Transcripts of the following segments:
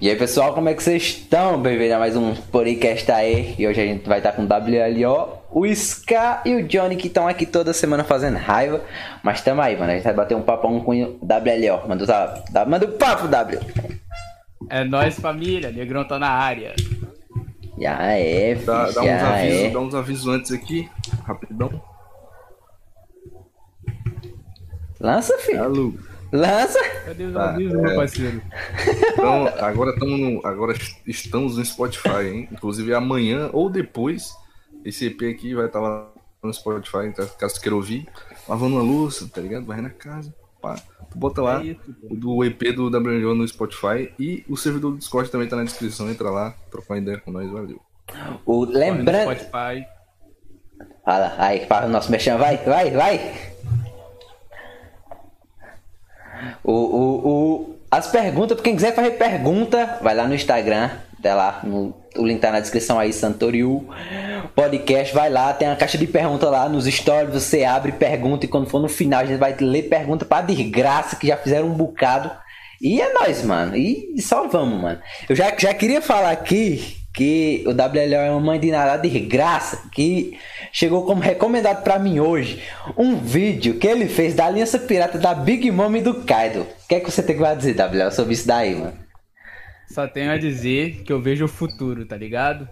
E aí pessoal, como é que vocês estão? Bem-vindo a mais um podcast aí. E hoje a gente vai estar com o WLO, o Ska e o Johnny que estão aqui toda semana fazendo raiva. Mas tamo aí, mano. A gente vai bater um papão com o WLO. Manda o, zap- da- manda o papo, W. É nóis, família. Negrão tá na área. Já é, Dá, filho, dá uns já avisos, é. dá um- uns avisos antes aqui, rapidão. Lança, filho. Alô. Lança. Cadê os Tá, avisos, meu é. parceiro? Então, agora, tamo no, agora estamos no Spotify, hein? Inclusive amanhã ou depois, esse EP aqui vai estar lá no Spotify, então, caso queira ouvir. Lavando uma louça, tá ligado? Vai na casa, pá. Tu bota lá É isso, pô. o do EP do WNO no Spotify e o servidor do Discord também tá na descrição. Entra lá, troca uma ideia com nós, valeu. O, Olha no lembrando. Spotify. Fala, aí, fala o nosso mexão. Vai, vai, vai. O, o, o, as perguntas, pra quem quiser fazer pergunta, vai lá no Instagram, tá lá, no- o link tá na descrição aí, Santoriu Podcast, vai lá, tem uma caixa de pergunta lá nos stories, você abre pergunta e quando for no final a gente vai ler pergunta pra desgraça que já fizeram um bocado. E é nóis, mano, e só vamos, mano. Eu já, já queria falar aqui que o WLO é uma mãe de nada desgraça que chegou como recomendado pra mim hoje um vídeo que ele fez da Aliança Pirata da Big Mom e do Kaido. O que é que você tem que dizer, WL, sobre isso daí, mano? Só tenho a dizer que eu vejo o futuro, tá ligado?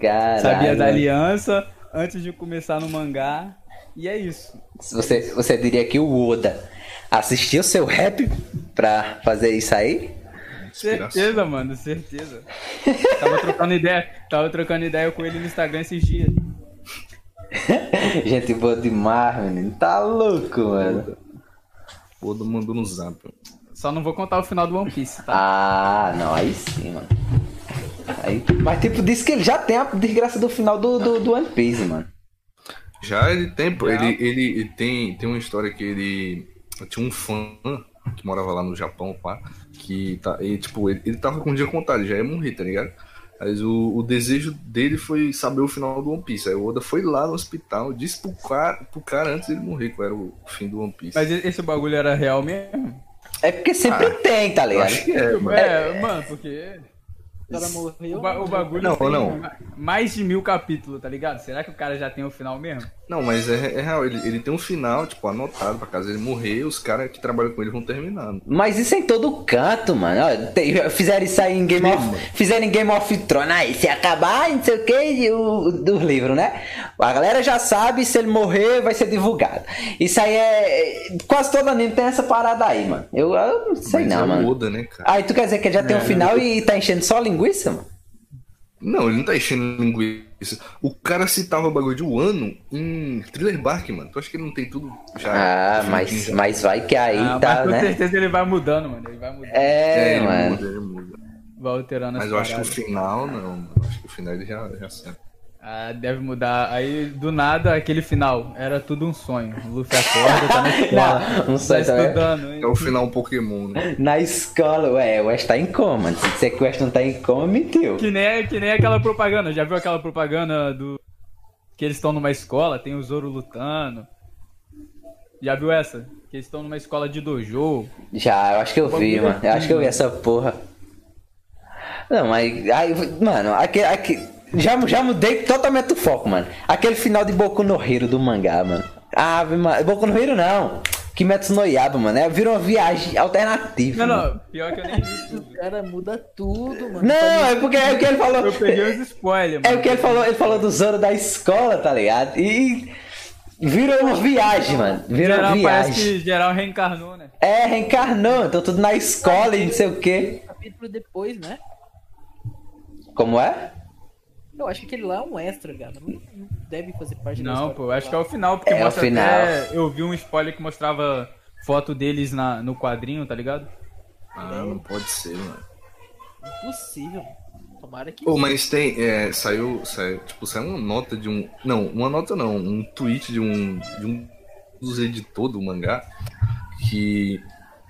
Caralho. Sabia da aliança antes de começar no mangá. E é isso. Você, você diria que o Oda assistiu seu rap pra fazer isso aí? Certeza, mano, certeza. Tava trocando ideia. Tava trocando ideia com ele no Instagram esses dias. Gente boa demais, menino. Tá louco, mano. Todo mundo no zap. Só não vou contar o final do One Piece, tá? Ah, não, aí sim, mano. Aí, mas tipo, disse que ele já tem a desgraça do final do, do, do One Piece, mano. Já ele tem, pô. Já. Ele, ele, ele tem, tem uma história que ele tinha um fã que morava lá no Japão, pá, que tá, ele, tipo, ele, ele tava com o dia contado, já ia morrer, tá ligado? Mas o, o desejo dele foi saber o final do One Piece. Aí o Oda foi lá no hospital, disse pro cara, pro cara antes dele morrer qual era o fim do One Piece. Mas e- esse bagulho era real mesmo? É porque sempre Ah, tem, tá eu ligado? acho que é, mano. É, mano, porque. O cara morreu. né? O, ba- o bagulho Não, tem não. ma- mais de mil capítulos, tá ligado? Será que o cara já tem o final mesmo? Não, mas é, é real, ele, ele tem um final, tipo, anotado pra caso ele morrer, os caras que trabalham com ele vão terminar. Mas isso é em todo canto, mano. Ó, tem- Fizeram isso aí em Game Sim, of. mano. Fizeram em Game of Thrones. Aí, se acabar, não sei o que, o, do livro, né? A galera já sabe, se ele morrer, vai ser divulgado. Isso aí é. é- Quase todo anime tem essa parada aí, mano. Eu, eu não sei Mas não, é o mano. Oda, né, cara? Aí tu quer dizer que ele já tem um final e tá enchendo só linguiça, mano? Não, ele não tá enchendo linguiça. O cara citava o bagulho de um ano em Thriller Bark, mano. Tu acha que ele não tem tudo já? Ah, mas, mas vai que aí Ah, tá, mas com né? certeza ele vai mudando, mano. Ele vai mudando. É, É, ele mano. muda, ele muda. Vai alterando as Mas eu acho que o paradas. final, não. mano. Eu acho que o final ele já, já sabe. Ah, deve mudar. Aí, do nada, aquele final. Era tudo um sonho. O Luffy acorda, tá na escola. Não, um sonho tá também. estudando. hein? É o final Pokémon, né? Na escola, ué, o West tá em coma. Se disser que o West não tá em coma, mentiu. Que nem, que nem aquela propaganda. Já viu aquela propaganda do... Que eles estão numa escola, tem o Zoro lutando. Já viu essa? Que eles estão numa escola de dojo. Já, eu acho que eu vi, Bagulho é mano. Eu acho que eu vi aqui, essa porra. Não, mas. Aí, mano, aquele. já, já mudei totalmente o foco, mano. Aquele final de Boku no Hero do mangá, mano. Ah, mano. Boku no Hero não. Kimetsu no Yaba, mano. É, virou uma viagem alternativa. Não, mano. não. Pior que eu nem vi O tudo. cara muda tudo, mano. Não, é porque é o que ele falou. Eu peguei os spoilers, É mano. o que ele falou, ele falou do Zoro da escola, tá ligado? E virou uma viagem, mano. Virou uma Geral, parece viagem. que geral reencarnou, né? É, reencarnou, então tudo na escola e não sei o quê. Um capítulo depois, né? Como é? Eu acho que aquele lá é um extra, cara. Não, não deve fazer parte da Não, história pô, eu acho que é o final, porque É o mostra final. até. Eu vi um spoiler que mostrava foto deles na, no quadrinho, tá ligado? Ah, não pode ser, mano. Impossível. Tomara que. Pô, mas tem. é, saiu, saiu. Tipo, saiu uma nota de um. Não, uma nota não. Um tweet de um. De um dos editores do mangá. Que.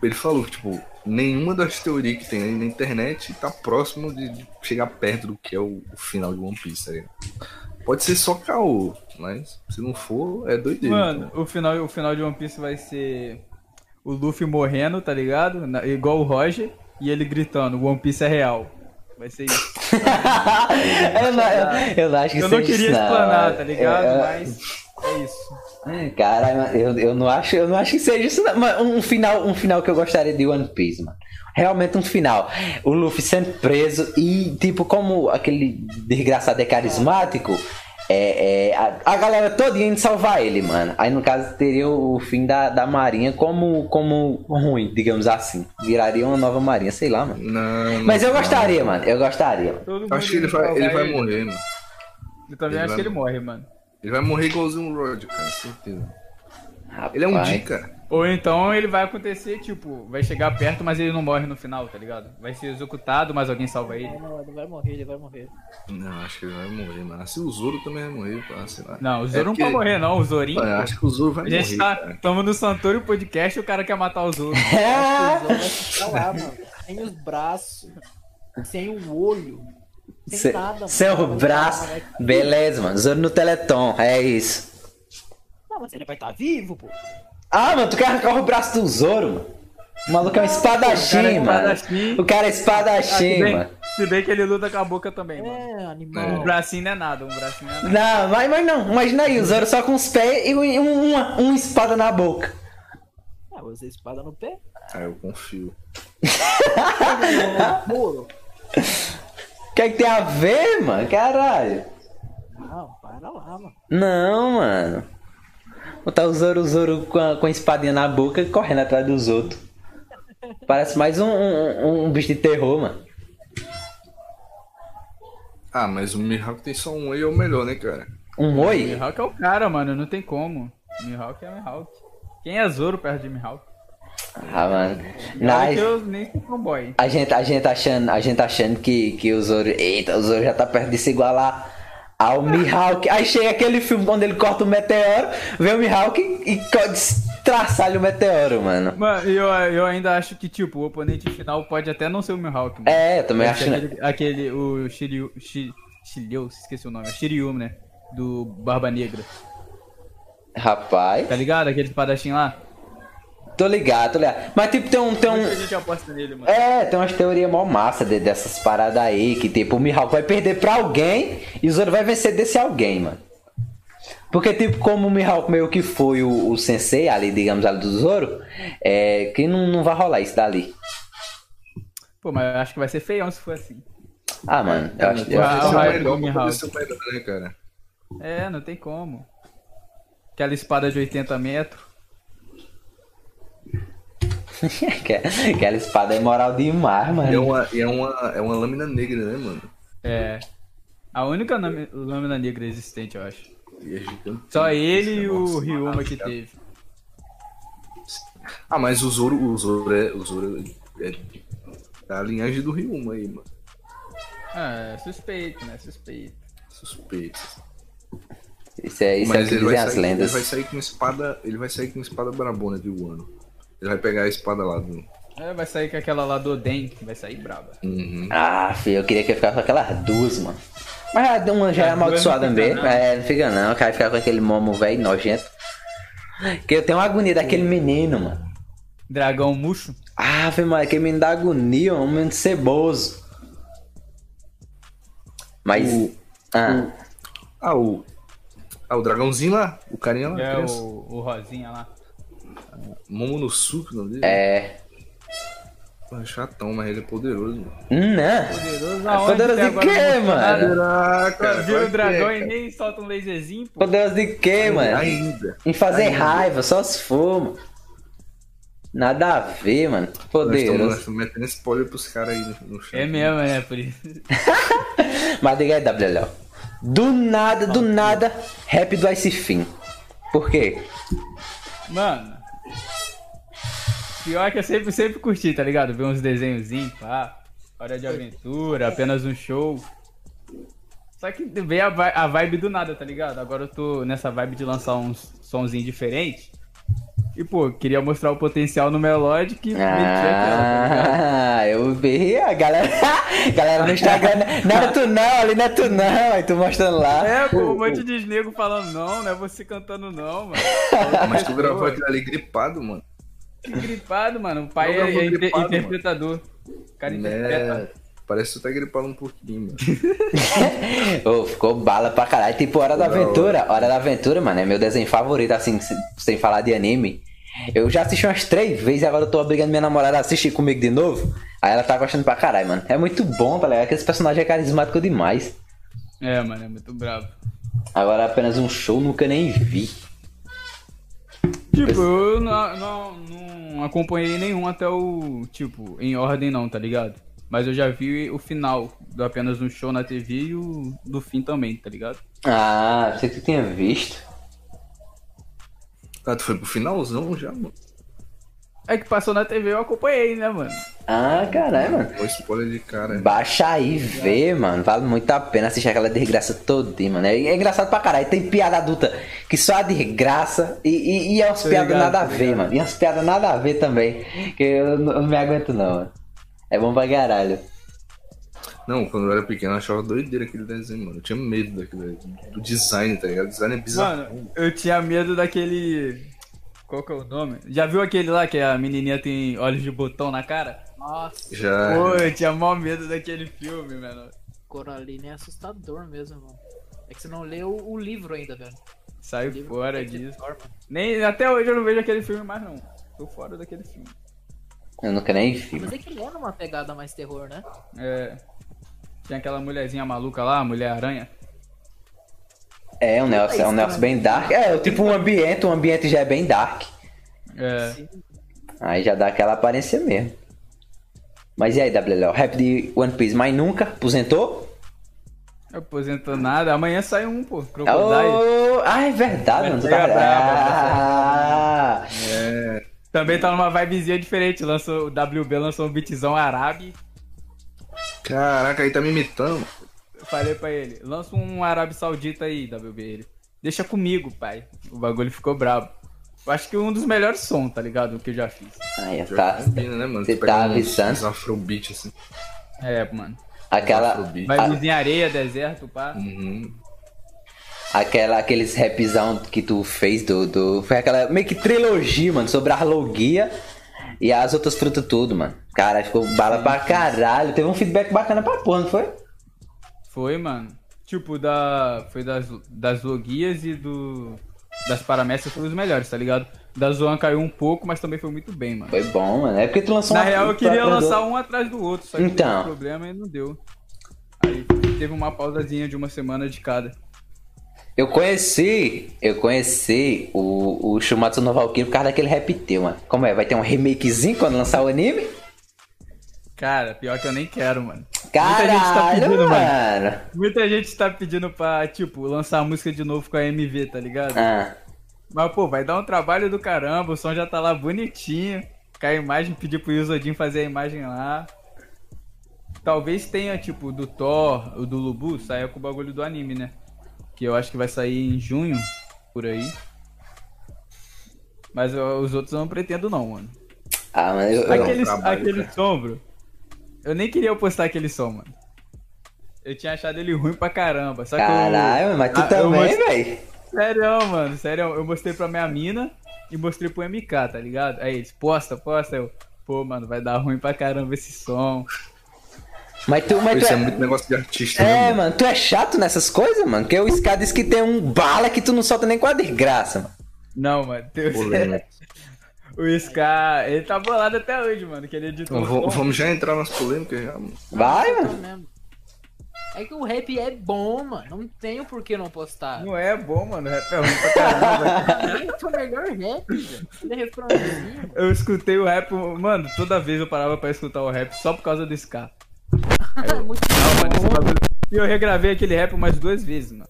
Ele falou que, tipo, nenhuma das teorias que tem aí na internet tá próximo de, de chegar perto do que é o, o final de One Piece, tá ligado? Pode ser só caô, mas se não for, é doideira. Mano, então. o final, o final de One Piece vai ser o Luffy morrendo, tá ligado? Na- igual o Roger, e ele gritando, One Piece é real. Vai ser isso. eu, não, eu- eu não acho que Eu não seja queria isso, né? não. É, explanar, tá ligado? Eu- eu- Mas é isso. Caralho, mas eu, eu, não acho, eu não acho que seja isso. Não. Mas um final, um final que eu gostaria de One Piece, mano. Realmente um final. O Luffy sendo preso e, tipo, como aquele desgraçado é carismático, é, é, a, a galera toda indo salvar ele, mano. Aí, no caso, teria o fim da, da Marinha como, como ruim, digamos assim. Viraria uma nova Marinha, sei lá, mano. Não, não, Mas eu não. gostaria, mano. Eu gostaria. mano. Todo mundo Acho que ele indo vai, ele salvar vai morrer, mano. Eu também Ele acho vai que ele morre, mano. Ele vai morrer igualzinho o Rod, cara, certeza. Ele é um Rapaz. dica. Ou então ele vai acontecer, tipo, vai chegar perto, mas ele não morre no final, tá ligado? Vai ser executado, mas alguém salva ele. Não, não, ele vai morrer, ele vai morrer. Não, acho que ele vai morrer, mano. Se o Zoro também vai morrer, pá, sei lá. Não, o É Zoro não porque- pode morrer, não. O Zorinho. Mano, eu pô. acho que o Zoro vai A morrer. gente tá. cara. Tamo no Santoro Podcast e o cara quer matar o Zoro. O Zoro vai ficar lá, mano. Sem os braços, sem o olho, sem Se- nada, mano. Seu Vai é braço. ficar lá, vai- Beleza, mano. Zoro no Teleton. É isso. Não, mas ele vai estar vivo, pô. Ah, mano, tu quer arrancar o braço do Zoro, mano? O maluco é um Ah, O cara espadachim, é mano. espadachim. O cara é espadachim, Ah, se, bem, mano. se bem que ele luta com a boca também, mano. É, Um animal. bracinho não é nada, um bracinho não é nada. Não, mas, mas não, imagina aí, o Zoro só com os pés e um- e um- uma, uma espada na boca. Ah, usa a espada no pé. Ah, eu confio. Moro. O que é que tem a ver, mano? Caralho. Não, para lá, mano. Não, mano. Botar o Zoro, o Zoro com a, com a espadinha na boca correndo atrás dos outros. Parece mais um, um- um bicho de terror, mano. Ah, mas o Mihawk tem só um e é o melhor, né, cara? Um O oi? Mihawk é o cara, mano, não tem como. Mihawk é Mihawk. Quem é Zoro perto de Mihawk? Ah, mano. Claro que Nice. Eu nem sou fanboy. A gente, a gente achando, a gente achando que, que o Zoro. Eita, o Zoro já tá perto de se igualar ao Mihawk. Aí chega aquele filme onde ele corta o meteoro, vem o Mihawk e co- traçalha o meteoro, mano. Mano, eu, eu ainda acho que, tipo, o oponente final pode até não ser o Mihawk, mano. É, eu também Esse acho. é aquele, aquele, o Shiryu, Shi- Shiryu, esqueci o nome, é Shiryu, né? Do Barba Negra, Rapaz, tá ligado? Aquele espadachim lá. tô ligado, tô ligado. Mas tipo, tem um. Tem um Muita gente aposta nele, mano. é, tem umas teorias mó massa de- dessas paradas aí, que tipo, o Mihawk vai perder pra alguém e o Zoro vai vencer desse alguém, mano. Porque, tipo, como o Mihawk meio que foi o, o sensei ali, digamos, ali do Zoro, é que não, não vai rolar isso dali. Pô, mas eu acho que vai ser feião se for assim. Ah, mano, eu acho que. eu acho Ah, que isso Esse é vai. uma- é o melhor pra poder Mihawk. ser o melhor, né, cara? É, não tem como. Aquela espada de 80 metros. é Aquela espada é moral demais, E é mano. uma, e é uma, é uma lâmina negra, né, mano? É. A única lâmi- lâmina negra existente, eu acho. E é gigante. Só ele e o Nossa, é Ryuma maravilha. que teve. Ah, mas o Zoro, o Zoro é. O Zoro é, é da linhagem do Ryuma aí, mano. Ah, é suspeito, né? Suspeito. Suspeito. Isso é, isso é o que dizem as sair, ele vai lendas. sair com espada. Ele vai sair com espada brabona de Wano. Ele vai pegar a espada lá do. É, vai sair com aquela lá do Oden, que vai sair braba. Uhum. Ah, filho, eu queria que eu ficasse com aquelas duas, mano. Mas a uma já é As duas não amaldiçoada fica, mesmo. não. É, não fica não. O cara fica com aquele momo velho nojento. Que eu tenho uma agonia daquele menino, mano. Dragão murcho. Ah, filho, mano, aquele menino dá agonia, um menino ceboso. Mas. O- ah, Ah, o. Ah, o dragãozinho lá. O carinha lá. É criança. o, o Rosinha lá. Momonosuke, o nome dele. é. Pô, é chatão, mas ele é poderoso, mano. Não. Poderoso É poderoso até de agora quê, não mostrou mano? nada. Caraca! Viu o dragão é, e nem solta um laserzinho, pô. Poderoso de quê, mano? Ainda. Em fazer Ainda. raiva, só se for, mano. Nada a ver, mano. Nós estamos nós Poderoso. estamos metendo spoiler pros caras aí no, no chat. É mesmo, né? Por isso. Mas diga aí, WLO. Do nada, do nada, rap do Ice Fim. Por quê? Mano. Pior que eu sempre, sempre curti, tá ligado? Ver uns desenhozinhos, pá. Hora de aventura, apenas um show. Só que veio a, vi- a vibe do nada, tá ligado? Agora eu tô nessa vibe de lançar uns sonzinho diferente. E, pô, queria mostrar o potencial no Melodic e meti aquela, tá ligado? Ah, eu vi a galera. galera no Instagram. né? Não era tu não, ali não é tu não. Aí tu mostrando lá. É, pô, um monte de nego falando não, não é você cantando não, mano. Mas tu gravou aquilo ali gripado, mano. Que gripado, mano. O pai Não, é, não, é inter- gripado, mano. interpretador. O cara interpreta. Né? Parece que tu tá gripado um pouquinho, mano. Ô, ficou bala pra caralho. Tipo, Hora da Da hora. Aventura. Hora da Aventura, mano, é meu desenho favorito, assim, se- sem falar de anime. Eu já assisti umas três vezes e agora eu tô obrigando minha namorada a assistir comigo de novo. Aí ela tá gostando pra caralho, mano. É muito bom, tá ligado? Aquele personagem é carismático demais. É, mano, é muito brabo. Agora apenas um show nunca nem vi. Tipo, eu não, não, não acompanhei nenhum até o. Tipo, em ordem não, tá ligado? Mas eu já vi o final do apenas um show na TV e o do fim também, tá ligado? Ah, achei que tu tinha visto. Ah, tu foi pro finalzão já, mano. É que passou na TV eu acompanhei, né, mano? Ah, caralho, mano. Foi spoiler de cara. né? Baixa aí e vê, mano. Vale muito a pena assistir aquela desgraça todinha, mano. É, é engraçado pra caralho. Tem piada adulta que só é desgraça e, e, e é umas Tô piadas ligado, nada a tô ver, mano. E umas piadas nada a ver também. Que eu não, eu não me aguento, não, mano. É bom pra caralho. Não, quando eu era pequeno eu achava doideira aquele desenho, mano. Eu tinha medo daquele, do design, tá ligado? O design é bizarro. Mano, eu tinha medo daquele. Qual que é o nome? Já viu aquele lá que a menininha tem olhos de botão na cara? Nossa, já. Pô, eu tinha mó medo daquele filme, mano. Coraline é assustador mesmo, mano. É que você não leu o livro ainda, velho. O Sai livro fora é de disso. norma. Nem, até hoje eu não vejo aquele filme mais, não. Tô fora daquele filme. Eu nunca nem vi, mano. Mas é que lembra uma pegada mais terror, né? É. Tinha aquela mulherzinha maluca lá, a Mulher-Aranha. É um negócio, é um negócio bem dark. É, tipo um ambiente, um ambiente já é bem dark. É. Sim. Aí já dá aquela aparência mesmo. Mas e aí, WL? Rap de One Piece, mas nunca? Aposentou? Aposentou nada. Amanhã sai um, pô. Crocodile. Oh, ah, é verdade, mano. Tu tá... Pega brava, Ah, é- Também tá numa vibezinha diferente. Lançou, o WB lançou um beatzão árabe. Caraca, aí tá me imitando. Eu falei pra ele, lança um árabe saudita aí, WB. Ele, deixa comigo, pai. O bagulho ficou brabo. Eu acho que um dos melhores sons, tá ligado? Que eu já fiz. Aí, Pior tá. que combina, né, mano? Você Tu pega tá uns- avisando? Uns afrobeat, assim. É, mano. Aquela, Afrobeat. a- Vai em areia, deserto, pá. Uhum. aquela, aqueles rapzão que tu fez do, do. Foi aquela meio que trilogia, mano, sobre a arloguia e as outras frutas tudo, mano. Cara, ficou bala pra caralho. Teve um feedback bacana pra porra, não foi? Foi, mano. Tipo, da. Foi das, das logias e do. Das paramécias foram os melhores, tá ligado? Da Zoan caiu um pouco, mas também foi muito bem, mano. Foi bom, mano. É porque tu lançou Na uma- real, eu queria tu- lançar um atrás do outro, só que Então. teve problema e não deu. Aí teve uma pausazinha de uma semana de cada. Eu conheci, eu conheci o, o Shumatsu no Valkyrie por causa daquele rap teu, mano. Como é? Vai ter um remakezinho quando lançar o anime? Cara, pior que eu nem quero, mano. Caralho, Muita gente tá pedindo, mano. mano. Muita gente tá pedindo pra, tipo, lançar a música de novo com a MV, tá ligado? Ah, Mas, pô, vai dar um trabalho do caramba, o som já tá lá bonitinho. Com a imagem, pedir pro Yuzodin fazer a imagem lá. Talvez tenha, tipo, do Thor, o do Lubu, saia com o bagulho do anime, né? Que eu acho que vai sair em junho, por aí. Mas ó, os outros eu não pretendo não, mano. ah mano, eu, eu- Aquele, É um trabalho, aquele cara. sombro. Eu nem queria postar aquele som, mano. Eu tinha achado ele ruim pra caramba. Só que eu- Caralho, mas tu Ah, eu também, mostrei- velho. Sério, mano, sério. Eu mostrei pra minha mina e mostrei pro MK, tá ligado? Aí eles, posta, posta. Eu, pô, mano, vai dar ruim pra caramba esse som. Mas tu, mas tu Isso é... é muito negócio de artista, né, É, mano? mano, tu é chato nessas coisas, mano? Porque o Scar disse que tem um bala que tu não solta nem com a desgraça, mano. Não, mano, Deus, é é Polêmica. o Scar, ele tá bolado até hoje, mano, que ele editou. Então, vo- o som. vamos já entrar nas polêmicas já, mano. Vai, Não, mano. mesmo. É que o rap é bom, mano. Não tenho por que não postar. Não é bom, mano, o rap é ruim pra caramba. Esse é o melhor rap, velho. Ele é refrãozinho. eu escutei o rap, mano, toda vez eu parava pra escutar o rap só por causa do Scar. É muito Não, mano, esse bom. bagulho- E eu regravei aquele rap umas duas vezes, mano.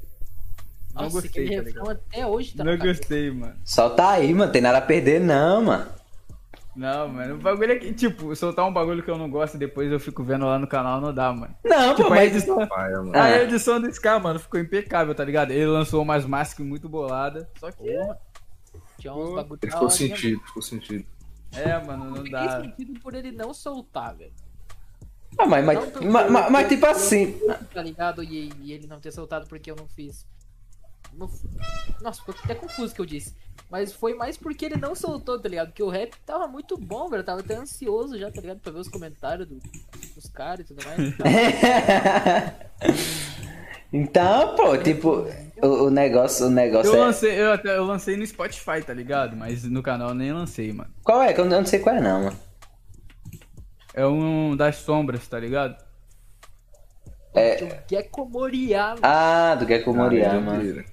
Não Nossa, gostei, aquele tá refrão ligado? até hoje tá Não na cabeça. gostei, mano. Solta aí, mano, tem nada a perder, não, mano. Não, mano, o bagulho é que, tipo, soltar um bagulho que eu não gosto e depois eu fico vendo lá no canal não dá, mano. Não, pô, Tipo, a mas. edição, Vai, mano. Ah. a edição desse cara, mano, ficou impecável, tá ligado? Ele lançou umas máscaras muito boladas, só que, Tinha uns bagulho Ele da ficou hora, né, sentido, ficou sentido. é, mano, não Fiquei dá. sentido por ele não soltar, velho. Ah, mas, Não, mas, porque mas, mas, eu- mas tipo eu- assim. Tá ligado? E, e ele não ter soltado porque eu não fiz. no- Nossa, ficou até confuso o que eu disse. Mas foi mais porque ele não soltou, tá ligado? Porque o rap tava muito bom, velho. Eu tava até ansioso já, tá ligado? Pra ver os comentários do- dos caras e tudo mais. Então, pô, tipo, o, o negócio, o negócio Eu é... lancei, eu, até, eu lancei no Spotify, tá ligado? Mas no canal eu nem lancei, mano. Qual é? Que Eu não sei qual é não, mano. É um das sombras, tá ligado? É- O um Gecko Moriá Ah, do Gecko Moriyama. Doideira.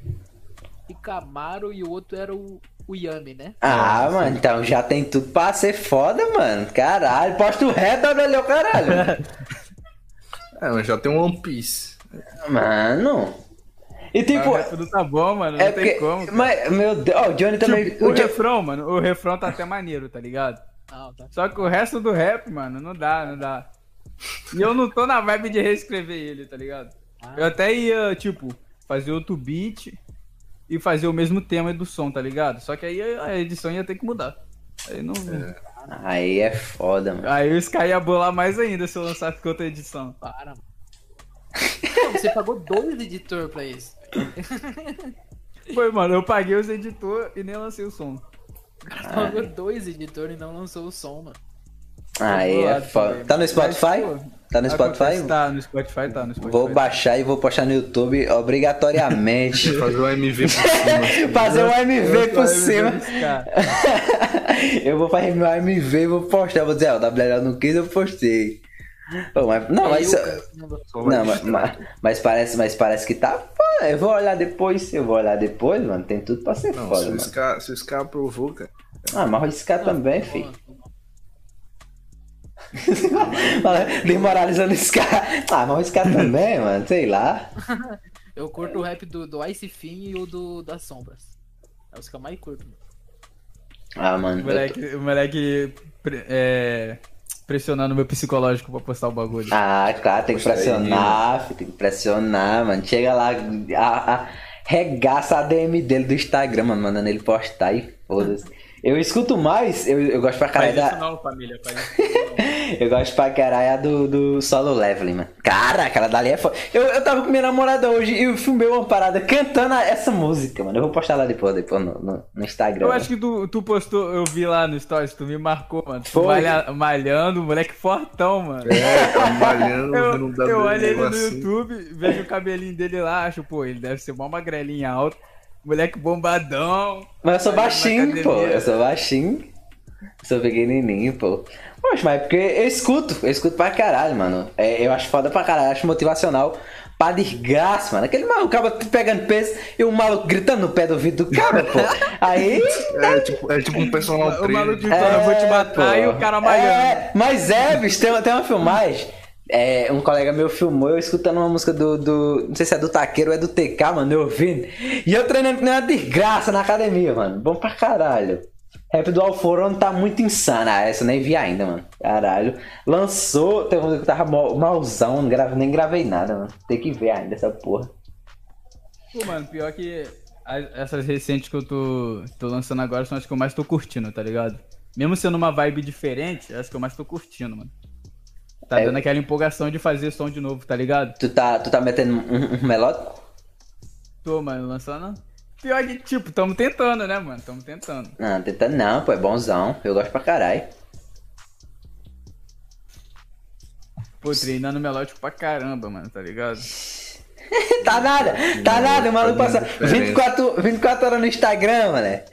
e Camaro e o outro era o, o Yami, né? Ah, mano, então já tem tudo pra ser foda, mano. Caralho, posto reto, olha o caralho. É, mas já tem um One Piece. mano. E tipo, Ah, tudo tá bom, mano. Não é tem porque. como. cara. Mas, meu Deus, ó, o Johnny também. Tipo, o o Jo- refrão, mano, o refrão tá até maneiro, tá ligado? Ah, tá. Só que o resto do rap, mano, não dá, não dá. E eu não tô na vibe de reescrever ele, tá ligado? Ah. Eu até ia, tipo, fazer outro beat e fazer o mesmo tema do som, tá ligado? Só que aí a edição ia ter que mudar. Aí não. Aí é foda, mano. Aí o Sky ia bolar mais ainda se eu lançasse com outra edição. Para, mano. Pô, você pagou dois editor pra isso. Foi, mano, eu paguei os editores e nem lancei o som. Ah. Pagou dois editor e não lançou o som, mano. Aí é bolado foda. também, Tá no mas, Spotify? pô, Tá no Acontece, Spotify? Tá, no Spotify tá, no Spotify. Vou baixar e vou postar no YouTube obrigatoriamente. Fazer um MV por cima. Fazer um MV por cima. Cara. Eu vou fazer meu MV e vou postar. Vou dizer, ó, o WL não quis, eu postei. Pô, mas- não, mas. Aí o isso- é- cara não lançou. Só vai Não, mas, registrar. mas, mas parece, mas parece que tá. foda. Eu vou olhar depois, eu vou olhar depois, mano. Tem tudo pra ser Não, foda, se o mano. Scar, se o Scar aprovou, cara. Ah, mas riscar também, Pô, filho. mano. Demoralizando esse cara. Ah, mas riscar também, mano. Sei lá. Eu curto o rap do, do Ice Finn e o do das Sombras. É os que eu mais curto. mano. Ah, mano. O eu tô- moleque, o moleque pre- é, pressionando o meu psicológico pra postar o bagulho. Ah, claro, tem que Poxa, aí, pressionar, filho, tem que pressionar, mano. Chega lá, a, a, regaça a DM dele do Instagram, mano, mandando ele postar e foda-se. Eu escuto mais, eu, eu gosto pra caralho Faz da. isso não, família. Faz isso não. Eu gosto pra caralho a do, do solo leveling, mano. Cara, aquela dali é foda. Eu, eu tava com minha namorada hoje e eu filmei uma parada cantando a- essa música, mano. Eu vou postar lá depois, depois no, no, no Instagram. Eu acho que tu, tu postou, eu vi lá no Stories, tu me marcou, mano. Tu Foi. malha- malhando, moleque fortão, mano. É, tá malhando, não dá Eu, eu dano olho ele no assim. YouTube, vejo o cabelinho dele lá, acho, pô, ele deve ser uma magrelinha alta. Moleque bombadão. Mas eu sou Aí na baixinho, pô. academia. Eu sou baixinho. Sou pequenininho, pô. Poxa, mas é porque eu escuto. Eu escuto pra caralho, mano. É, eu acho foda pra caralho. Acho motivacional pra desgraça, mano. Aquele maluco acaba pegando peso e o maluco gritando no pé do ouvido do cara, pô. Aí... É tipo, é tipo um personal o maluco trainer. gritando, Então eu vou te matar, É, pô. e o cara malhando. É, mas é, bicho, tem, tem uma filmagem. É, um colega meu filmou eu escutando uma música do, do. Não sei se é do Taqueiro ou é do TK, mano, eu ouvindo. E eu treinando que nem uma desgraça na academia, mano. Bom pra caralho. Rap do Alforão tá muito insana. Ah, Essa eu nem vi ainda, mano. Caralho. Lançou, tem uma que tava mal- malzão, não grave, nem gravei nada, mano. Tem que ver ainda essa porra. Pô, mano, pior que as- essas recentes que eu tô, tô lançando agora são as que eu mais tô curtindo, tá ligado? Mesmo sendo uma vibe diferente, é as que eu mais tô curtindo, mano. Tá É. dando aquela empolgação de fazer som de novo, tá ligado? Tu tá, tu tá metendo um, um melódico? Tô, mano, lançando. Pior que, tipo, tamo tentando, né, mano? Tamo tentando. Não, tentando não, pô, é bonzão. Eu gosto pra caralho. Pô, treinando melódico pra caramba, mano, tá ligado? Tá nada, tá nada, o maluco passa Fazendo diferença. 24, 24 horas no Instagram, mané.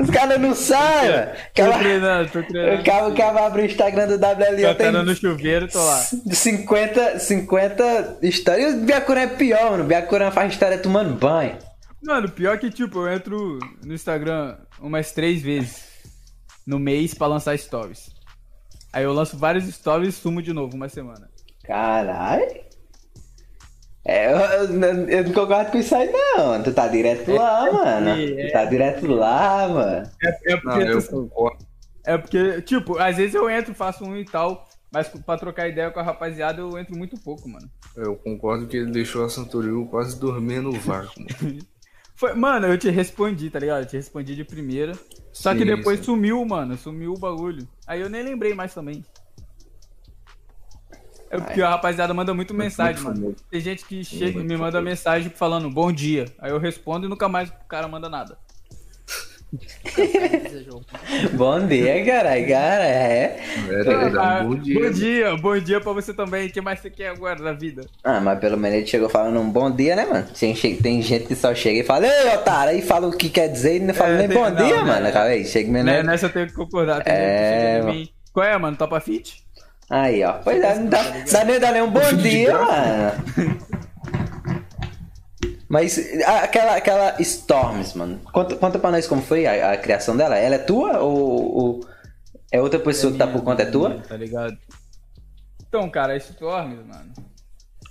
Os caras não saem, mano. Tô Acaba- treinando, tô O treinando. cabo que abre o Instagram do WL eu Cantando né? no tenho chuveiro, tô lá. 50, 50 histórias. E o Biacuran é pior, mano. O Biacuran faz história tomando banho. Mano, pior que, tipo, eu entro no Instagram umas três vezes no mês pra lançar stories. Aí eu lanço vários stories e sumo de novo uma semana. Caralho. É, eu, eu- eu não concordo com isso aí, não. Tu tá direto lá, mano. Tu tá direto lá, mano. É, é Não, porque, eu concordo. é porque, tipo, às vezes eu entro, faço um e tal, mas pra trocar ideia com a rapaziada eu entro muito pouco, mano. Eu concordo que ele deixou a Santoriu quase dormir no vácuo. Foi- mano, eu te respondi, tá ligado? Eu te respondi de primeira. Só que Sim, depois sim. sumiu, mano. Sumiu o bagulho. Aí eu nem lembrei mais também. É É porque a rapaziada manda muito mensagem, muito mano. famoso. Tem gente que chega e Muito me manda famoso. mensagem falando bom dia. Aí eu respondo e nunca mais o cara manda nada. Zé João. Bom dia, caralho, cara. É. É, tá Ah, ligado? Bom dia. bom dia, bom dia pra você também. O que mais você quer agora da vida? Ah, mas pelo menos ele chegou falando um bom dia, né, mano? Tem, che- tem gente que só chega e fala, ei, otário, aí fala o que quer dizer e não fala É, nem tem- bom não, dia, né? mano. Cara, aí, chega É, mesmo. Né, Nessa eu tenho que concordar. Tem É, gente que chega mano. em mim. Qual é, mano? Topa fit? Aí, ó. Pois é, não dá, sabe nem dar nem um bom Vídeo de dia, graça. mano. Mas a- aquela, aquela Storms, mano. Conta, conta pra nós como foi a, a criação dela. Ela é tua ou, ou é outra pessoa que tá por conta é tua? Tá ligado? Então, cara, a Storms, mano.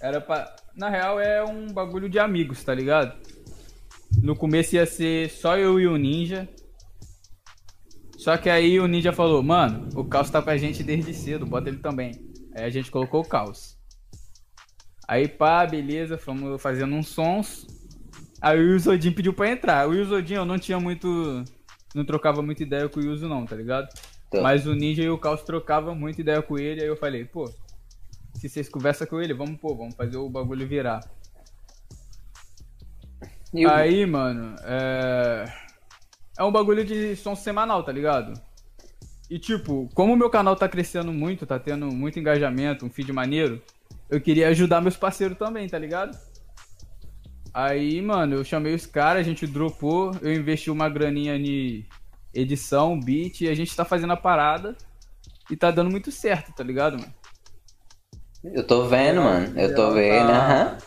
Era pra. Na real, é um bagulho de amigos, tá ligado? No começo ia ser só eu e o Ninja. Só que aí o Ninja falou, mano, o Caos tá com a gente desde cedo, bota ele também. Aí a gente colocou o Caos. Aí pá, beleza, fomos fazendo uns sons. Aí o Yuzodin pediu pra entrar. O Yuzodin eu não tinha muito. Não trocava muita ideia com o Yuzo, não, tá ligado? Tá. Mas o Ninja e o Caos trocavam muita ideia com ele. Aí eu falei, pô, se vocês conversam com ele, vamos pô, vamos fazer o bagulho virar. E o- Aí, mano, é. É um bagulho de som semanal, tá ligado? E tipo, como o meu canal tá crescendo muito, tá tendo muito engajamento, um feed maneiro, eu queria ajudar meus parceiros também, tá ligado? Aí, mano, eu chamei os caras, a gente dropou, eu investi uma graninha em edição, beat, e a gente tá fazendo a parada e tá dando muito certo, tá ligado, mano? Eu tô vendo, mano. Eu tô Ela vendo, tá- aham.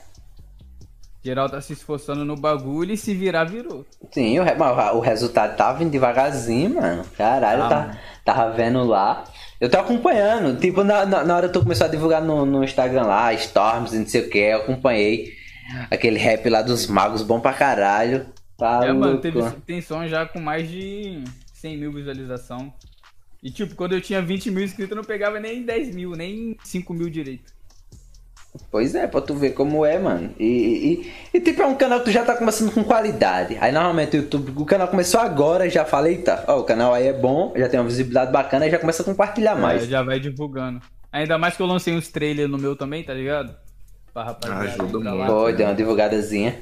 Geral tá se esforçando no bagulho e se virar, virou. Sim, o, re- mas o resultado tava vindo devagarzinho, mano. Caralho, Ah, tá- mano. tava vendo lá. Eu tô acompanhando. Tipo, na, na, na hora tu começou a divulgar no, no Instagram lá, Storms e não sei o que, eu acompanhei aquele rap lá dos magos, bom pra caralho. Tá É, mano, louco. teve, tem som já com mais de 100 mil visualização. E tipo, quando eu tinha 20 mil inscritos, eu não pegava nem 10 mil, nem 5 mil direito. Pois é, pra tu ver como é, mano. E, e, e, tipo, é um canal que tu já tá começando com qualidade. Aí normalmente o YouTube, o canal começou agora, já falei, tá, ó, o canal aí é bom, já tem uma visibilidade bacana, aí já começa a compartilhar mais. É, já vai divulgando. Ainda mais que eu lancei uns trailers no meu também, tá ligado? Pra rapaziada. Ajuda ir pra muito. Pô, deu uma divulgadazinha.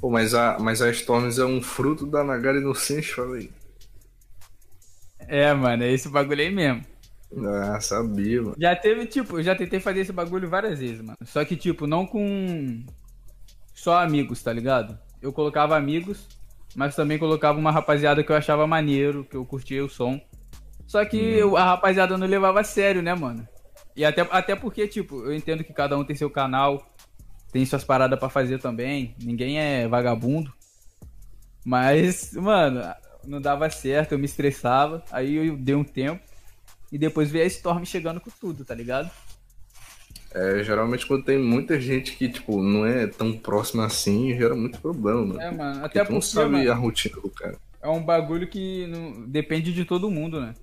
Pô, mas a, mas a Storms é um fruto da Nagara Inocente, falei. É, mano, é esse bagulho aí mesmo. Ah, sabia, mano. Já teve, tipo, eu já tentei fazer esse bagulho várias vezes, mano. Só que, tipo, não com só amigos, tá ligado? Eu colocava amigos, mas também colocava uma rapaziada que eu achava maneiro, que eu curtia o som. Só que eu- a rapaziada não levava a sério, né, mano? E até, até porque, tipo, eu entendo que cada um tem seu canal, tem suas paradas pra fazer também. Ninguém é vagabundo. Mas, mano, não dava certo, eu me estressava. Aí eu dei um tempo. E depois veio a Storm chegando com tudo, tá ligado? É, geralmente quando tem muita gente que, tipo, não é tão próxima assim, gera muito problema, mano. É, É, mano. porque Até tu não porque, sabe mano, a rotina do cara. é um bagulho que não- depende de todo mundo, né?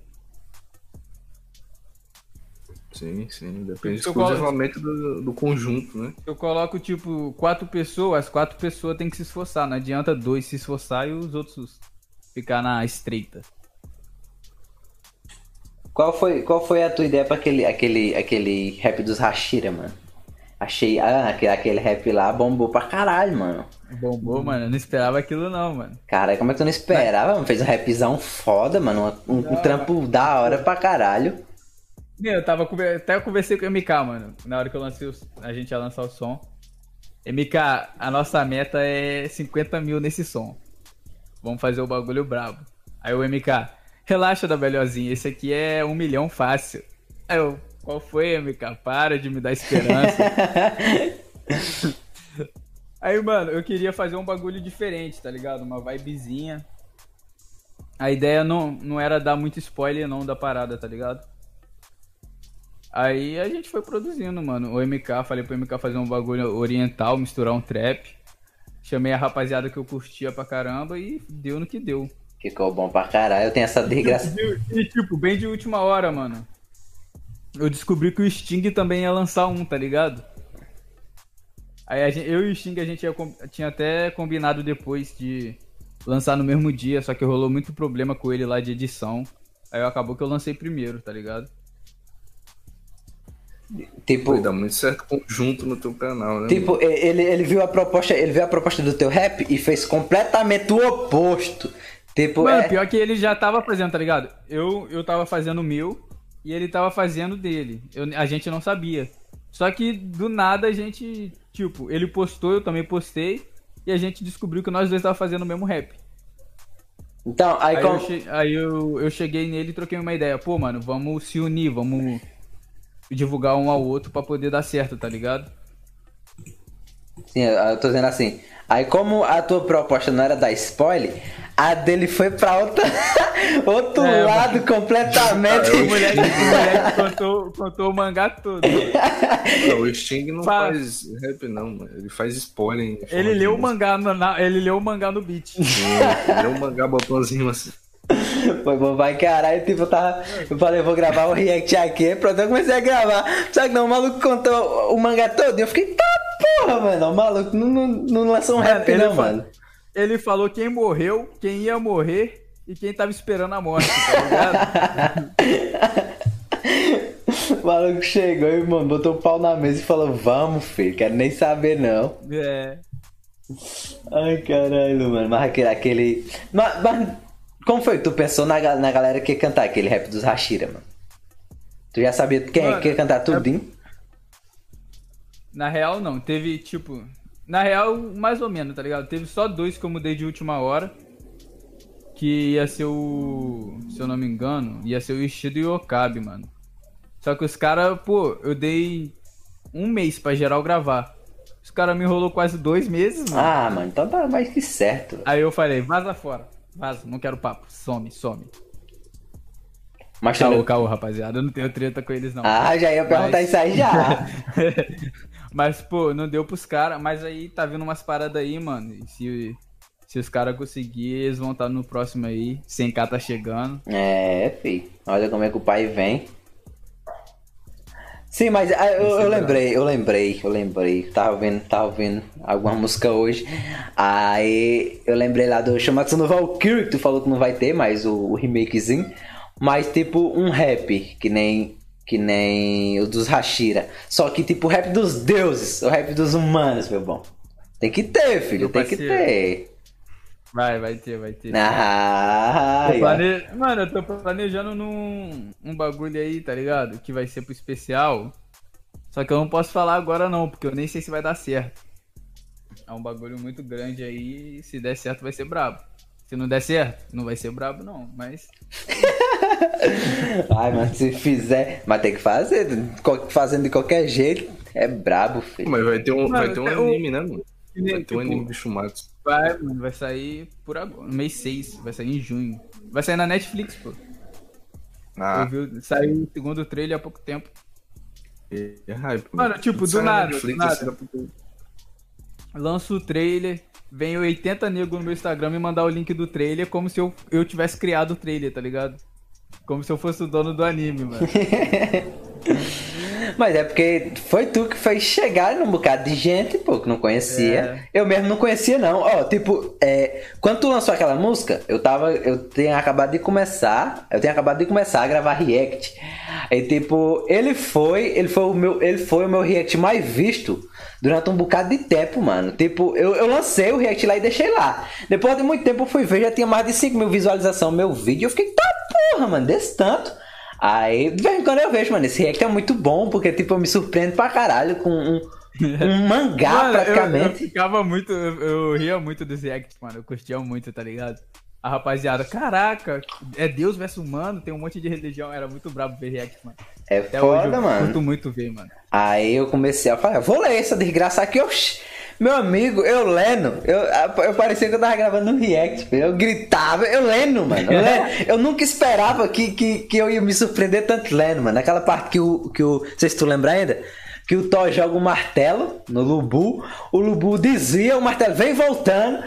Sim, sim. Depende Eu colo- exclusivamente do, do conjunto, né? Eu coloco, tipo, quatro pessoas, as quatro pessoas têm que se esforçar. Não adianta dois se esforçar e os outros ficar na estreita. Qual foi, qual foi a tua ideia pra aquele, aquele, aquele rap dos Hashira, mano? Achei. Ah, aquele, aquele rap lá bombou pra caralho, mano. Bombou, Uhum. mano. Eu não esperava aquilo, não, mano. Cara, como é que eu não esperava, mano? Fez um rapzão foda, mano. Um, um trampo da hora pra caralho. Meu, eu tava conver- até eu conversei com o MK, mano. Na hora que eu lancei o- a gente ia lançar o som. MK, a nossa meta é 50 mil nesse som. Vamos fazer o bagulho brabo. Aí o MK, relaxa da velhozinha, esse aqui é um milhão fácil. Aí eu, qual foi, MK? Para de me dar esperança. Aí, mano, eu queria fazer um bagulho diferente, tá ligado? Uma vibezinha. A ideia não, não era dar muito spoiler, não, da parada, tá ligado? Aí a gente foi produzindo, mano. O MK, falei pro MK fazer um bagulho oriental, misturar um trap. Chamei a rapaziada que eu curtia pra caramba e deu no que deu. Ficou bom pra caralho. Eu tenho essa desgraça. E tipo, bem de última hora, mano. Eu descobri que o Sting também ia lançar um, tá ligado? Aí a gente- eu e o Sting a gente ia com- tinha até combinado depois de lançar no mesmo dia, só que rolou muito problema com ele lá de edição. Aí acabou que eu lancei primeiro, tá ligado? Tipo, Pô, dá muito certo conjunto no teu canal, né? Tipo, e- ele, ele viu a proposta, ele viu a proposta do teu rap e fez completamente o oposto. Tipo, Mano, é, pior que ele já tava fazendo, tá ligado? Eu, eu tava fazendo o meu e ele tava fazendo o dele. Eu- a gente não sabia. Só que do nada a gente, tipo, ele postou, eu também postei. E a gente descobriu que nós dois tava fazendo o mesmo rap. então, aí, Aí, com- eu, che- aí eu, eu cheguei nele e troquei uma ideia. Pô, mano, vamos se unir, vamos divulgar um ao outro pra poder dar certo, tá ligado? Sim, eu- eu tô dizendo assim. Aí como a tua proposta não era dar spoiler, a dele foi pra outra, outro É, lado completamente. O moleque, o moleque contou, contou o mangá todo. É. Não, Ah, o Sting não Fala. faz rap, não, mano. Ele faz spoiler. em forma Ele de leu o música. mangá, na- na- ele leu o mangá no beat. Ele leu o mangá, botou as rimas assim. Foi bom vai caralho, tipo, eu tava. Eu falei, eu vou gravar o react aqui, pronto, eu comecei a gravar. Só que não, o maluco contou o mangá todo e eu fiquei, tá porra, mano, o maluco não, não, não lançou um rap, É, ele não, fa- mano. Ele falou quem morreu, quem ia morrer e quem tava esperando a morte, tá ligado? O maluco chegou e, mano, botou o pau na mesa e falou, vamos, filho, quero nem saber não. é. Ai, caralho, mano. Mas aquele. aquele... Mas, mas como foi que tu pensou na, ga- na galera que ia cantar aquele rap dos Hashira, mano? Tu já sabia quem é Mano, que ia cantar tudo, hein? Na real, não. Teve, tipo. Na real, mais ou menos, tá ligado? Teve só dois que eu mudei de última hora. Que ia ser o. Se eu não me engano, ia ser o Ishido e o Okabe, mano. Só que os caras, pô, eu dei um mês pra geral gravar. Os caras me enrolou quase dois meses, mano. Ah, mano, então tá mais que certo. Aí eu falei, vaza fora. Vaza, não quero papo. Some, some. Mas tu... Caô, não- caô, rapaziada. Eu não tenho treta com eles, não. Ah, já ia perguntar Mas- isso aí já. Mas, pô, não deu pros caras. Mas aí tá vindo umas paradas aí, mano. E se, se os caras conseguirem, eles vão estar no próximo aí. 100k tá chegando. É, fi. Olha como é que o pai vem. Sim, mas ah, eu, é eu lembrei, eu lembrei, eu lembrei. Tava ouvindo, tava ouvindo alguma música hoje. Aí eu lembrei lá do Chamatsu no Valkyrie, que tu falou que não vai ter mais o, o remakezinho. Mas tipo um rap, que nem. Que nem o dos Hashira. Só que tipo o rap dos deuses, o rap dos humanos, meu bom. Tem que ter, filho, Meu tem que parceiro. ter. Vai, vai ter, vai ter. Ah, Tô aí, ó. plane- Mano, eu tô planejando num um bagulho aí, tá ligado? Que vai ser pro especial. Só que eu não posso falar agora não, porque eu nem sei se vai dar certo. É um bagulho muito grande aí, se der certo vai ser brabo. Se não der certo, não vai ser brabo não, mas Ai, mas se fizer, mas tem que fazer, co- fazendo de qualquer jeito, é brabo, filho. Mas vai ter um, vai ter um tem um- anime, né, mano? Vai ter um Tipo, anime do Shumatsu. vai, mano, vai sair por agora, no mês 6, vai sair em junho. Vai sair na Netflix, pô. Ah, Eu vi, saiu o segundo trailer há pouco tempo. é hype. Mano, tipo, Sai do na nada, Netflix, do nada. assim, dá pra ter- lanço o trailer, vem 80 nego no meu Instagram me mandar o link do trailer como se eu, eu tivesse criado o trailer, tá ligado? Como se eu fosse o dono do anime, mano. Mas é porque foi tu que fez chegar num bocado de gente, pô, que não conhecia. Eu mesmo não conhecia, não. Ó, tipo, é, quando tu lançou aquela música, eu tava. Eu tenho acabado de começar. Eu tenho acabado de começar a gravar React. Aí, tipo, ele foi. Ele foi o meu, ele foi o meu React mais visto durante um bocado de tempo, mano. Tipo, eu, eu lancei o React lá e deixei lá. Depois de muito tempo eu fui ver, já tinha mais de 5 mil visualizações meu vídeo. Eu fiquei, tá porra, mano, desse tanto. Aí, de vez em quando eu vejo, mano, esse react é muito bom, porque, tipo, eu me surpreendo pra caralho com um, um mangá, Mano, eu- Eu, praticamente. ficava muito, eu, eu ria muito dos reacts, mano. Eu curtia muito, tá ligado? A rapaziada, caraca, é Deus versus humano, tem um monte de religião. Era muito brabo ver react, mano. É Até hoje foda, eu mano. curto muito ver, mano. Aí eu comecei a falar, vou ler essa desgraça aqui, oxi. Meu amigo, eu lendo, eu, eu parecia que eu tava gravando um react, filho. eu gritava, eu lendo, mano. Eu, lendo. Eu nunca esperava que, que, que eu ia me surpreender tanto lendo, mano. Aquela parte que o. Que o não sei se tu lembra ainda, que o Thor joga um martelo no Lubu, o Lubu desvia, o martelo vem voltando.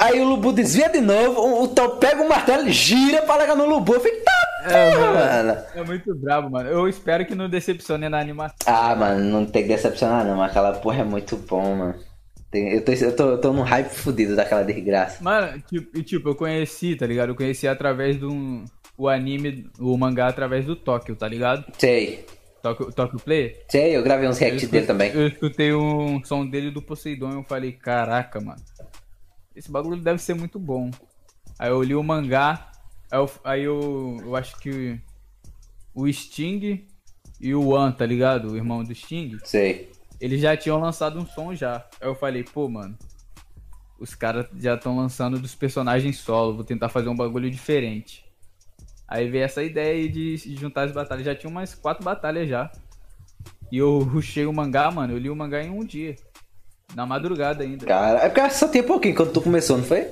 Aí o Lubu desvia de novo, o, o Thor pega o martelo, gira pra largar no Lubu. Eu fico, tá É, porra, mano. mano. É muito brabo, mano. Eu espero que não decepcione na animação. Ah, mano, não tem que decepcionar não, aquela porra é muito bom, mano. Tem- Eu tô, eu tô, eu tô num hype fudido daquela desgraça. Mano, tipo, e, tipo, eu conheci, um, tá ligado? Eu conheci através do. O anime, o mangá através do Tóquio, tá ligado? Sei. Toca, toca o play? Sei, eu gravei uns react dele também. Eu escutei um som dele do Poseidon e eu falei, caraca, mano. Esse bagulho deve ser muito bom. Aí eu li o mangá, aí eu, aí eu, eu acho que o Sting e o Wan, tá ligado? O irmão do Sting, Sei. eles já tinham lançado um som já. Aí eu falei, pô, mano, os caras já estão lançando dos personagens solo, vou tentar fazer um bagulho diferente. Aí veio essa ideia aí de se juntar as batalhas, já tinha umas quatro batalhas já. E eu rushei o mangá, mano, eu li o mangá em um dia. Na madrugada ainda. Cara, é porque só tinha pouquinho quando tu começou, não foi?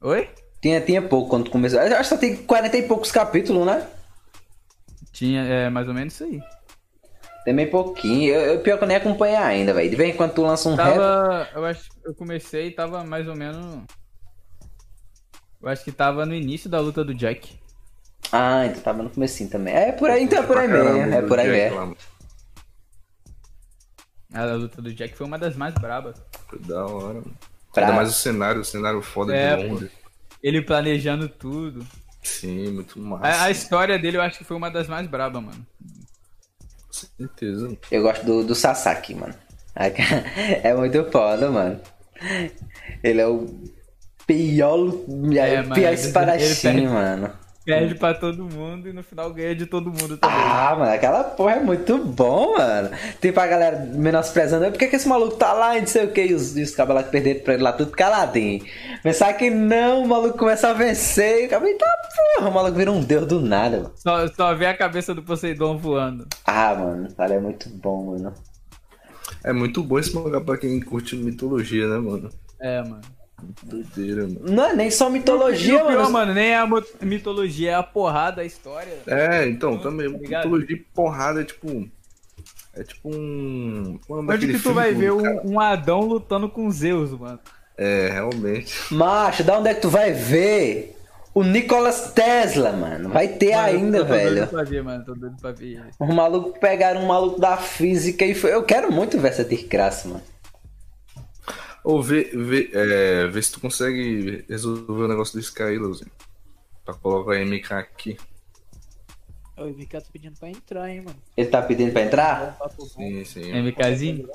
Oi? Tinha, tinha pouco quando tu começou. Eu Acho que só tem 40 e poucos capítulos, né? Tinha, é, mais ou menos isso aí. Tem É bem pouquinho. Eu, eu- pior que eu nem acompanhei ainda, velho. De vez em quando tu lança um rap. Tava, eu acho, eu comecei e tava mais ou menos... Eu acho que tava no início da luta do Jack. Ah, então tava no comecinho também. É por aí, então é por aí Pra caramba, mesmo. É por aí Jack mesmo. lá, mano. A luta do Jack foi uma das mais brabas. Foi Da hora, mano. Pra- Ainda mais o cenário, o cenário foda É, de Londres. Ele planejando tudo. Sim, muito massa. A, a história dele eu acho que foi uma das mais brabas, mano. Com certeza. mano. Eu gosto do, do Sasaki, mano. É muito foda, mano. Ele é o pior, É, é, mano, pior ele- ele espadachim, perde- mano. Perde pra todo mundo e no final ganha de todo mundo também. Ah, mano, aquela porra é muito bom, mano. Tipo, a galera menosprezando. Por que, que esse maluco tá lá e não sei o que? E os, e os cabos lá que perderam pra ele lá, tudo caladinho. Pensar que não, o maluco começa a vencer. E o cabelo, tá porra, o maluco vira um deus do nada, mano. Só, só vê a cabeça do Poseidon voando. Ah, mano, cara, é muito bom, mano. É muito bom esse mangá pra quem curte mitologia, né, mano? É, mano. Doideira, mano. Não é nem só E mitologia, o pior, mano. mano, nem é a mo- mitologia, é a porrada, a história. É, então, também. Obrigado. Mitologia e porrada é tipo. É tipo um. Qual é o nome Onde daquele que tu filme vai do ver cara? um, um Adão lutando com Zeus, mano? É, realmente. Macho, da onde é que tu vai ver? O Nicolas Tesla, mano. Vai ter Mano, eu É ainda, tô, Tô velho. doido pra ver, mano. Tô doido pra ver. O maluco pegaram um maluco da física e foi. Eu quero muito ver essa desgraça, mano. Ou vê, vê, é, vê se tu consegue resolver o negócio do Skylos. Pra colocar MK aqui. Ô, O MK tá pedindo pra entrar, hein, mano. Ele tá pedindo pra entrar? Bom papo bom. Sim, É, sim. MKzinho?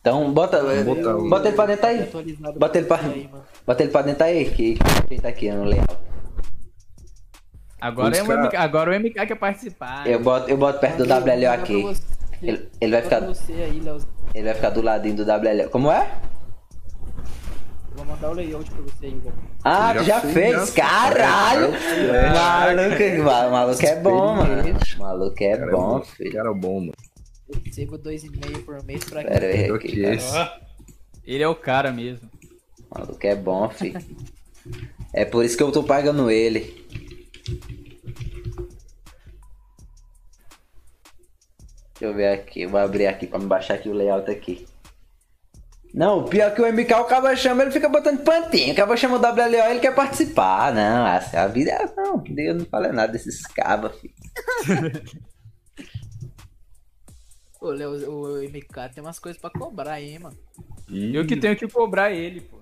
Então bota, botar o- bota ele pra dentro aí. Atualizado Bota ele pra, aí, mano. bota ele pra dentro aí, que quem tá aqui no layout. Agora, é o Os cara- MK, agora o MK quer participar. Eu boto, eu boto perto do Mandei um WLO lugar aqui. pra você. Ele- ele vai Lugar pra ficar- Você aí, Léo. Ele vai ficar do ladinho do WLO. Como é? Vou mandar o layout pra você aí, velho. Ah, Já tu já fui, fez? já. Caralho! É, Maluco, ma- maluco é bom, mano. Maluco é Cara, bom, é filho. Cara bom, mano. Eu recebo 2,5 por mês pra Pera quê? aí, Pior aqui, que cara. esse. Ele é o cara mesmo. Maluco é bom, filho. É por isso que eu tô pagando ele. Deixa eu ver aqui, eu vou abrir aqui pra me baixar aqui o layout aqui. Não, o pior é que o MK, o cabo chama, ele fica botando pantinho. O cabo chama o WLO, ele quer participar. Não, essa é a vida. é- Não, Deus não fala nada desses cabas, filho. Ô, Léo, o MK tem umas coisas pra cobrar aí, hein, mano. Ih, Eu que tenho que cobrar ele, pô.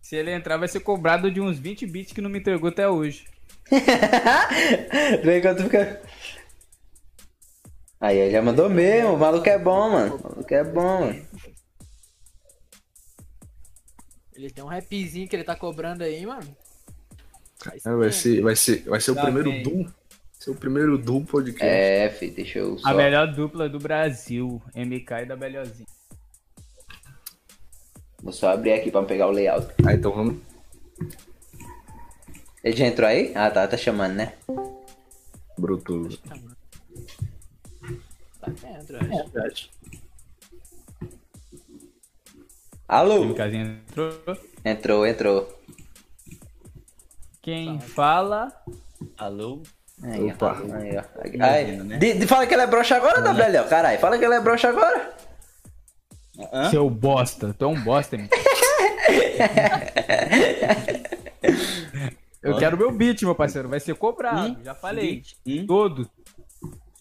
Se ele entrar, vai ser cobrado de uns 20 bits que não me entregou até hoje. Vem enquanto fica. Aí, ele já mandou mesmo. O maluco é bom, mano. O maluco é bom, mano. Ele tem um rapzinho que ele tá cobrando aí, mano. Tá Faz Ah, vai tempo. ser, vai ser, vai ser o Lá vem. primeiro duo. Ser o primeiro duo podcast. É, filho, deixa eu só. A melhor dupla do Brasil, MK e da Belhozinha. Vou só abrir aqui pra pegar o layout. Ah, então vamos. Ele já entrou aí? Ah, tá, tá chamando, né? Bruto. Tá dentro, eu acho. Alô? MKzinho entrou. Entrou, entrou. Quem fala. Alô? Aí, ó. Opa. Aí, ó. Aí. De- de- fala que ele é broxa agora, WL, caralho. Fala que ele é broxa agora. Hã? Seu bosta. Tu é um bosta, MK. Eu quero meu beat, meu parceiro. Vai ser cobrado. Hum? Já falei. Hum? Todos,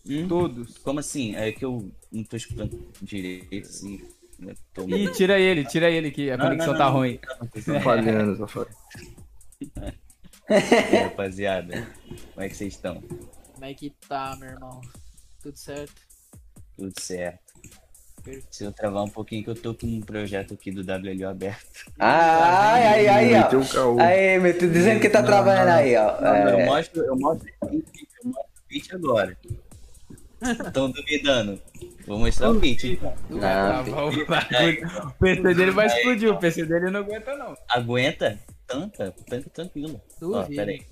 Hum? todos. Como assim? É que eu não tô escutando direito, assim. né? Tô... Ih, tira ele, tira ele que a Não, conexão não, tá não. ruim. Tá falhando, tá falhando. E aí, rapaziada, como é que vocês estão? Como é que tá, meu irmão? Tudo certo? Tudo certo. Perfeito. Preciso travar um pouquinho que eu tô com um projeto aqui do WLO aberto. Ai, ai, ai, Meteu o ó. caô. Aí, meu, tu dizendo que tá Não, trabalhando não. aí, ó. Não, não, É. eu mostro, eu mostro, eu mostro o pitch agora. Estão duvidando? Vou mostrar o pitch. então. Não, filho. Travar Tá o bagulho. O PC dele vai explodir, o PC dele não aguenta não. Aguenta? Tanta, tanca tranquilo. Ó, Duvido. peraí.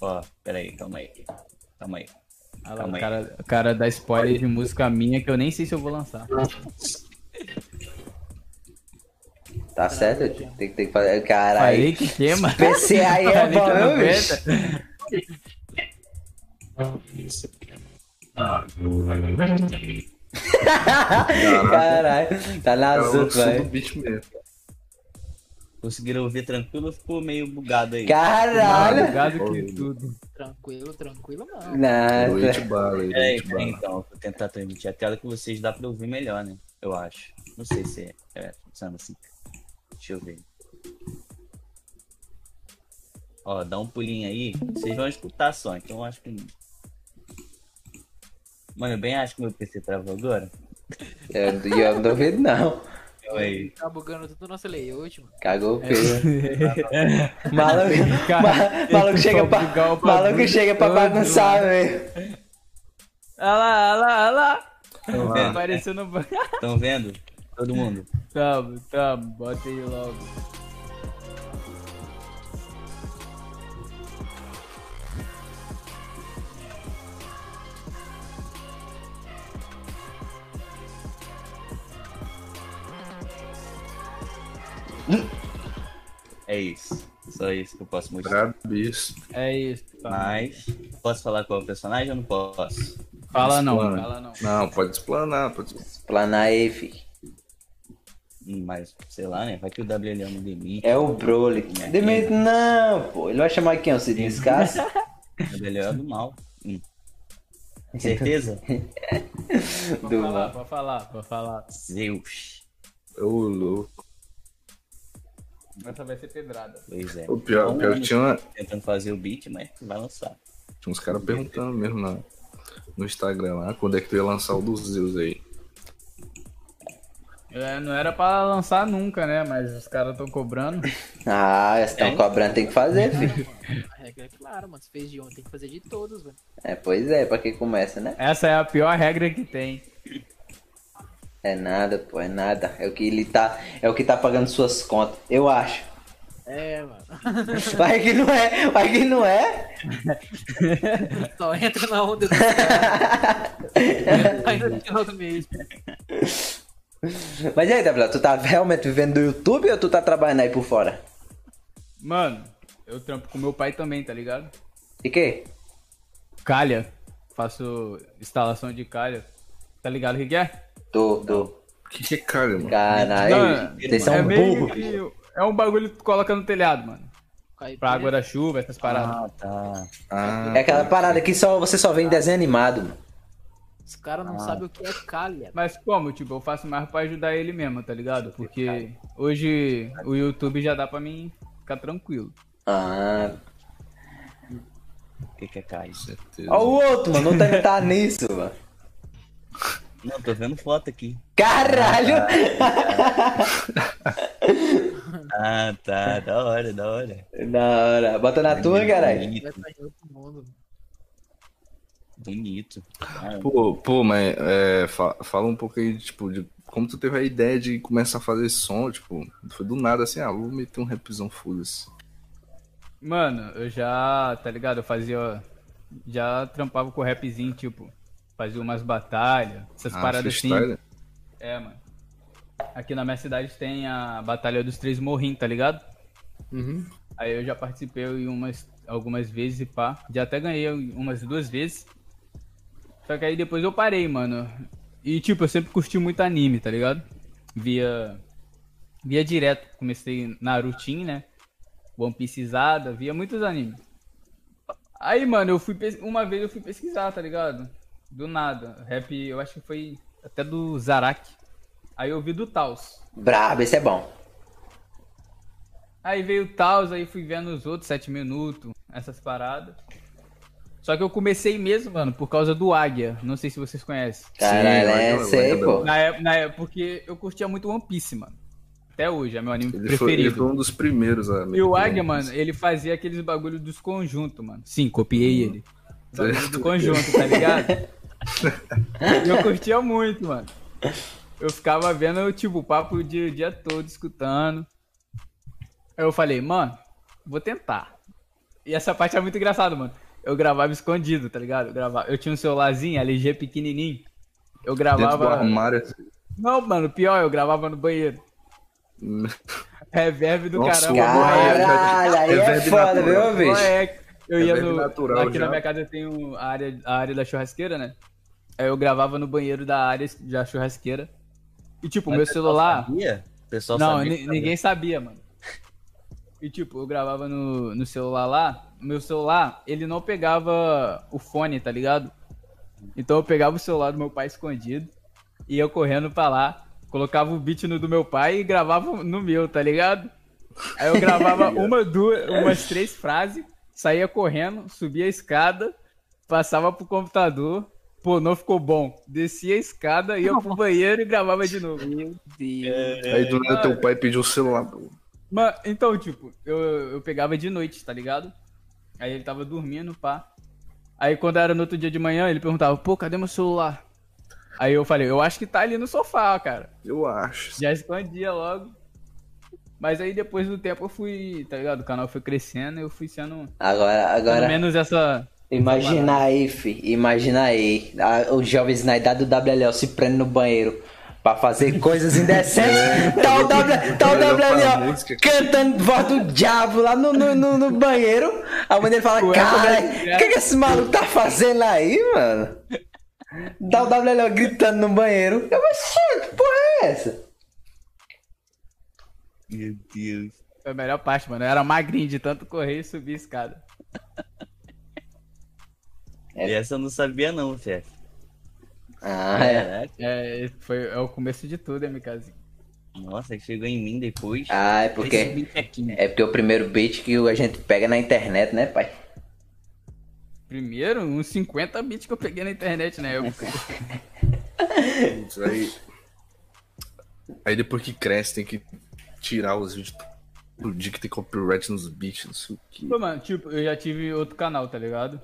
Ó, peraí, calma aí. Calma aí. Olha Ah lá, Calma o aí. cara, o cara dá spoiler de música minha que eu nem sei se eu vou lançar. Tá certo? Tem que, tem que fazer. Falei Caralho. que queima. PC aí é Falei que eu bom, não né, bicho? aguento. Caralho. Tá na Cara, azul, lançou do velho. beat mesmo. Conseguiram ouvir tranquilo ou ficou meio bugado aí? Caralho. Madrugado Tá que tudo. Tranquilo, tranquilo não. Nossa. Leite bala, É, Peraí, leite peraí, bala. então, eu vou tentar transmitir a tela que vocês dá pra ouvir melhor, né? Eu acho. Não sei se é, é funciona assim. Deixa eu ver. Ó, dá um pulinho aí. Vocês vão escutar só, então eu acho que. Mano, eu bem acho que meu PC travou agora. Eu, eu não duvido, não. Eu aí. Tá bugando tudo nosso layout, mano. Cagou o peso. Maluco, Cara, ma- maluco esse chega pau pra, bugar o maluco bagulho chega pra todo, bagunçar, mano. velho. Olha lá, olha Ah, lá, olha lá. Tão vendo? Apareceu no banco. Tão vendo? Todo mundo. Tamo, tamo, bota aí logo. É isso. Só isso que eu posso mostrar. Brabíssimo. É isso. tá. Mas. Posso falar qual é o personagem ou não posso? Fala não, Explana. fala não. Não, pode explanar, pode explanar. Planar aí, fi. Hum, Mas, sei lá, né? Vai que o WL não demite. É o Broly. Demento, não, pô. Ele vai chamar quem? O Sidney Scarce? Ele é do mal. Hum. Certeza? Do Pode falar, mal. pode falar, pode falar. Zeus. Ô, louco. Essa vai ser pedrada. Pois é. O pior, Bom, pior que tinha, uma- Tentando fazer o beat, mas vai lançar. tinha uns caras perguntando mesmo na- no Instagram lá quando é que tu ia lançar o dos Zeus aí. É, não era pra lançar nunca, né? Mas os caras tão cobrando. Ah, eles estão cobrando, tem que fazer, filho. A regra é clara, mano. Se fez de ontem, tem que fazer de todos, velho. É, pois é, pra que começa, né? Essa é a pior regra que tem. É nada, pô, é nada. É o que ele tá. É o que tá pagando suas contas, eu acho. É, mano. Vai que não é, vai que não é. Só entra na onda do cara. Ainda no final do mês. Mas e aí, Davi, tu tá realmente vivendo do YouTube ou tu tá trabalhando aí por fora? Mano, eu trampo com meu pai também, tá ligado? E que? Calha. Faço instalação de calha. Tá ligado o que, que é? Tô, tô. Que que é cara, mano? Caralho, Não, vocês são é meio burros. que- É um bagulho que tu coloca no telhado, mano. Cai Pra água da chuva, essas paradas. Ah, tá. Ah, É aquela parada que só, você só vê em desenho animado, mano. Os caras Ah. não sabem o que é calha. Mas como? Tipo, eu faço mais pra ajudar ele mesmo, tá ligado? Porque hoje o YouTube já dá pra mim ficar tranquilo. Ah. O que, que é Caio? certeza. Ó o outro, mano. O outro ainda tá nisso, mano. Não, tô vendo foto aqui. Caralho! Ah, tá. Da hora, da hora. Da hora. Bota na É tua, caralho. Vai Bonito. sair outro mundo. mano. bonito. Ah, Pô, pô, mas é, fa- fala um pouco aí, tipo, de como tu teve a ideia de começar a fazer som, tipo, foi do nada assim, ah, vou meter um rapzão foda-se. Mano, eu já, tá ligado? Eu fazia. Já trampava com rapzinho, tipo. Fazia umas batalhas, essas Ah, paradas assim. freestyle. É, mano. Aqui na minha cidade tem a Batalha dos Três Morrinhos, tá ligado? Uhum. Aí eu já participei em umas, algumas vezes e pá. Já até ganhei umas duas vezes. Só que aí depois eu parei, mano. E tipo, eu sempre curti muito anime, tá ligado? Via. Via direto. Comecei Narutin, né? One Pieceizada, via muitos animes. Aí, mano, eu fui. pes- Uma vez eu fui pesquisar, tá ligado? Do nada. Rap, eu acho que foi até do Zarak. Aí eu vi do Taos. Brabo, esse é bom. Aí veio o Taos, aí fui vendo os outros, 7 minutos, essas paradas. Só que eu comecei mesmo, mano, por causa do Águia. Não sei se vocês conhecem. Caralho, Sim, é, vai, sei, vai, pô. Na época, na época, porque eu curtia muito One Piece, mano. Até hoje, é meu anime Ele foi, ele preferido. foi um dos primeiros a. um E o Águia, mano, ele fazia aqueles bagulho dos conjuntos, mano. Sim, copiei ele. Bagulho do conjunto, tá ligado? E eu curtia muito, mano. Eu ficava vendo, tipo, o papo o dia, o dia todo, escutando. Aí eu falei, mano, vou tentar. E essa parte é muito engraçada, mano. Eu gravava escondido, tá ligado? Eu, gravava... eu tinha um celularzinho, LG pequenininho. Eu Dentro do gravava... armário. assim. Não, mano, pior, eu gravava no banheiro. Reverb do Nossa, caramba. o banheiro. Águia- Caralho, aí é Reverb foda, natural. viu, bicho? É, eu É ia bem no, natural aqui já. na minha casa tem um- a, área, a área da churrasqueira, né? Aí eu gravava no banheiro da área da churrasqueira. E tipo, o Mas é meu pessoal celular. Sabia? O pessoal Não, sabia ni- que tava- ninguém sabia, mano. E tipo, eu gravava no, no celular lá. Meu celular, ele não pegava o fone, tá ligado? Então eu pegava o celular do meu pai escondido. E eu correndo pra lá. Colocava o beat no do meu pai e gravava no meu, tá ligado? Aí eu gravava uma, duas, umas três frases. Saía correndo, subia a escada. Passava pro computador. Pô, não ficou bom. Descia a escada, ia pro banheiro e gravava de novo. Meu Deus. É, Aí do nada teu pai pediu o celular. Mano, então, tipo, eu, eu pegava de noite, tá ligado? Aí ele tava dormindo, pá. Aí quando era no outro dia de manhã, ele perguntava, pô, cadê meu celular? Aí eu falei, eu acho que tá ali no sofá, cara. Eu acho. Já escondia logo. Mas aí depois do tempo eu fui, tá ligado? O canal foi crescendo e eu fui sendo. Agora, Pelo agora, menos essa. imagina aí, fi, imagina aí. A- Os jovens na idade do WLO se prendem no banheiro pra fazer coisas indecentes. Tá o W- tá o Olhando pra WLO música. cantando voz do diabo lá no, no, no- no banheiro. A mãe dele fala, Ué, cara, mas- o que, que esse maluco tá fazendo aí, mano? Dá o WLO gritando no banheiro. Eu, mas, gente, que porra é essa? Meu Deus. Foi a melhor parte, mano. Eu era magrinho de tanto correr e subir a escada. É. Essa eu não sabia, não, chefe. Ah, é. Caraca. É, foi é o começo de tudo, MKzinho. Nossa, que chegou em mim depois. Ah, é porque... Esse aqui, né? É porque o primeiro beat que a gente pega na internet, né, pai? Primeiro, uns 50 bits que eu peguei na internet, né? Eu Putz, Aí... aí depois que cresce, tem que tirar os vídeos. O dia que tem copyright nos beats, não sei o que. Pô, mano, tipo, eu já tive outro canal, tá ligado?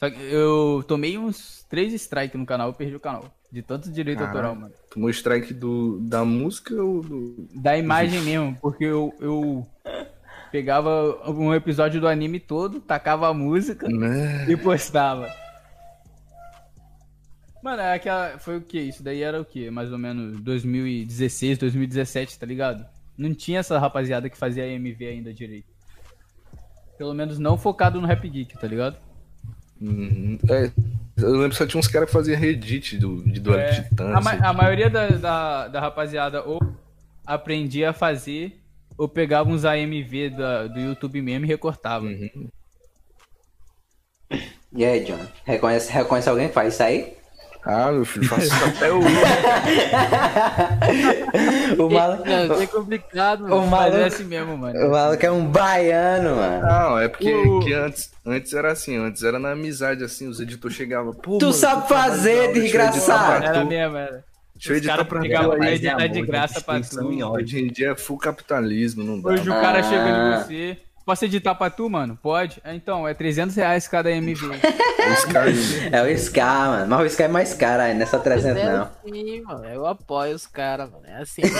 Só que eu tomei uns três strikes no canal, eu perdi o canal. De tanto direito Caralho. autoral, mano. Tomou strike do, da música ou do. Da imagem mesmo, porque eu, eu pegava um episódio do anime todo, tacava a música Né? e postava. Mano, é aquela. Foi o que? Isso daí era o que? Mais ou menos 2016, 2017, tá ligado? Não tinha essa rapaziada que fazia MV ainda direito. Pelo menos não focado no Rap Geek, tá ligado? Uhum. É, eu lembro que só tinha uns caras que faziam Reddit do, de Duelo É, de Titãs. a, ma- sei lá. a maioria da, da, da rapaziada ou aprendia a fazer ou pegava uns AMV da- do YouTube mesmo e recortava. Uhum. E aí, John? Reconhece, reconhece alguém que faz isso aí? Ah, meu filho, faço Até o Hugo O maluco, Não, é complicado, mano. o fazia maluco, assim mesmo, mano. o maluco é um baiano, mano. Não, é porque O- que antes, antes era assim, antes era na amizade, assim, os editores chegavam, pô, Tu mano, sabe trabalha fazer, legal, deixa eu editar desgraçado. pra Era tu, mesmo, era. Deixa eu Os editar caras pra pegavam tu. pra Paz ele, e tá de amor, graça pra destruição tu. em ódio. Hoje em dia é full capitalismo, não dá. Hoje o cara Ah. chega em você. Posso editar pra tu, mano? Pode? É, Então, é 300 reais cada MV. Os caras... É o Scar, mano. Mas o Scar é mais caro aí, nessa 300 Fizeram não. Sim, é assim, mano. Eu apoio os caras, mano. É assim.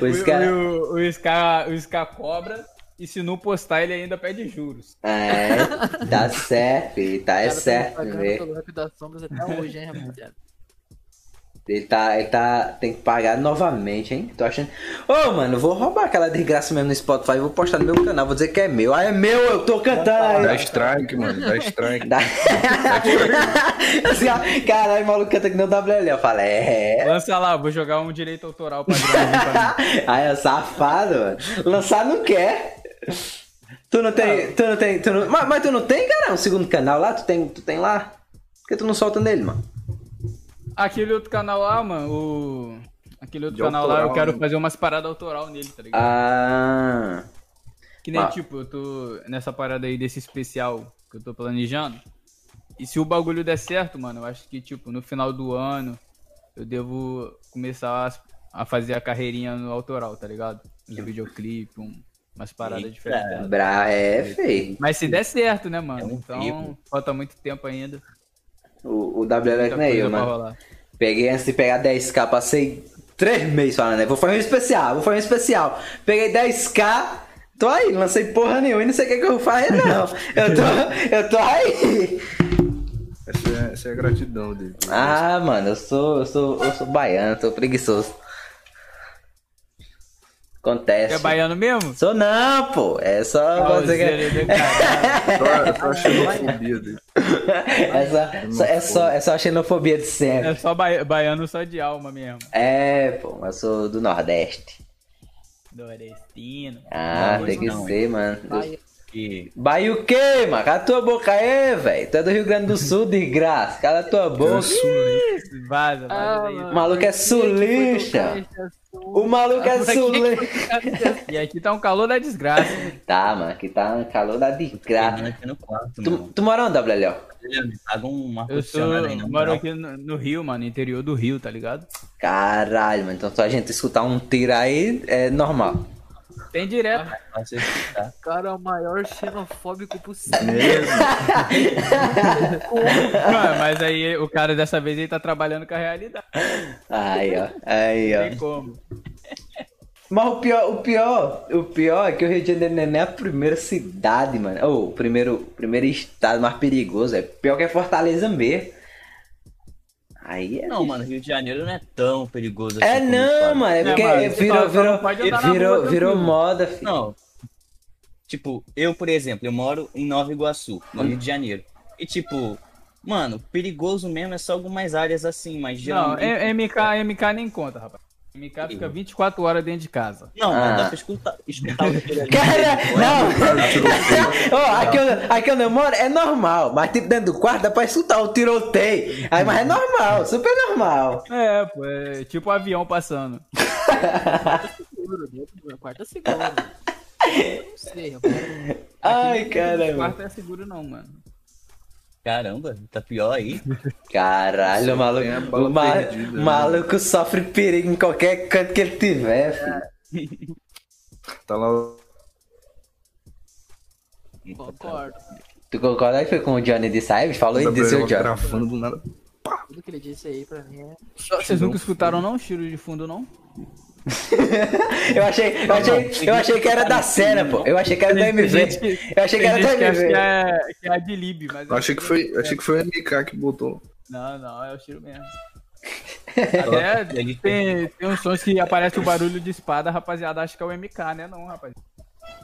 o E Scar. O, o, Scar, o Scar cobra e se não postar ele ainda pede juros. É, tá certo, filho, tá é certo, mesmo. pelo rap das sombras até hoje, hein, rapaziada. Ele tá, ele tá, tem que pagar novamente, hein? Tô achando. Ô, mano, vou roubar aquela desgraça mesmo no Spotify, vou postar no meu canal, vou dizer que é meu. Ah, é meu, eu tô cantando Dá aí. strike, mano, dá strike. Dá- Assim, ó, Caralho, o maluco canta que não dá WL. Eu falo, é. Lança lá, vou jogar um direito autoral pra gravar pra mim. Aí é safado, mano. Lançar não quer. Tu não Ah. tem. Tu não tem. Tu não... Mas, mas tu não tem, cara, um segundo canal lá? Tu tem, tu tem lá? Por que tu não solta nele, mano? Aquele outro canal lá, mano, o. Aquele outro De canal lá, eu autoral, quero né? fazer umas paradas autoral nele, tá ligado? Ah. Que nem, Ah. tipo, eu tô nessa parada aí desse especial que eu tô planejando. E se o bagulho der certo, mano, eu acho que, tipo, no final do ano eu devo começar a, a fazer a carreirinha no autoral, tá ligado? Uns videoclipe, um- umas paradas Eita. diferentes. tá ligado? Bra, é, feio. Mas se der certo, né, mano? É um então, vivo. falta muito tempo ainda. O, o WL é que Muita nem eu, coisa pra mano. rolar. Peguei antes de pegar 10k, passei 3 meses falando, né? Vou fazer um especial, vou fazer um especial. Peguei 10k, tô aí, não lancei porra nenhuma e não sei o que, que eu vou fazer, não. Eu tô, eu tô aí. Essa é, essa é a gratidão dele. Ah, mano, eu sou, eu sou, eu sou baiano, sou preguiçoso. Acontece. É baiano mesmo? Sou não, pô. É só você Pauseira que... do caralho. Só, só a xenofobia dele. é, só, só- é, só, é só a xenofobia de sempre. É só bai- baiano só de alma mesmo. É, pô, mas eu sou do Nordeste. Nordestino. Ah, Não, tem que não, ser, mano. Vai, Que Bahia o quê, mano? Cala tua boca aí, velho. Tu é do Rio Grande do Sul, de graça. Cala tua Tá boca. Vaza, vaza Ah, daí. O mano. maluco é sulista. O maluco é sulista. E aqui tá um calor da desgraça. Tá, mano, aqui tá um calor da Fernando desgraça. aqui no quarto, Tu, mano. tu mora onde, WLO? Ele me paga uma Eu sou, profissional aí, não. moro não. aqui no, no Rio, mano, interior do Rio, tá ligado? Caralho, mano. Então só a gente escutar um tiro aí é normal. Tem direto. Vai ser tá? O cara é o maior xenofóbico possível. Mano, Ah, mas aí o cara dessa vez ele tá trabalhando com a realidade. Aí, ó. Aí, ó. Tem como. Mas o pior, o pior, o pior é que o Rio de Janeiro não é nem a primeira cidade, mano. Ou o primeiro, o primeiro estado mais perigoso. É pior que é Fortaleza mesmo. Aí é. Não, mano, Rio de Janeiro não é tão perigoso assim. É como não, falam. mano. É Não, porque mano, você virou, só- só virou, não pode andar na virou, rua, virou tranquilo. moda, filho. Não. Tipo, eu, por exemplo, eu moro em Nova Iguaçu, no Rio de Janeiro. E tipo, mano, perigoso mesmo é só algumas áreas assim, mas Não, geralmente. é- MK, MK nem conta, rapaz. MK fica 24 horas dentro de casa. Não, Ah. mas dá pra escutar, escutar o cheiro ali. Cara, não! Ó, aqui, onde, aqui onde eu moro é normal, mas tipo dentro do quarto dá pra escutar o tiroteio. Aí, mas é normal, super normal. É, pô, é tipo um avião passando. Seguro, né? Quarta segura. Eu Não sei, rapaz. Ai, O caramba. quarto é seguro não, mano. Caramba, tá pior aí. Caralho, o maluco, tem a bala o ma- perdida, né? maluco sofre perigo em qualquer canto que ele tiver, É. filho. Tá lá o Concordo. Tu concorda aí foi com o Johnny de Saibes? Falou e disse o Gabriel Johnny. gravando do nada. Tudo que ele disse aí pra mim é. Vocês nunca escutaram não tiro de fundo não? Eu achei, eu achei, eu achei que era da cena, pô. Eu achei que era É da MV. Eu achei que era da Tem gente que MV. acha que é, que é a de Lib, mas... é- Eu achei que foi, eu achei que foi o MK que botou. Não, não, é o tiro mesmo. Agora, tá Até ele é, tem, tem uns sons que aparece o barulho de espada, a rapaziada, acho que é o MK, né? Não, rapaz.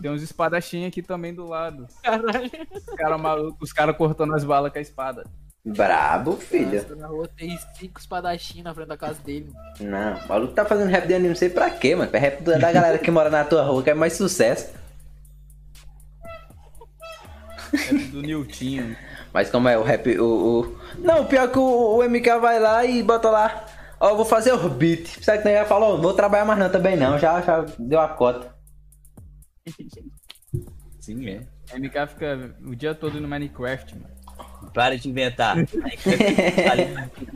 Tem uns espadachim aqui também do lado. Caralho. Os caras malucos, os caras cortando as balas com a espada. Brabo, filho. Nossa, na rua tem cinco espadachim na frente da casa dele. Não, o maluco tá fazendo rap de anime, não sei pra quê, mano. É rap da da galera que mora na tua rua, que é mais sucesso. É do Niltinho. Mas como é o rap, o. o- Não, o pior é que o, o MK vai lá e bota lá. Ó, eu vou fazer o beat. Será que tem já falou? Não vou trabalhar mais não também não. Já, já deu a cota. Sim assim mesmo. MK fica o dia todo no Minecraft, mano. Para de inventar. Aí que- falei pra ti.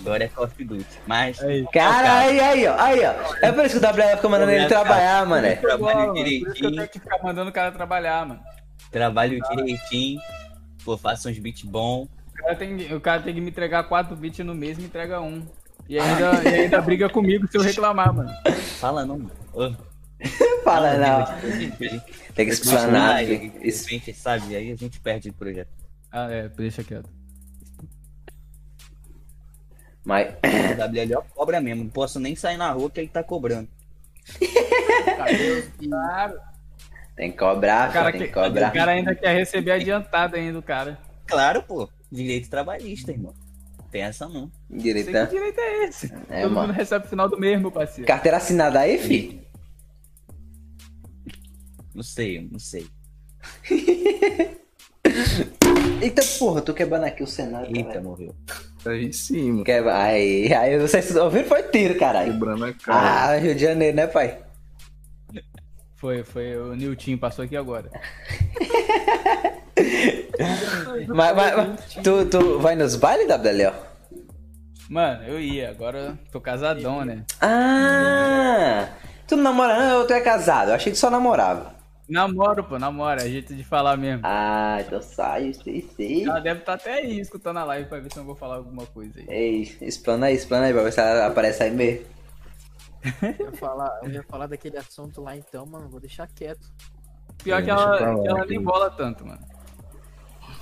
Agora é Call of Duty. Mas. é Aí. Cara, aí, aí, ó, aí, ó. É por isso que o WF fica mandando ele trabalhar, É mané. Trabalho Por isso que eu direitinho. tenho que ficar mandando o cara trabalhar, mano. Trabalho direitinho. Pô, faça uns beats bons. O cara tem, que- o cara tem que me entregar quatro bits no mês, me entrega um. E ainda, e ainda briga comigo se eu reclamar, mano. Fala não, mano. Ô, Fala não. não. Tem que explanar. Aí, filho. de Isso- repente, sabe? Aí a gente perde o projeto. Ah, é, deixa quieto. Mas. O WL cobra mesmo. Não posso nem sair na rua que ele tá cobrando. Cabelos de. Tem que cobrar, O cara, filho, tem que- que cobrar. o cara ainda quer receber adiantado ainda, o cara. Claro, pô. Direito trabalhista, irmão. Tem essa não. Não sei que Direita. direito é esse. Né? É, Todo mano. mundo recebe o final do mesmo, parceiro. Carteira assinada aí, fi? Não sei, não sei. Eita Então, porra, tô quebrando aqui o cenário. Eita, cara. morreu. Aí sim, mano. Quebra... Aí, aí vocês ouviram foi tiro, caralho. Quebrando a cara. Ah, Rio de Janeiro, né, pai? Foi, foi. O Nilton passou aqui agora. Mas, mas- mas tu, tu vai nos bailes, WLO? Mano, eu ia. Agora tô casadão, né? Ah! Tu não namora não, ou tu é casado? Eu achei que só namorava. Namoro, pô, namora. É jeito de falar mesmo. Ah, então sai, sei, sei. Ela deve estar até aí escutando a live pra ver se eu não vou falar alguma coisa aí. Ei, explana aí, explana aí, pra ver se ela aparece aí mesmo. Eu ia, falar, eu ia falar daquele assunto lá então, mano. Vou deixar quieto. Pior É, que deixa pra ela, lá, que ela nem aquele- bola tanto, mano.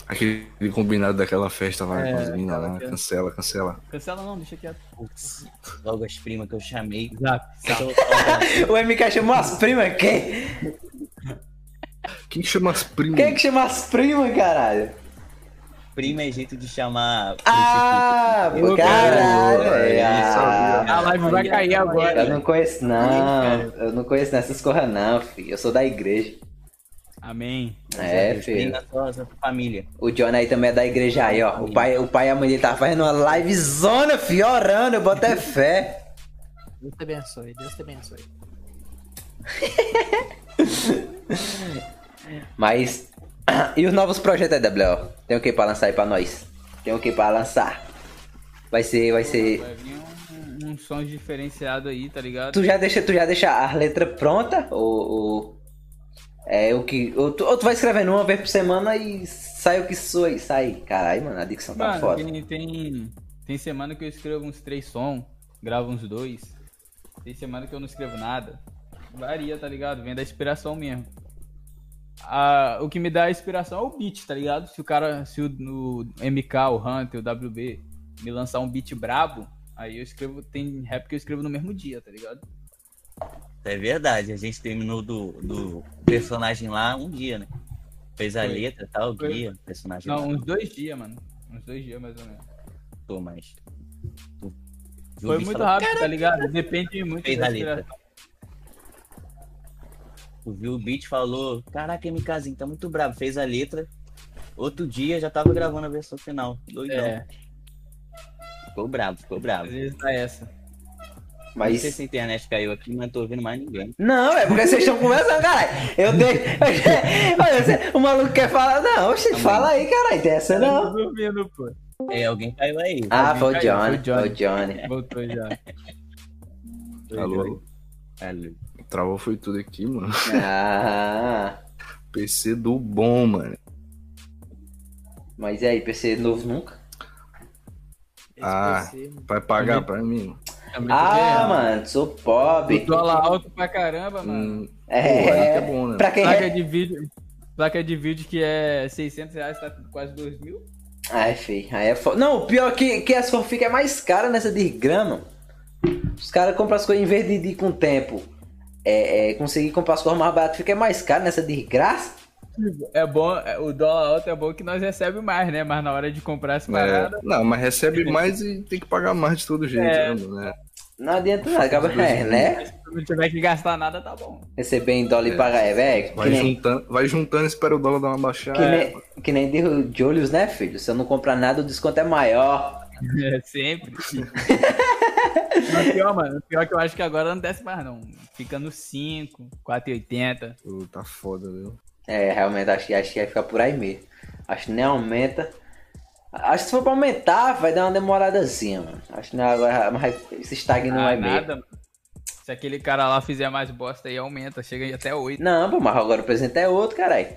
Aquele combinado daquela festa lá É, com as minas aquela lá. que- Cancela, cancela. Cancela não, deixa quieto. Putz, logo as primas que eu chamei. Zap. Então, ó, O MK chamou as primas, quem? Quem chama as primas? Quem é que chama as primas, caralho? prima é jeito de chamar. Ah, Eu, caralho! cara, eu ah, sabia. A live vai cair eu agora. né? não conheço, não. Eu não conheço nessas corras, não, filho. Eu sou da igreja. Amém. É, filho. prima só, só pra família. O John aí também é da igreja aí, ó. O pai, o pai e a mãe dele tá fazendo uma livezona, fi, orando, eu boto é fé. Deus te abençoe, Deus te abençoe. Mas. E os novos projetos aí, WL? Tem o que pra lançar aí pra nós? Tem o que pra lançar? Vai ser, vai ser. Vai vir um, um som diferenciado aí, tá ligado? Tu já deixa, tu já deixa as letras prontas? Ou. ou- É o que. Ou tu, ou tu vai escrevendo uma vez por semana e sai o que soa e sai. Caralho, mano, a dicção tá Mano, foda. tem, tem, tem semana que eu escrevo uns três sons, gravo uns dois. Tem semana que eu não escrevo nada. Varia, tá ligado? Vem da inspiração mesmo. Ah, o que me dá a inspiração é o beat, tá ligado? Se o cara, se o no MK, o Hunter, o WB me lançar um beat brabo, aí eu escrevo, tem rap que eu escrevo no mesmo dia, tá ligado? É verdade, a gente terminou do, do personagem lá um dia, né? Fez a Foi. letra e tal, o Foi. guia, o personagem Não, lá. uns dois dias, mano. Uns dois dias mais ou menos. Pô, mas. tu- tu Foi ouvi muito né? falar- rápido, tá ligado? Depende muito Fez da a letra. inspiração. Tu viu o beat, falou: Caraca, MKzinho, tá muito bravo. Fez a letra. Outro dia já tava gravando a versão final. Doidão. É, Ficou bravo, ficou às bravo. vezes dá essa. Não sei Mas. se a internet caiu aqui, mas não tô ouvindo mais ninguém. Não, é porque vocês estão conversando, caralho. Eu deixo. Olha, você- o maluco quer falar. Não, oxe, fala aí, caralho. Tem essa não. Dormindo, pô. É, alguém caiu aí. Ah, foi o Alguém caiu, Johnny. foi Foi o o Johnny. Voltou já. Alô, alô. Alô. Travou foi tudo aqui, mano. Ah, PC do bom, mano. mas e aí, PC novo nunca? Esse Ah. PC, mano. Vai pagar pra mim? Ah, mano, sou pobre. Dólar alto pra caramba, mano. Hum, pô, aí que é É. bom, né? Pra quem Placa é. de vídeo. Placa de vídeo que é 600 reais, tá quase 2 mil. Ai, fi, aí é foda. Não, o pior é que, que as fanfic é mais cara nessa de grama. Os caras compram as coisas em vez de, de com o tempo. É, é, conseguir comprar as coisas mais baratas fica mais caro nessa desgraça. É bom, é, o dólar alto é bom que nós recebemos mais, né? Mas na hora de comprar essa parada. É, não, mas recebe mais e tem que pagar mais de todo jeito, É. né, mano? É. Não adianta nada, acaba, é, né? Se não tiver que gastar nada, tá bom. Receber em dólar e pagar, é, velho. um Que Vai, nem, juntando, vai juntando, espera o dólar dar uma baixada. é que nem, que nem de, de olhos, né, filho? Se eu não comprar nada, o desconto é maior. É, sempre. Mas pior, mano. Pior é que eu acho que agora não desce mais, não. Fica no 5, 4,80. Pô, tá foda, viu? É, realmente, acho, que- acho que vai ficar por aí mesmo. Acho que nem aumenta. Acho que se for pra aumentar, vai dar uma demoradazinha, mano. Acho que não, agora mas se estagna não Ah, é mesmo. nada, mano. Se aquele cara lá fizer mais bosta aí, aumenta. Chega aí até 8. Não, pô, mas agora o presente é outro, caralho.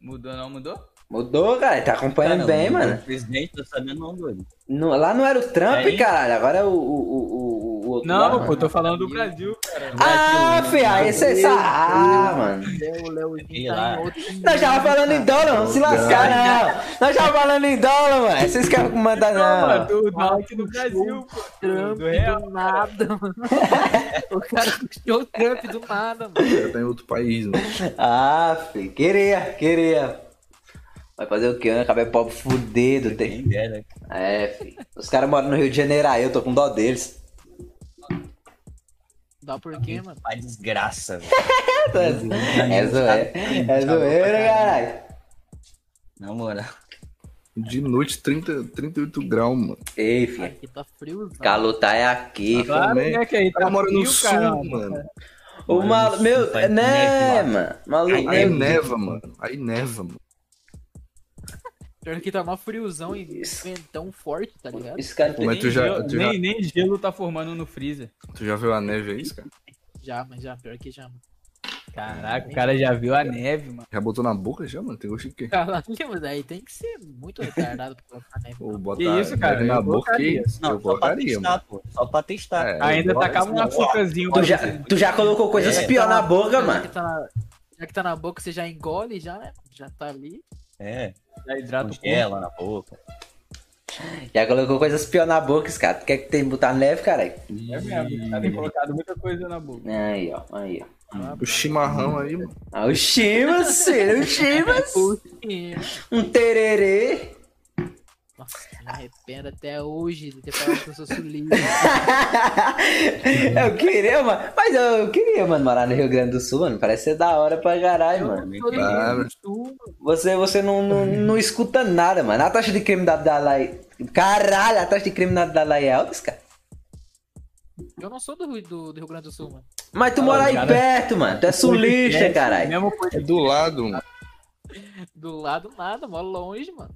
Mudou, não mudou? Mudou, caralho. Tá acompanhando bem, mano. Presidente, tô sabendo não, doido. Não- lá não era o Trump, Aí? caralho. Agora é o, o, o, o- o outro. lá, Não, mano. pô, tô falando do Brasil, cara. Ah, Brasil, fia, esse é Ah, mano. Léo, Léo, Sei tá lá. em outro Nós já tava falando em dólar, não se lascar, não. Nós já tava falando em dólar, mano. Vocês querem mandar, mano, não. do norte do Brasil, pô. Trump Do real. do nada, mano. o cara puxou o Trump do nada, mano. Já tá em outro país, mano. Ah, fi, queria, queria. Vai fazer o quê, né? Acabei pobre fudido. Tem... Quem dera. É, fi. Os caras moram no Rio de Janeiro aí, eu tô com dó deles. Dá por quê, mano? Pai desgraça, velho. É zoeira, é zoeira, caralho. Na moral. De noite, 30, 38 graus, mano. Ei, filho. Aqui tá frio, Calor tá é aqui. Também. né, que aí Eu moro no frio, É sul, caramba. mano. O Mano, maluco. Meu, vai né, neve lá. mano? Maluco. Aí né? meu neva, mano. Aí neva, mano. Pior que tá mó friozão e ventão forte, tá ligado? Esse cara tem. Mas tu já- gelo- tu já- nem, nem gelo tá formando no freezer. Tu já viu a neve aí, cara? Já, mas já, pior que já. Caraca, o cara já viu a neve, mano. Já botou na boca já, mano? Tem gosto de quê? Caralho, mas aí tem que ser muito retardado pra colocar né? neve. Ou botar Que isso, cara? neve na Eu boca colocaria. que Não, eu só pra colocaria, testar, mano. pô. Só pra testar. É, Ainda eu tacava um gosto, açúcarzinho. Tu já, tu já colocou coisas É. pior na boca, Já mano. que tá na- Já que tá na boca, você já engole, já, né? Já tá ali. É, Já hidrata o corpo. congela na boca. Já colocou coisas pior na boca, esse cara. Tu quer que tem que botar neve, caralho? É mesmo, o cara tem colocado muita coisa na boca. Aí, ó, aí, ó. O chimarrão aí, mano. Ah, o Chivas, Ciro, o Chivas. É E- Um tererê. Nossa, me arrependo até hoje de ter falado que eu sou sulista. Eu queria, mano. Mas eu queria, mano, morar no Rio Grande do Sul, mano. Parece ser da hora pra caralho, mano. Eu sou do Ah, Rio do Sul, Você, você não, não, não escuta nada, mano. A taxa de criminalidade da lá. é- Caralho, a taxa de criminalidade lá é alta, cara. Eu não sou do Rio, do, do Rio Grande do Sul, mano. Mas Ah, tu mora aí cara. perto, mano. Tu é sulista, né? caralho. Mesmo coisa. É do lado, mano. Do lado nada, moro longe, mano.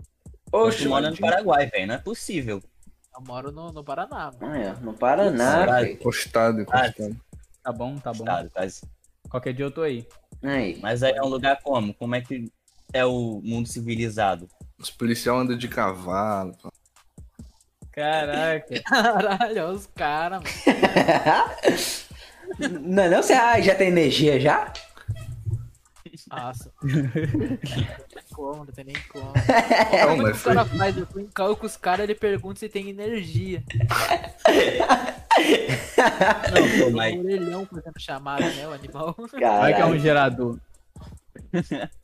Oxe, Tu mora no Paraguai, velho. Não é possível. Eu moro no, no Paraná, mano. Aí, ó, no Paraná, Caralho. velho. Encostado, encostado. Tá bom, tá bom. Estado, quase. Qualquer dia eu tô aí. Aí. Mas aí é um lugar como? Como é que é o mundo civilizado? Os policial andam de cavalo. pá. Caraca. Caralho, olha os caras, mano. Não, não, você ah, já tem energia já? Nossa. não tem como, não tem nem Não, como. Como é que mas o foi. cara faz? Eu tô em carro com os caras, ele pergunta se tem energia. Não, pô, O mas um orelhão fazendo chamada, né, o animal. Vai que é um Caralho. gerador.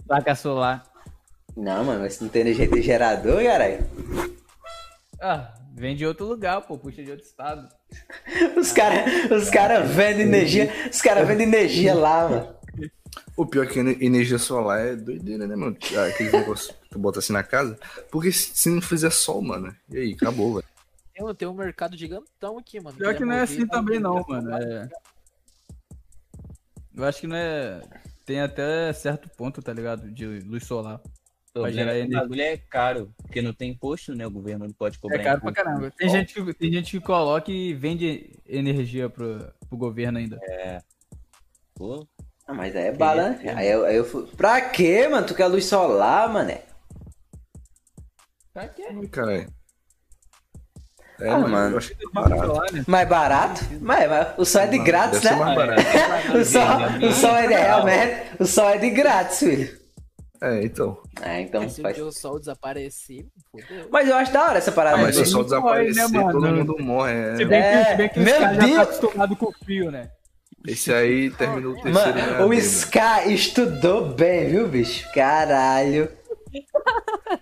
Placa solar. Não, mano, mas não tem energia de gerador, caralho. Ah, vem de outro lugar, pô. Puxa de outro estado. Os caras os cara vendo energia. Os caras vendo energia lá, mano. O pior é que ener- energia solar é doideira, né, mano? Ah, Aqueles negócios que tu bota assim na casa. Porque se se não fizer sol, mano, e aí, acabou, velho. Tem, um- tem um mercado gigantão aqui, mano. Pior que não é assim tá também não, mano. mano. É... Eu acho que não é. Tem até certo ponto, tá ligado? De luz solar. o Vai gerar problema é que o energia. bagulho é caro, porque não tem imposto, né? O governo não pode cobrar É caro pra imposto. caramba. Tem gente, que, tem gente que coloca e vende energia pro, pro governo ainda. Pô, Ah, mas aí é bala, né? Aí eu, aí eu fui. Pra quê, mano? Tu quer luz solar, mané? Pra quê? Ai, Caralho. É, Ah, mano, mano. eu achei que barato. né? Mais barato? Mas, mas o sol é de grátis, Deve ser né? mais barato. O sol, né? o sol é de, realmente, o sol é de grátis, filho. É, então. É, então Se um faz. dia o sol desaparecer, fodeu. Mas eu acho da hora essa Ah, parada. mas se o de- sol não morre, desaparecer, né, mano? todo mundo morre. é. Se bem que, se bem que É, os meu caras já tá Deus! acostumado com o frio, né? Esse aí terminou o terceiro. né, Mano, o dele. Scar estudou bem, viu, bicho? Caralho.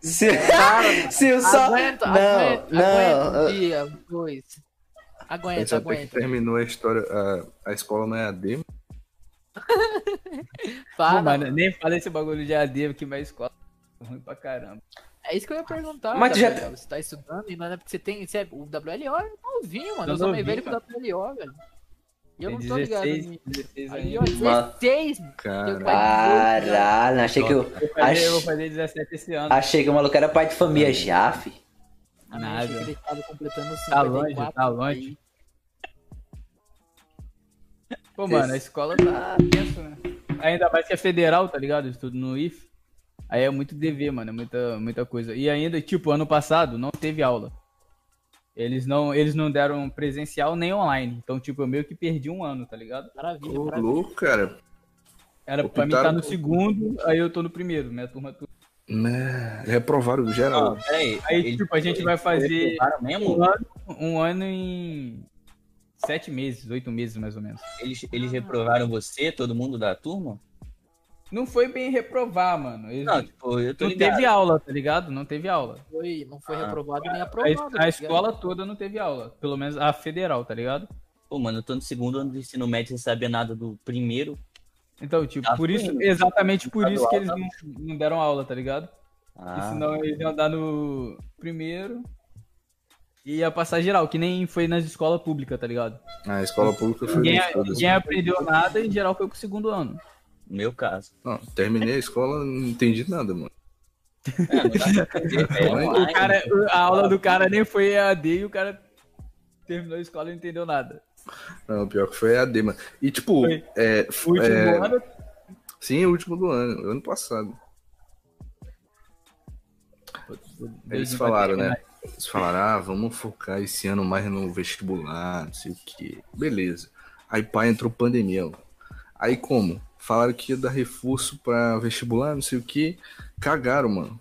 Se, se o sol. Aguenta, Não, aguenta, aguenta não. um dia, dois. Aguenta, Esse até que aguenta. terminou a história, a, a escola não é AD, mano. Pô, Para. mano, nem fala esse bagulho de AD, que mais escola é ruim pra caramba. É isso que eu ia perguntar. Mas tu já Gabriel. Você tá estudando e não é porque você tem. Você é, o WLO é novinho, mano. Eu Eu sou meio novinho, velho com o WLO, velho. E eu Tem não tô ligado. 16, nisso. 16 Aí, ainda. ó, 16, mano. Caralho. Caralho, achei que eu. Eu, fazer, Achei, eu vou fazer 17 esse ano. achei que o maluco era pai de família já, fi. Nada. Achei que Ele tava completando Tá longe, 54, tá longe. aí. Pô, mano, a escola tá tenso, né? Ainda mais que é federal, tá ligado? Eu estudo no IF. Aí é muito dever, mano, é muita, muita coisa. E ainda, tipo, ano passado não teve aula. Eles não, eles não deram presencial nem online. Então, tipo, eu meio que perdi um ano, tá ligado? Maravilha, Ô, maravilha. louco, cara. Era pra mim Optaram tá no por- segundo, aí eu tô no primeiro, minha turma. tu- Né, Reprovaram geral. não, peraí. Aí, Eles- tipo, a gente vai fazer Eles levaram um mesmo? ano, um ano em sete meses, oito meses mais ou menos. Eles, eles reprovaram você, todo mundo da turma? Não foi bem reprovar, mano. Eles- Não, tipo, eu tô não ligado. teve aula, tá ligado? Não teve aula. Foi, não Ah. foi reprovado nem A es- aprovado. A, tá ligado? escola toda não teve aula. Pelo menos a federal, tá ligado? Pô, mano, eu tô no segundo ano do ensino médio sem saber nada do primeiro. Então, tipo, Ah, Tá por isso, né? fluindo. exatamente Tá por isso que eles Estadual, não, não Ah. deram aula, tá ligado? Porque Ah, senão eles iam dar no primeiro. E ia passar geral, que nem foi nas escolas públicas, tá ligado? A escola pública foi Ninguém, é- bem foda-se. ninguém aprendeu nada e em geral foi pro segundo ano. No é meu caso. Não, terminei a escola, não entendi nada, mano. É, não dá pra entender, é O online. O cara, a aula do cara nem foi EAD e o cara terminou a escola e não entendeu nada. Não, pior que foi AD, mano. E tipo, Foi. é, O último é, ano, sim, o último do ano, ano passado. Eles Deus falaram, vai ter né? Eles falaram, ah, vamos focar esse ano mais no vestibular, não sei o quê. Beleza. Aí pai entrou pandemia, ó. Aí como? Falaram que ia dar reforço pra vestibular, não sei o quê. Cagaram, mano.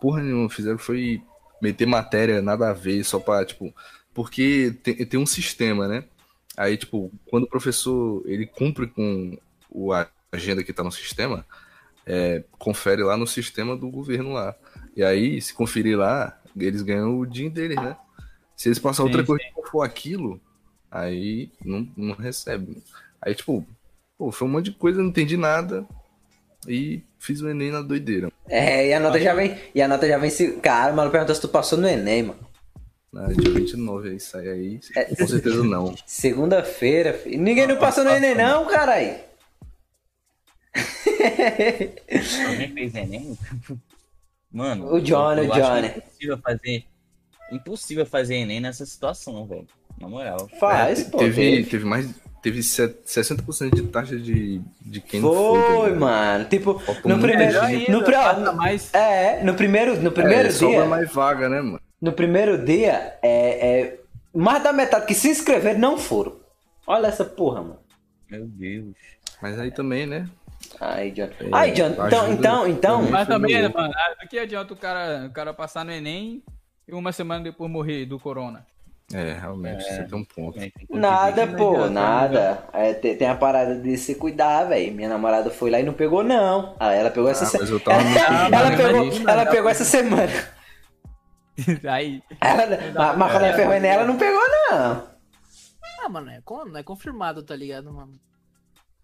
Porra nenhuma, fizeram foi meter matéria, nada a ver, só pra, tipo. Porque tem, tem um sistema, né? Aí, tipo, quando o professor ele cumpre com o, a agenda que tá no sistema, é, confere lá no sistema do governo lá. E aí, se conferir lá, eles ganham o din deles, né? Se eles passar outra Sim, coisa que não for aquilo, aí não, não recebe. Aí, tipo, pô, foi um monte de coisa, não entendi nada. E fiz o Enem na doideira. É, e a nota já vem. E a nota já vem se. Cara, mano, perguntou se tu passou no Enem, mano. Na dia 29 aí sai aí. É. Com certeza não. Segunda-feira, filho. Ninguém não passou no Enem, não, caralho. Alguém fez Enem? Mano. O Johnny, eu- eu o acho Johnny. Impossível fazer, impossível fazer Enem nessa situação, velho. Na moral. Faz, É, pô. teve, teve mais. Teve se- 60% de taxa de, de quem não tá Foi, ligado? mano. Tipo, Faltou um no muita primeiro. gente. No, Ainda pro, mais. é, no primeiro, no primeiro é, sobra dia. mais vaga, né, mano? No primeiro dia, é, é, mais da metade que se inscreveram não foram. Olha essa porra, mano. Meu Deus. Mas aí também, né? Ai, John. É, Ai, John, então, ajuda. então, então. Também. Mas também, Foi né, maluco. mano, ah, do que adianta o cara, o cara passar no Enem e uma semana depois morrer do corona? É, realmente, você tem um ponto. Como é que- Nada, Não pô, adianta, nada. É, te- tem, a parada de se cuidar, velho. Minha namorada foi lá e não pegou, não. Ah, ela pegou essa Ah, semana. mas eu tava né? muito Ela mas é pegou, imagina, ela pegou essa semana. Aí, Ela, mas- mas quando ela ferrou nela, ela não pegou, não. Ah, mano, é con- não é confirmado, tá ligado, mano?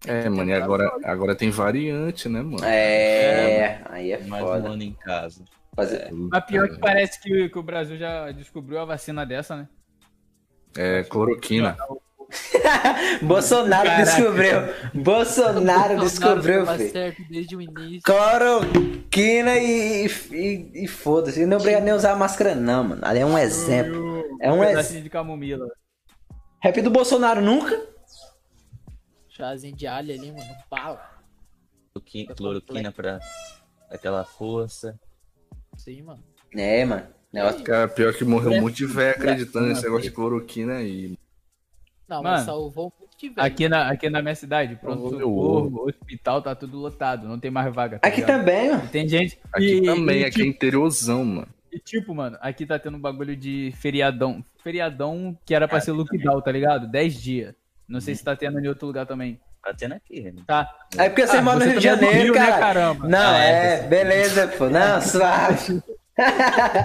É, mano, e agora, agora tem variante, né, mano? É, aí é Mais um foda. ano em casa. Fazer- mas pior que parece que, que o Brasil já descobriu a vacina dessa, né? É, cloroquina. Bolsonaro Caraca. descobriu. É Bolsonaro descobriu, Bolsonaro tava filho. certo desde o início. Cloroquina e, e, e foda-se. Não obrigado nem a usar máscara, não, mano. Ali é um exemplo. É um exemplo. pedacinho de camomila. Rap do Bolsonaro nunca? Chazinho de alho ali, mano. Bala. Cloroqui- Cloroquina pra aquela força. Sim, mano. É, mano. Negócio- Cara, pior que morreu um monte de velho acreditando nesse negócio de cloroquina aí. Não, Mano, mas salvou um monte de velho. Aqui na, aqui na minha cidade, Olho. pronto-socorro, hospital, tá tudo lotado, não tem mais vaga. tá Aqui ligado? também, mano. E Tem gente. Aqui e- também, e, tipo, aqui é interiorzão, mano. E tipo, mano, aqui tá tendo um bagulho de feriadão. Feriadão que era pra ser lockdown, tá ligado? 10 dias. Não sei se tá tendo em outro lugar também. Tá tendo aqui, né? Tá. É porque você Ah, mora no você Rio de também é do Janeiro, Rio, né, cara. caramba? Não, Ah, é, é, beleza, pô. Não, suave.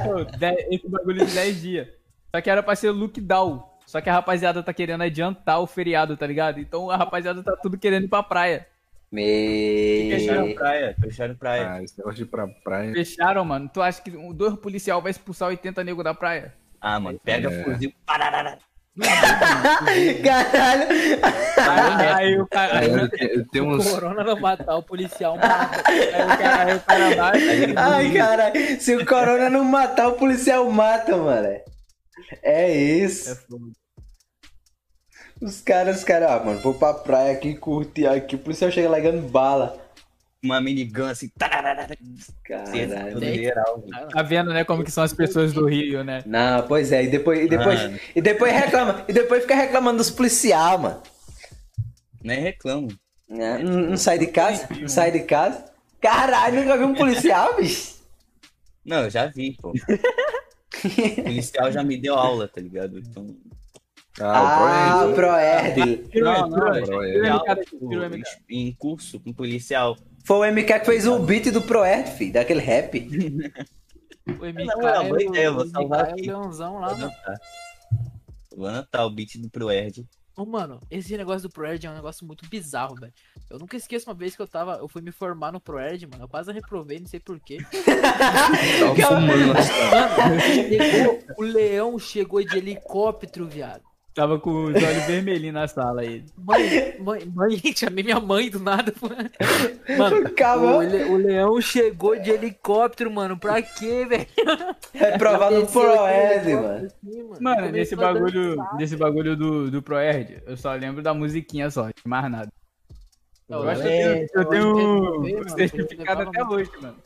Pô, de- Esse bagulho de 10 dias. Só que era pra ser lockdown. Só que a rapaziada tá querendo adiantar o feriado, tá ligado? Então a rapaziada tá tudo querendo ir pra praia. Fecharam Me... praia, fecharam praia. Ah, esse negócio de ir pra praia. Fecharam, mano. Tu acha que um- dois policial vai expulsar 80 nego da praia? Ah, mano, pega É. fuzil. Pararara. Caralho. Aí o cara, aí É, tem- tem O uns. corona não matar o policial, mata. o cara, aí o cara vai. Ai, caralho. Se o corona não matar, o policial mata, mano. É isso. Os caras, os caras, ah, mano, vou pra praia aqui, curtir aqui. O policial chega largando bala. Uma minigun assim. Tararara. Caralho. Tudo geral, velho. Cara, Tá vendo, né, como que são as pessoas do Rio, né? Não, pois é, e depois, e depois, Mano. e depois reclama, e depois fica reclamando dos policial, mano. Nem reclamo. Né? Não, não sai de casa? Não sai de casa? Caralho, nunca vi um policial, bicho. Não, eu já vi, pô. o policial já me deu aula, tá ligado? Então, Ah, Ah, o o Proerd. Proerd. Não, não, gente. Proerd. Tira o aula, cara, tipo, tira o MK. em curso com policial. Foi o MK que fez o beat do Proerd, filho, daquele rap. o MK Não, é uma boa é o- ideia, eu vou o MK é salvar o aqui. leãozão lá, Vou mano. anotar. Vou anotar o beat do Proerd. Ô, mano, esse negócio do ProErd é um negócio muito bizarro, velho. Eu nunca esqueço uma vez que eu tava. Eu fui me formar no ProErd, mano. Eu quase reprovei, não sei porquê. Tava Tá fumando na cidade. Chegou, o leão chegou de helicóptero, viado. Tava com os olhos vermelhinhos na sala aí. Mãe, mãe, mãe, chamei minha mãe do nada. Mano, mano Calma. o, le- o leão chegou de helicóptero, mano. Pra quê, velho? Reprovado É no Desceu aquele Proed, helicóptero mano. assim, mano. Mano, Começou nesse a dançar. bagulho, nesse bagulho do, do ProErd, eu só lembro da musiquinha só, de mais nada. Não, eu acho é, que eu tenho, eu eu tenho lembro, certificado eu até levava hoje, mano.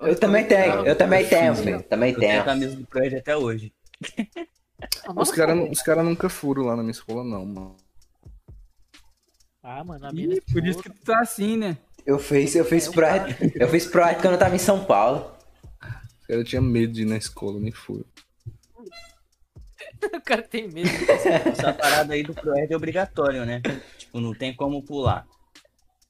Eu também tenho, eu também tenho, filho. Também Eu tenho a tenho. camisa do Proerd até hoje. Ah, Os nossa, caras os cara nunca foram lá na minha escola, não, mano. Ah, mano, a minha Ih, por isso que tu tá assim, né? Eu fiz, eu fiz Proed. Eu fiz Proed quando eu tava em São Paulo. Os caras tinham medo de ir na escola, nem fui. o cara tem medo. Essa parada aí do Proerd é obrigatório, né? Tipo, não tem como pular.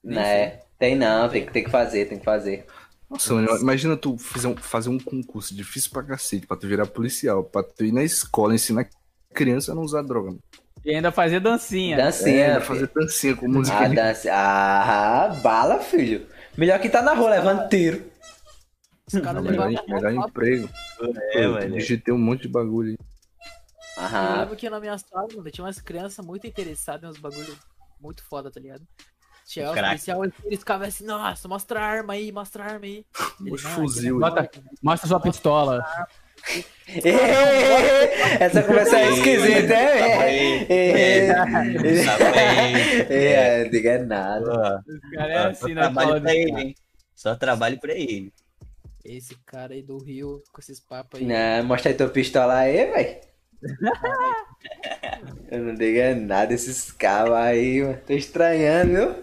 Né? Tem não, tem que, tem que fazer, tem que fazer. Nossa, mano, imagina tu fazer um, fazer um concurso difícil pra cacete, pra tu virar policial, pra tu ir na escola ensinar criança a não usar droga. mano. E ainda fazer dancinha. É, Dancinha. ainda filho. fazer dancinha com música. Ah, dança. Ah, bala, filho. Melhor que tá na rua levando tiro. Os caras Não, melhor, levavam mó melhor papo. emprego. É, Eu digitei um monte de bagulho aí. Eu Aham. lembro que na minha sala, mano, tinha umas crianças muito interessadas em uns bagulho muito foda, tá ligado? Chegava o Crack. policial e eles ficavam assim, nossa, mostra a arma aí, mostra a arma aí. Ele, Os "Não, fuzil, aqui não é Bota- Mostra sua pistola. Essa conversa é esquisita, hein? tá É, diga nada. Os caras é Só assim na escola trabalho do pra ele, hein? Só trabalho pra ele. Esse cara aí do Rio, com esses papos aí. Não, mostra aí tua pistola aí, véi. Eu não diga nada esses cabos aí, mano. Tô estranhando, viu?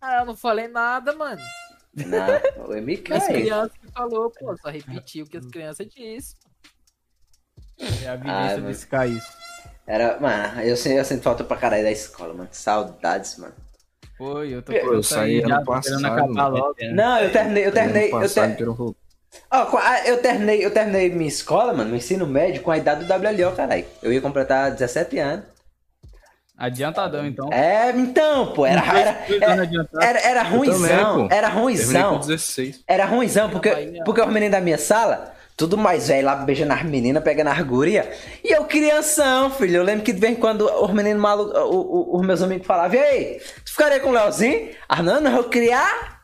Ah, eu não falei nada, mano. Não, o MK. As crianças que falou, pô, só repetiu o que as crianças disseram. É a vingança mano. do Sky isso. Era, mano, eu, sinto- eu sinto falta pra caralho da escola, mano. Saudades, mano. Pô, eu tô Eu querendo saí sair ano já, tô passado, querendo acabar mano. logo. Não, eu terminei, eu terminei, Ano eu, passado, ter... quero voltar. Ó, com a- eu terminei, eu terminei minha escola, mano, meu ensino médio com a idade do WLO, caralho. Eu ia completar 17 anos. Adiantadão, então. É, então, pô, era era Dois anos adiantado. era, era também, ruimzão, pô. era Terminei com ruimzão. 16. Era ruimzão, porque, Na Bahia. porque os meninos da minha sala, tudo mais velho lá, beijando as meninas, pegando as guria. E eu crianção, filho. Eu lembro que de vez em quando os meninos malucos, o- o- os meus amigos falavam, e aí, tu ficaria com o Leozinho? Ah, não, não, eu criar?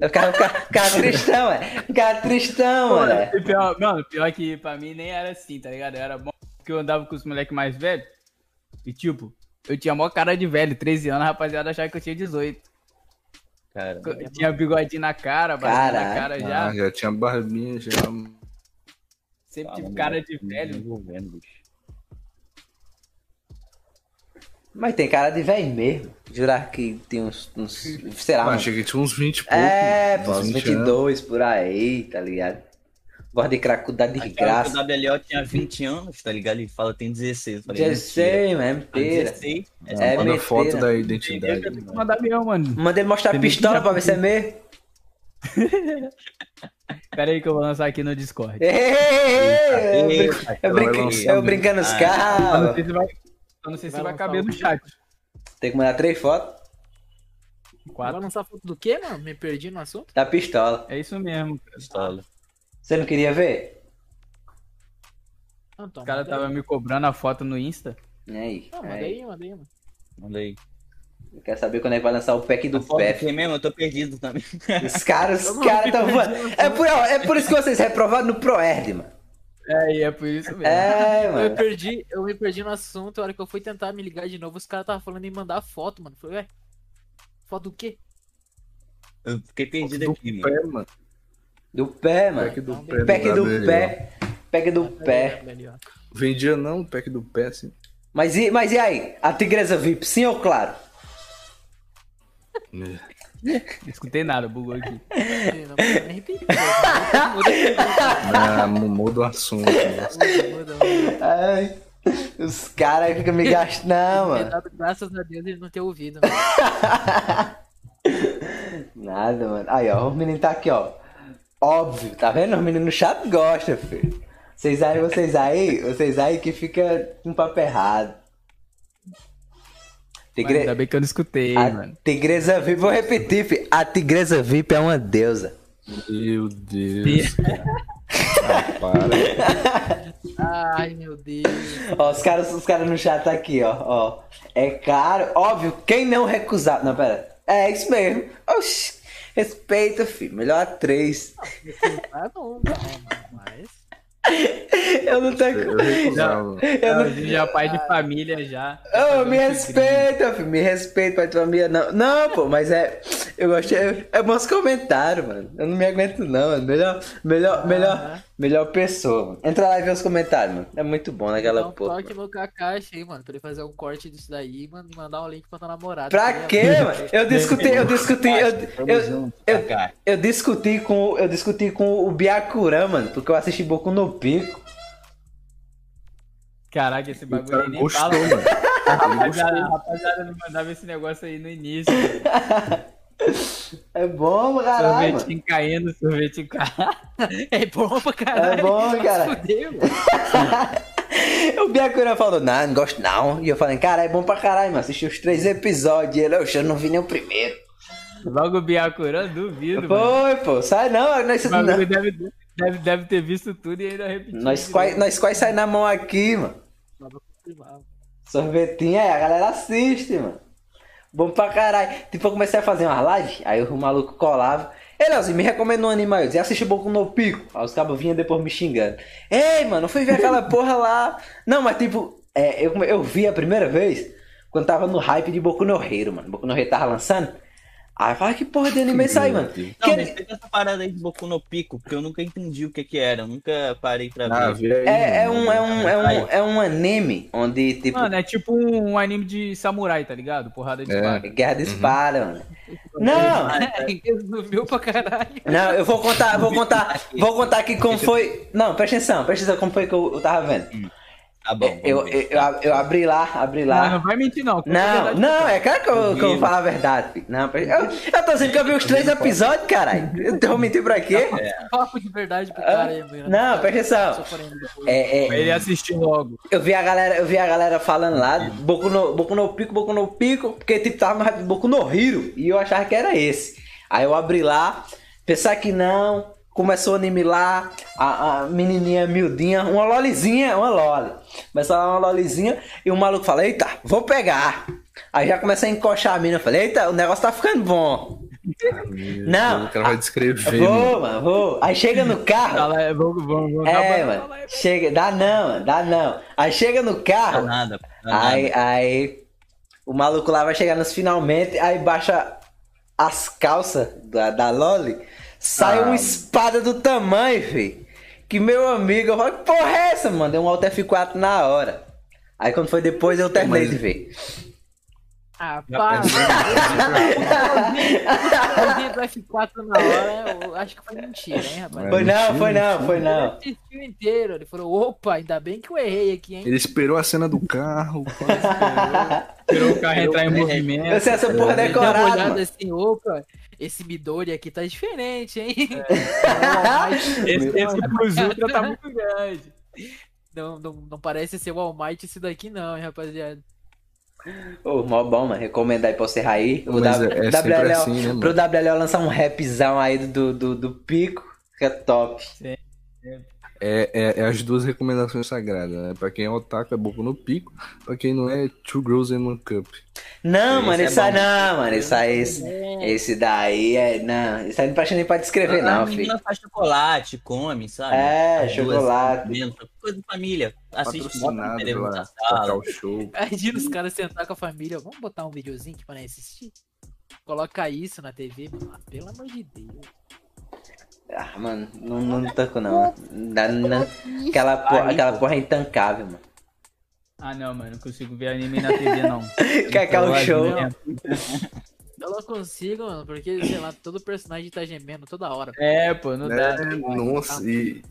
Eu ficava, ficava, ficava tristão, é. Ficava tristão, é. Mano, mano. e pior, mano, pior que pra mim nem era assim, tá ligado? Eu era bom porque eu andava com os moleques mais velhos. E tipo, eu tinha mó cara de velho, 13 anos, a rapaziada achava que eu tinha 18. Cara, Eu tinha bigodinho na cara, barba na Caralho. cara já. Ah, já tinha barbinha, já. Sempre fala, tive cara de mano, é assim velho. desenvolvendo, bicho. Mas tem cara de velho mesmo. Jurar que tem uns, uns sei lá, Ah, mano. cheguei tinha uns 20 e pouco. Tá. É, pô, mano. uns 20 anos. 22 por aí, tá ligado? Voz de cracuda de Achava que graça. o WLO tinha 20 anos, tá ligado? Ele fala tem 16. Eu falei, mentira. 16, mano, é Tem mentira. 16. É Manda mentira. foto da Eu identidade. tenho que mandar avião, mano. Mandei ele mostrar a Tem nem pistola que já pra ver se é mesmo. Pera aí que eu vou lançar aqui no Discord. Ei, ei, ei, eu brin- Eu, Vai brinco- lançar eu brincando nos Ah, Eu não carros. sei se vai, eu não sei se vai Vai lançar caber um no vídeo. chat. Tem que mandar três fotos Vai Quatro. lançar foto do quê, mano? Me perdi no assunto. da pistola. É isso mesmo. cara. Pistola. Você não queria ver? Não, então, O cara manda aí. tava me cobrando a foto no Insta. Aí, Não, Ah, manda aí. aí, manda aí, mano. Manda aí. Tá Eu quero saber quando é que vai lançar o pack do Foda PEF. aqui mesmo, eu tô perdido também. Os caras, os caras tão voando. É por, é por isso que vocês reprovaram no ProErd, mano. É, e é por isso mesmo. É, Eu me mano. perdi, eu me perdi no assunto, a hora que eu fui tentar me ligar de novo, os caras estavam falando em mandar foto, mano. Eu Falei, ué, foto do quê? Eu fiquei perdido Do aqui, mano. pé, mano. Do pé, Pack mano. do Não, pé. Pack do WLO. pé. Pack do pé. Ali, ó. Vendia não, pack do pé, assim. Mas e, mas e aí? A tigresa VIP, sim ou claro? Não escutei nada, bugou aqui. Não, não, nem repeti. Muda, Ah, mudou o assunto. né? nossa. muda, muda, muda. Ai, os caras ficam me gastando. Não, mano. Renato, Graças a Deus ele não ter ouvido. mano. Nada, mano. Aí, ó, o menino tá aqui, ó. Óbvio, tá vendo? Os meninos no chat gostam, filho. Vocês aí, vocês aí, vocês aí que fica um papo errado. Mano, Tigre... ainda bem que eu não escutei, A mano. tigresa VIP, vou repetir, fi. a tigresa VIP é uma deusa. Meu Deus. Ai, meu Deus. Ó, os caras os caras no chat tá aqui, ó, ó. É caro, óbvio, quem não recusar. Não, pera. É isso mesmo. Oxi, respeita, filho. Melhor a três. Ah, não, não, mas. Eu não tenho. Eu recusava. Eu não... Já é pai de família já. Ô, me respeita, filho. Me respeita, pai de família. Não, não pô, mas é. Eu gostei. É, é bons comentários, mano. Eu não me aguento, não, mano. Melhor, Ah. melhor, melhor, melhor pessoa, mano. Entra lá e vê os comentários, mano. É muito bom Dá naquela um porra. mano. toque no Kakashi aí, mano, pra ele fazer um corte disso daí, mano, e mandar um link pra tua namorada. Pra tá quê, ligado? mano? Eu discuti, eu discuti, eu, Tamo eu, junto, eu, Kaká. eu discuti com, eu discuti com o Biakura, mano, porque eu assisti Boku no Pico. Caraca, esse O bagulho cara aí nem gostou, fala. né? mano. Rapaziada, a rapaziada não mandava esse negócio aí no início. É bom, caralho, mano. sorvetinho caindo, sorvetinho caindo. É bom pra caralho. É bom, mas cara. Fudeu. O Biakura falou, não, não gosto não. E eu falei, cara, é bom pra caralho, mano. Assisti os três episódios. E ele, oxe, eu não vi nem o primeiro. Logo o Biacuran, duvido, mano. Foi, pô, sai não, nós, O bagulho É não. deve, deve, deve ter visto tudo e ainda repetiu. nós de quase novo. nós quase sai na mão aqui, mano. Dá pra confirmar. Sorvetinho aí, a galera assiste, mano. Bom pra caralho. Tipo, eu comecei a fazer umas lives, aí o maluco colava. Ei, Leozinho, me recomenda um anime aí. Eu dizia, assiste Boku no Pico. Aí os cabos vinham depois me xingando. Ei, mano, eu fui ver aquela porra lá. Não, mas tipo, é, eu, come- eu vi a primeira vez quando tava no hype de Boku no Hero, mano. Boku no Hero tava lançando. Aí eu falei, que porra de anime é isso aí, mano? Não, Que- me explica essa parada aí de Boku no Pico, porque eu nunca entendi o que que era, eu nunca parei pra Ah, ver. vê aí, É, é, um, mano. é, um, é, um, é um anime onde, tipo, Mano, é tipo um, anime de samurai, tá ligado? Porrada de É. espada. guerra de espada, mano. Não! Resumiu pra caralho. Não, eu vou contar, eu vou contar, vou contar aqui como foi. Não, presta atenção, presta atenção como foi que eu, eu tava vendo. Tá bom. vamos É, Eu, ver. eu, eu, eu abri lá, abri Ah, não lá. vai mentir, não. Conta a Não, verdade. não, é claro que eu, que eu vou falar a verdade. filho. Não, pre- eu, eu tô dizendo que eu vi os três episódios, caralho. Eu tô mentindo pra quê? É. Papo de verdade pro cara aí, mano. Não, presta atenção. É, é, Ele assistiu logo. Eu vi a galera, eu vi a galera falando lá, Boku no, Boku no Pico, Boku no Pico, porque tipo tava mais Boku no Hero, e eu achava que era esse. Aí eu abri lá, pensar que não, começou o anime lá, a, a menininha miudinha, uma lolizinha, uma loli. Começou lá uma lolizinha, e o maluco fala, eita, vou pegar. Aí já começa a encoxar a mina, eu falei, eita, o negócio tá ficando bom. um- Não, ah, O cara vai descrever, mano. vou, mano, vou. Aí chega no carro, Fala, é, vamos, vamos, vamos. é, Tá bom, mano. fala aí. Chega, dá não, mano, dá não. Aí chega no Tá carro. nada, tá nada. Aí, aí o maluco lá vai chegar nos finalmente, aí baixa as calças da, da Loli, sai Ah. uma espada do tamanho, fi. Que meu amigo, eu falo, que porra é essa, mano? Deu um Alt F4 na hora. Aí quando foi depois, eu terminei de ver. Ah, pá. O do F4 na hora, eu acho que foi é mentira, hein, rapaz? Foi não, foi não, foi Ele não. assistiu inteiro. Ele falou, opa, ainda bem que eu errei aqui, hein? Ele esperou a cena do carro. Esperou o carro entrar em movimento. Eu sei essa porra é Ele deu uma decorada, olhada Tá mano. assim, opa, esse Midori aqui tá diferente, hein? Esse, esse é Plus Ultra tá muito grande. Não, não, não parece ser o All Might esse daqui não, hein, rapaziada. Ô, mó bom, mano. Recomendo aí pra você aí. O Mas W- é- é sempre WLO, assim, né, mano? pro WLO lançar um rapzão aí do, do, do pico, que é top. É, é, é as duas recomendações sagradas, né? Pra quem é otaku é Boku no Pico, pra quem não é Two Girls and One Cup. Não, Esse mano, é isso aí bom. não, mano, isso aí, esse, esse daí é, não, isso aí não presta nem pra descrever Ah, a não, filho. menina faz chocolate, come, sabe? É, Faz duas, chocolate. menos, coisa de família. Assiste Patrocinado televisão pela na sala. Ah, Cacau Show. Imagina os caras sentar com a família, vamos botar um videozinho aqui pra nós assistir? Coloca isso na TV, mano. Ah, pelo amor de Deus. Ah, mano, não, não tanco não, Dá- não- aquela, porra, aquela porra é intancável, mano. Ah, não, mano. Não consigo ver anime na TV, não. Cacau Então, Show. é, Eu não consigo, mano, porque, sei lá, todo personagem tá gemendo toda hora. É, pô, não dá. É, nossa, e...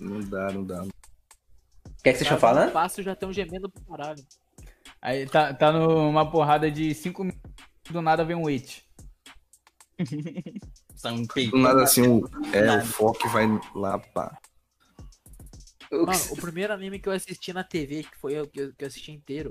Não dá, não dá. O que é que vocês estão Cada falando? passo já estão gemendo pro caralho. Aí tá, tá numa porrada de 5 minutos, do nada vem um it. São um peito. Do nada assim, o, é, o foco vai lá, pá. O Mano, que- o primeiro anime que eu assisti na TV, que foi o que eu, que eu assisti inteiro,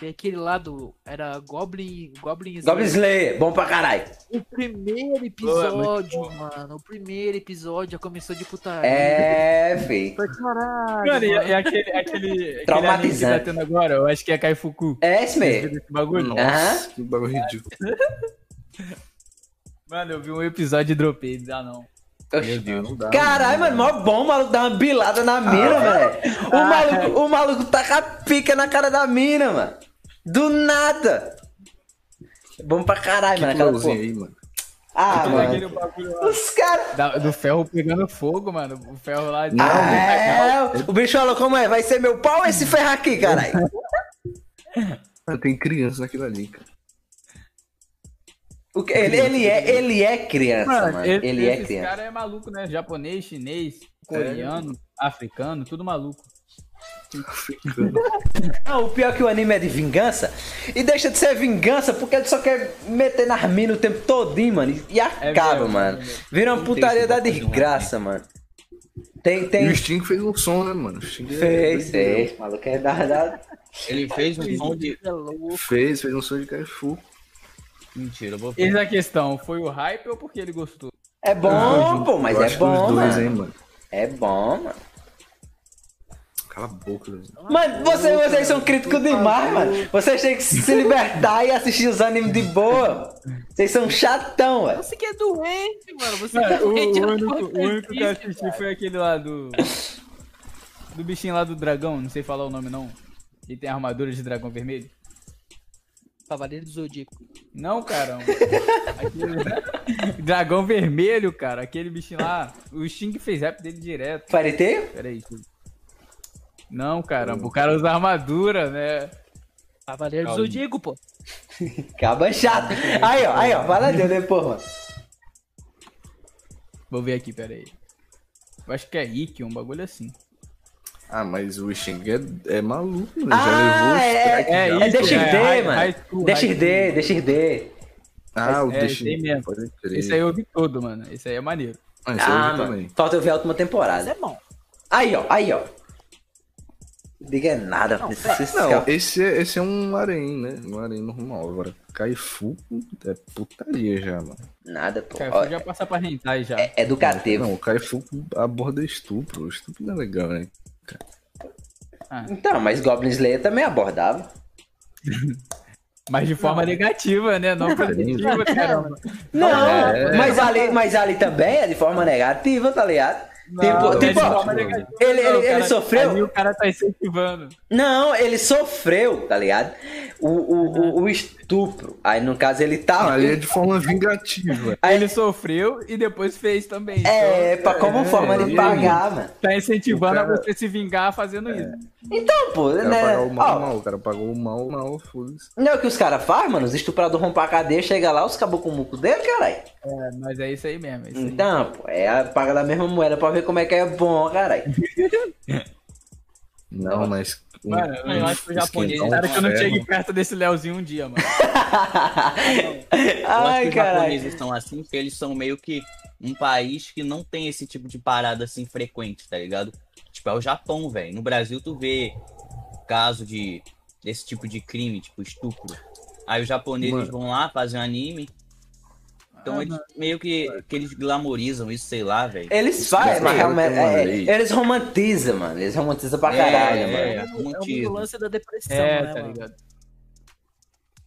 Tem aquele lá do. Era Goblin. Goblin Slayer. Goblin Slayer, bom pra caralho. O primeiro episódio, mano. O primeiro episódio já começou de putaria. É, fi. Foi caralho. Cara, e, mano. e aquele, aquele, aquele anime que tá Ah, Traumatizante. tendo agora, eu acho que é Kaifuku. É esse mesmo. Esse bagulho? Aham. Nossa, que bagulho ridículo. Mano, eu vi um episódio e dropei, ah não. Oxi. Deus, não dá. Caralho, mano, mó bom o maluco dar uma bilada na mina, velho. O maluco, o maluco taca a pica na cara da mina, mano. Do nada. Bom pra caralho, mano. Que Aquela porra. pulãozinho aí, mano. Ah, Tem mano. aquele bagulho lá Os caras. da- do ferro pegando fogo, mano. O ferro lá. Ah, é, o bicho falou como é, vai ser meu pau ou esse ferro aqui, caralho? Cara, Tem criança naquilo ali, cara. O que- Ele, ele é, ele é criança, mano. Ele, é Esse criança. cara é maluco, né? Japonês, chinês, coreano, africano, tudo maluco. Não, o pior é que o anime é de vingança e deixa de ser vingança porque ele só quer meter nas minas o tempo todinho, mano. e- E acaba, mesmo, mano. é mesmo. Vira uma Não tem putaria esse da bagulho de um desgraça, mano. Tem, E o tem. Sting fez um som, né, mano? O Sting é Fez, doideira. fez, maluco. É da, da... Ele fez um som de. É louco. Fez, fez um som de Caifu. Mentira, eu vou. Eis a questão, foi o hype ou porque ele gostou? É bom, pô, mas Eu é acho que os bom, dois, hein, mano. mano. É bom, mano. Cala a boca, velho. Mano, você- vocês são críticos demais, mano. Vocês têm que se libertar e assistir os animes de boa. Vocês são chatão, velho. Você que é doente, mano. Você que é Mano, o, doente. eu não único, posso o único que eu assistir. assisti foi aquele lá do. Do bichinho lá do dragão, não sei falar o nome não. E tem armadura de dragão vermelho? Cavaleiro do Zodíaco. Não, caramba. Aquele- dragão vermelho, cara. Aquele bichinho lá. O Sting fez rap dele direto. Pareteio? Pera aí. deixa eu- Não, caramba. O cara usa armadura, né? Cavaleiro do Calma. Zodíaco, pô. É Caba chato. Aí, ó, aí, ó. Fala deu depois, mano. Vou ver aqui, pera aí. Eu acho que é Ikki, um bagulho assim. Ah, mas o Sting é, é maluco, né? Já Ah, levou. é, é, É é, isso, DXD, é, high- mano. high school, DXD, DXD. Ah, o é, do Sting. tem mesmo. Pode crer. Esse aí eu vi todo, mano. Esse aí é maneiro. Ah, esse aí eu Ah, vi mano. também. Falta eu ver a última Isso temporada. é bom. Aí, ó, aí, ó. Diga é nada, não, Não, esse é, esse é um harém, né? Um harém normal. Agora, Caifu é putaria já, mano. Nada, pô. Cara, Ó, já passa pra rentar já. é educativo. Não, o Caifu aborda estupro. O Estupro não é legal, né? Então, mas Goblin Slayer também abordava. Mas de forma negativa, né? Não positiva, caramba. Não, É. mas, ali, mas ali também é de forma negativa, tá ligado? Não, tipo, é de tipo, ó, forma negativa, ele, não, ele, ele cara, sofreu. Aí o cara tá incentivando. Não, ele sofreu, tá ligado? O, o, o, o estupro. Aí, no caso, ele Ah, tá. ali é de forma vingativa. Aí Ele sofreu e depois fez também. É, pra, como forma de é. pagar, mano. Então, tá incentivando O cara- É. a você se vingar fazendo isso. Então, pô, O cara né? pagou o mal, Ó, mal. O cara pagou o mal, mal, foda-se. não é o que os caras fazem, mano? Os estupradores vão pra cadeia, chega lá, os caboclos muco dele, caralho. É, mas é isso aí mesmo. é isso aí. Então, pô, é a paga da mesma moeda pra ver como é que é bom, caralho. Não, mas. um- Mano, eu acho que o japonês- esquentar um Espero que eu não ferro. chegue perto desse Leozinho um dia, mano. Eu acho que Ai, caralho. os japoneses são assim, porque eles são meio que um país que não tem esse tipo de parada assim frequente, tá ligado? Tipo, é o Japão, velho. No Brasil tu vê caso de desse tipo de crime, tipo estupro. Aí os japoneses Mano. vão lá fazer um anime. Ah, Então eles meio que, que eles glamorizam isso, sei lá, velho. Eles fazem, Isso mas daí eu realmente. tenho uma é, lei. eles romantizam, mano. Eles romantizam pra caralho, mano. um É, É, o mesmo- é o mesmo motivo. lance da depressão, É, né, tá mano? ligado?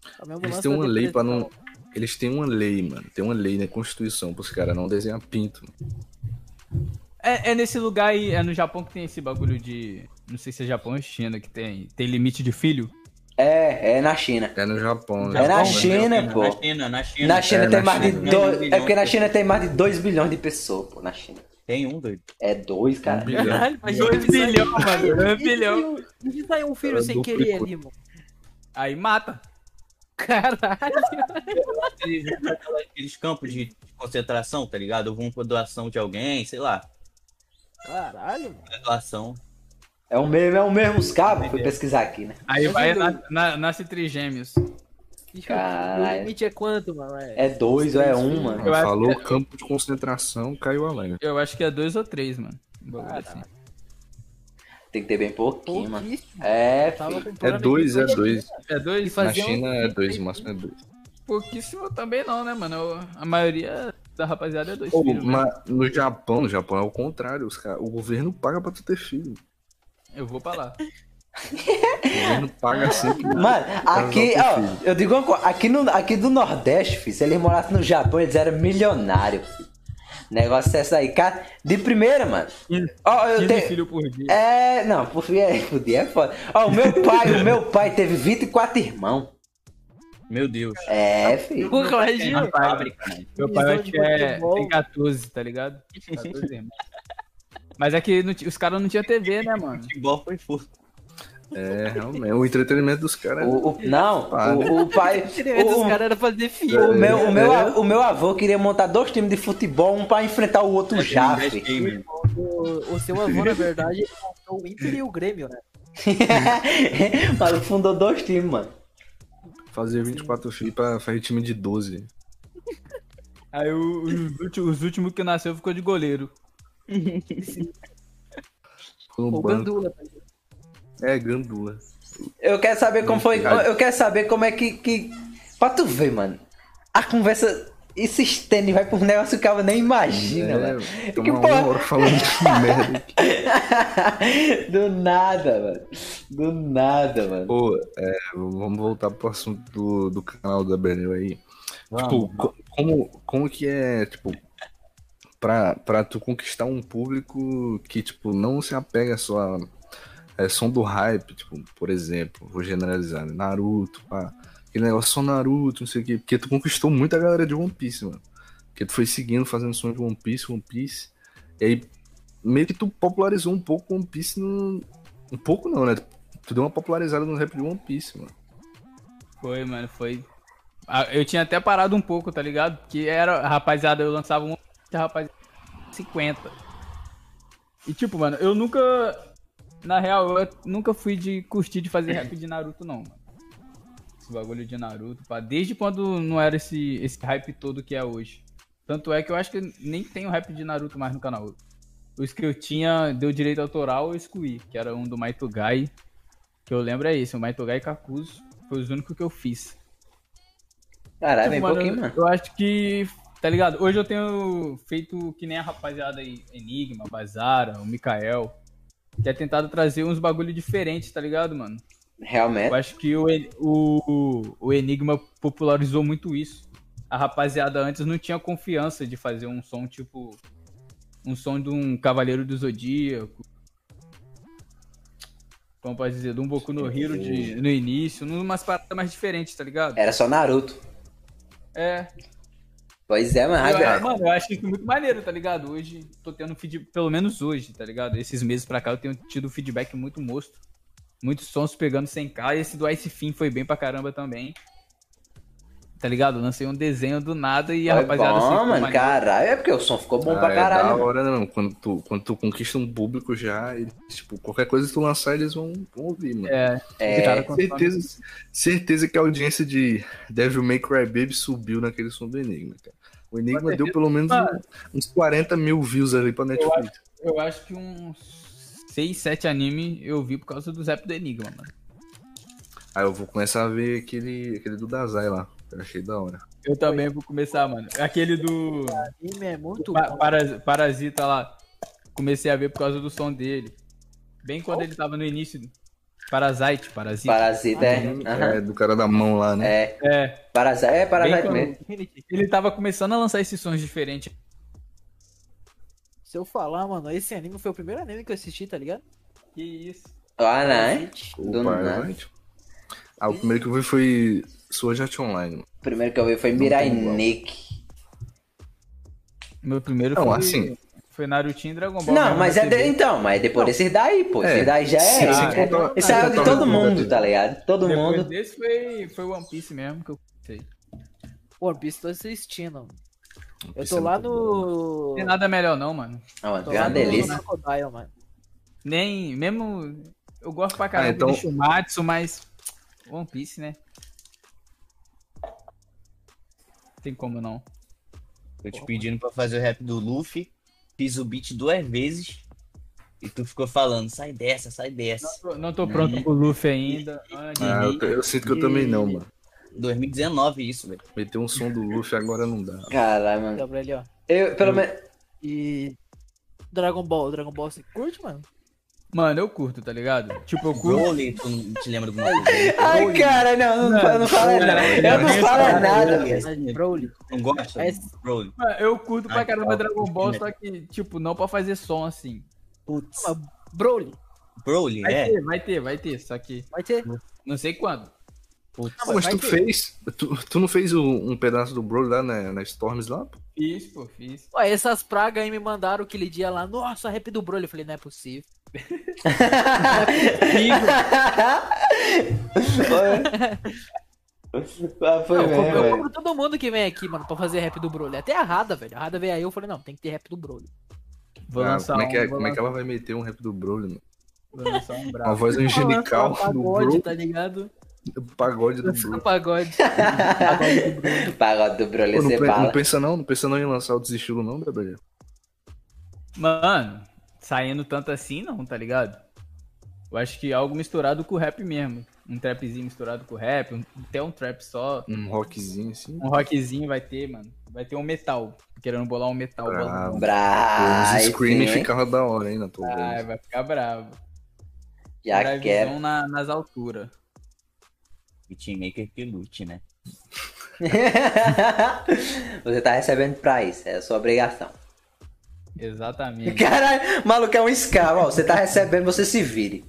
É o mesmo Eles lance têm da uma lei pra não. depressão. Eles têm uma lei, mano. Tem uma lei na Constituição pros caras não desenhar pinto. mano. É, é nesse lugar aí, é no Japão que tem esse bagulho de. Não sei se é Japão ou China que tem. Tem limite de filho? É, é na China. É no Japão, né? É na Japão, né? China, pô. Na China, na China. né? Um Na China É, tem na mais China. de dois. Dois É porque na bilhões. China tem mais de 2 bilhões de pessoas, pô, na China. Tem um, doido. É dois, né? Um cara. Caralho, imagina. Dois isso aí. bilhão, mano, dois E se bilhão. saiu- E se saiu um filho Cara, sem duplicou. querer ali, mano? Aí mata. Caralho. Eles vão pra aquela- aqueles campos de concentração, tá ligado? Ou vão pra doação de alguém, sei lá. Caralho, mano. Doação. É o mesmo, é o mesmo os cabos. Fui pesquisar aqui, né? Aí vai, na, na, nasce trigêmeos. E o- Caralho. O limite é quanto, mano? É. É dois ou é um, mano. Eu acho Falou campo de concentração, caiu a lenha. Eu acho que é dois ou três, mano. Um bagulho assim. Tem que ter bem pouquinho, mano. Pouquíssimo. É, Eu tava filho. com um É problema dois, de é dois. dois. É E dois? Na fazer um- China é dois, o máximo é dois. Pouquíssimo também não, né, mano? Eu- a maioria da rapaziada é dois Ô, filhos. velho. mas no Japão, no Japão é o contrário. Os cara, o governo paga pra tu ter filho. Eu vou pra lá. O governo paga sempre. Mano, aqui, Casal com ó, eu digo uma coisa, aqui, no, aqui do Nordeste, filho, se eles morassem no Japão, eles eram milionários, filho. Negócio é essa aí, cara. De primeira, mano. Ó, eu 15 tenho. filhos por dia. É, não, por fim é, por dia é foda. Ó, o meu pai, o meu pai teve 24 irmãos. Meu Deus. É, filho. Porra, Na fábrica, mano. Meu pai eu Visão acho de que é, futebol. tem 14, tá ligado? 14 irmãos. Mas é que não ti- os caras não tinham TV, né, mano? Futebol foi foda. É, realmente. O entretenimento dos caras é. O, o- não, o, o pai. Os O, caras eram fazer filho. o, meu, o, meu, a- o meu avô queria montar dois times de futebol, um pra enfrentar o outro já, filho. Game. é. O, o seu avô, na verdade, ele montou o Inter e o Grêmio, né? Mano, fundou dois times, mano. é fazer 24 filhos pra fazer time de 12. Aí o- os, últi- os últimos que nasceu ficou de goleiro. No O banco. Gandula. É, gandula. Eu quero saber como foi. Verdade. Eu quero saber como é que. que... Pra tu ver, mano. A conversa. Esse Stanley vai pra um negócio que eu nem imagina, é, mano. Que tomar porra? uma hora falando de merda. Do nada, mano. Do nada, mano. Pô, é, vamos voltar pro assunto do, do canal da Bernal aí. Tipo, co- como, como que é, tipo, pra, pra tu conquistar um público que, tipo, não se apega só a é, som do hype, tipo, por exemplo, vou generalizar, né, Naruto, pá, aquele negócio só Naruto, não sei o quê, porque tu conquistou muita galera de One Piece, mano. Porque tu foi seguindo, fazendo som de One Piece, One Piece, e aí meio que tu popularizou um pouco One Piece no... Um pouco não, né? Tu deu uma popularizada no rap de One Piece, mano. Foi, mano, foi. Ah, Eu tinha até parado um pouco, tá ligado? Porque era, rapaziada, eu lançava um rapaziada 50. E tipo, mano, eu nunca. Na real, eu nunca fui de curtir de fazer rap de Naruto, não, mano. Esse bagulho de Naruto, pá. Desde quando não era esse, esse hype todo que é hoje. Tanto é que eu acho que nem tenho rap de Naruto mais no canal. Os que eu tinha, deu direito autoral, eu excluí. Que era um do Maitugai. Que eu lembro é esse, o Maitugai e Kakuzu. Foi os únicos que eu fiz. Caralho, Tipo, bem É, mano, pouquinho, eu- mano. Eu acho que. Tá ligado? Hoje eu tenho feito que nem a rapaziada aí, Enigma, Bazara, o Mikael. Que é tentado trazer uns bagulho diferente, tá ligado, mano? Eu Realmente. acho que o, En- o, o Enigma popularizou muito isso. A rapaziada antes não tinha confiança de fazer um som tipo. Um som de um Cavaleiro do Zodíaco. Como pode dizer? De um Boku no Hero de, no início. Umas paradas mais diferentes, tá ligado? Era só Naruto. É. Pois é, mano. Eu, Agora, mano, eu acho isso muito maneiro, tá ligado? Hoje, tô tendo feedback, pelo menos hoje, tá ligado? Esses meses pra cá eu tenho tido feedback muito monstro. Muitos sons pegando 100k. E esse do Ice Fim foi bem pra caramba também. Tá ligado? Eu Lancei um desenho do nada e a foi rapaziada assim, bom, ficou mano. maneiro. Caralho, é porque o som ficou bom Ah, pra É caralho. da mano. hora, não. Quando tu, quando tu conquista um público já, eles, tipo, qualquer coisa que tu lançar, eles vão, vão ouvir, mano. É, É, os caras consomem. Certeza, certeza que a audiência de Devil May Cry Baby subiu naquele som do Enigma, cara. O Enigma deu pelo menos mano. um- uns 40 mil views ali pra Netflix. Eu acho que uns 6, 7 anime eu vi por causa do Zap do Enigma, mano. Aí eu vou começar a ver aquele, aquele do Dazai lá. que Eu achei da hora. Eu também vou começar, mano. Aquele do. Anime é muito Pa- bom. para- parasita lá. Comecei a ver por causa do som dele. Bem quando ele tava no início. Parasite, Parasita. Parasita, é. Aham. É, do cara da mão lá, né? É, É, Parasite, é né? bem Parasite quando mesmo. ele tava começando a lançar esses sons diferentes. Se eu falar, mano, esse anime foi o primeiro anime que eu assisti, tá ligado? Que isso. Ah, não, hein? Gente, O Do nada. Parasite. Ah, o primeiro que eu vi foi Sword Art Online. mano. O primeiro que eu vi foi tem Mirai igual. Nick. Meu primeiro Não, foi, assim- foi Narutinho e Dragon Não, Ball. mesmo né, mas na é de- TV. então, mas depois desse daí, pô. É, Esse daí já é. sem- é- sem é- contar- Esse aí é sem de contar todo o jogo mundo, dele. tá ligado? Todo Depois mundo. desse foi, foi One Piece mesmo que eu sei. One Piece tô assistindo. Eu Isso tô é lá muito bom. no. Não tem nada melhor não, mano. Ah, mano, Tô foi lá uma no delícia. Crocodile, mano. Nem, mesmo... Eu gosto pra caramba Ah, então- de Shumatsu, mas... One Piece, né? Tem como não. Tô te pedindo pra fazer o rap do Luffy. Fiz o beat duas vezes. E tu ficou falando, sai dessa, sai dessa. Tô- Não tô pronto pro Luffy ainda. Ah, eu, te- eu sinto que eu também não, mano. 2019 isso, velho. Meter um som do Luffy agora não dá. Caralho, mano. Dá pra ele, ó. Eu, pelo menos. E. Dragon Ball, Dragon Ball você curte, mano? Mano, eu curto, tá ligado? Tipo, eu curto. Broly, tu não te lembra de uma coisa? Ai, cara, não, não, eu não falo nada. É, Eu não falo nada, é velho. velho. Broly. Não gosta? Essa- Broly. Mano, eu curto pra Ai, caramba tá. Dragon né? Ball, só que, tipo, não pra fazer som assim. Putz. Broly. Broly, Vai é? ter, vai ter, vai ter. Só que Vai ter. não sei quando. Putz. Ah, Pô, mas vai tu ter. fez. Tu, tu não fez o- um pedaço do Broly lá na, na Storms lá? pô? Fiz, pô, fiz. Ué, essas pragas aí me mandaram aquele dia lá. Nossa, rap do Broly. Eu falei, não é possível. Ah, foi Eu mesmo, compro, eu velho. compro todo mundo que vem aqui, mano, pra fazer rap do Broly. Até a Rada, velho. A Rada veio aí, eu falei, não, tem que ter rap do Broly. Vou Ah, lançar como é, que é- um. Vou, como é que lançar, ela vai meter um rap do Broly, mano? vou lançar um Uma brabo. voz angelical Lançou do um pagode, Broly, tá ligado? pagode do Lançou um Broly. pagode. um Pagode do Broly, Pô, não, você pe- não fala. pensa não, não pensa não em lançar outros estilos não, bebê. Mano, saindo tanto assim não, tá ligado? Eu acho que é algo misturado com o rap mesmo. Um trapzinho misturado com o rap, um- até um trap só. Um rockzinho assim. Um rockzinho vai ter, mano. Vai ter um metal. Querendo bolar um metal. Bravo. bolando. Brá, Os screaming sim, hein? ficava da hora, hein, na tua Ai, vez. vai ficar bravo. Já Drivezão quero. na- nas alturas. Beatmaker que lute, né? Você tá recebendo pra isso, é a sua obrigação. Exatamente. Caralho, maluco, é um escravo. ó, Você tá recebendo, você se vire.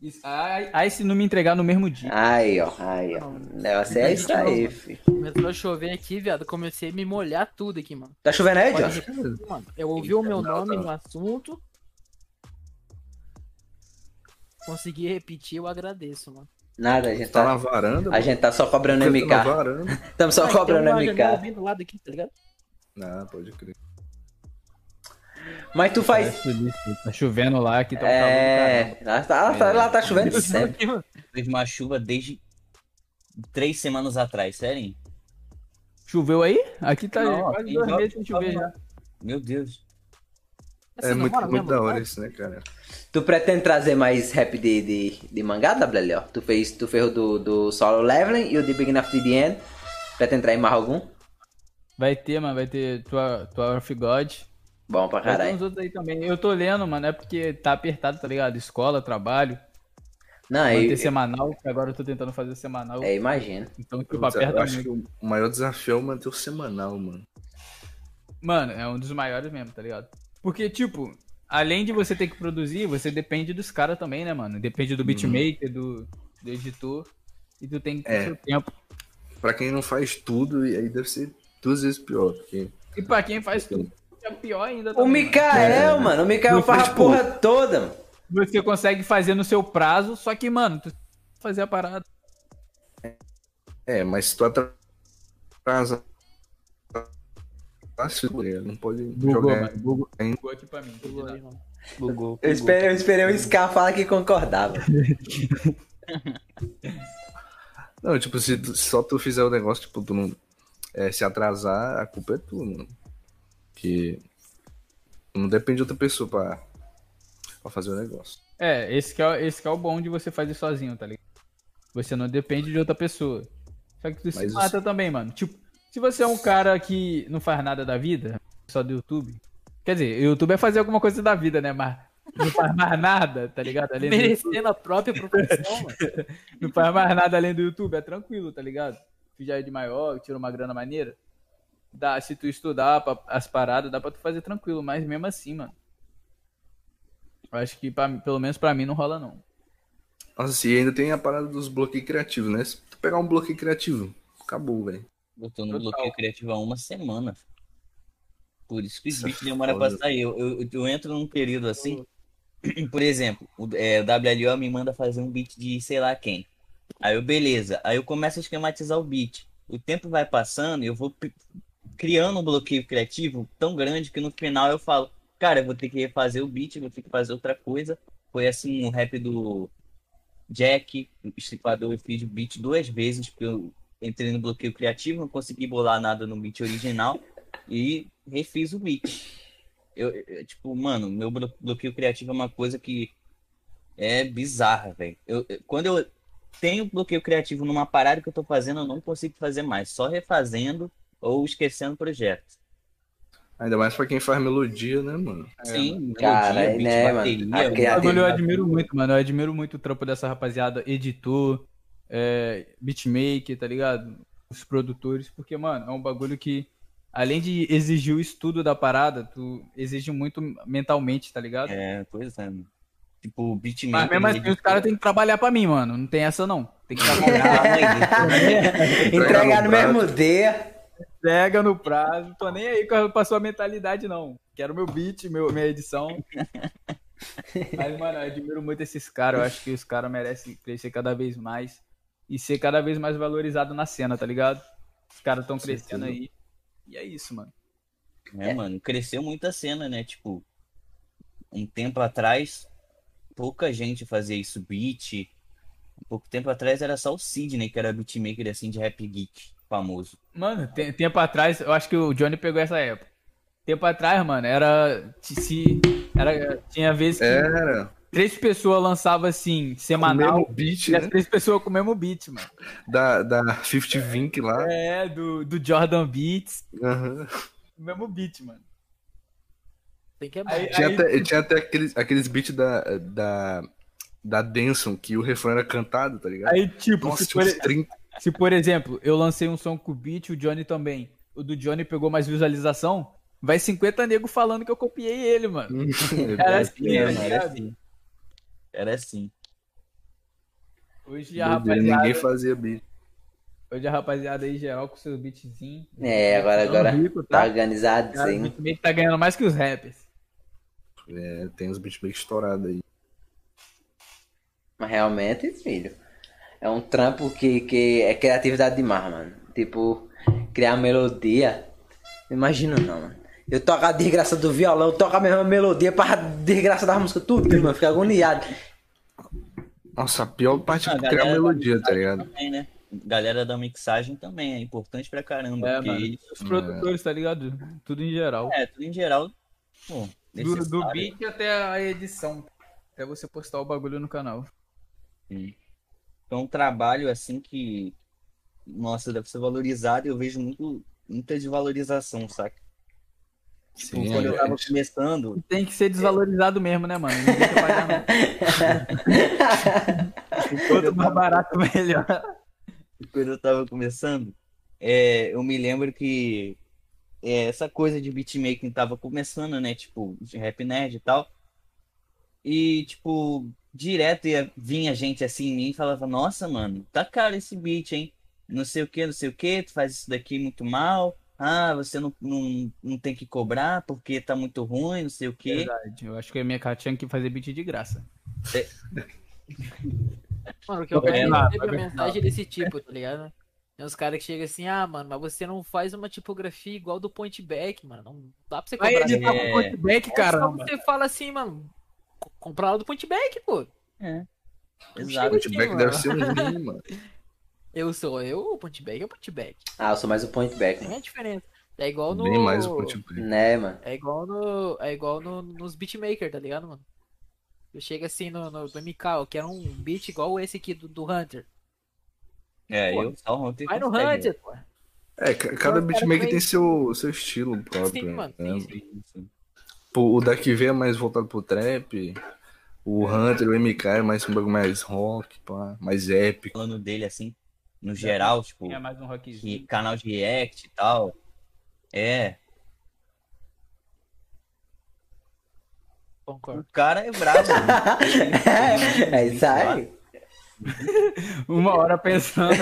Isso- Ai, ai, se não me entregar no mesmo dia. Aí, ó, aí, ó. Negócio é isso aí, filho. Começou a chover aqui, viado. Comecei a me molhar tudo aqui, mano. Tá chovendo aí, Pode Josh? repetir, mano. Eu ouvi o meu nome no assunto. Consegui repetir, eu agradeço, mano. Nada, a gente Tá na tá, varanda, a mano. gente tá só cobrando Tá na MK. varanda. Estamos só Ah, cobrando tem uma janela MK. bem do lado aqui, tá ligado? Ah, pode crer. Mas tu faz. Tá chovendo lá, que tá um calor do É, lá tá, lá tá- lá tá chovendo É. sempre. Aqui, mano. Fez uma chuva desde três semanas atrás, sério? hein? Choveu aí? Aqui tá Não, quase aqui dois já- meses sem chover já. Meu Deus. Você É não muito, mora muito Assim, mesmo, da não? hora isso, né, cara? Tu pretende trazer mais rap de, de, de mangá, WL? Tu fez, tu fez o do, do Solo Leveling e o de Beginning of the End. Pretende trazer mais algum? Vai ter, mano, vai ter tua, tua of God. Bom pra Vai ter uns caralho. outros aí também. Eu tô lendo, mano, é porque tá apertado, tá ligado? Escola, trabalho. Não, Vai ter eu, semanal, que agora eu tô tentando fazer semanal. é, imagino. Então, tipo, Eu aperta acho muito. que o maior desafio é manter o semanal, mano. Mano, é um dos maiores mesmo, tá ligado? Porque, tipo, além de você ter que produzir, você depende dos caras também, né, mano? Depende do beatmaker, do, do editor. E tu tem que ter É. seu tempo. Pra quem não faz tudo, e aí deve ser duas vezes pior. Porque E pra quem faz tudo, é pior ainda. O também, mano. Mikael, mano, o Mikael Não faz a fez porra toda, mano. Você consegue fazer no seu prazo, só que, mano, tu fazer a parada. É, mas se tu atrasa. Ah, se tu- Não pode Bugou, jogar. mano. Bugou, Hein? bugou aqui pra mim. Tá Pulou aí, mano. Bugou. Eu esperei, eu esperei o Scar falar que concordava. Não, tipo, se tu- só tu fizer o negócio, tipo, tu não. é, se atrasar, a culpa é tua, mano. Que. Não depende de outra pessoa pra, pra fazer o negócio. É, esse que é, o- esse que é o bom de você fazer sozinho, tá ligado? Você não depende de outra pessoa. Só que tu Mas se isso- mata também, mano. Tipo, se você é um cara que não faz nada da vida, só do YouTube. Quer dizer, YouTube é fazer alguma coisa da vida, né? Mas não faz mais nada, tá ligado? Além do YouTube, Merecendo a própria profissão, mano. não faz mais nada além do YouTube, é tranquilo, tá ligado? Tu já é de maior, tira uma grana maneira. Dá, se tu estudar pra- as paradas, dá pra tu fazer tranquilo, mas mesmo assim, mano. Eu acho que pra- pelo menos pra mim não rola, não. Nossa, e ainda tem a parada dos bloqueios criativos, né? Se tu pegar um bloqueio criativo, acabou, velho. Eu tô no Total. bloqueio criativo há uma semana. Por isso que os Isso é bichos demoram foda. pra sair. Eu, eu, eu entro num período assim. Por exemplo, o, é, o WLO me manda fazer um beat de sei lá quem. Aí eu, beleza. Aí eu começo a esquematizar o beat. O tempo vai passando e eu vou pi- criando um bloqueio criativo tão grande que no final eu falo, cara, eu vou ter que refazer o beat, eu vou ter que fazer outra coisa. Foi assim um rap do Jack, o Estripador, eu fiz o beat duas vezes, porque eu entrei no bloqueio criativo, não consegui bolar nada no beat original e refiz o beat. Eu, eu- tipo, mano, meu blo- bloqueio criativo é uma coisa que é bizarra, velho. Eu, eu- quando eu tenho bloqueio criativo numa parada que eu tô fazendo, eu não consigo fazer mais. Só refazendo ou esquecendo o projeto. Ainda mais pra quem faz melodia, né, mano? Sim, melodia, Cara, beat, né, mano? bateria, A criatividade- É, bagulho eu tá admiro muito, mano. Eu admiro muito o trampo dessa rapaziada, editor, é, beatmaker, tá ligado? Os produtores, porque, mano, é um bagulho que, além de exigir o estudo da parada, tu exige muito mentalmente, tá ligado? É, pois é, mano. Tipo, beatmaker. Mas mesmo assim, os caras têm que trabalhar pra mim, mano. Não tem essa, não. Tem que trabalhar. né? Entregar no no prato. mesmo dia. Pega no prazo. Tô nem aí com a- com a sua mentalidade, não. Quero meu beat, meu, minha edição. Mas, mano, eu admiro muito esses caras. Eu acho que os caras merecem crescer cada vez mais. E ser cada vez mais valorizado na cena, tá ligado? Os caras tão crescendo aí. E é isso, mano. É, mano, cresceu muito a cena, né? Tipo, um tempo atrás, pouca gente fazia isso, beat. Um pouco tempo atrás era só o Sidney, que era beatmaker assim de rap geek, famoso. Mano, te- tempo atrás, eu acho que o Johnny pegou essa época. Tempo atrás, mano, era. Se, era tinha vezes que Era. três pessoas lançavam assim, É. O semanal. mesmo beat, E as né? três pessoas com o mesmo beat, mano. Da, da 50 Vink lá. É, do, do Jordan Beats. Aham. O mesmo beat, mano. Tem que amar. Aí, Tinha aí- até, tinha até aqueles, aqueles beats da, da, da Denson, que o refrão era cantado, tá ligado? aí, tipo, Nossa, se, tinha por, uns 30. se por exemplo, eu lancei um som com o beat, o Johnny também. O do Johnny pegou mais visualização. Vai 50 nego falando que eu copiei ele, mano. né? Era assim, É, tá mano, era ligado? assim. Era assim. Hoje a Doideira, né? rapaziada. Ninguém fazia beat. Hoje a rapaziada aí geral com seus beatzinhos. É, agora, agora. Rico, Tá tá? Cara, o organizadinho. beatmaker tá ganhando mais que os rappers. É, tem uns beats bem estourados aí. Mas realmente, filho, é um trampo que, que é criatividade demais, mano. Tipo, criar melodia. Imagino não, mano. Eu toco a desgraça do violão, toco a mesma melodia pra desgraça da música, tudo, mano. Fico agoniado. Nossa, a pior parte é A criar Ah, galera melodia, da tá mixagem ligado? também, né? Galera da mixagem também é importante pra caramba, É, porque mano. eles- Os produtores, tá ligado? Tudo em geral. é, tudo em geral, pô, Do, do É, necessário. beat até a edição. Até você postar o bagulho no canal. É um trabalho assim que, nossa, deve ser valorizado e eu vejo muito, muita desvalorização, saca? Tipo, Sim, quando eu é. tava começando, Tem que ser desvalorizado mesmo, né, mano? Ninguém quer pagar, não. Quanto um mais barato, melhor. quando eu tava começando, é, eu me lembro que é, essa coisa de beatmaking tava começando, né? Tipo, de rap nerd e tal. E, tipo, direto ia, vinha gente assim em mim e falava, nossa, mano, tá caro esse beat, hein? Não sei o que, não sei o que, tu faz isso daqui muito mal. Ah, você não, não, não tem que cobrar porque tá muito ruim, não sei o que. Verdade. Eu acho que a minha cara tinha que fazer beat de graça. Mano, o que eu Vai continuar, mais recebo vai é continuar. mensagem desse tipo, tá ligado? Tem uns caras que chegam assim, ah, mano, mas você não faz uma tipografia igual do Pointback, mano. Não dá pra você comprar. editar né? com o É. feedback, É Só você fala assim, mano, co- comprar lá do Pointback, pô. Exato. Chega de- Beatback deve ser um ruim, mano. Eu sou eu, o Pointback é o Pointback. Ah, eu sou mais o point back, Não mano. é diferença. É igual no. Bem mais o Ponte Né, mano? É igual no. É igual no, nos beatmaker, tá ligado, mano? Eu chego assim no, no, no MK, eu quero um beat igual esse aqui do, do Hunter. É, Pô, eu só ontem Vai no consegue, Hunter, pô. É, ca- cada Cara, beatmaker mas- tem seu, seu estilo próprio. Sim, mano, né? sim, sim. né? Sim. Pô, O daqui vem é mais voltado pro trap. O Hunter, o MK é mais um bagulho mais rock, pá, mais épico. Falando dele assim, no geral, É, tipo, Tinha mais um que- rockzinho. canal de react e tal. É, o Concordo. cara é brabo. né? É isso aí. Uma hora pensando.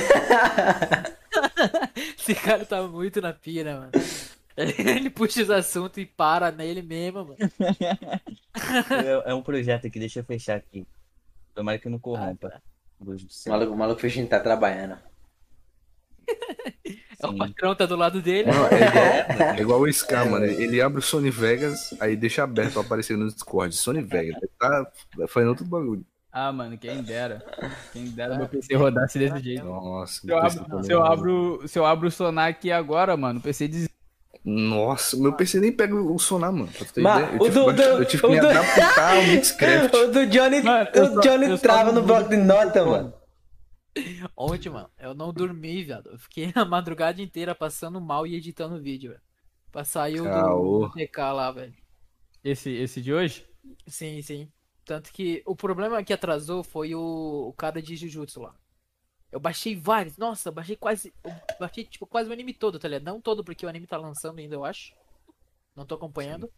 Esse cara tá muito na pira, mano. Ele puxa os assuntos e para nele mesmo, mano. É, é um projeto aqui, deixa eu fechar aqui. Tomara que não Ah, corrompa. tá. Deus do O céu. maluco, o maluco fingindo que tá trabalhando. É o Sim. patrão tá do lado dele. Não, é igual, é igual o Ska, mano. Ele abre o Sony Vegas, aí deixa aberto pra aparecer no Discord. Sony Vegas. Ele tá fazendo outro bagulho. Ah, mano, quem dera. Quem dera meu PC rodasse desse jeito. Nossa, Se eu depois tu abro, se eu abro, se eu abro o Sonar aqui agora, mano, o PC des... Nossa, eu pensei nem pega o sonar, mano. pra tu ter Mas ideia. o Eu tive, do- que- eu do- tive que o me do- adaptar ao Minecraft. O do Johnny, Mano, eu o só- Johnny eu só trava não no bloco de nota, mano. Ontem, mano, eu não dormi, viado. Eu fiquei a madrugada inteira passando mal e editando vídeo, velho. Pra sair o Caô. do TK lá, velho. Esse, esse de hoje? Sim, sim. Tanto que o problema que atrasou foi o, o cara de Jujutsu lá. Eu baixei vários, nossa, baixei quase. Eu baixei tipo quase o anime todo, tá ligado? Não todo, porque o anime tá lançando ainda, eu acho. Não tô acompanhando.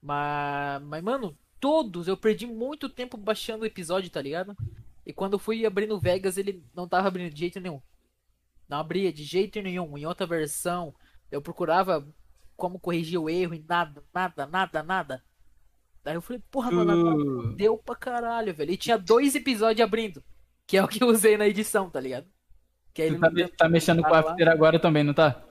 Mas, mas, mano, todos eu perdi muito tempo baixando o episódio, tá ligado? E quando eu fui abrindo Vegas, ele não tava abrindo de jeito nenhum. Não abria de jeito nenhum. Em outra versão, eu procurava como corrigir o erro e nada, nada, nada, nada. Daí eu falei, porra, mano, Hum. agora Tu... Deu pra caralho, velho. E tinha dois episódios abrindo. Que é o que eu usei na edição, tá ligado? Que aí Tu ele tá, não me- deu- tá mexendo com o cara lá. After agora também, não tá?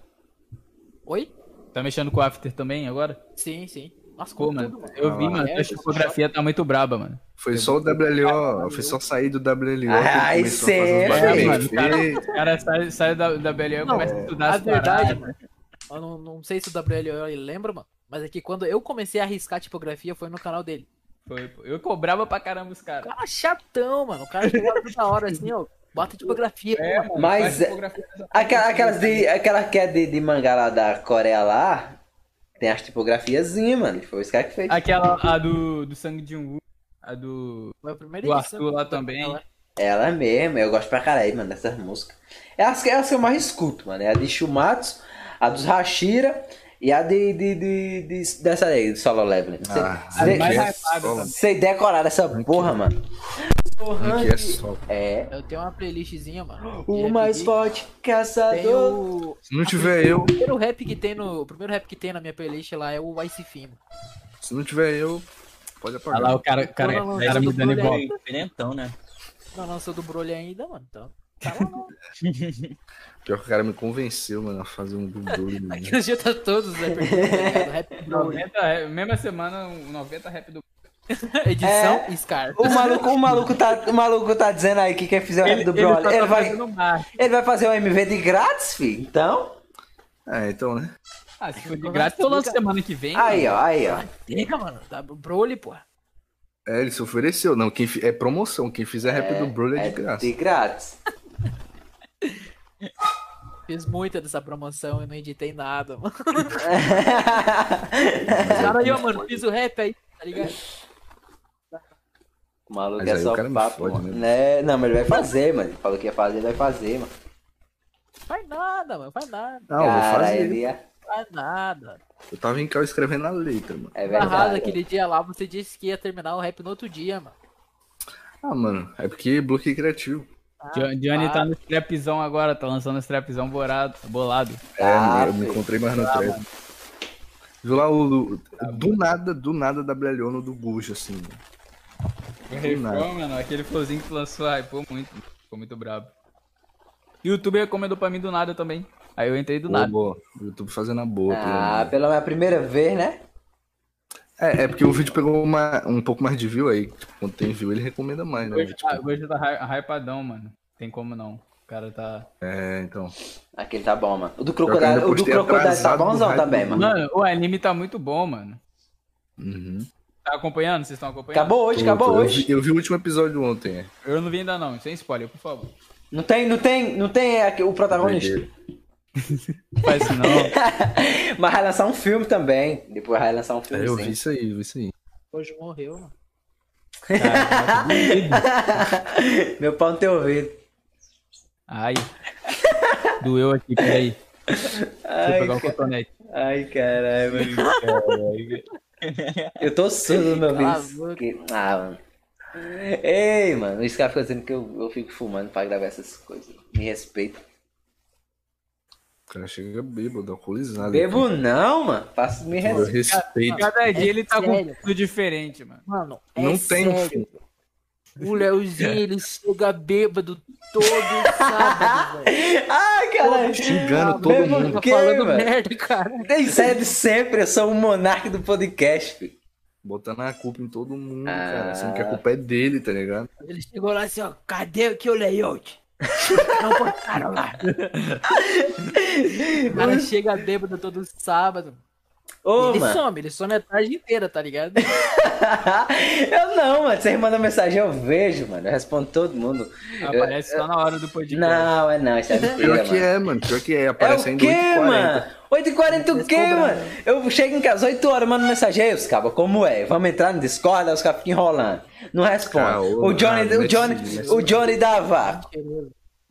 Oi? Tá mexendo com o After também agora? Sim, sim. Nossa, Pô, como mano, tudo, mano. eu vi, mano, É, a tipografia tá muito braba, mano. Foi só o WLO, foi só sair do WLO. Ai, sério? É, mano, mano. O cara sai, sai da, da BLE e Não, começa a estudar A as paradas. verdade, mano. Eu não, não sei se o WLO lembra, mano. Mas é que quando eu comecei a arriscar a tipografia foi no canal dele. Foi, pô. Eu cobrava pra caramba os O caras. cara chatão, mano. O cara chegava toda hora assim, ó. Bota tipografia. É, mano, Mas- faz tipografia dessa Aquela, porra. aquelas de, aquela que é de, de mangá lá da Coreia lá, tem as tipografiazinhas, mano. Foi esse cara que fez. Aquela a do, do Sangue de um a do. Foi a primeira Do edição. Arthur lá também. Ela mesmo, eu gosto pra caralho, mano, dessas músicas. É as, que- é as que eu mais escuto, mano. É a de Shumatsu, a dos Hashira e a de. de, de, de- dessa aí, de Solo Leveling. Sei- Ah, sei- mais sei- hypada também. Sei decorar essa porra, mano. Que é só. É. Eu tenho uma playlistzinha, mano. O de mais é RPG. forte Tem caçador. o, Se não tiver eu, O primeiro rap que tem no. O primeiro rap que tem na minha playlist lá é o Ice Fimo. se não tiver eu, pode Olha lá, apagar. o cara, o cara, o cara me dando igual. Diferentão, né? Não lançou do Broly ainda, mano. Então. Tá lá, não. Pior que o cara me convenceu, mano, a fazer um dublê. mano. Aqui nos dias tá todos, né? porque, tá ligado? Rap do Broly. 90, rap- é, mesma semana, um 90 rap do. né? Edição Scar. O maluco, o, maluco tá, o maluco tá dizendo aí que quer fazer o rap do tá Broly. Ele, vai, vai... ele vai fazer um MV de grátis, filho. Então. Ah, então, né? Ah, se for de graça, eu lanço semana que vem. Aí, ó, aí, ó. Diga, mano. Tá, Broly, porra. É, ele se ofereceu. Não, quem fi- é promoção. Quem fizer rap do Broly é de graça. De grátis. Fiz muita dessa promoção e não editei nada, mano. Cara aí, ó, mano. Fiz o rap aí, tá ligado? O maluco Mas é aí só o cara me papo, fode, mano. né? Né? Não, mas ele vai fazer, mano. Ele falou que ia fazer, ele vai fazer, mano. Faz nada, mano. Faz nada. Não, Ah, eu vou Cara, fazer. ele é- ia... Faz nada. Eu tava em casa escrevendo a letra, mano. É Barrado verdade. aquele dia lá, você disse que ia terminar o rap no outro dia, mano. Ah, mano, é porque bloqueio criativo. Jo- Johnny tá no trapzão agora, tá lançando os trapzão borado, tá bolado. É, Ah, mano, eu me filho. encontrei mais no trap. Viu lá o. Do, do nada, do nada, WLO no do Gujo, assim. mano. O nada. refrão, mano, aquele flowzinho que tu lançou, hypou muito. Ficou muito brabo. E o YouTube recomendou pra mim do nada também. Aí eu entrei do Boa, nada. boa. O YouTube fazendo a boa. pelo Ah, menos. pela minha primeira vez, né? É, é porque o vídeo pegou uma- um pouco mais de view aí. Tipo, quando tem view, ele recomenda mais, né? Hoje, Tipo, tá- hoje tá hy- hypadão, mano. Tem como não. O cara tá. é, então. Aquele tá bom, mano. O do Eu ainda Crocodile, o do postei Crocodile tá atrasado no bonzão hype também, do- mano. Mano, o anime tá muito bom, mano. Uhum. Tá acompanhando? Vocês estão acompanhando? Acabou hoje, Tô- acabou tô- eu hoje. vi- Eu vi o último episódio ontem. é. Eu não vi ainda não, sem spoiler, por favor. Não tem, não tem, não tem aqui o protagonista. Doideira. Não faz isso não. Mas vai lançar um filme também. Depois vai lançar um filme. É, eu vi sim. isso aí, eu vi isso aí. Hoje morreu, mano. Meu pau no teu ouvido. Ai. Doeu aqui, peraí. Deixa eu Ai, pegar o cotonete. ai caralho, mano. Eu tô surdo no meu Cala a ouvido. boca. Que- Ah, mano. Ei, mano, o Scar fica dizendo que eu, eu fico fumando pra gravar essas coisas. Me respeita. O cara chega bêbado, alcoolizado. Bebo não, mano. Faço me Eu respeito. respeito. Cada dia ele tá com sério. tudo diferente, mano. Mano, é Não tem um sério. fim. O Leozinho, ele chega bêbado todo sábado, velho. Ai, caralho. Xingando todo bebo mundo. Por Tá quê, falando velho? merda, cara. Tem sério sempre, eu sou o monarca do podcast, filho. Botando a culpa em todo mundo, Ah. cara. Sendo que a culpa é dele, tá ligado? Ele chegou lá assim, ó, cadê aqui o layout? Não botaram lá. O cara chega bêbado todo sábado. Ô, ele mano. some, ele some a tarde inteira, tá ligado? eu não, mano. Vocês mandam mensagem, eu vejo, mano. Eu respondo todo mundo. É, Aparece só na hora do podcast. Não, é não. Isso é mentira, Pior mano. que é, mano. Pior que é. É Aparece o ainda quê, 8h40. mano? 8h40 o quê, cobrar, mano? Eu chego em casa 8 horas, mando mensagem aí, os cabos, como é? Vamos entrar no Discord, aí os cabos ficam enrolando. Não responde. Ah, ô, o Johnny, ah, o Johnny, mete- mete- o Johnny da vaca.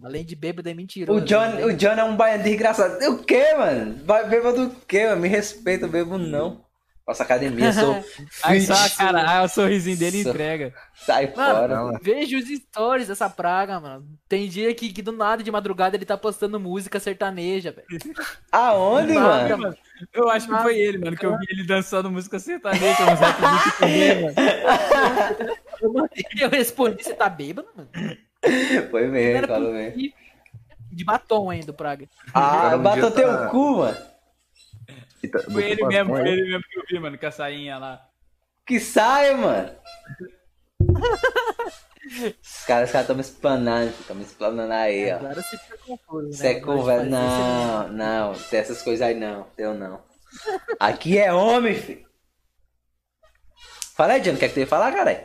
Além de bêbado, é mentiroso. O Johnny, o Johnny é um baiano desgraçado. O quê, mano? Vai bêbado do quê, mano? Me respeita, eu bebo não. Faço academia, sou Aí fit. só a cara, aí o sorrisinho dele Só- entrega. Sai Mano, fora. não. veja os stories dessa praga, mano. Tem dia que, que do nada, de madrugada, ele tá postando música sertaneja, velho. Aonde, Nada, mano? mano. Eu acho que foi ele, mano, que eu vi ele dançando música sertaneja, uns rap beat também, mano. Eu respondi, você tá bêbado, mano? Foi mesmo, Era falou pro- mesmo. De batom ainda, o Praga. Ah, Cara, um dia bateu teu tá- cu, mano. E tá- Foi ele botou mesmo, pra- foi ele mesmo que eu vi, mano, com a sainha lá. Que saia, mano. Os caras estão me espanando, estão me espanando aí, ó. Agora você fica confuso, né? Isso é conversa. Não, não, tem essas coisas aí não, eu não. Aqui é homem, filho. Fala aí, Johnny, o que é que tu ia falar, caralho?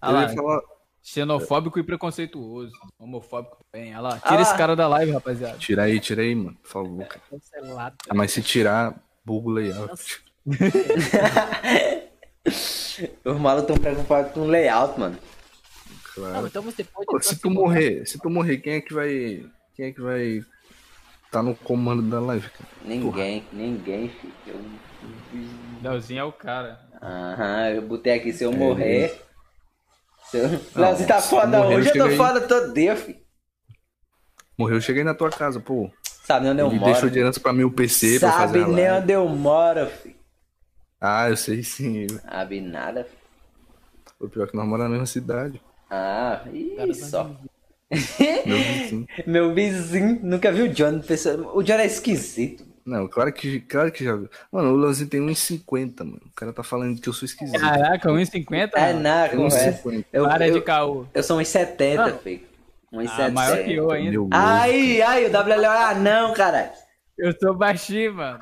Ah, Eu lá, ia falar, Xenofóbico e preconceituoso. Homofóbico também. Olha lá, Ah lá. tira esse cara da live, rapaziada. tira aí, tira aí, mano. Por favor, cara. Cancelado. Ah, Mas se tirar, buga o layout. Nossa. Os malucos estão preocupados com o layout, mano. Claro. Não, então você pode. Pô, se tu morrer, se tu morrer, quem é que vai. Quem é que vai. Tá no comando da live, cara? Ninguém, ninguém, filho. Eu... Leozinho é o cara. Aham, eu botei aqui, se eu morrer. Se eu... Não, você tá É se foda morrer, hoje, eu chega tô aí. foda todo dia, filho. Morreu, eu cheguei na tua casa, pô. Sabe nem onde eu Ele deixou moro. de herança pra mim o PC pra fazer Sabe a nem live. onde eu moro, filho. Ah, eu sei sim. Sabe nada, filho. O pior é que nós moramos na mesma cidade. Ah, tá ih, só. É. Meu vizinho. Meu vizinho nunca viu o Johnny. pessoa- O Johnny é esquisito. Não, claro que, claro que já viu. Mano, o Leozinho tem 1,50, mano. O cara tá falando que eu sou esquisito. Caraca, 1,50? É mano. nada, Tem conversa. 1,50. Eu, Ah, Para de eu, é caô. eu sou uns 70, Mano. filho. Uns Ah, maior que eu ainda. Meu Deus. Ai, ai, o WL, ah, não, cara. Eu sou baixinho, mano.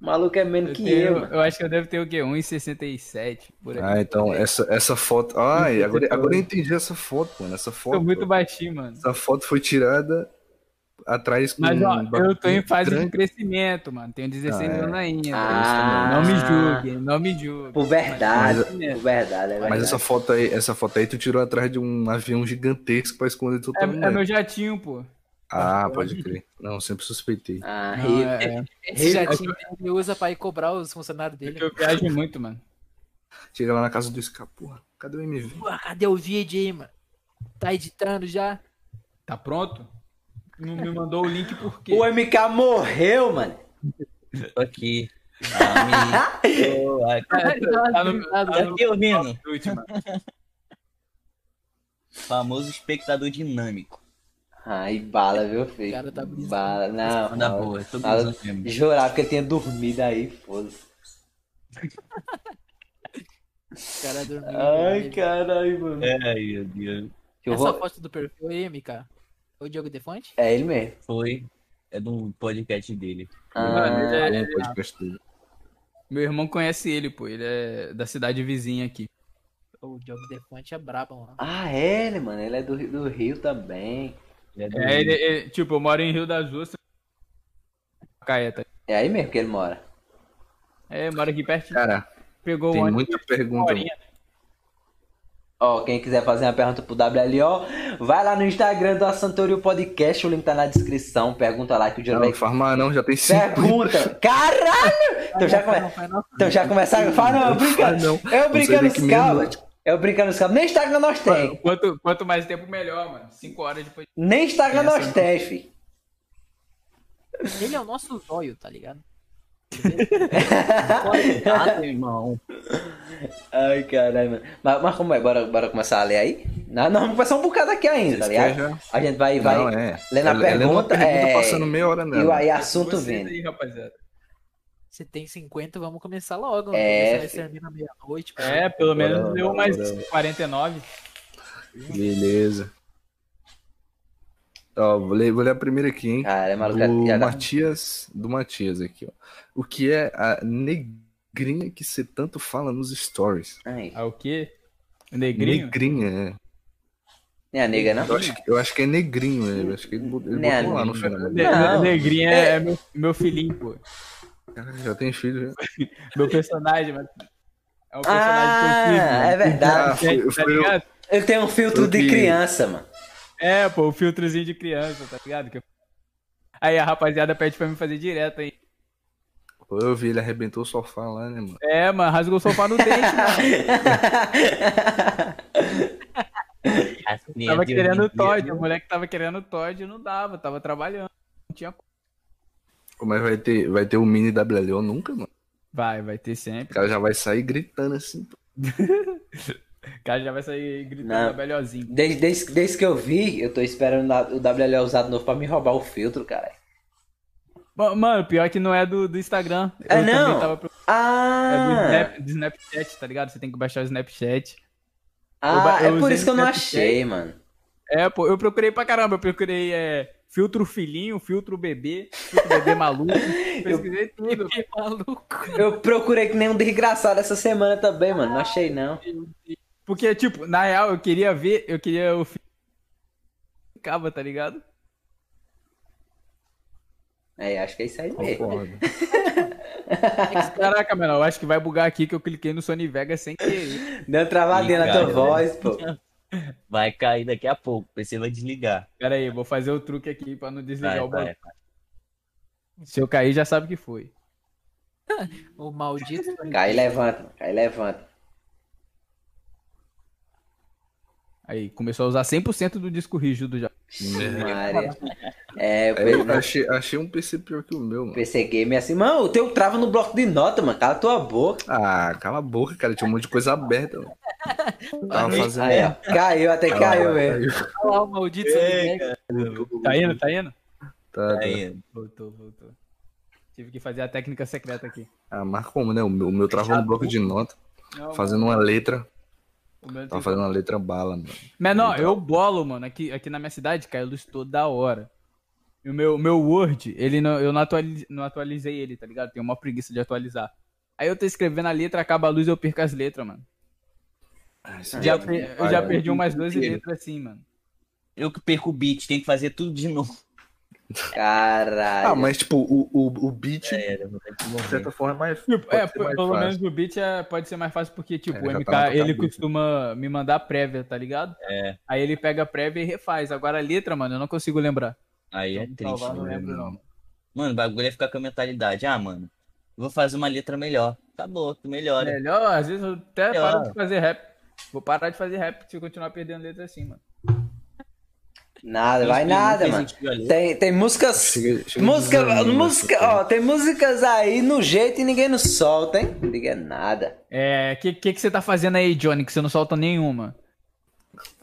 O maluco é menos Eu, que tenho- eu, eu mano. acho que eu devo ter o quê? 1,67 por aí. Ah, então, essa, essa foto. Ai, agora, agora eu entendi essa foto, mano. Essa eu tô foto. muito baixinho, mano. Essa foto foi tirada atrás com Mas, ó, um eu tô em fase grande. de crescimento, mano. Tenho 16 Ah, é. anos ainda. Ah. não me julguem, não me julguem. Por verdade, Mas- por verdade, é verdade. Mas né? essa foto aí, essa foto aí tu tirou atrás de um avião gigantesco pra esconder teu É, é tamanho. meu jatinho, pô. Ah, pode crer. Não, eu sempre suspeitei. Ah, Não, hip. é, é. Esse jatinho ele usa pra ir cobrar os funcionários É que dele. eu viajo muito, mano. Chega lá na casa do Scar, porra, cadê o MV? Pô, cadê o vídeo aí, mano? Tá editando já? Tá pronto? Não me mandou o link por quê? O MK morreu, mano. Tô aqui. Ah, me- Tô aqui. tá no- tá né, Tô aqui ouvindo. no último. Famoso espectador dinâmico. Ai, bala, viu, filho? Cara, tá brisando. bala, não. Tá Manda não. boa, tô Fala- brisando mesmo. Jurava que ele tinha dormido aí, foda-se. O cara dormindo. Ai, né? caralho, mano. Ai, É, meu Deus. Eu Essa vou- foto do perfil aí, MK? Foi o Diogo Defante? É ele mesmo. Foi. É do podcast dele. Ah, Mano, ele é- Bom podcast dele. Meu irmão conhece ele, pô. Ele é da cidade vizinha aqui. O Diogo Defante é brabo, mano. Ah, é ele, mano. Ele é do, Rio- do Rio também. É do- É, ele, ele- tipo, eu moro em Rio das Ostras. Caeta. É aí mesmo que ele mora. É, mora aqui perto. Cara, Pegou o tem ônibus. muita pergunta. horinha. Ó, quem quiser fazer uma pergunta pro WLO, vai lá no Instagram do Santorio Podcast, o link tá na descrição. Pergunta lá que o Júlio Não, vai. farmar não, já tem cinco. Pergunta! Caralho! Então já, come... então já começaram. Fala, não, eu brincando. Eu brincando nem que os cabos. meia-noite. Eu brincando os cabos. Nem Instagram nós tem. Quanto, quanto mais tempo, melhor, mano. Cinco horas depois. Nem Instagram Essa nós não. tem, fi. Ele é o nosso zóio, tá ligado? Ah, meu irmão. Ai, caralho, mano. Mas, mas como é? Bora, bora começar a ler aí? Não, nós vamos começar um bocado aqui ainda, tá Vocês querem ligado? é já? A gente vai, vai Não, é. lendo a Ela- ela lendo uma pergunta, pergunta tá é, passando meia hora e o nela. aí assunto Vocês vindo. aí, rapaziada. Você tem 50, vamos começar logo. né? É, Vai filho. terminar meia-noite. pô. É, pelo É, menos Bora, deu bora, mais bora. 49. Beleza. Ó, vou ler, vou ler a primeira aqui, hein? Cara, é maluco. do ia dar- Matias, do Matias aqui, ó. O que é a negrinha que você tanto fala nos stories? Ai, Ah, o quê? Negrinho? Negrinha, é. nem a nega, não? Eu acho, que- eu acho que é negrinho, né? Eu acho que ele bot- ele Né, botou lá no negrinho. final. Ne- Não. Negrinho é, é meu, meu filhinho, pô. Caralho, já tem filho, já. Meu personagem, mas. É um personagem que eu Ah, é fiz. verdade. Ah, foi- tá foi eu- ligado? Ele tem um filtro Eu de vi. criança, mano. É, pô, o filtrozinho de criança, tá ligado? Que eu- Aí a rapaziada pede pra mim fazer direto, hein? Pô, eu vi, ele arrebentou o sofá lá, né, mano? É, mano, rasgou o sofá no dente, mano. Tava querendo o Todd, o moleque tava querendo o Todd e não dava, tava trabalhando. Não tinha como. Pô, Mas vai ter, vai ter o mini WLO nunca, mano. Vai, vai ter O sempre. cara já vai sair gritando assim. O cara já vai sair Não. gritando melhorzinho. Desde, desde, desde que eu vi, eu tô esperando na- o WL usado novo pra me roubar o filtro, cara. Mano, pior que não é do, do Instagram. É, também não? tava pro- É do, Ah! Snap- do Snapchat, tá ligado? Você tem que baixar o Snapchat. ah, Eu- eu é por usei isso que eu não Snapchat. achei, mano. É, pô, eu procurei pra caramba. Eu procurei é, filtro filhinho, filtro bebê, filtro bebê maluco. Pesquisei tudo. Que maluco. Eu procurei que nem um desgraçado essa semana também, mano. Não achei, não. Porque, tipo, na real, eu queria ver, eu queria o filho. Acaba, tá ligado? É, acho que é isso aí mesmo. Concordo. Caraca, mano, eu acho que vai bugar aqui que eu cliquei no Sony Vegas sem querer. Deu uma travadinha na tua Obrigado, voz, pô. Vai cair daqui a pouco, precisa desligar. Pera aí, vou fazer o truque aqui pra não desligar Vai, o bagulho. vai. Se eu cair, já sabe que foi. O maldito. Cai né? e levanta, mano. cai e levanta. Aí, começou a usar 100% do disco rígido já. Maria. É, Aí o eu achei, achei um PC pior que o meu, mano. PC Game é assim, mano, o teu trava no bloco de nota, mano. Cala tua boca. Ah, cala a boca, cara. Tinha um monte de coisa aberta, mano. Tava fazendo. Ah, Aí, ó. Caiu, até caiu mesmo. Olha lá o maldito. Ei, Sonic. né, Tá indo, tá indo? Tá, tá. Aí, Voltou, voltou. Tive que fazer a técnica secreta aqui. Ah, mas como, né? O meu, o meu travou um bloco de nota, Não, fazendo uma letra. o meu Tá Tava fazendo uma letra bala, mano. Mas não, eu bolo, mano. Aqui, aqui na minha cidade cai luz toda hora. E o meu, meu Word, ele não, eu não, atualiz- não atualizei ele, tá ligado? Tenho uma preguiça de atualizar. Aí eu tô escrevendo a letra, acaba a luz e eu perco as letras, mano. Ah, Ah, é Já per- eu já perdi umas 12 letras assim, mano. eu que perco o beat, tem que fazer tudo de novo. Caralho. Ah, mas tipo, o, o, o beat, É. Já era, vou ter que de morrer. certa forma, é mais. Tipo, pode é, ser pelo mais fácil. menos o beat é- pode ser mais fácil porque, tipo, É, o já tá na MK, tua ele cabeça. costuma me mandar prévia, tá ligado? É. Aí ele pega a prévia e refaz. Agora a letra, mano, eu não consigo lembrar. Aí é Então, triste. salvar, não mano. lembro, não. Mano, o bagulho é ficar com a mentalidade. Ah, mano, vou fazer uma letra melhor. Tá bom, tu melhora. É, Melhor, às vezes eu até Melhor. paro de fazer rap. Vou parar de fazer rap se eu continuar perdendo letra assim, mano. Nada, vai Isso nada, nunca mano. existiu ali. Tem, tem músicas. Chega- chega música, desanimo música, essa ó, tem músicas aí no jeito e ninguém nos solta, hein? Não diga nada. É, o que, que, que você tá fazendo aí, Johnny, que você não solta nenhuma?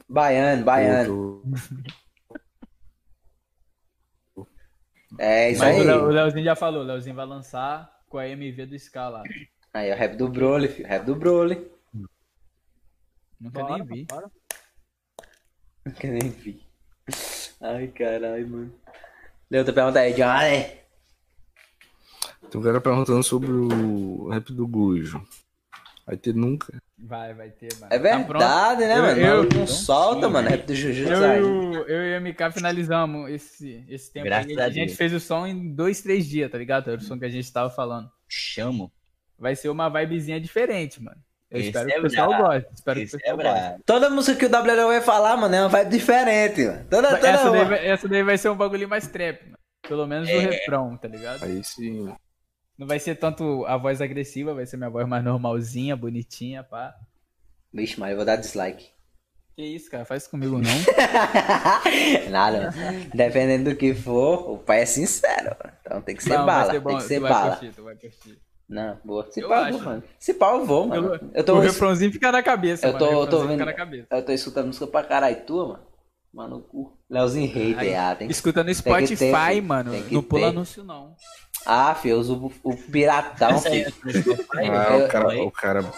Baiano, baiano. Tudo. É isso Mas aí. o, Léo- o Leozinho já falou, o Leozinho vai lançar com a MV do Ska lá. Aí, o rap do Broly, filho. Rap do Broly. Nunca nem vi. Nunca nem vi. Ai, caralho, mano. Lê outra pergunta aí, Johnny. Tem um cara perguntando sobre o rap do Gujo. Vai ter nunca. Vai, vai ter, mano. É verdade, né, Tá Eu- mano? eu- Então Maluco não solta, mano. Rap do Jujutsu Eu, aí. e o- eu e o MK finalizamos esse, esse tempo Graças aí. a A gente Deus. fez o som em dois, três dias, tá ligado? Era o som que a gente tava falando. Chamo. Vai ser uma vibezinha diferente, mano. Eu Esse espero é que o pessoal brabo. goste. Espero que o Esse é pessoal goste. brabo. Toda música que o WL vai falar, mano, é uma vibe diferente, mano. Toda, toda Essa daí, uma. vai- essa daí vai ser um bagulho mais trap, mano. Pelo menos o refrão, tá ligado? Aí sim. Não vai ser tanto a voz agressiva, vai ser minha voz mais normalzinha, bonitinha, pá. Vixe, Maria, eu vou dar dislike. Que isso, cara? Faz isso comigo não. Nada, mano. Dependendo do que for, o pai é sincero, mano. Então tem que ser Não, vai bala, bom, tem que ser tu vai bala. curtir, tu vai curtir. Não, boa. Se Eu pau, eu acho. vou, mano. Se pau, eu vou, mano. Eu- Eu tô, O refrãozinho fica na cabeça, eu tô- mano. o eu tô refrãozinho vendo. Fica na cabeça. eu tô escutando música pra caralho tua, mano. Mano, o cu. Leozinho hater, ah, tem que... Escuta no que Spotify, ter, mano. tem que Não pula ter. anúncio, não. Ah, filho, eu uso o, o piratão, Essa aí filho. é a transformação. Ah, eu- o cara, eu- o cara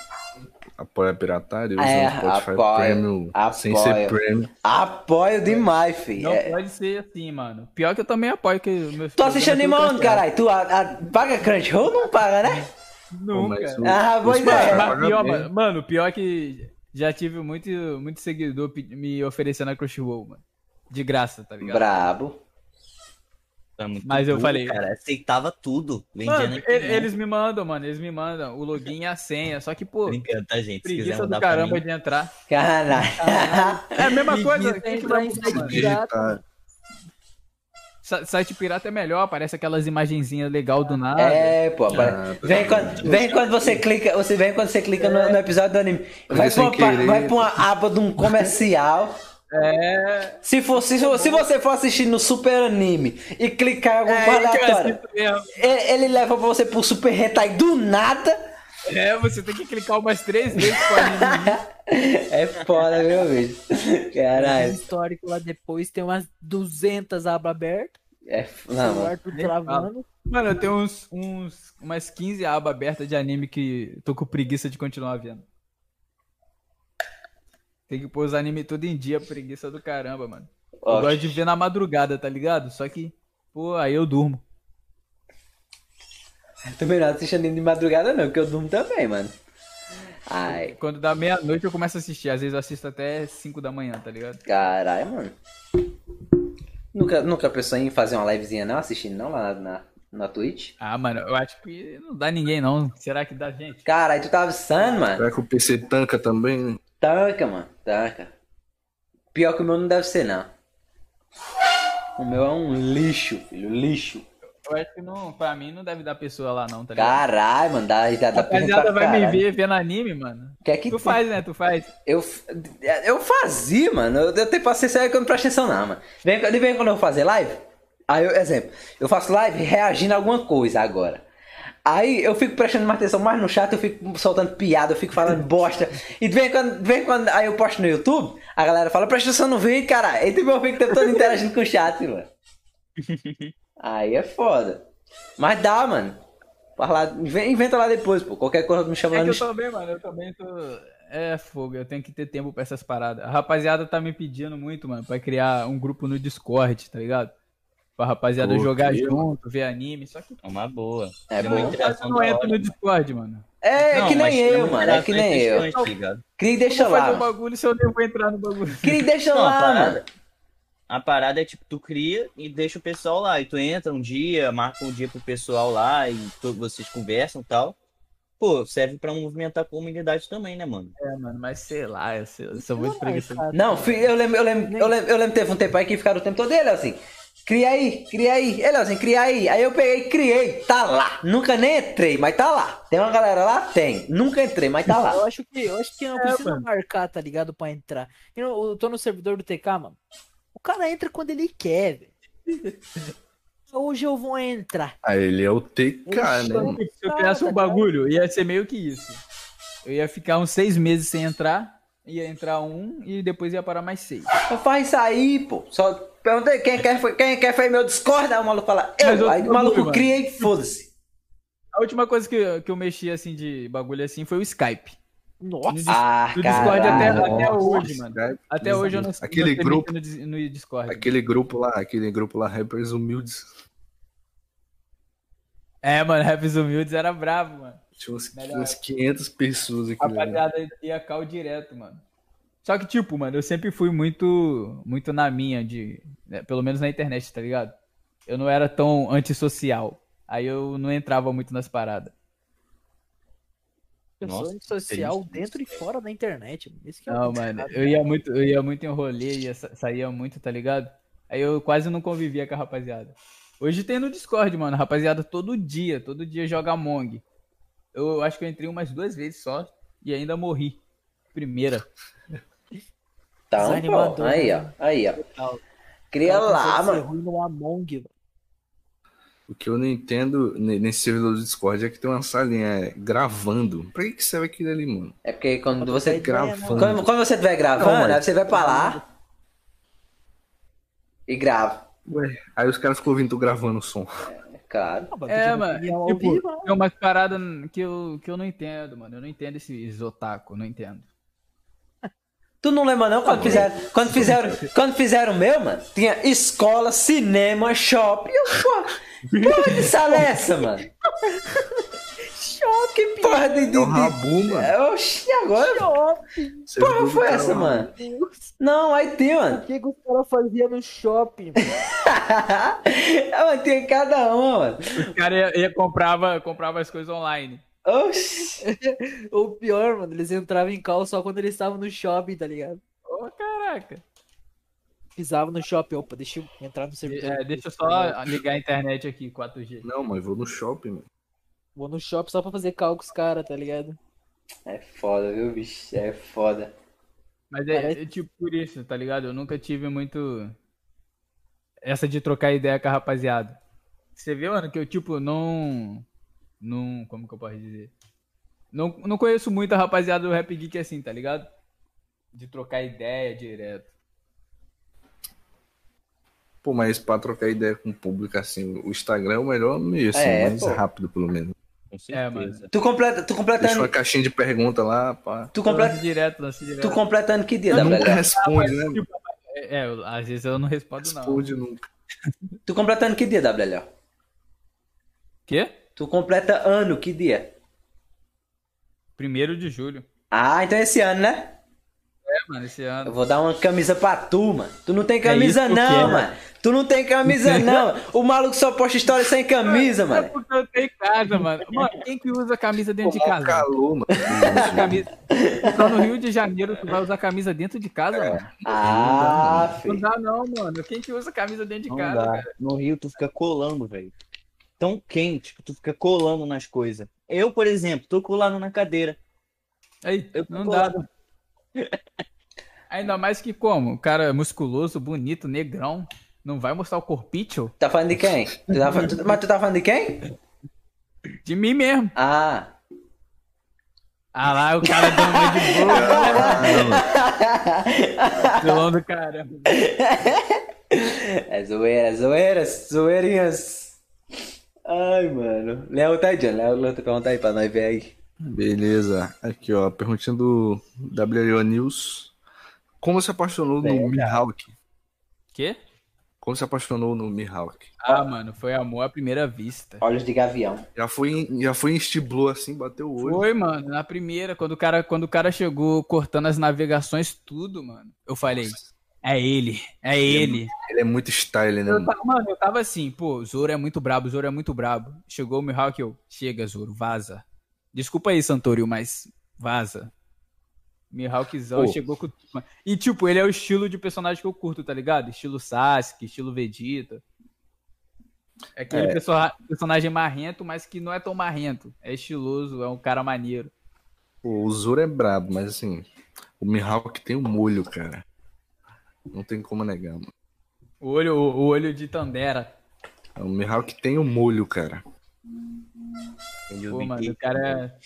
apoia a pirataria, usando É, Spotify apoia, Premium, sem apoia. ser Premium. Apoio demais, fi. Não É. pode ser assim, mano. Pior que eu também apoio que meus Tu programas assiste anime tudo assim. onde, caralho? Tu a, a, paga Crunchyroll ou não paga, né? Nunca. Mas o- Ah, o boa Spotify ideia. Mas paga pior, bem. mano, mano, pior que já tive muito, muito seguidor pe- me oferecendo a Crunchyroll, mano. De graça, tá ligado? Brabo. Tá muito Mas eu burro, falei- Cara, aceitava tudo. Vendia Mano, na e- internet. eles me mandam, mano, eles me mandam o login e a senha, só que, pô, Brincando, tá, gente? Se quiser preguiça mandar do pra caramba mim. de entrar. Caralho. É a mesma coisa, Preguiça quem que entrar vai em buscar, mano? Digitar. Sa- Site pirata é melhor, aparece aquelas imagenzinhas legal do nada. É, pô. Ah, pare- tá vem, bom. quando, vem quando você clica, você vem quando você clica no, no episódio do anime. Vai pra, sem uma, pa- querer. vai pra uma aba de um comercial. É, Se, for, se, se você for assistir no super anime e clicar em alguma é, coisa que eu aleatória, assisto mesmo. ele, ele leva pra você pro super hentai do nada. É, você tem que clicar umas três vezes pro anime. É foda, meu bicho. Tem um Caralho. histórico lá depois, tem umas 200 abas abertas, É, f- o não, mano. celular tudo nem fala. Ah, travando. Mano, eu tenho uns, uns, umas 15 abas abertas de anime que tô com preguiça de continuar vendo. Tem que pôr os anime todo em dia, preguiça do caramba, mano. Eu Ó, gosto de ver na madrugada, tá ligado? Só que, pô, aí eu durmo. Também não assisto anime de madrugada, não, porque eu durmo também, mano. Ai, Quando dá meia-noite eu começo a assistir. Às vezes eu assisto até 5 da manhã, tá ligado? caralho, mano. Nunca, nunca pensou em fazer uma livezinha, não? Assistindo, não? Lá na, na, na Twitch? Ah, mano, eu acho que não dá ninguém, não. Será que dá gente? Caralho, tu tava insano, mano. Será que o PC tanca também, né? Tanca, mano, tanca. Pior que o meu não deve ser, não. O meu é um lixo, filho, lixo. Eu acho que não, pra mim não deve dar pessoa lá, não, tá ligado? Caralho, mano, dá, dá, dá pra Rapaziada vai me caralho. ver vendo anime, mano. O que é que Tu tem? faz, né? Tu faz. Eu, f- eu fazia, mano. Eu, eu tenho paciência aí que eu não presto atenção, não, mano. Vem, ele vem quando eu fazer live. Aí, eu, exemplo, eu faço live reagindo a alguma coisa agora. Aí eu fico prestando mais atenção mais no chat, eu fico soltando piada, eu fico falando bosta. E de vez em quando, de vez em quando aí eu posto no YouTube, a galera fala, presta atenção no vídeo, cara. E também eu fico o tempo todo interagindo com o chat, mano. Aí é foda. Mas dá, mano. Faz lá- inven- inventa lá depois, pô. Qualquer coisa me chama É lá que no eu também, mano, eu também tô. É fogo, eu tenho que ter tempo pra essas paradas. A rapaziada tá me pedindo muito, mano, pra criar um grupo no Discord, tá ligado? Pra rapaziada Pô, jogar que- junto, ver anime, só que É uma boa. É Tem bom. Mas uma eu interação não da entra hora, no mano. Discord, mano. É, Não, que mas nem tem eu, uma mano. É que interação nem eu. interessante, tá ligado? Cris, Deixa deixa eu vou lá. fazer o mano. bagulho se eu nem vou entrar no bagulho. Cris, deixa Não, lá, a parada- mano. A parada é tipo, tu cria e deixa o pessoal lá. E tu entra um dia, marca um dia pro pessoal lá e tu- vocês conversam e tal. Pô, serve pra movimentar a comunidade também, né, mano? É, mano, mas sei lá, eu, sei- eu sou muito Não vai, preguiçoso. cara. Não, fi- eu lembro, eu lembro, eu lembro, eu lembro, teve um tempo aí que ficaram o tempo todo ele assim. Cria aí, cria aí. Ele assim, cria aí. Aí eu peguei, e criei. Tá lá. Nunca nem entrei, mas tá lá. Tem uma galera lá? Tem. Nunca entrei, mas tá Eu lá. acho que, eu acho que É, não precisa marcar, tá ligado? Pra entrar. Eu, não- eu tô no servidor do TK, mano. O cara entra quando ele quer, velho. Hoje eu vou entrar. Ah, ele é o TK, Ixi, né? mano? Se eu criasse um Cara, bagulho, ia ser meio que isso. Eu ia ficar uns seis meses sem entrar, ia entrar um e depois ia parar mais seis. Só faz isso aí, pô. Só perguntei quem quer foi, quem quer foi meu Discord. Aí o maluco fala, Mas eu. eu- Aí o maluco mano. cria e foda-se. A última coisa que, que eu mexi, assim, de bagulho assim, foi o Skype. Nossa, Ah, No Discord até, cara. até Nossa. hoje, mano. Até hoje eu não sei Aquele grupo- no, dis- no Discord. Aquele grupo lá, aquele grupo lá, rappers humildes. É, mano, Raps Humildes era bravo, mano. Tinha uns, Melhor. uns 500 pessoas aqui. Né? Rapaziada ia cal direto, mano. Só que, tipo, mano, eu sempre fui muito muito na minha, de né, pelo menos na internet, tá ligado? Eu não era tão antissocial. Aí eu não entrava muito nas paradas. eu sou Nossa, antissocial que dentro e fora da internet. mano. Isso que é Não, muito mano, errado. eu ia muito, eu ia muito em rolê, ia, sa- saía muito, tá ligado? Aí eu quase não convivia com a rapaziada. Hoje tem no Discord, mano, rapaziada todo dia, todo dia joga Among. Eu acho que eu entrei umas duas vezes só e ainda morri. Primeira. Então, pô, Desanimador, aí, ó. né? Aí, ó. Total. Cria Ela lá, consegue ser mano. ruim no Among, mano. O que eu não entendo ne- nesse servidor do Discord é que tem uma salinha é, gravando. Pra que, que serve aquilo ali, mano? É porque quando você. Gravando. Quando, quando você estiver gravando, Não, mas- aí você vai pra lá e grava. Ué, aí os caras ficam ouvindo tu gravando o som. Claro. É, mano. tipo, Eu é uma parada que eu, que eu não entendo, mano. Eu não entendo esses otaku, eu não entendo. Tu não lembra não Ah, quando fizeram, quando fizeram, quando fizeram o meu, mano? Tinha escola, cinema, shopping. Eu, porra, porra de sala é essa, mano? Choque, porra de... de, É o de... Rabu, mano. Oxi, agora? Você Porra ajudou foi o cara, essa, mano? Não, aí tem, mano. O que que os caras faziam no shopping? mano, tem cada uma, mano. Os caras ia, ia comprava, comprava as coisas online. Oxi. Ou pior, mano, eles entravam em cal só quando eles estavam no shopping, tá ligado? Ô, caraca. Pisavam no shopping, opa, deixa eu entrar no servidor. É, deixa eu tá só ligar a internet aqui, 4G. Não, mas vou no shopping, mano. Vou no shopping só pra fazer cal com os caras, tá ligado? É foda, viu, bicho? É foda. Mas é, é tipo por isso, tá ligado? Eu nunca tive muito. Essa de trocar ideia com a rapaziada. Você vê, mano, que eu, tipo, não. Não. Como que eu posso dizer? Não, não conheço muito a rapaziada do Rap Geek assim, tá ligado? De trocar ideia direto. Pô, mas pra trocar ideia com o público, assim, o Instagram é o melhor meio, assim, É, mais pô. Tá rápido, pelo menos. Com É, mano. certeza. Tu completa, tu Deixa uma completando, caixinha de pergunta lá, pá. tu completa, Lance direto, lance direto. tu completando que dia, nunca Gabriel? responde, né? mano? É, é, eu- às vezes eu não respondo, não. Responde nunca. Tu completando que dia, Gabriel? Quê? Tu completa ano, que dia? Primeiro de julho. Ah, então é esse ano, né? É, mano, esse ano. Eu vou dar uma camisa pra tu, mano. Tu não tem É isso camisa, que eu não, quero. mano. Tu não tem camisa, não. O maluco só posta história sem camisa, É mano. porque eu tenho em casa, mano. Mano, quem que usa camisa dentro de Tomar um casa? calor, mano. camisa. Então no Rio de Janeiro tu vai usar camisa dentro de casa, mano? Ah, Não filho. dá não, mano. Quem que usa camisa dentro de Não casa? dá. cara? No Rio tu fica colando, velho. Tão quente que tu fica colando nas coisas. Eu, por exemplo, tô colado na cadeira. Aí, Eu tô não dá. colado. Ainda mais que como? O cara é musculoso, bonito, negrão. Não vai mostrar o corpício? Tá falando de quem? Tu tá falando- tu- mas tu tá falando de quem? De mim mesmo. Ah. Ah lá, o cara dando uma de né, boa. Pilão do cara. É zoeira, zoeira, zoeirinhas. Ai, mano. Léo tá aí, John. Léo, Léo, tá pergunta aí pra nós ver aí. Beleza. Aqui, ó. Perguntinha do WLO News. Como se apaixonou no Mihawk? Quê? Como se apaixonou no Mihawk? Ah, mano, foi amor à primeira vista. Olhos de gavião. Já foi em, já foi em Stiblo, assim, bateu o olho. Foi, mano, na primeira, quando o cara, quando o cara chegou cortando as navegações, tudo, mano. Eu falei, é ele, é ele. Ele é muito style, né, Eu mano? tava, mano, eu tava assim, pô, Zoro é muito brabo, Zoro é muito brabo. Chegou o Mihawk, eu, chega, Zoro, vaza. Desculpa aí, Santorio, mas vaza. Mihawkzão Pô. chegou com... E, tipo, ele é o estilo de personagem que eu curto, tá ligado? Estilo Sasuke, estilo Vegeta. É aquele perso- personagem marrento, mas que não é tão marrento. É estiloso, é um cara maneiro. Pô, o Zoro é brabo, mas assim, o Mihawk tem um molho, cara. Não tem como negar, mano. O olho, o olho de Tandera. O Mihawk tem um molho, cara. Entendeu? Pô, Bem mano, quente. o cara.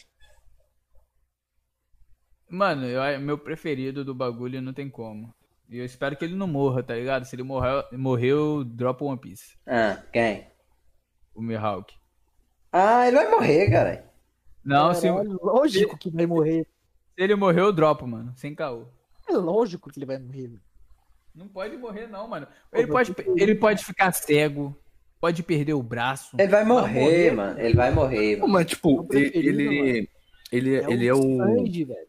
Mano, eu, meu preferido do bagulho não tem como. E eu espero que ele não morra, tá ligado? Se ele morrer, morreu, dropa One Piece. Ah, quem? O Mihawk. Ah, ele vai morrer, cara. Não, se, Caralho, lógico que vai morrer. se ele morreu, eu dropo, mano. Sem caô. É lógico que ele vai morrer. Não pode morrer, não, mano. Ele pode, ele pode ficar cego, pode perder o braço. É, Ele vai morrer, mano. Ele vai morrer, Pô, mano. mas tipo, Meu ele preferido, ele, ele, é- um um ele é o Sanji, velho.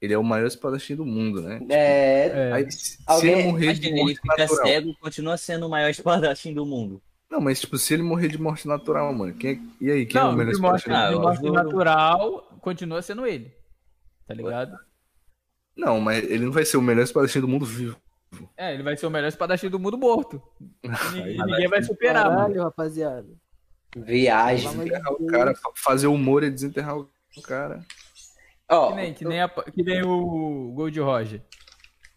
ele é o maior espadachim do mundo, né? É, É. Aí, se Alguém- ele morrer de Imagina, ele morte fica natural. cego e continua sendo o maior espadachim do mundo. Não, mas tipo, se ele morrer de morte natural, mano, quem é- e aí, quem é Não, o melhor de morte, espadachim? do Ah, de eu mundo? morte acho- natural, continua sendo ele. Tá ligado? Não, mas ele não vai ser o melhor espadachim do mundo vivo. É, ele vai ser o melhor espadachim do mundo morto. E ninguém- Aí- ninguém vai superar, mano. Caralho, rapaziada. Viagem. Pelo amor de Desenterrar o cara, fa- fazer o Moro e desenterrar o cara. Ó, Que nem, que nem, a- que nem o Gold Roger.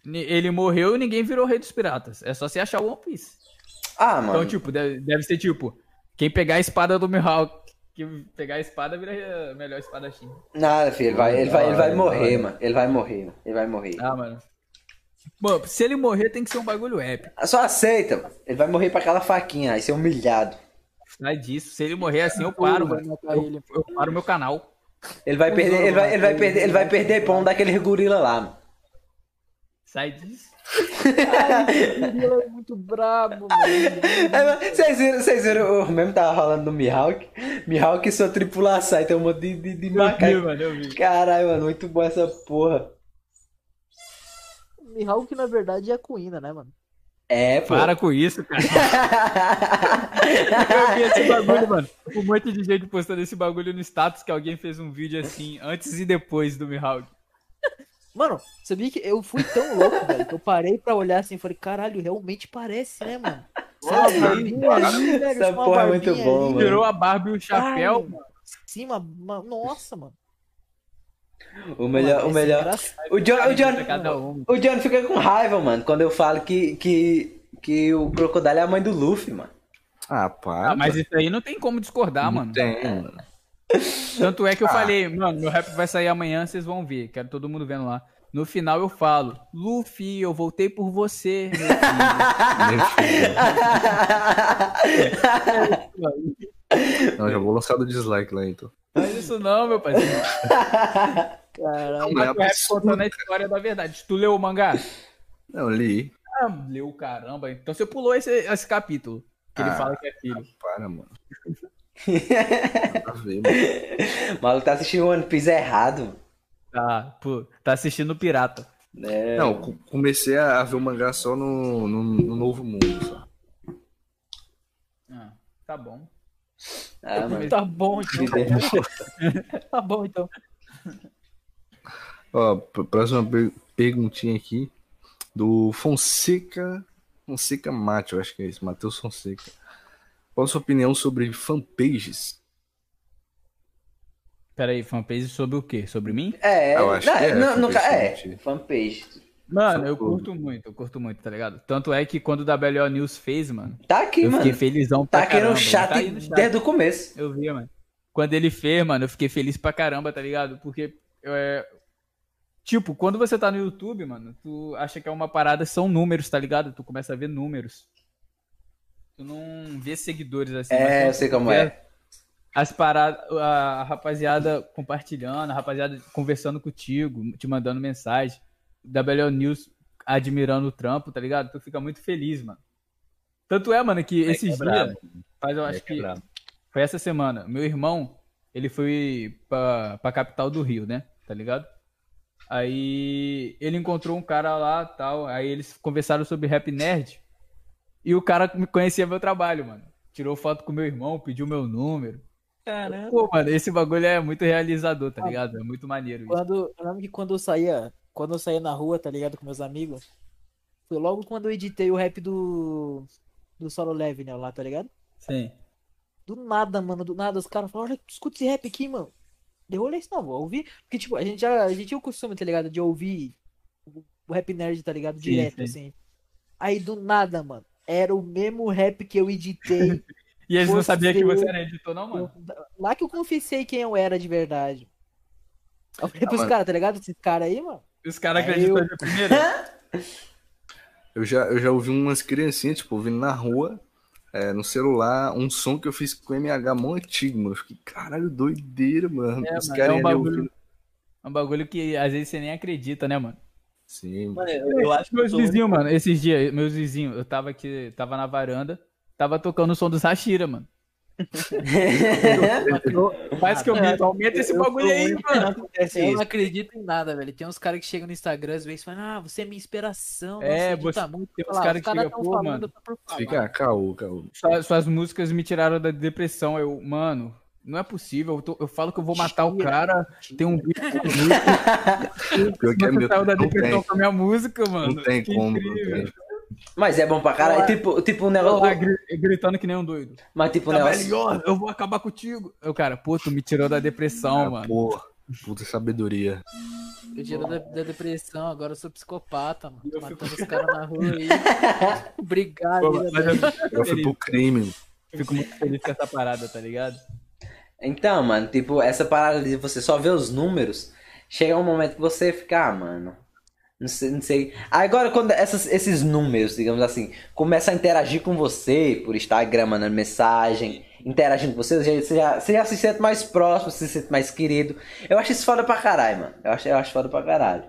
Ni- Ele morreu e ninguém virou rei dos piratas. É só você achar o One Piece. ah, mano. Então, tipo, deve, deve ser tipo, quem pegar a espada do Mihawk, que pegar a espada vira a melhor espadachim. Nada, filho, ele vai, ele vai, ele vai morrer, mano. Ele vai morrer, mano. Ele vai morrer. Ah, mano. Mano, se ele morrer tem que ser um bagulho épico. Só aceita, mano. Ele vai morrer pra aquela faquinha, aí ser humilhado. Sai disso. Se ele morrer assim, eu paro, Vai mano. matar ele. Eu paro meu canal. Ele vai Um perder, jogo ele vai, vai ele vai ter- perder, ele vai perder pão daquele gorila lá. mano. Sai disso. O Miller é muito brabo, mano. É, Vocês viram, vocês viram, o mesmo tava falando do Mihawk. Mihawk e sua tripulação, e tem um monte de, de, de Eu vi, macaco. mano, eu vi. Caralho, mano, muito bom essa porra. Mihawk, na verdade, é a Cuina, né, mano? É, pô. Para com isso, cara. Eu vi esse bagulho, mano. Um monte de gente postando esse bagulho no status que alguém fez um vídeo assim, antes e depois do Mihawk. Mano, sabia que eu fui tão louco, velho, que eu parei pra olhar assim e falei, caralho, realmente parece, né, mano? Só uma barbinha ali, velho, Essa só uma porra é muito barbinha bom, ali. mano. Tirou a barba e o chapéu. Ai, mano, Sim, uma, uma- nossa, mano. O melhor, o Mano, melhor. esse cara- O John, o John, Cada um. o John fica com raiva, mano, quando eu falo que, que, que o Crocodile é a mãe do Luffy, mano. Ah, para. Ah, mas isso aí não tem como discordar, mano. Tem, mano. Tanto é que eu falei, mano, meu rap vai sair amanhã, vocês vão ver. Quero todo mundo vendo lá. No final eu falo, Luffy, eu voltei por você. meu filho." Não, já vou lançar do dislike lá então. Mas isso não, meu parceiro. Não, Mas o um rap contando a história da verdade. Tu leu o mangá? Não, li. Ah, leu, caramba. Então você pulou esse, esse capítulo. Que ele Ah. fala que é filho. Para, mano. Nada a ver, mano. O maluco tá assistindo One Piece errado. Tá, pô, tá assistindo o Pirata. Não, eu co- comecei a ver o mangá só no, no, no Novo Mundo. Só. Ah, tá bom. Ah, mano. é- Tá bom, então. tá bom, então. Ó, pr- próxima per- perguntinha aqui. Do Fonseca. Fonseca Mate, eu acho que é isso. Matheus Fonseca. Qual a sua opinião sobre fanpages? Pera aí, fanpage sobre o quê? Sobre mim? É, Eu acho não, que é, não, nunca, fanpage. é, fanpage. Mano, eu Sobre. curto muito, eu curto muito, tá ligado? Tanto é que quando o WLO News fez, mano, Tá aqui, eu mano. fiquei felizão pra Tá aqui caramba. né? no chat aí no chat. desde o começo. Eu vi, mano. Quando ele fez, mano, eu fiquei feliz pra caramba, tá ligado? Porque, é... tipo, quando você tá no YouTube, mano, tu acha que é uma parada, são números, tá ligado? Tu começa a ver números. Tu não vê seguidores assim. mas É, quando eu sei como tu vê é. As paradas, a rapaziada compartilhando, a rapaziada conversando contigo, te mandando mensagem. WL News admirando o trampo, tá ligado? Tu fica muito feliz, mano. Tanto é, mano, que esses é brabo. dias, faz eu acho É que brabo. foi essa semana. Meu irmão, ele foi pra, pra capital do Rio, né? Tá ligado? Aí ele encontrou um cara lá tal. Aí eles conversaram sobre Rap Nerd. E o cara me conhecia meu trabalho, mano. Tirou foto com meu irmão, pediu meu número. Caramba. Pô, mano, esse bagulho é muito realizador, tá ligado? É muito maneiro isso. Quando, eu lembro que quando eu saía, quando eu saía na rua, tá ligado, com meus amigos, foi logo quando eu editei o rap do, do Solo Leve, né, lá, tá ligado? Sim. Do nada, mano, do nada, os caras falaram, olha, escuta esse rap aqui, mano. Deu olhei isso, assim, não, vou ouvir. Porque, tipo, a gente já a gente tinha o costume, tá ligado, de ouvir o o rap nerd, tá ligado, direto, sim. assim. Aí, do nada, mano, era o mesmo rap que eu editei. E eles não Você- sabiam que você era editor, não, mano. lá que eu confessei quem eu era de verdade. Eu falei Ah, pros mano. caras, tá ligado? Esses caras aí, mano. Os caras Aí acreditam eu- de primeira. Eu já, eu já ouvi umas criancinhas, tipo, ouvindo na rua, é, no celular, um som que eu fiz com MH mão antigo, mano. Eu fiquei, caralho, doideira, mano. É, Os mano, é caras um bagulho. É um bagulho que às vezes você nem acredita, né, mano? Sim, mano. Mano, eu, eu acho que eu Meus sou o único- vizinhos, mano, esses dias, meus vizinhos, eu tava aqui, tava na varanda, tava tocando o som do Sashira, mano. Parece que eu mito, aumenta esse Eu bagulho sou aí, muito mano. Eu isso. não acredito em nada, velho. Tem uns caras que chegam no Instagram às vezes e falam, ah, você é minha inspiração, É, nossa, edita você- muito. tem uns Fala, caras os que caras chegam, tão pô, falando, mano, eu tô por falar. Fica, ah, caô, caô. Sua- Suas músicas me tiraram da depressão. Eu, mano, não é possível. Eu, tô- eu falo que eu vou matar o cara. Tem um vídeo comigo. Pior que é Você meu, saiu da não depressão tem, com a minha música, mano. não tem Que como. não incrível. tem. Mas é bom pra caralho. Tipo, tipo um Tô Tá lá negócio. gri- gritando que nem um doido. Mas tipo um Tá negócio. melhor, eu vou acabar contigo. Eu, cara, pô, tu me tirou da depressão, Ah, mano. porra, puta sabedoria. Eu tiro da, da depressão, agora eu sou psicopata, mano. Tô Eu fico- matando os caras na rua aí. Obrigado, Pô, né, mas velho. Eu fui pro crime, mano. Fico muito feliz com essa parada, tá ligado? Então, mano, tipo, essa parada de você só ver os números, chega um momento que você fica, ah, mano. Não sei, não sei. Agora, quando essas- esses números, digamos assim, começam a interagir com você por Instagram, mandando mensagem, interagindo com você, você já, você já se sente mais próximo, se sente mais querido. Eu acho isso foda pra caralho, mano. Eu acho, eu acho foda pra caralho.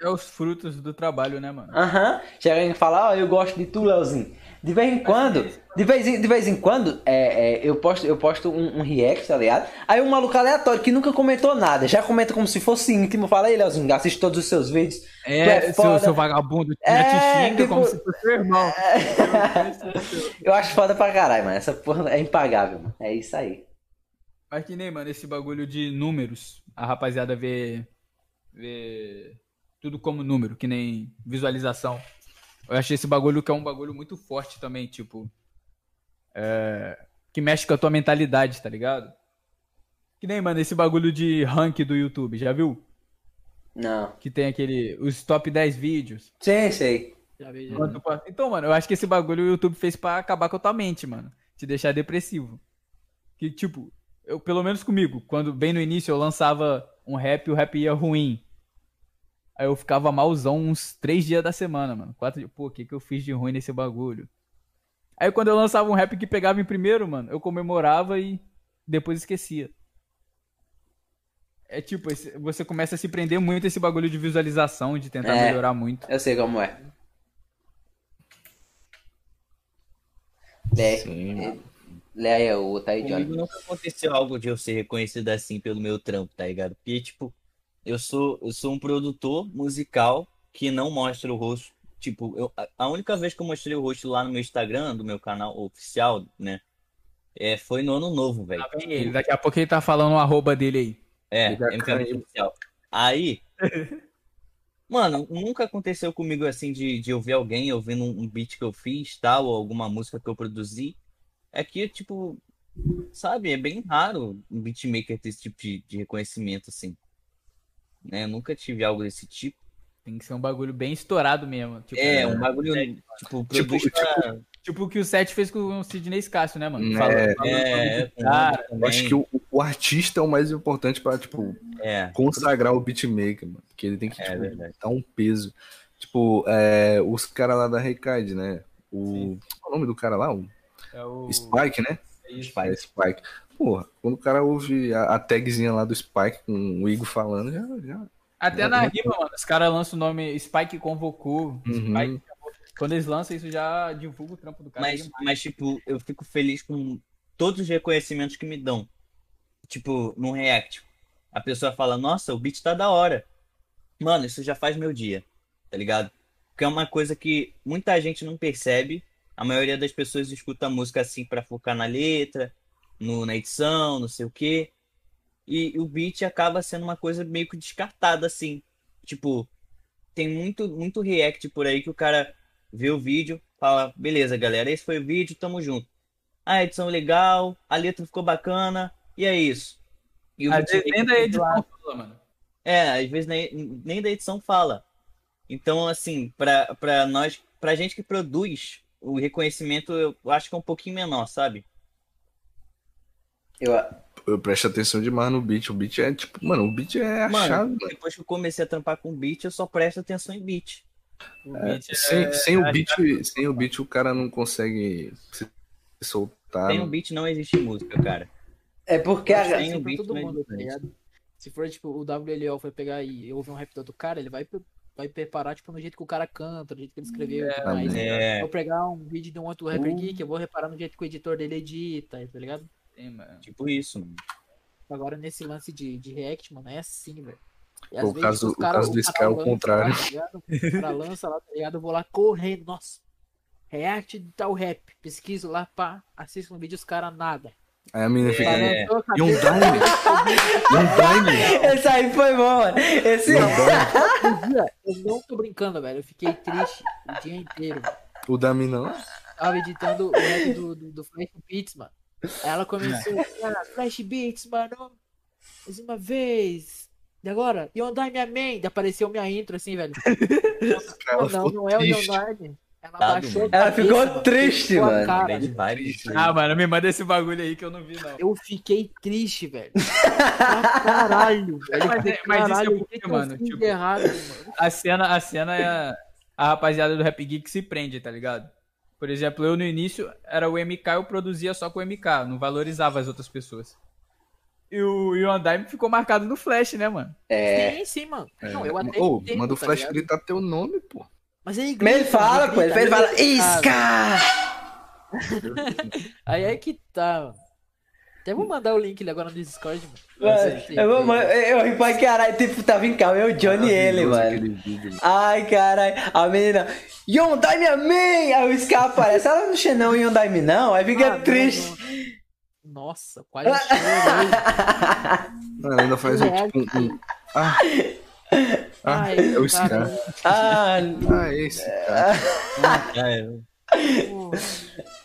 É os frutos do trabalho, né, mano? Aham. Chega alguém e fala, ó, eu gosto de tu, Leozinho. De vez em quando, de vez em, de vez em quando, é, é, eu posto, eu posto um, um react, tá ligado? Aí um maluco aleatório que nunca comentou nada, já comenta como se fosse íntimo, fala, ei, Leozinho, assiste todos os seus vídeos. Tu é É, foda. seu, seu vagabundo É, já te xinga tipo- como se fosse seu irmão. Eu acho foda pra caralho, mano. Essa porra é impagável, mano. É isso aí. Mas que nem, mano, esse bagulho de números. A rapaziada vê. vê tudo como número, que nem visualização. Eu achei esse bagulho que é um bagulho muito forte também, tipo. é, que mexe com a tua mentalidade, tá ligado? Que nem, mano, esse bagulho de rank do YouTube, já viu? Não. Que tem aquele. Os top 10 vídeos. Sim, sei. Já vi, já. Quanto pra- Então, mano, eu acho que esse bagulho o YouTube fez pra acabar com a tua mente, mano. Te deixar depressivo. Que, tipo, eu, pelo menos comigo, quando bem no início eu lançava um rap e o rap ia ruim. Aí eu ficava malzão uns três dias da semana, mano. Quatro dias. Pô, o que, que eu fiz de ruim nesse bagulho? Aí quando eu lançava um rap que pegava em primeiro, mano, eu comemorava e depois esquecia. É tipo, esse- você começa a se prender muito a esse bagulho de visualização, de tentar É. melhorar muito. Eu sei como é. Lé, Sim. Lé é o tá aí, Comigo Johnny. nunca aconteceu algo de eu ser reconhecido assim pelo meu trampo, tá ligado? Porque, tipo, eu sou, eu sou um produtor musical que não mostra o rosto. Tipo, eu, a- a única vez que eu mostrei o rosto lá no meu Instagram, do meu canal oficial, né? É, foi no ano novo, velho. Lá vem Tá ele, daqui a pouco ele tá falando o arroba dele aí. É, Ele já MKB caiu. oficial. Aí, mano, nunca aconteceu comigo assim de, de ouvir alguém ouvindo um um beat que eu fiz, tal, ou alguma música que eu produzi. É que, tipo, sabe, é bem raro um beatmaker ter esse tipo de, de reconhecimento, assim. Né? Eu nunca tive algo desse tipo. Tem que ser um bagulho bem estourado mesmo. Tipo, É, um bagulho, tipo, produz Tipo- pra- tipo o que o Seth fez com o Sidney Scassio, né, mano? É, É, é, com cara, outro Eu acho também. que o, o artista é o mais importante pra, tipo, É, consagrar o beatmaker, mano. Porque ele tem que, É tipo, verdade. dar um peso. Tipo, é, os caras lá da Recade, né? O, qual é o nome do cara lá? O É o... Spike, né? é isso. É, Spike. Porra, quando o cara ouve a, a tagzinha lá do Spike com o Igor falando, já. já... Até na rima, mano, os caras lançam o nome Spike convocou. Uhum. Spike... Quando eles lançam isso, já divulga o trampo do cara. Mas, mas, tipo, eu fico feliz com todos os reconhecimentos que me dão. Tipo, num react. A pessoa fala, nossa, o beat tá da hora. Mano, isso já faz meu dia, tá ligado? Porque é uma coisa que muita gente não percebe. A maioria das pessoas escuta a música assim pra focar na letra, no, na edição, não sei o quê. E o beat acaba sendo uma coisa meio que descartada, assim. Tipo, tem muito, muito react por aí que o cara vê o vídeo, fala, beleza, galera, esse foi o vídeo, tamo junto. "Ah, A edição legal, a letra ficou bacana, e é isso. E o Às beatmaker vezes nem da edição fala, mano. é, às vezes nem, nem da edição fala. Então, assim, pra, pra nós, pra gente que produz, o reconhecimento eu acho que é um pouquinho menor, sabe? Eu, Eu presto atenção demais no beat. O beat é tipo, mano, o beat é a Mano, chave, mano. Depois que eu comecei a trampar com beat, eu só presto atenção em beat. O beat é- Sem, sem o beat, sem o beat, o cara não consegue se soltar. Sem o não. beat não existe música, cara. é porque a, Mas tem Assim um pra beat todo mais mundo, tá diferente. ligado? Se for, tipo, o WLO foi pegar e ouvir um rap do outro cara, ele vai, vai preparar, tipo, no jeito que o cara canta, no jeito que ele escreveu e tudo mais. É, Vou pegar um vídeo de um outro rapper geek, eu vou reparar no jeito que o editor dele edita, tá ligado? Tem, mano. tipo isso, mano. Agora, nesse lance de, de react, mano, é assim, velho. E Pô, às o caso- os o caso do o Sky é o lança lá, contrário. tá ligado? o cara lança lá, tá ligado? Eu vou lá correndo, nossa. React de tal rap. Pesquiso lá, pá, assisto no vídeo, os caras nada. Aí a menina fica. É. Balançou a E um dime? E um dime? Esse aí foi bom, mano. Esse E um dime? Jura, Eu não tô brincando, velho. Eu fiquei triste o dia inteiro. velho. um- O dime não? Tava editando o rap do, do, do Flash Beats, mano. Aí ela começou, ah, Flash Beats, mano. Mais uma vez. E agora? Yondai minha main. Daí Apareceu minha intro assim, velho. Cara, não, não é o triste. Leonardo. Ela Tá, baixou. a mano. Ela ficou cabeça, triste, fechou a mano. cara. é Bad vibes. assim, Ah, mano, me manda esse bagulho aí que eu não vi, não. Eu fiquei triste, velho. Pra caralho, velho. Mas é- mas isso é Caralho, porque, o que que eu mano, fiz de tipo- errado, mano? A cena, a cena é a, a rapaziada do Rap Geek se prende, tá ligado? Por exemplo, eu no início era o MK, eu produzia só com o MK, não valorizava as outras pessoas. E o, e o Andaime ficou marcado no Flash, né, mano? É. Sim, sim, assim, mano. Não, eu até Ô, entendo, manda o tá Flash ligado? gritar teu nome, pô. Mas aí Mas ele grita, fala, pô, ele grita, Ah, ele fala, grita, isca! Aí é que tá, mano. Até vou mandar o link ali agora no Discord, mano. Mano, eu, vou, mano, eu ri pra caralho, tipo, tava em calma, eu, o Johnny e ele, Maravilhoso mano. aquele vídeo, mano. Ai, caralho, a menina, Yondai minha mãe! Aí o Scar aparece, ela não chama não Yondai me não, aí fica Ah, não, triste. Nossa, quase chorei. Mano, ainda faz um, tipo, um, um- Ah, ah, É. Ai, é o cara. Scar. Ah, Ah, é esse cara. Ah, é. Pô,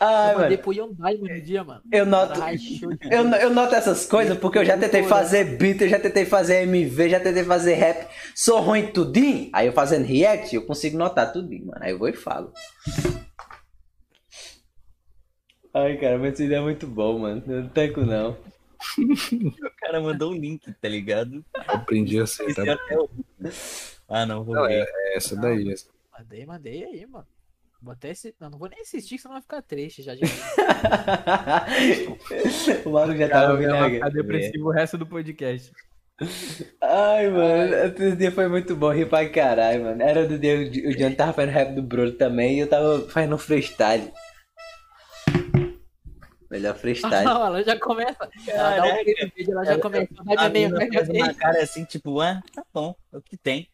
ai, eu mandei ah, mano, pro Hyundai no dia, mano. eu noto, Rachou de- eu, eu noto essas coisas porque eu já tentei fazer beat, eu já tentei fazer MV, já tentei fazer rap, sou ruim em tudinho. Aí eu fazendo react, eu consigo notar tudinho, mano, aí eu vou e falo. Ai, cara, mas esse ideia é muito bom, mano, eu não tanco não. O cara mandou um link, tá ligado? Eu aprendi a aceitar. Esse é até o- Ah, não, vou Tá Não, ver. É essa daí. Essa. Mandei, mandei aí, mano. Vou até esse... não, não vou nem assistir, que senão vai ficar triste já. já. o Mauro já tá Cara, tava eu ia vindo ficar depressivo o resto do podcast. Ai, mano, esse dia foi muito bom, ri pra caralho, mano. Era do dia, o Johnny tava fazendo rap do Brolho também e eu tava fazendo freestyle. Melhor freestyle. Ah, ela já começa. Ela dá Caraca. um clipe no vídeo, ela já Ela- começa. A Vai me mina fez Ah, uma cara assim, tipo, ah, tá bom, é o que tem.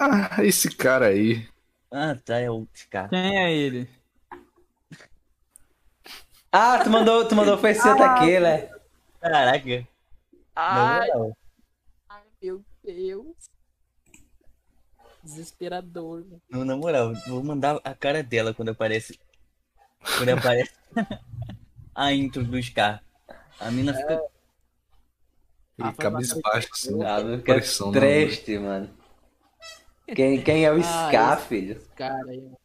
Ah, esse cara aí. Ah, tá, é o cara. Quem é ele? Ah, tu mandou, tu mandou foi seu daquele, né? Caraca. Ah. Ai, Não, meu Deus. Desesperador, mano. não, na moral, vou mandar a cara dela quando aparece. Quando aparece a intro do Scar. A mina fica. Ah, Ele foi uma cabisbaixo, assim. Ah, não fica Pressão, não, triste, mano. Quem, quem é o Ah, Scar, filho? Cara, aí, mano.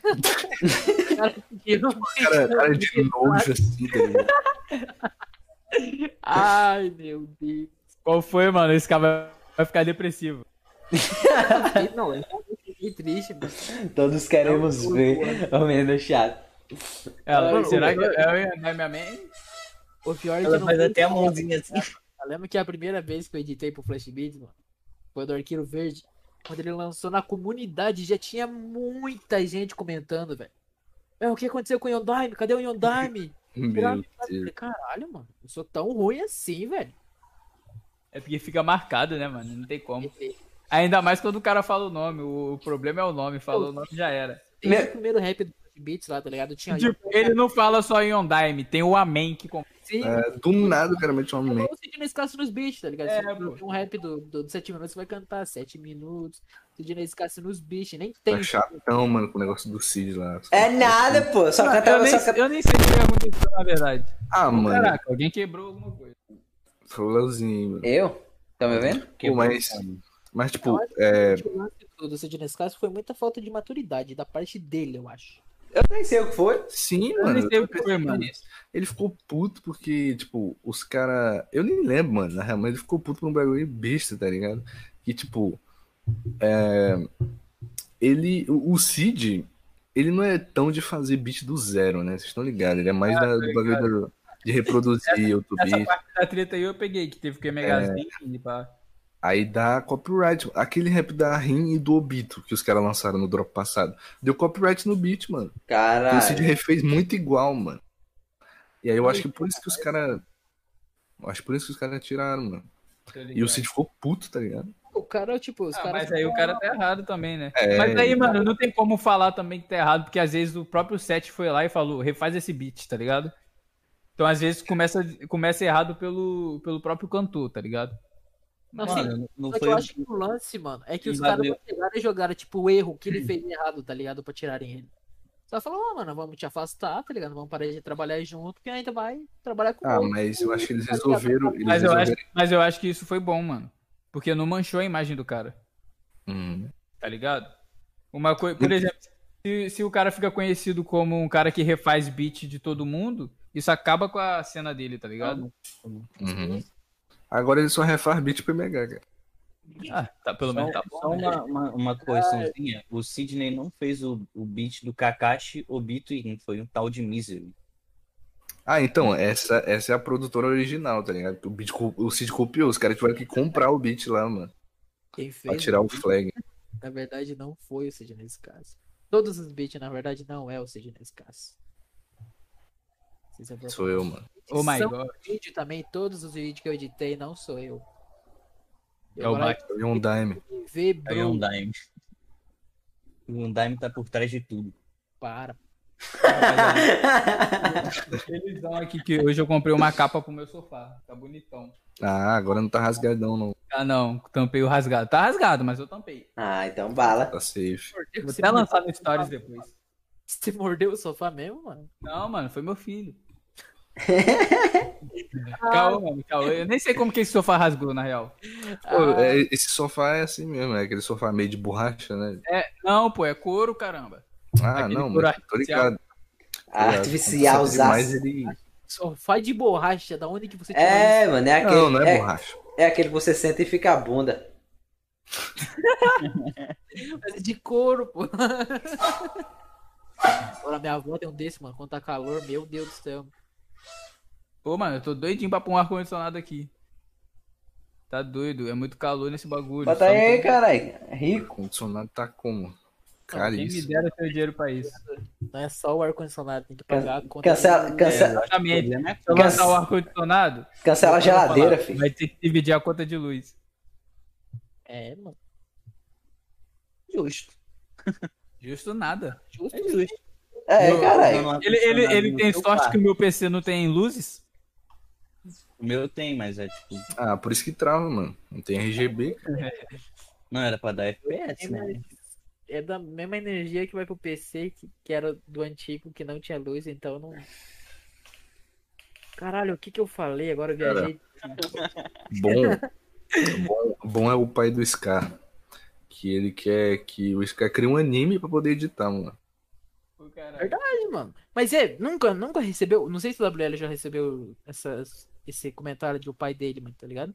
cara, que Cara, cara de nojo, assim. tá ligado? Ai, meu Deus. Qual foi, mano? Esse cara vai- vai ficar depressivo. Fiquei- Não, eu fiquei triste, mano. Todos queremos Não, ver o menino chato. Ela, Mano, será o- que é o Yandai minha mãe? O pior é que eu Ela não faz vi até a nada. mãozinha assim. Eu lembro que a primeira vez que eu editei pro Flash Beats, mano, foi do Arqueiro Verde. Quando ele lançou na comunidade, já tinha muita gente comentando, velho. Meu, o que aconteceu com o Yondaime? Cadê o Yondaime? Meu Deus. Caralho, mano. Eu sou tão ruim assim, velho. É porque fica marcado, né, mano? Não tem como. Ainda mais quando o cara fala o nome. O, o problema é o nome. Falou o nome já era. Né? Desde o primeiro rap do Flash Beats lá, tá ligado? Tinha Tipo, ele não fala só Yondaime, tem o Amém que compra. Sim, É, do nada o cara mete uma Eu merda. vou seguir nesse caso nos beats, tá ligado? É, Se pô. tem um rap do, do, 7 minutos, você vai cantar 7 minutos. Seguir nesse caso nos beats, nem Tá tem. chatão, mano, com o negócio do Cid lá. É nada, pô. Só eu, cantava, nem, só cantava. eu nem sei o que aconteceu, na verdade. Ah, mano. Caraca, alguém quebrou alguma coisa. Foi o Leozinho, mano. Eu? Tá me vendo? Pô, mas, mas, tipo, Então, é, O lance do- do Cid nesse caso foi muita falta de maturidade da parte dele, eu acho. Eu nem sei o que foi. sim, Eu mano. nem sei o que foi, mano. Ele ficou puto porque, tipo, os caras. Eu nem lembro, mano, na real, mas ele ficou puto por um bagulho besta, tá ligado? Que, tipo. É... Ele. O o Cid, ele não é tão de fazer beat do zero, né? Vocês estão ligados? Ele é mais da- do bagulho do- de reproduzir outro Ah, Essa beat. parte da treta aí eu peguei, que teve que assim, o É. Megazine e pá. Aí dá copyright. Aquele rap da Rin e do Obito que os caras lançaram no drop passado. Deu copyright no beat, mano. E o Cid Caralho. refez muito igual, mano. E aí eu acho que por isso que os caras. Acho que por isso que os caras tiraram, mano. E o Cid ficou puto, tá ligado? O cara, tipo, os Ah, caras. mas aí o cara tá errado também, né? É. mas aí, mano, não tem como falar também que tá errado, porque às vezes o próprio set foi lá e falou, refaz esse beat, tá ligado? Então às vezes começa, começa errado pelo, pelo próprio cantor, tá ligado? Então, Não, assim, Mano, não só que foi eu acho que o lance, mano, é que os Sim, caras valeu. pegaram e jogaram, tipo, o erro que ele fez errado, tá ligado? Pra tirarem ele. Só falou, ó, mano, vamos te afastar, tá ligado? Vamos parar de trabalhar junto, porque ainda vai trabalhar com o Ah, outro. mas eu acho que eles resolveram. Eles Mas eu, acho, resolveram... mas eu acho que isso foi bom, mano. Porque não manchou a imagem do cara, Hum. tá ligado? Uma coisa, por exemplo, se, se o cara fica conhecido como um cara que refaz beat de todo mundo, isso acaba com a cena dele, tá ligado? Uhum. Agora ele só refaz beat pro MH, cara. Ah, tá, pelo menos tá Só bom. né? É. uma, uma, uma correçãozinha. O Sidney não fez o, o beat do Kakashi Obito Irin, foi um tal de Misery. Ah, então, essa, essa é a produtora original, tá ligado? O, beat, co- o Cid copiou, os caras tiveram que comprar o beat lá, mano. Quem Pra fez, tirar o flag. na verdade, não foi o Sidney Scasso. Todos os beats, na verdade, não é o Sidney Scasso. Vocês aproveitam. Sou eu, mano. Oh my São god. vídeo também, todos os vídeos que eu editei não sou eu. É o agora Mike. Eu vi um dime. vê, É o bro, Undyme. O Undyme tá por trás de tudo. para. tá um Felizão aqui que hoje eu comprei uma capa pro meu sofá. Tá bonitão. Ah, agora não tá rasgadão, não. Ah, não. Tampei o rasgado. Tá rasgado, mas eu tampei. Ah, então bala. Tá safe. Vou até lançar no Stories depois. Você mordeu o sofá mesmo, mano? Não, mano, foi meu filho. Calma, mano, calma. Eu nem sei como que esse sofá rasgou, na real. Pô, é, esse sofá é assim mesmo, é aquele sofá meio de borracha, né? Não, pô, é couro, caramba. Ah, Aquele não, couro mas tô ligado. Artificial, Mas zaço. ele... Ah, Sofá de borracha, da onde que você tirou É, mano, é aquele. Não, não é é, borracha. é aquele que você senta e fica a bunda. isso? É de couro, pô. Agora minha avó tem um desse, mano. Quando tá calor, meu Deus do céu. Pô, mano, eu tô doidinho pra pôr um ar-condicionado aqui. Tá doido, é muito calor nesse bagulho. Bota Só não aí, tem- caralho. Rico. O condicionado tá como? Quem me Caríssimo. dera ter o dinheiro pra isso. Não é só o ar-condicionado, tem que pagar a conta. Cancela, cancela, Exatamente. O problema é Se eu lançar o ar-condicionado, cancela a geladeira, filho. vai ter que dividir a conta de luz. É, mano. Justo. Justo nada. Justo. É, Não, caralho. não Ele, ele, ele no tem seu sorte quarto. que o meu PC não tem luzes? O meu tem, mas é tipo. Ah, por isso que trava, mano. Não tem RGB. Não era pra dar FPS, né? É da mesma energia que vai pro PC, que, que era do antigo, que não tinha luz, então não. Caralho, o que que eu falei? Agora eu viajei. Bom, bom, bom é o pai do Scar. Que ele quer que o Scar crie um anime pra poder editar, mano. Ai, mano. Mas é, nunca, nunca recebeu. Não sei se o WL já recebeu essas, esse comentário do pai dele, mano, tá ligado?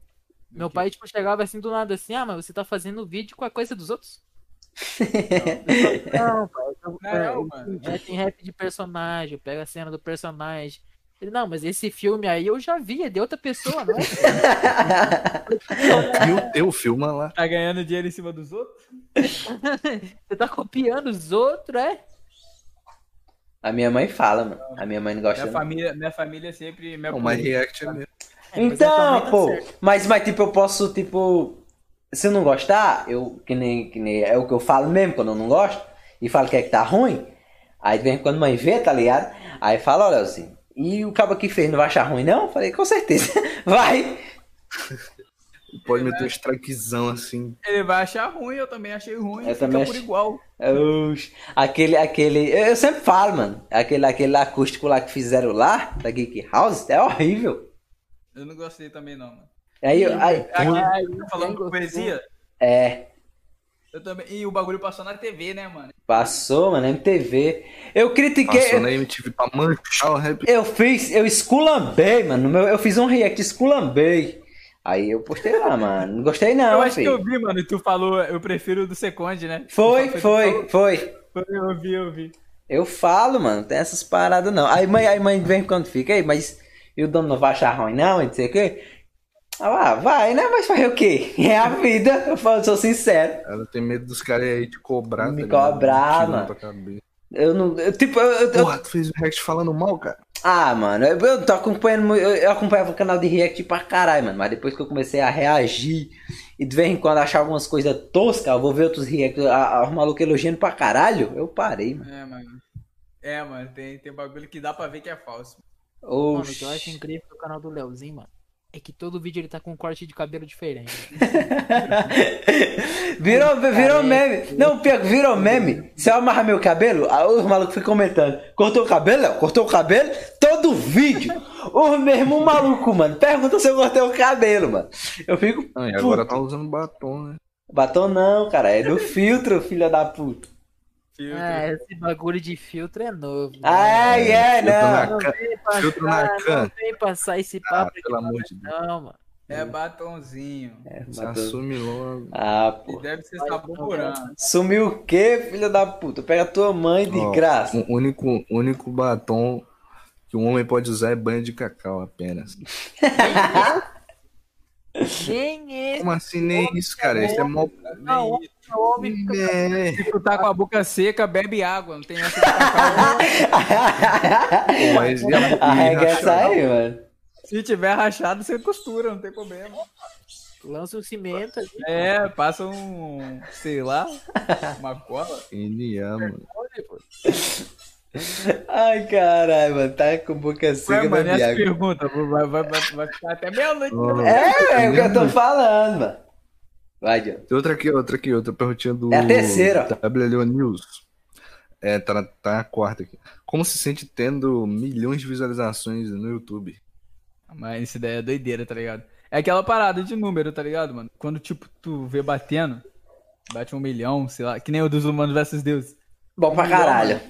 Meu pai, tipo, chegava assim do nada assim, ah, mas você tá fazendo vídeo com a coisa dos outros? Não, pai, eu- Não, mano. É, tem rap de personagem, pega a cena do personagem. Ele, não, mas esse filme aí eu já vi, é de outra pessoa, não? E o teu filma lá. Tá ganhando dinheiro em cima dos outros? Você tá copiando os outros, é? A minha mãe fala, mano. A minha mãe não gosta. Minha não. família, minha família sempre me Não, mas apoiou. React é mesmo. Então, Mas pô, também mas, mas tipo, eu posso, tipo, se eu não gostar, eu que nem, que nem é o que eu falo mesmo quando eu não gosto, e falo que é que tá ruim. Aí de vez em quando a mãe vê, tá ligado? Aí fala, olha assim, e o cabo que fez não vai achar ruim, não? Eu Falei, com certeza. Vai! Pode meter um strikezão assim. Ele vai achar ruim, eu também achei ruim. Eu fica também por achei. igual. Oxe, Aquele, aquele. Eu, eu sempre falo, mano. Aquele, aquele acústico lá que fizeram lá, da Geek House, é horrível. Eu não gostei também, não, mano. Aí, eu- aí Aqui, tá falando com gostou. poesia, é. eu também. E o bagulho passou na TV, né, mano? Passou, mano, MTV. Eu critiquei. Passou eu- na MTV pra manchar o rap. Eu fiz, eu esculambei, mano. no meu- Eu fiz um react, esculambei. Aí eu postei lá, mano. Não gostei eu não, acho que filho. eu vi, mano, e tu falou, eu prefiro o do Seconde, né? Foi, Tu foi, foi. falou, Eu vi, eu vi. Eu falo, mano, não tem essas paradas não. Aí mãe, aí mãe vem quando fica aí, mas e o dono não vai achar ruim não, e não sei o quê. Ah, vai, né? Mas fazer o quê? É a vida, eu falo, sou sincero. Ela tem medo dos caras aí te cobrar. tá Me ligado? cobrar, Tirando mano. tua cabeça. Eu não. eu, tipo, eu- eu- eu, Porra, tu fez o React falando mal, cara. Ah, mano, eu, eu tô acompanhando. mu- Eu, eu acompanhava o canal de React pra caralho, mano. Mas depois que eu comecei a reagir e de vez em quando achar algumas coisas toscas, eu vou ver outros Reacts, a- a- os malucos elogiando pra caralho, eu parei, mano. É, mano. É, mano, tem, tem bagulho que dá pra ver que é falso. Mano, o que eu acho Oxi. incrível do canal do Leozinho, mano, é que todo vídeo ele tá com um corte de cabelo diferente. virou virou Careca. meme. Não, pior, é que virou meme. Se eu amarrar meu cabelo, aí os malucos ficam comentando. Cortou o cabelo, Léo? Cortou o cabelo? Todo vídeo. o mesmo maluco, mano. Pergunta se eu cortei o cabelo, mano. Eu fico. Ah, e agora tá usando batom, né? Batom não, cara. É do filtro, filha da puta. filtro. É, esse bagulho de filtro é novo. Ah, Ai, é, não. tá, Filtro na, can... filtro na can. Vem passar esse Ah, papo aqui, pelo amor de Deus. não, mano. É batonzinho. É, tá, Se assume logo. Ah, E pô. deve ser saborando. Sumiu o quê, filho da puta? Pega tua mãe de Ó, um graça. O único, único batom que um homem pode usar é banho de cacau apenas. Nem É, esse Como assim nem isso, cara? Isso é mó. Não, homem fica É. Se tu tá com a boca seca, bebe água. Não tem essa de cacau. Mas um e a- A e regra é rachar? essa aí, mano. Se tiver rachado, você costura, não tem problema. lança um cimento ali. É, passa um, sei lá, uma cola. Ele ama. Ai, caralho, mano. Tá com boca Ué, seca na mano, e as viagem. perguntas? Vai, vai, vai, vai ficar até meia-noite. né? Ó, É, é o que eu tô falando, mano. Vai, John. Tem outra aqui, outra aqui, outra perguntinha do. É a terceira. WLO News. É, tá, na- tá na quarta aqui. Como se sente tendo milhões de visualizações no YouTube? Mas isso daí é doideira, tá ligado? É aquela parada de número, tá ligado, mano? Quando, tipo, tu vê batendo, bate um milhão, sei lá, que nem o dos humanos versus deuses. Bom pra caralho.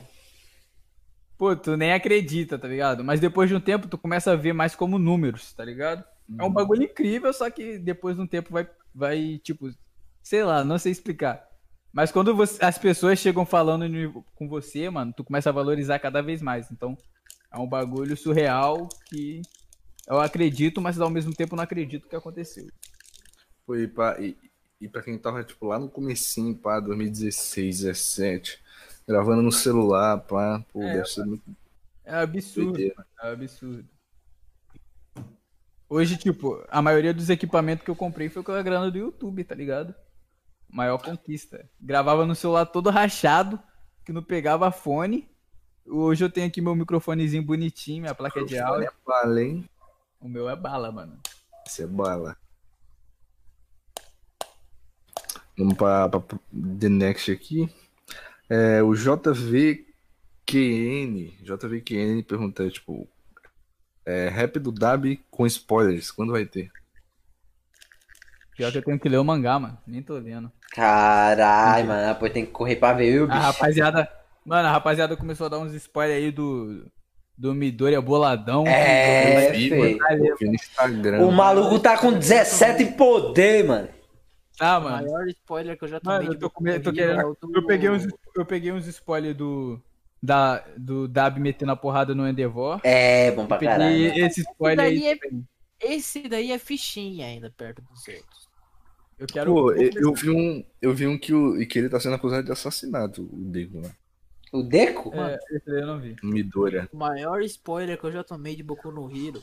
Pô, tu nem acredita, tá ligado? Mas depois de um tempo, tu começa a ver mais como números, tá ligado? É um bagulho incrível, só que depois de um tempo vai, vai tipo, sei lá, não sei explicar. Mas quando você- as pessoas chegam falando no- com você, mano, tu começa a valorizar cada vez mais. Então, é um bagulho surreal que eu acredito, mas ao mesmo tempo não acredito que aconteceu. Foi pra, e, e pra quem tava, tipo, lá no comecinho, pá, 2016, 17, gravando no celular, pá, pô, É, deve ser muito É absurdo, doideira. é absurdo. Hoje, tipo, a maioria dos equipamentos que eu comprei foi com a grana do YouTube, tá ligado? Maior conquista. Gravava no celular todo rachado, que não pegava fone. Hoje eu tenho aqui meu microfonezinho bonitinho, minha placa de né? áudio. É bala, hein? O meu é bala, mano. Isso é bala. Vamos pra, pra, pra The Next aqui. É, o JVQN, JVQN pergunta, tipo, é, rap do Dab com spoilers, quando vai ter? Pior que eu tenho que ler o mangá, mano. Nem tô lendo. Caralho, mano. Depois tem que correr pra ver, viu, A bicho? rapaziada. Mano, a rapaziada começou a dar uns spoilers aí do. Do Midoriya É, boladão. né? Eu vi, feio. mano, eu vi no Instagram. O maluco tá com 17 em poder, mano. Tá, O mano. maior spoiler que eu já tomei Mano, eu de tô, Boku com medo, eu tô no Hero querendo. é o do- Eu peguei uns, eu peguei uns spoilers do. Da, do Dab metendo a porrada no Endeavor. É, bom pra caralho. Peguei esse spoiler aí. Daí é- Esse daí é fichinha ainda perto dos outros. Eu quero. Pô, eu, eu vi um, eu vi um que, o, e que ele tá sendo acusado de assassinato, o Deco, né? O Deco? É, esse daí eu não vi. O Midoriya. O maior spoiler que eu já tomei de Boku no Hero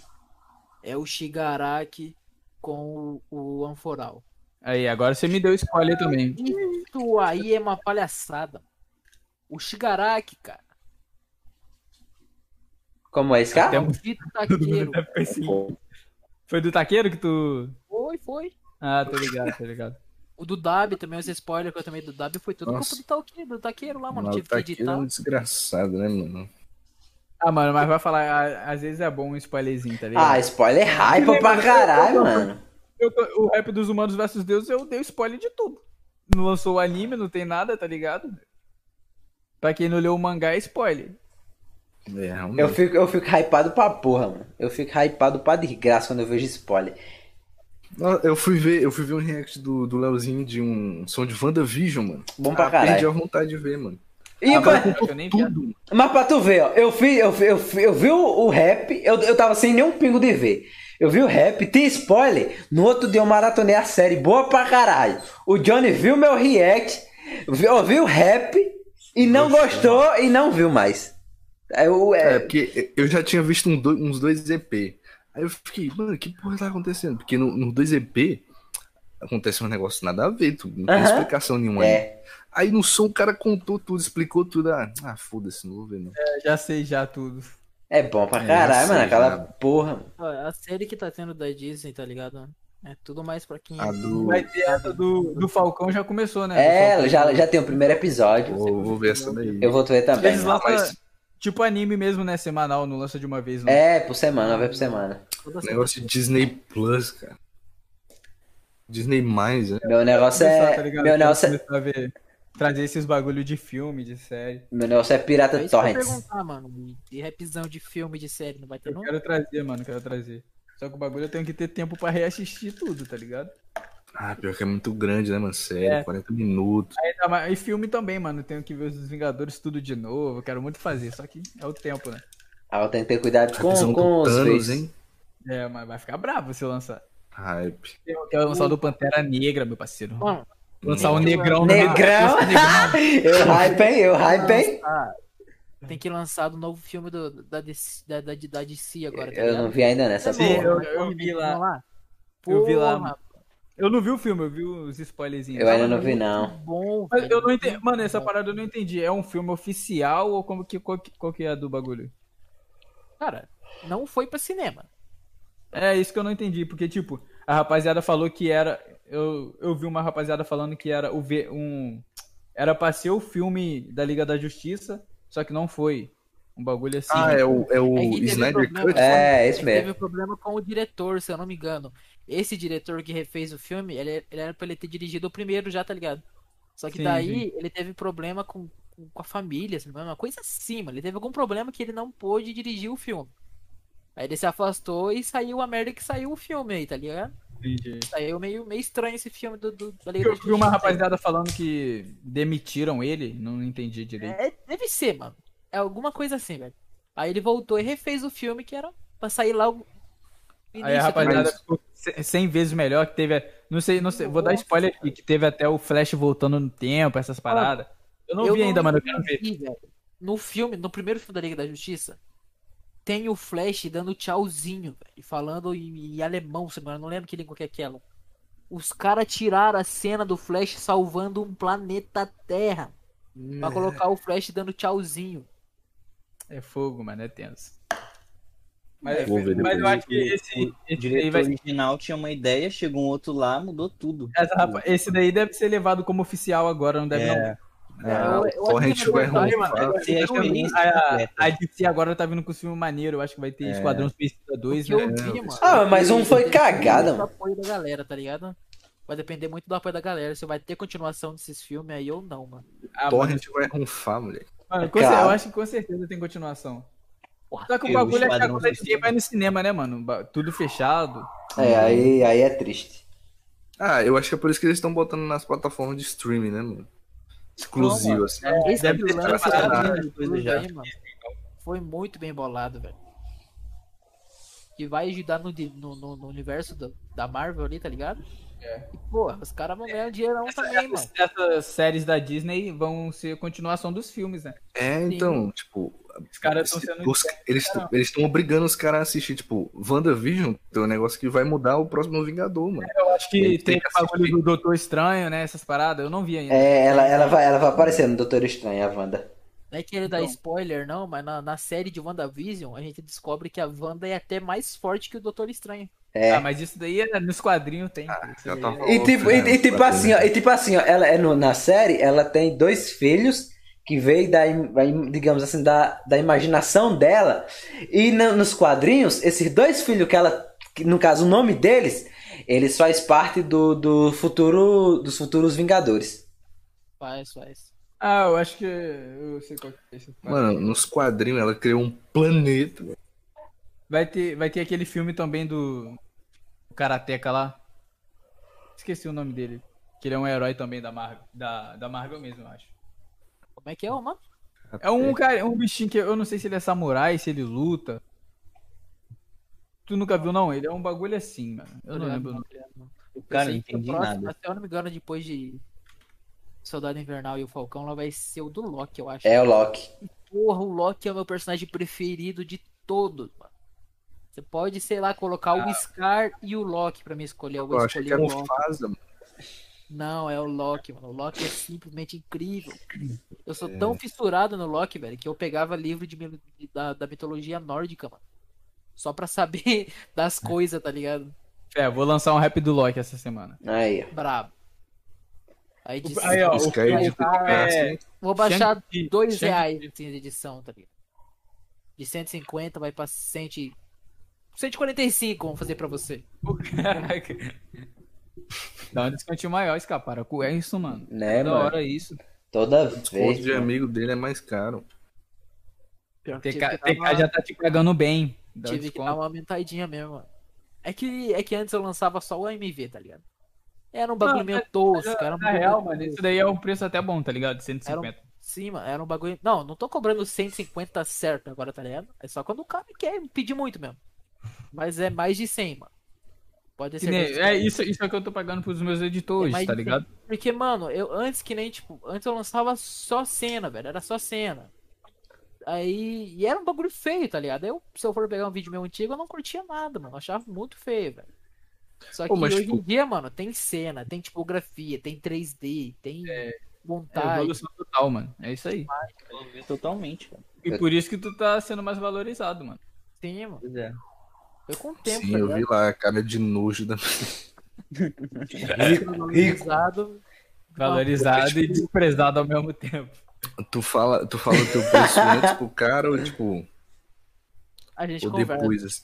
é o Shigaraki com o, o Anforal. Aí, agora você me deu spoiler também. Isso aí é uma palhaçada. O Shigaraki, cara, Como é esse cara? Até é um dito taqueiro. assim. Foi do Taqueiro que tu. Foi, foi. Ah, tô ligado, tô ligado. O do Dab também, os spoilers que eu tomei do Dab foi tudo Nossa. culpa do taqueiro, do taqueiro lá, mano. Mas Tive tá que aqui é editar. um desgraçado, né, mano? Ah, mano, mas vai falar. a- Às vezes é bom um spoilerzinho, tá ligado? Ah, spoiler raiva pra caralho, mano. Eu tô- o rap dos humanos versus deuses, eu dei spoiler de tudo. Não lançou o anime, não tem nada, tá ligado? Pra quem não leu o mangá, é spoiler. É, realmente. Eu fico, eu fico hypado pra porra, mano. Eu fico hypado pra desgraça quando eu vejo spoiler. Não, Eu fui ver, eu fui ver um react do, do Leozinho de um som de WandaVision, mano. Ah, Bom pra Perdi a caralho. vontade de ver, mano. E, Agora pra- Ah, eu nem vi. Tudo. mas pra tu ver, ó, eu, fi, eu, fi- eu, fi- eu vi o, o rap, eu, eu tava sem nenhum pingo de ver. Eu vi o rap, tem spoiler. No outro dia eu maratonei a série, boa pra caralho. O Johnny viu meu react, vi- ouviu o rap e não gostou e não viu mais. Eu, É, é, porque eu já tinha visto um do- uns dois EP. Aí eu fiquei, mano, que porra tá acontecendo? Porque no- nos dois EP acontece um negócio nada a ver, tu, não tem Aham. explicação nenhuma. É. ainda. Aí no som o cara contou tudo, explicou tudo. Ah, ah, foda-se, não vou ver, não. Já sei já tudo. é assim, bom pra É, caralho, eu mano. sei, Aquela já. porra. mano. Ó, A série que tá tendo da Disney, tá ligado? É tudo mais pra quem. A do. Vai ter essa do, do Falcão já começou, né? Do É, Falcão. já, já tem o primeiro episódio. Vou, vou ver essa daí. Eu vou ver também. né? Eles mano. lançam, mas- tipo anime mesmo, né? Semanal, não lança de uma vez, não. É, por semana, vai por semana. Toda essa- é um Negócio de Disney Plus, cara. Disney né? mais, né? Meu negócio Começar, é. tá ligado? meu, Quero negócio é começar a ver. trazer esses bagulho de filme, de série. Meu negócio é Pirata É isso que eu ia Torrents. perguntar, mano. De rapzão de filme, de série, não vai ter Eu não? quero trazer, mano, quero trazer. Só que o bagulho eu tenho que ter tempo pra reassistir tudo, tá ligado? Ah, pior que é muito grande, né, mano? Sério, É. 40 minutos. Ainda mais- E filme também, mano. eu Tenho que ver os Vingadores tudo de novo. Eu quero muito fazer, só que é o tempo, né? Ah, eu tenho que ter cuidado com, Visão com do os Thanos, feitos. hein? É, mas vai ficar bravo se eu lançar. Hype. Eu quero lançar o do Pantera Negra, meu parceiro. Mano, Lançar o Negrão né? no Negrão! eu hype, hein? Eu hype, hein? Ah, Tem que lançar do novo filme do, da, DC, da, da, da DC agora, tá Eu ligado? não vi ainda nessa Sim, porra. eu, eu vi lá. Vamos lá. Eu vi lá, Porra, mano. Eu não vi o filme, eu vi os spoilerzinhos. Eu ainda não vi, não. Bom, Mas eu velho. não entendi. Mano, essa parada eu não entendi. É um filme oficial ou como que, qual, que, qual que é a do bagulho? Cara, não foi pra cinema. É isso que eu não entendi, porque, tipo, a rapaziada falou que era. Eu, eu vi uma rapaziada falando que era o V. Um, era pra ser o filme da Liga da Justiça, só que não foi. Um bagulho assim. Ah, é o, é o É que teve Snyder problema. Cut? É, esse Ele teve mesmo. um problema com o diretor, se eu não me engano. Esse diretor que refez o filme, ele, ele era pra ele ter dirigido o primeiro já, tá ligado? Só que Sim, daí ele teve problema com, com, com a família, se não me engano, uma coisa assim, mano. Ele teve algum problema que ele não pôde dirigir o filme. Aí ele se afastou e saiu a merda que saiu o filme aí, tá ligado? Entendi. Saiu meio, meio estranho esse filme do, do da Liga Eu da vi uma Justiça. rapaziada falando que demitiram ele, não entendi direito. É, deve ser, mano. É alguma coisa assim, velho. Aí ele voltou e refez o filme que era pra sair lá o. Aí início, a tá ligado? rapaziada ficou ce- 100 vezes melhor, que teve. Não sei, não sei, vou dar spoiler aqui, que teve até o Flash voltando no tempo, essas paradas. Eu não vi ainda, mano, eu quero ver. entendi, velho. No filme, no primeiro filme da Liga da Justiça, tem o Flash dando tchauzinho, velho, e falando em, em alemão, se não me engano, eu não lembro que língua que é aquela. Os caras tiraram a cena do Flash salvando um planeta Terra pra colocar o Flash dando tchauzinho. É fogo, mano, é tenso. Mas, Vou ver mas eu depois. acho que esse, O esse daí diretor vai original tinha uma ideia, chegou um outro lá, mudou tudo. essa rapa- Esse daí deve ser levado como oficial agora, não deve não. Então, É, Ah, Eu- eu o acho Torrent que vai é verdade, roubar. vai ser a experiência A, completa. a DC agora tá vindo com um filme maneiro, eu acho que vai ter Esquadrão Suicida 2, Que eu é, né? vi, mano. Ah, mas um foi Depende cagada, muito do mano. apoio da galera, tá ligado? Vai depender muito do apoio da galera, se vai ter continuação desses filmes aí ou não, mano. Ah, mano, Torrent vai ronfar, moleque. mano, com Cara. cer- eu acho que com certeza tem continuação. Só que o eu- bagulho é que Esquadrão agora ninguém Suicida. vai no cinema, né, mano? Ba- Tudo fechado. É, aí, aí é triste. Ah, eu acho que é por isso que eles estão botando nas plataformas de streaming, né, mano? Exclusivo, assim. Esse é deve ter lance separado da alguma Disney coisa Plus já. aí, mano, foi muito bem bolado, velho. Que vai ajudar no, di- no, no- no universo do- da Marvel ali, tá ligado? É. E, porra, os caras vão ganhar um dinheirão também, mano. Essas séries da Disney vão ser continuação dos filmes, né? É, então, tipo, Os caras estão se- sendo. né? os- eles estão eles tão obrigando os caras a assistir, tipo, WandaVision tem um negócio que vai mudar o próximo Vingador, mano. Eu acho que eles tem têm que o bagulho do Doutor Estranho, né? Essas paradas, eu não vi ainda. É, ela, ela, vai, ela vai aparecer no Doutor Estranho, a Wanda. Não é querer dar Então. spoiler, não, mas na, na série de WandaVision, a gente descobre que a Wanda é até mais forte que o Doutor Estranho. É. Ah, Ah, mas isso daí é- nos quadrinhos tem. Isso já daí tá é- falando. E tipo, e, e tipo Pra assim, ó, e tipo assim, ó, ela é no- na série, ela tem dois filhos que veio da, im- da im- digamos assim, da, da imaginação dela. E no- nos quadrinhos, esses dois filhos que ela, que, no caso, o nome deles, eles faz parte do, do futuro, dos futuros Vingadores. Faz, faz. Ah, eu acho que. Eu sei qual que é esse quadrinho. Mano, nos quadrinhos ela criou um planeta. Vai ter, vai ter aquele filme também do. O Karateka lá. Esqueci o nome dele. Que ele é um herói também da Marvel. Da, da Marvel mesmo, eu acho. Como é que é, ô, mano? É um cara, um bichinho que eu não sei se ele é samurai, se ele luta. Tu nunca viu, não? Ele é um bagulho assim, mano. Eu não lembro. o nome. é, Cara, não Esse entendi próximo, nada. Se eu não me engano, depois de Soldado Invernal e o Falcão, lá vai ser o do Loki, eu acho. É o Loki. Porra, o Loki é o meu personagem preferido de todos, mano. Você pode, sei lá, colocar o Scar e o Loki pra mim escolher. Eu Eu vou acho que escolher era o um Loki. Faza, mano. Não, é o Loki, mano. O Loki é simplesmente incrível. Eu É. sou tão fissurado no Loki, velho, que eu pegava livro de mi- da, da mitologia nórdica, mano. Só pra saber das coisas, tá ligado? É, vou lançar um rap do Loki essa semana. Aí, ó. Brabo. Aí disse, Aí, ó, Os caras filme editam lá é- assim. vou baixar Shang-Chi, dois Shang-Chi. reais assim, de edição, tá ligado? De 150 vai pra 100... 145, vamos fazer pra você. Caraca. Dá um descontinho maior, escapar. É isso, mano. Né, da mano? hora isso. Toda O desconto vez. Um de amigo dele é mais caro. Pior que tive TK, que dar TK já tá te pagando bem. uma, Dá um tive que dar desconto. uma aumentadinha mesmo, mano. É que, é que antes eu lançava só o AMV, tá ligado? Era um bagulho Não, meio mas- tosco, era um Na bagulho real, meio mano, isso tosco. daí é um preço até bom, tá ligado? 150. Sim, mano, era um bagulho. Não, não tô cobrando 150 certo agora, tá ligado? É só quando o cara quer pedir muito mesmo. Mas é mais de 100, mano. Pode Que ser. nem- mais de 100. é isso, isso é o que eu tô pagando pros meus É editores, mais tá de ligado? Porque, mano, eu antes que nem, tipo, antes eu lançava só cena, velho. Era só cena. Aí. E era um bagulho feio, tá ligado? Eu, se eu for pegar um vídeo meu antigo, eu não curtia nada, mano. Eu achava muito feio, velho. Só Pô, que mas, hoje tipo- em dia, mano, tem cena, tem tipografia, tem 3D, tem É montagem. evolução total, mano. É isso aí. Totalmente, cara. E por isso que tu tá sendo mais valorizado, mano. Sim, mano. Pois é. Foi com o um tempo, Sim, tá eu ligado? vi lá a cara de nojo da Rico, rico. Tá Valorizado. Valorizado e desprezado ao mesmo tempo. Tu fala, tu fala o teu preço antes pro cara ou, tipo, A gente ou conversa. né? depois, assim?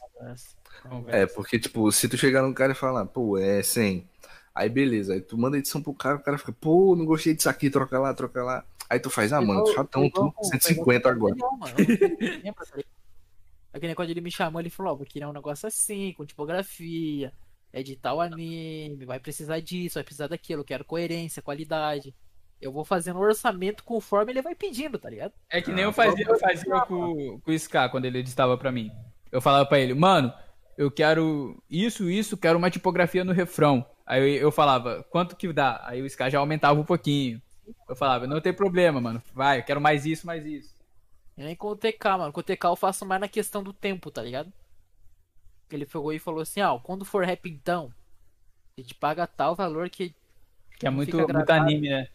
Vamos ver. É, porque, tipo, se tu chegar num cara e falar, pô, é 100, aí beleza, aí tu manda a edição pro cara, o cara fica, pô, não gostei disso aqui, troca lá, troca lá. Aí tu faz, ah, mano, Igual- chatão, igual tu, com- 150 agora. Não, mano. eu não tenho tempo, tá ligado? Aquele negócio de ele me chamou, ele falou, ó, vou criar um negócio assim, com tipografia, editar o anime, vai precisar disso, vai precisar daquilo, eu quero coerência, qualidade. Eu vou fazendo um orçamento conforme ele vai pedindo, tá ligado? É que nem eu fazia, eu fazia com, com o Ska quando ele editava pra mim. Eu falava pra ele, mano, eu quero isso, isso, quero uma tipografia no refrão. Aí eu, eu falava, quanto que dá? Aí o Ska já aumentava um pouquinho. Eu falava, não tem problema, mano. Vai, eu quero mais isso, mais isso. E nem com o TK, mano. Com o TK eu faço mais na questão do tempo, tá ligado? Que Ele pegou e falou assim, ó, quando for rap então, a gente paga tal valor que Que é muito, Fica muito gravado. anime, né? é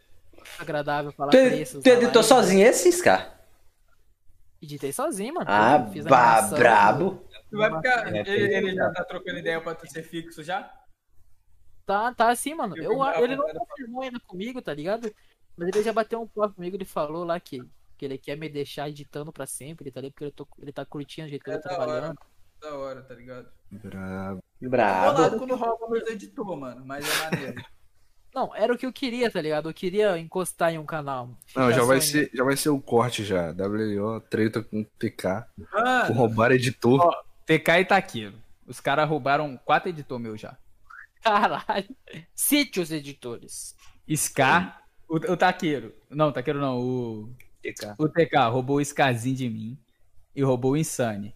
agradável falar Tu, preços. tu salários. editou sozinho esses, cara? Editei sozinho, mano. Ah, Eu fiz bah, animação, brabo. Tu vai ficar. É, Ele, ele já tá trocando ideia pra tu ser fixo já? Tá, tá assim, mano. Eu Eu, vou dar ele não uma olhada confirmou ainda comigo, tá ligado? Mas ele já bateu um papo comigo, ele falou lá que, que ele quer me deixar editando pra sempre, tá ligado? Porque eu tô, ele tá curtindo o jeito que É eu tô trabalhando. Da hora, tá ligado? Bravo. Ah, Brabo. quando rouba meus editor, mano, mas é maneiro. Não, era o que eu queria, tá ligado? Eu queria encostar em um canal. Não, Ficar já vai, ser, sonhando. já vai ser o corte já, WLO, treta com TK, por Mano, roubar editor. TK Ah, e Taquilo. Os caras roubaram quatro editor meu já. Caralho. Cite os editores. Scar, o, o Taqueiro. Não, o Taqueiro não, o, TK. o TK roubou o Scarzinho de mim e roubou o Insane.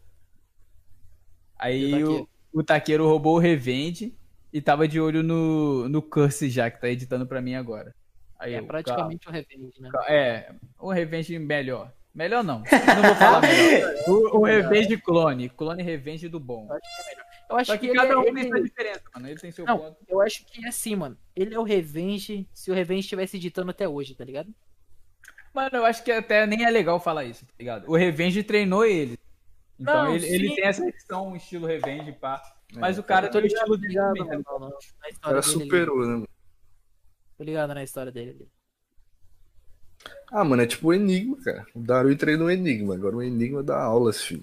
Aí E o o, o Taqueiro roubou o Revende e tava de olho no, no Curse já, que tá editando pra mim agora. Aí É eu, praticamente o revenge, né? calma, calma. É, o Revenge melhor. Melhor não, não vou falar melhor. O, o Revenge clone, clone Revenge do bom. Eu acho Só que que, ele, é cada um ele- tem sua diferença, mano. Ele tem seu Não, ponto. eu acho que é assim, mano. Ele é o revenge se o revenge estivesse editando até hoje, tá ligado? Mano, eu acho que até nem é legal falar isso, tá ligado? O Revenge treinou ele. Então Não, ele, ele sim. É, tá tem essa questão, um estilo Revenge, pá. Mas o cara Eu tô tem o estilo dele ligado, também, tá ligado? mano, na na É, O cara história dele ali. superou, né? mano? Tô ligado na história dele ali. Ah, mano, é tipo o Enigma, cara. O Darui treinou o Enigma, agora o Enigma dá aulas, filho.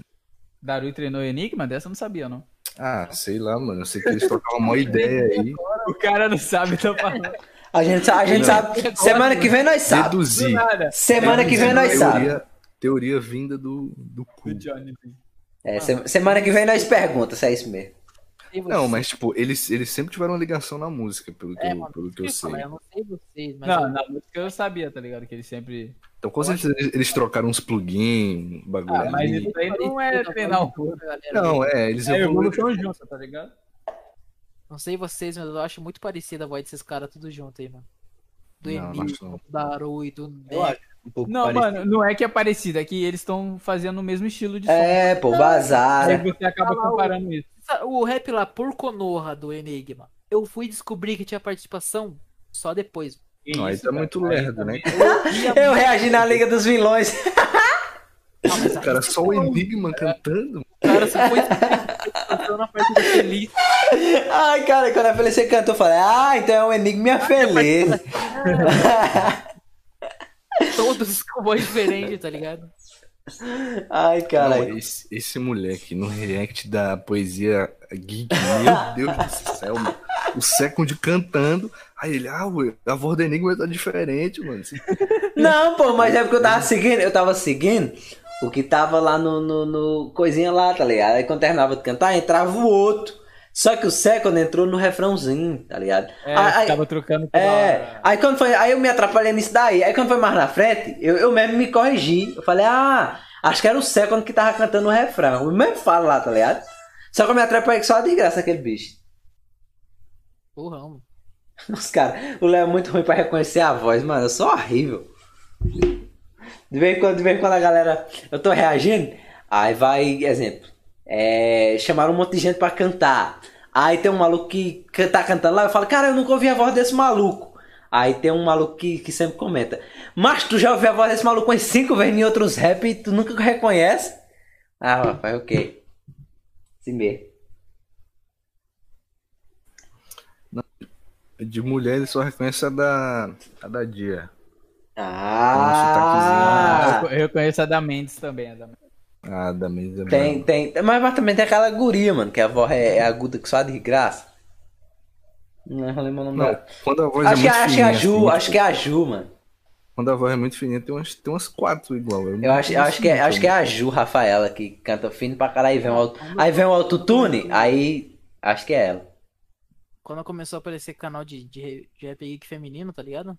Darui treinou Enigma? Dessa eu não sabia, não. Ah, sei lá, mano, eu sei que eles trocaram uma ideia aí. O cara não sabe, tá falando. A gente, sa- a gente Não. sabe. Semana que vem nós sabe. Tá, Do Deduzir. nada. Semana que vem nós sabe. Teoria, teoria vinda do, do cu. Do Johnny. É, se- semana que vem nós pergunta se é isso mesmo. E você? Não, mas tipo, eles, eles sempre tiveram uma ligação na música, pelo que, É, eu- mano, pelo que eu Eu sei. falo, eu não sei vocês, mas Não, eu- na música eu sabia, tá ligado? Que ele sempre. Então com certeza eles, eles trocaram uns plugin, um bagulho Ah, mas ali. isso aí não é treinar o corpo. galera. né? Não, é, eles É evoluíram. evolução junto, tá ligado? Não sei vocês, mas eu acho muito parecida a voz desses caras tudo junto aí, mano. Do Não, Emil, acho não. do Darui, do Eu Neto. acho um pouco Não, parecido. mano, não é que é parecido, é que eles estão fazendo o mesmo estilo de som. É, pô, né? Aí bazar. você acaba comparando isso. O rap lá, por Konoha, do Enigma. Eu fui descobrir que tinha participação só depois. Não, aí tá muito lerdo, né? Eu reagi na Liga dos Vilões. Não, mas aí Cara, é só o Enigma cantando. o cara só foi descobrir na parte do Feliz. Ai, cara, quando a Felicia cantou, eu falei, ah, então é um enigma feliz. Todos com voz diferente, tá ligado? Ai, cara. Não, esse, esse moleque no react da poesia geek, meu Deus do céu, mano. o Second cantando. Aí ele, ah, ué, a voz do Enigma tá diferente, mano. Assim, Não, pô, mas é porque eu tava seguindo, eu tava seguindo o que tava lá no, no, no coisinha lá, tá ligado? Aí quando terminava de cantar, entrava o outro. Só que o Second entrou no refrãozinho, tá ligado? É, Aí- aí- ficava trocando toda É, hora. aí quando foi, aí eu me atrapalhei nisso daí. Aí quando foi mais na frente, eu, eu mesmo me corrigi. Eu falei, ah, acho que era o Second que tava cantando o refrão. Eu mesmo falo lá, tá ligado? Só que eu me atrapalhei que só de graça aquele bicho. Porra, mano. Os caras, o Léo é muito ruim pra reconhecer a voz, mano. Eu sou horrível. De vez em quando, de vez em quando a galera. Eu tô reagindo. Aí vai, exemplo. É, chamaram um monte de gente pra cantar. Aí tem um maluco que can- tá cantando lá. Eu falo, cara, eu nunca ouvi a voz desse maluco. Aí tem um maluco que, que sempre comenta. Mas tu já ouviu a voz desse maluco umas cinco vezes em outros rap e tu nunca reconhece? Ah, rapaz, ok. Assim mesmo. de mulher ele só reconhece a da, a da Dia. Ah! Eu, eu conheço a da Mendes também. A da Mendes. A da mesa. é Tem, brava. tem. Mas, mas também tem aquela guria, mano, que a voz é, é aguda que só de graça. Não lembro o nome Não, dela. quando a voz Acho, que, é muito acho que é fininha, a Ju, assim, acho que é a Ju, mano. Quando a voz é muito fininha, tem umas, tem umas quatro igual. Eu acho, eu acho, que, é, muito acho que é a Ju, Rafaela, que canta fino pra caralho. Aí vem o, auto, aí vem o autotune, aí acho que é ela. Quando começou a aparecer canal de, de, de rap geek feminino, tá ligado?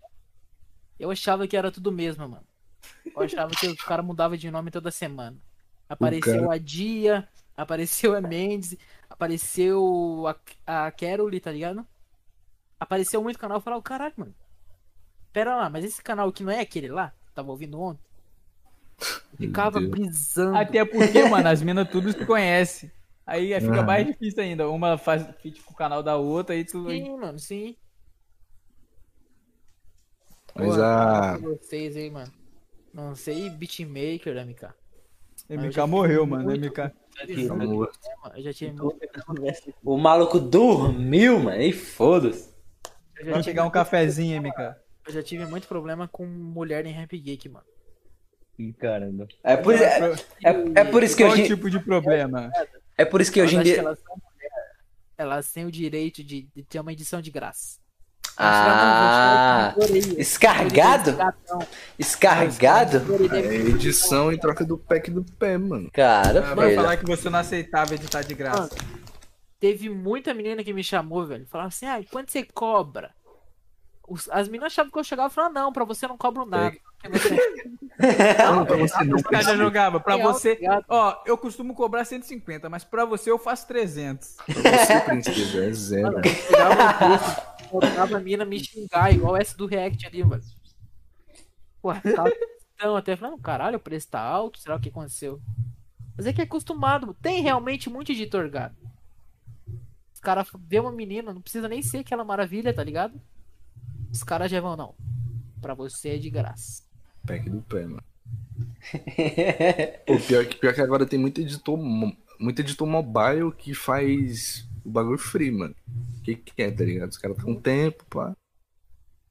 Eu achava que era tudo mesmo, mano. Eu achava que os caras mudavam de nome toda semana. Apareceu cara- a Dia, apareceu a Mendes, apareceu a, a Carole, tá ligado? Apareceu muito canal e falava, caralho, mano. Pera lá, mas esse canal aqui não é aquele lá? que Tava ouvindo ontem? Meu Ficava Deus. brisando. Até porque, mano, as minas tudo se conhecem. Aí fica Aham. mais difícil ainda. Uma faz feat com o canal da outra e tu. Sim, mano, sim. Mas Pô, a. pra vocês aí, mano. Não sei, beatmaker, MK. eu MK já morreu, fiz mano. muito. MK. né? Amor. É, mano, eu já Então, tinha. O maluco dormiu, mano, e foda-se. Eu já Vai tive, pegar um cafezinho, MK. eu já tive muito problema com mulher em rap geek, mano. Ih, caramba. É por, é, é, é por isso que Qual hoje, tipo de problema? é por isso que hoje em Elas dia. acham que elas são mulher. Elas têm o direito de, de ter uma edição de graça. um Ah, escargado? Escargado? É edição em troca do pack do pé, mano. Cara, Vai filho. falar que você não aceitava editar de graça. Teve muita menina que me chamou, velho. Falava assim: ah, e quanto você cobra? Os- as meninas achavam que eu chegava e falava: não, pra você eu não cobro nada. Porque você Não, é. pra você não. Os caras já jogavam. Pra É, você. obrigado. Ó, eu costumo cobrar 150, mas pra você eu faço 300. Você, princesa, é zero. botava a mina me xingar, igual essa do React ali, mano. Pô, tava então, até falando, caralho, o preço tá alto, será o que aconteceu? Mas é que é acostumado, tem realmente muito editor gato. Os caras vê uma menina, não precisa nem ser aquela maravilha, tá ligado? Os caras já vão, não. Pra você é de graça. Pack do pé, mano. Pô, pior, que, pior que agora tem muito editor, mo- muito editor mobile que faz o bagulho free, mano. O que, que é, tá ligado? Os caras estão com tempo, pá.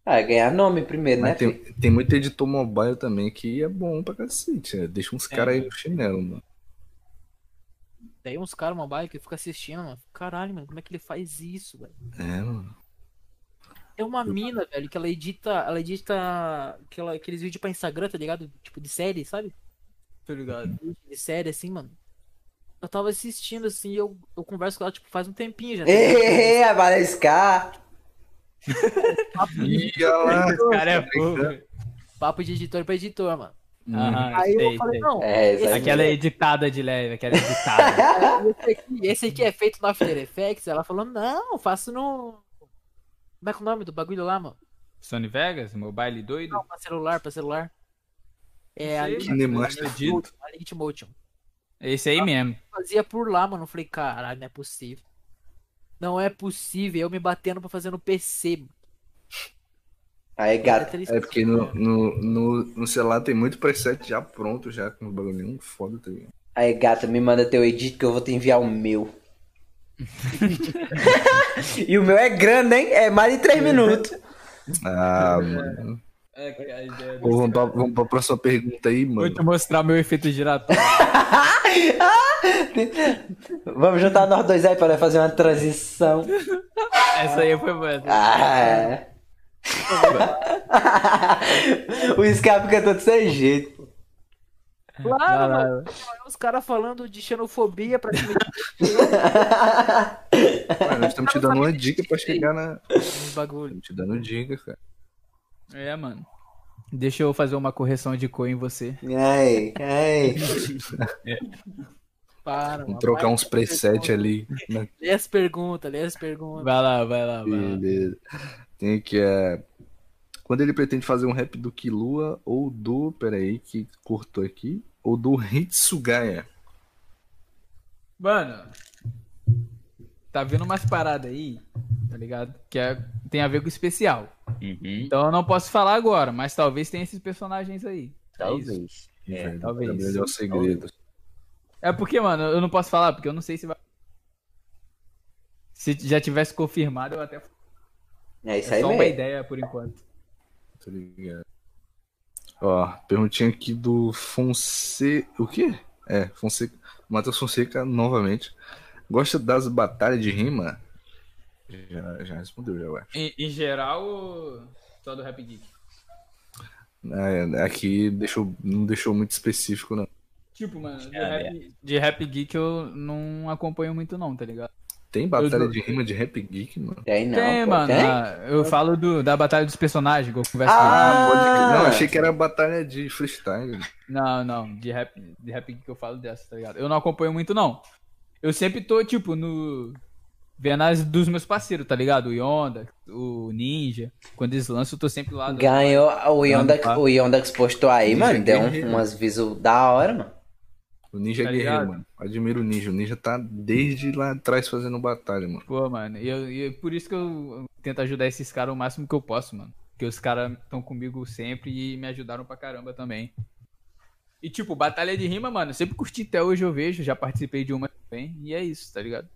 Ah, ganhar nome primeiro, né? Mas tem, tem muito editor mobile também que é bom pra cacete. né? Deixa uns caras aí É. no chinelo, mano. Daí uns caras mobile que fica assistindo, mano. Caralho, mano, como é que ele faz isso, velho? É, mano. É uma mina, velho, que ela edita. Ela edita aquela, aqueles vídeos pra Instagram, tá ligado? Tipo de série, sabe? Tô tá ligado. de série, assim, mano. Eu tava assistindo, assim, e eu, eu converso com ela, tipo, faz um tempinho já. tá ligado? Ei, valeu, Scar. Ih, olha lá. Esse cara é fogo. Papo de editor pra editor, mano. Uhum. Aham, Aí eu sei, sei. falei, não, É, isso aí. Aquela é editada de leve, aquela é editada. esse aqui, esse aqui é feito no After Effects. Ela falou, não, eu faço no. Como é que é o nome do bagulho lá, mano? Sony Vegas, mobile doido? Não, pra celular, pra celular. É a Sei, Light Kinemaster edito. Motion, a Light Motion. Esse aí mesmo. Fazia por lá, mano. Eu falei, caralho, não é possível. Não é possível eu me batendo pra fazer no PC. mano. Aí, gato. triste. É porque no, no, no, no celular tem muito preset já pronto, já com o bagulho nenhum foda, tá ligado? Aí, gata, me manda teu edit que eu vou te enviar o meu. e o meu é grande, hein? É mais de 3 minutos. Ah, mano. Ai, cara, ideia do Pô, vamos, céu. pra, vamos pra próxima pergunta aí, Vou mano. te mostrar meu efeito giratório. Vamos juntar nós dois aí para fazer uma transição. Essa aí foi boa. Ah. essa. o escape fica todo sem jeito. Vai Claro, lá. mano. Os caras falando de xenofobia pra cima de Mano, nós estamos te dando uma dica pra chegar na. uns bagulho. Estamos te dando dica, cara. um É, mano. Deixa eu fazer uma correção de cor em você. Ai, ai. Para, mano. Vamos trocar Vai, uns presets ali. né? Lê as perguntas, lê as perguntas. Vai lá, vai lá, vai lá. Beleza. Tem que é. Quando ele pretende fazer um rap do Kilua ou do. Peraí, que cortou aqui. Ou do Hitsugaya. Mano, tá vindo umas paradas aí, tá ligado? Que é- tem a ver com o especial. Uhum. Então eu não posso falar agora, mas talvez tenha esses personagens aí. É, isso. Talvez. É, Velho, talvez. Gabriel é o segredo. É porque, mano, eu não posso falar, porque eu não sei se vai. Se já tivesse confirmado, eu até. É isso É aí só uma mesmo. ideia por enquanto. Tá ligado? Ó, perguntinha aqui do Fonseca. O quê? É, Fonseca. Matheus Fonseca novamente. Gosta das batalhas de rima? Já, já respondeu, já, ué. Em, em geral, ou só do Rap Geek? É, aqui deixou, não deixou muito específico, não. Tipo, mano, de, Ah, É, rap, de Rap Geek eu não acompanho muito, não, tá ligado? Tem batalha Eu- de rima de rap geek, mano? Tem não, tem, pô, mano. tem? a- eu falo do, da Batalha dos Personagens, que eu converso Ah! Pode crer. Não, achei que era batalha de freestyle. com Não, não, de rap, de rap Geek eu falo dessa, tá ligado? Eu não acompanho muito, não. Eu sempre tô, tipo, no. Vendo as dos meus parceiros, tá ligado? O Yonda, o Ninja. Quando eles lançam, eu tô sempre lá. do- Ganhou o Yonda, tá. o Yonda que se postou aí, Ninja mano. Deu Guerreiro. um, umas visual da hora, mano. O Ninja é Tá guerreiro, ligado? mano. Admiro o Ninja. O Ninja tá desde lá atrás fazendo batalha, mano. Pô, mano, e eu, e por isso que eu tento ajudar esses caras o máximo que eu posso, mano. Porque os caras estão comigo sempre e me ajudaram pra caramba também. E tipo, batalha de rima, mano, eu sempre curti até hoje eu vejo, já participei de uma também, e é isso, tá ligado?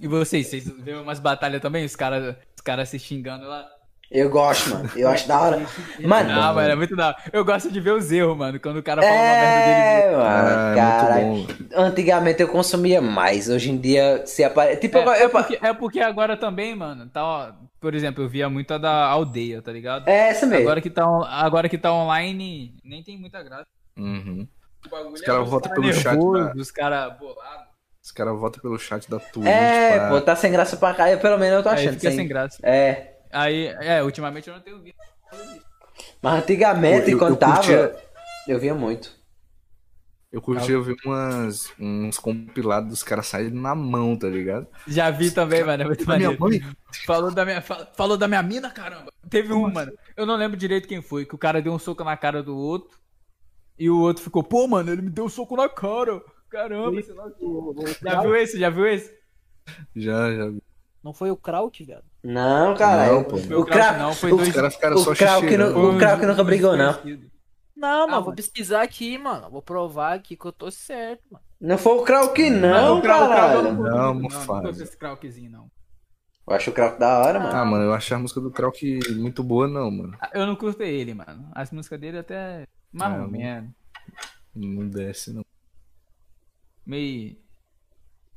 E vocês, vocês vêem umas batalhas também? Os caras os cara se xingando lá. Eu gosto, mano. Eu acho da hora. Mano, Ah, mano, é muito da hora. Eu gosto de ver os erros, mano, quando o cara fala uma merda dele. é, mano. Ah, é Cara, muito bom. antigamente eu consumia mais. Hoje em dia, se aparece. Tipo, eu- É, é eu, porque, é porque agora também, mano, tá, ó, por exemplo, eu via muito a da aldeia, tá ligado? É essa mesmo. Agora que, tá on- agora que tá online, nem tem muita graça. Uhum. O bagulho Os caras é votam pelo nervoso, chat, cara. Os caras bolados. Os caras votam pelo chat da Twitch. é, pá. pô, tá sem graça pra cá. Eu, pelo menos eu tô Aí achando. fica sem- sem graça. É. Aí, é, ultimamente eu não tenho visto. Mas antigamente, Eu- eu- quando eu tava, curtia- eu via muito. Eu curti eu vi umas, uns compilados dos caras saindo na mão, tá ligado? Já vi também, mano. É muito Da minha maneiro. mãe? Falou da minha, fal- falou da minha mina, caramba. Teve um, mano. Eu não lembro direito quem foi, que o cara deu um soco na cara do outro. E o outro ficou, pô, mano, ele me deu um soco na cara. Caramba, sei lá o quê. Já viu esse? Já viu esse? Já, já. Não foi o Kraut, velho? Não, cara. Não, eu- pô. Foi o Krauk. não, foi o dois. Os caras ficaram o só Krauk não- xixirando. foi o Krauk nunca dois brigou, não. desconhecidos. Não, Ah, mano, vou mano. pesquisar aqui, mano. Vou provar aqui que eu tô certo, mano. Não foi o Krauk, não, o Krauk- o Krauk caralho. não, foi, Não, não, não Mufasa. foi esse Kraukzinho, não. Eu acho o Krauk da hora, mano. Ah, mano, eu achei a música do Krauk muito boa, não, mano. Eu não curto ele, mano. As músicas dele até mais Ah, ou eu- menos. Não desce, não. Meio.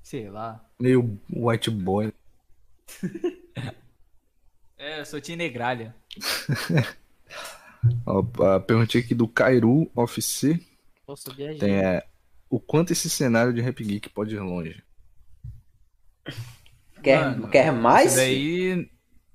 Sei lá. Meio white boy. É, eu sou Tim Negralha. Ó, a perguntinha aqui do Kairu FC Posso viajar. tem é. O quanto esse cenário de rap geek pode ir longe? Quer, Mano, quer mais? Isso daí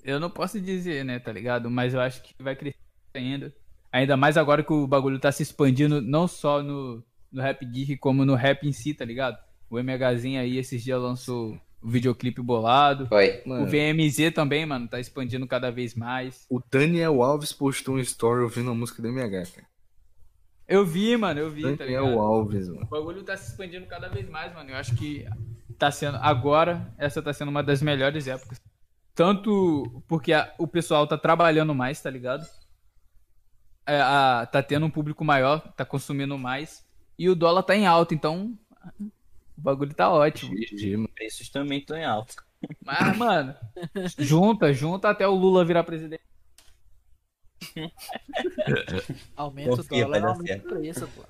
eu não posso dizer, né, tá ligado? Mas eu acho que vai crescer ainda. Ainda mais agora que o bagulho tá se expandindo, não só no, no Rap Geek, como no rap em si, tá ligado? O MHzinho aí esses dias lançou o videoclipe bolado. Foi. O Mano, VMZ também, mano, tá expandindo cada vez mais. o Daniel Alves postou um story ouvindo a música do MH, cara. Eu vi, mano, eu vi, tá ligado? Daniel Alves, mano. O bagulho tá se expandindo cada vez mais, mano. Eu acho que tá sendo. Agora, essa tá sendo uma das melhores épocas. Tanto porque a- o pessoal tá trabalhando mais, tá ligado? É, a- tá tendo um público maior, tá consumindo mais. E o dólar tá em alta, então. O bagulho tá ótimo. GG, mano. preços também estão em alta. Mas, mano, junta, junta até o Lula virar presidente. Aumenta o Confia, vai dólar, dar aumenta certo. o preço, pô.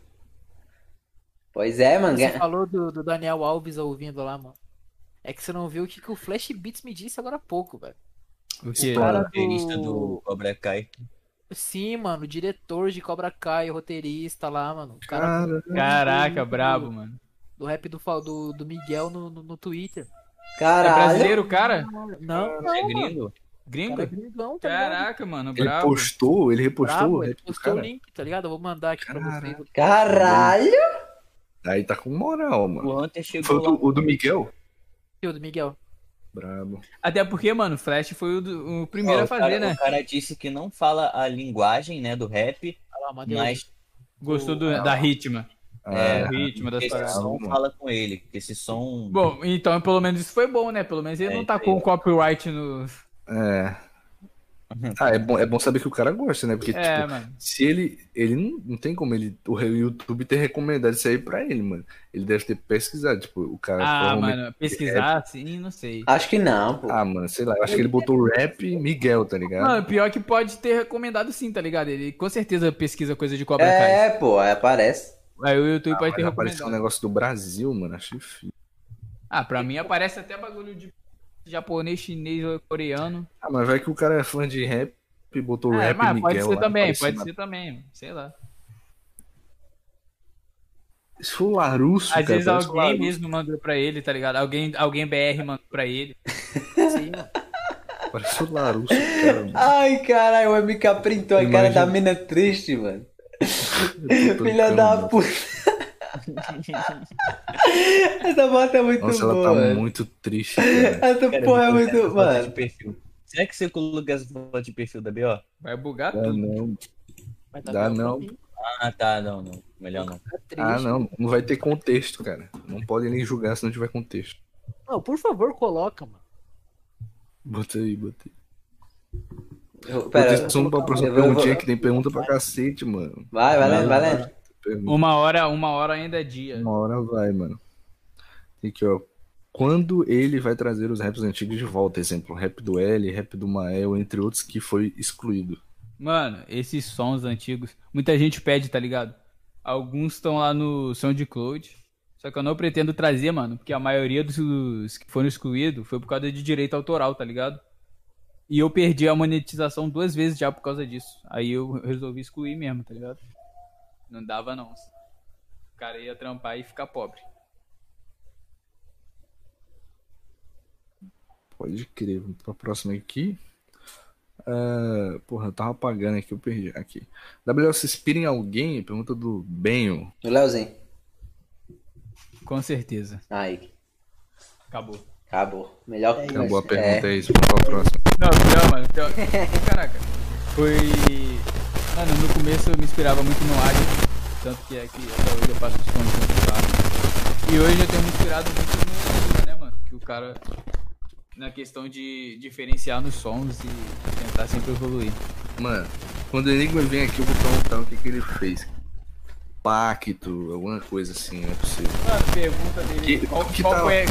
Pois é, mano. Você ganha- falou do, do Daniel Alves ouvindo lá, mano. É que você não viu o que, que o Flash Beats me disse agora há pouco, velho. O quê? Cara do- Roteirista do Cobra Kai. Sim, mano, o diretor de Cobra Kai, roteirista lá, mano. O cara Cara, Caraca, brabo, mano. do rap do, Fal- do, do Miguel no, no, no Twitter. É Caralho. brasileiro, o cara? Não, não, É mano. gringo? Cara, é Gringo? gringão, tá ligado? Caraca, mano, ele brabo. postou, ele Brabo, repostou o ele rap do postou o cara. link, tá ligado? Eu vou mandar aqui pra Caraca. vocês. Caralho. Aí tá com moral, mano. O Hunter Foi chegou o lá. do, o do Miguel? O do Miguel. Brabo. Até porque, mano, o Flash foi o, do- o primeiro Ó, a o cara- fazer, né? O cara disse que não fala a linguagem, né, do rap, Olha lá, mandei o link. mas Gostou do- da ritma. É. Ah, Do ritmo das esse é paradas. som mano. fala com ele, que esse som... Bom, então pelo menos isso foi bom, né? Pelo menos ele É, não isso aí, tacou ó. um copyright no. É. Ah, é bom, é bom saber que o cara gosta, né? Porque, É, tipo, mano. se ele. Ele não, não tem como ele. O YouTube ter recomendado isso aí pra ele, mano. Ele deve ter pesquisado. Tipo, o cara. Ah, provavelmente- mano, pesquisar assim, não sei. Acho que não, pô. é Ah, mano, sei lá. Eu acho que ele botou rap Miguel, tá ligado? Mano, pior que pode ter recomendado sim, tá ligado? Ele com certeza pesquisa coisa de Cobra Kai. É, pô, aí aparece. Aí o YouTube pode ter Mas apareceu um recomendado. negócio do Brasil, mano. Achei fio. Ah, pra mim aparece até bagulho de japonês, chinês ou coreano. Ah, mas vai que o cara é fã de rap e botou É, rap mas Miguel. pode ser lá, também, apareceu pode na- ser também, sei lá. Se for Larusso, Às cara, vezes parece um alguém Larusso. mesmo mandou pra ele, tá ligado? Alguém, alguém BR mandou pra ele. Sim, mano. Parece o Larusso, cara. mano. Ai, caralho, o MK printou a cara Imagina. da mina triste, mano. Eu tô Filha brincando, da mano. puta. Essa bota é muito Nossa, ela boa. tá mano. muito triste, cara. Essa Cara, porra é eu vou colocar muito. essa foto de Mano, perfil. Será que você coloca essa foto de perfil da B.O.? Vai bugar Ah, tudo. não. Vai dar Dá bom pra não. mim, Ah, tá, não, não. Melhor não. tá triste. Ah, não. Não vai ter contexto, cara. Não pode nem julgar se não tiver contexto. Não, por favor, coloca, mano. Bota aí, bota aí. eu- pera. Bota isso no pra próxima eu vou- perguntinha vou- que tem pergunta pra cacete, mano. Vai, vai lendo, vai Não. lendo. Pergunta. Uma hora, uma hora ainda é dia. Uma hora vai, mano. Tem Aqui, ó. Quando ele vai trazer os raps antigos de volta? Exemplo, rap do L, rap do Mael, entre outros que foi excluído. Mano, esses sons antigos, muita gente pede, tá ligado? Alguns estão lá no SoundCloud. Só que eu não pretendo trazer, mano, porque a maioria dos que foram excluídos foi por causa de direito autoral, tá ligado? E eu perdi a monetização duas vezes já por causa disso. Aí eu resolvi excluir mesmo, tá ligado? Não dava não. O cara ia trampar e ficar pobre. Pode crer. Vamos pra próxima aqui. Ah, porra, eu tava apagando aqui, eu perdi. Aqui. WL, se inspira em alguém? Pergunta do Benho. O Leozinho. Com certeza. Aí, Acabou. acabou. Melhor que Acabou a nós. pergunta, é isso. Vamos pra próxima. Não, pior, mano. Pior. Caraca. Foi. Mano, no começo eu me inspirava muito no Alien. Tanto que é que até hoje eu faço os sons junto lá. E hoje eu tenho me inspirado muito no Lula, né, mano? Que o cara. Na questão de diferenciar nos sons e tentar sempre evoluir. Mano, quando o Enigma vem aqui, eu vou perguntar o que, que ele fez. Pacto, alguma coisa assim, não é possível. Mano, pergunta dele. Que- qual, que qual tá- foi,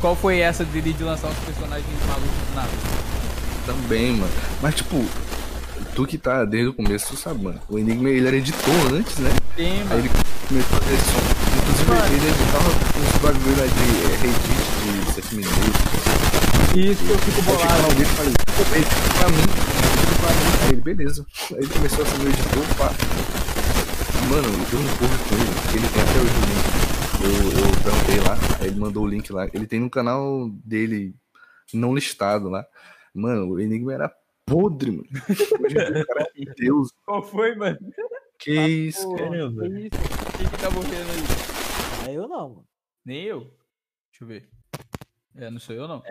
qual foi essa dele de lançar os personagens malucos do nada? Também, mano. Mas, tipo, tu que tá desde o começo, tu sabe, mano. O Enigma, ele era editor antes, né? Tem, Aí mano. ele começou a fazer som. Inclusive, ele editava uns bagulho lá de é, Reddit, de 7 minutos. Isso que eu fico Aí chegava bolado. alguém e falei, "Pô, mas isso pra mim, isso pra mim. Aí ele, beleza. Aí ele começou a ser meu editor, pá. Mano, eu dei um porra com ele, que ele tem até hoje o link. Eu, eu perguntei lá, aí ele mandou o link lá. Ele tem no canal dele não listado lá. Mano, o Enigma era podre, mano. Hoje em dia, o cara, é Deus, Qual foi, mano? que isso, cara. Caramba. O que, que tá morrendo aí? Aí eu não, mano. Nem eu. Deixa eu ver. É, não sou eu não.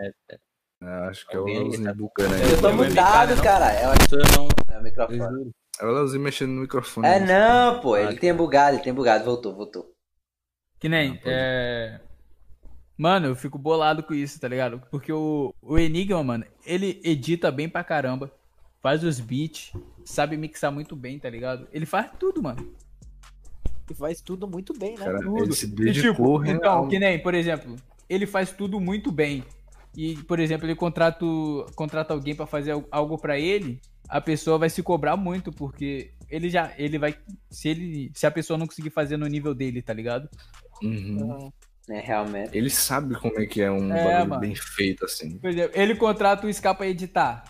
Ah, acho que é o Alguém aí, Leozinho tá? bucando aí. Eu tô Não é mudado, micado, não? caralho. É o- Isso eu não... É o microfone. É o Leozinho mexendo no microfone. É, né? não, pô. Ele tá. tem bugado, ele tem bugado. Voltou, voltou. Que nem. é... Mano, eu fico bolado com isso, tá ligado? Porque o, o Enigma, mano, ele edita bem pra caramba. Faz os beats, sabe mixar muito bem, tá ligado? Ele faz tudo, mano. E faz tudo muito bem, né? Cara, Tudo. ele se E, dedicou né? real. então, que nem, por exemplo, ele faz tudo muito bem. E, por exemplo, ele contrata, o- contrata alguém pra fazer al- algo pra ele. a pessoa vai se cobrar muito, porque ele já. Ele vai. Se ele. Se a pessoa não conseguir fazer no nível dele, tá ligado? Uhum. Ah, É, realmente. Ele sabe como é que é um É, bagulho mano. bem feito, assim. Por exemplo, ele contrata o Ska pra editar.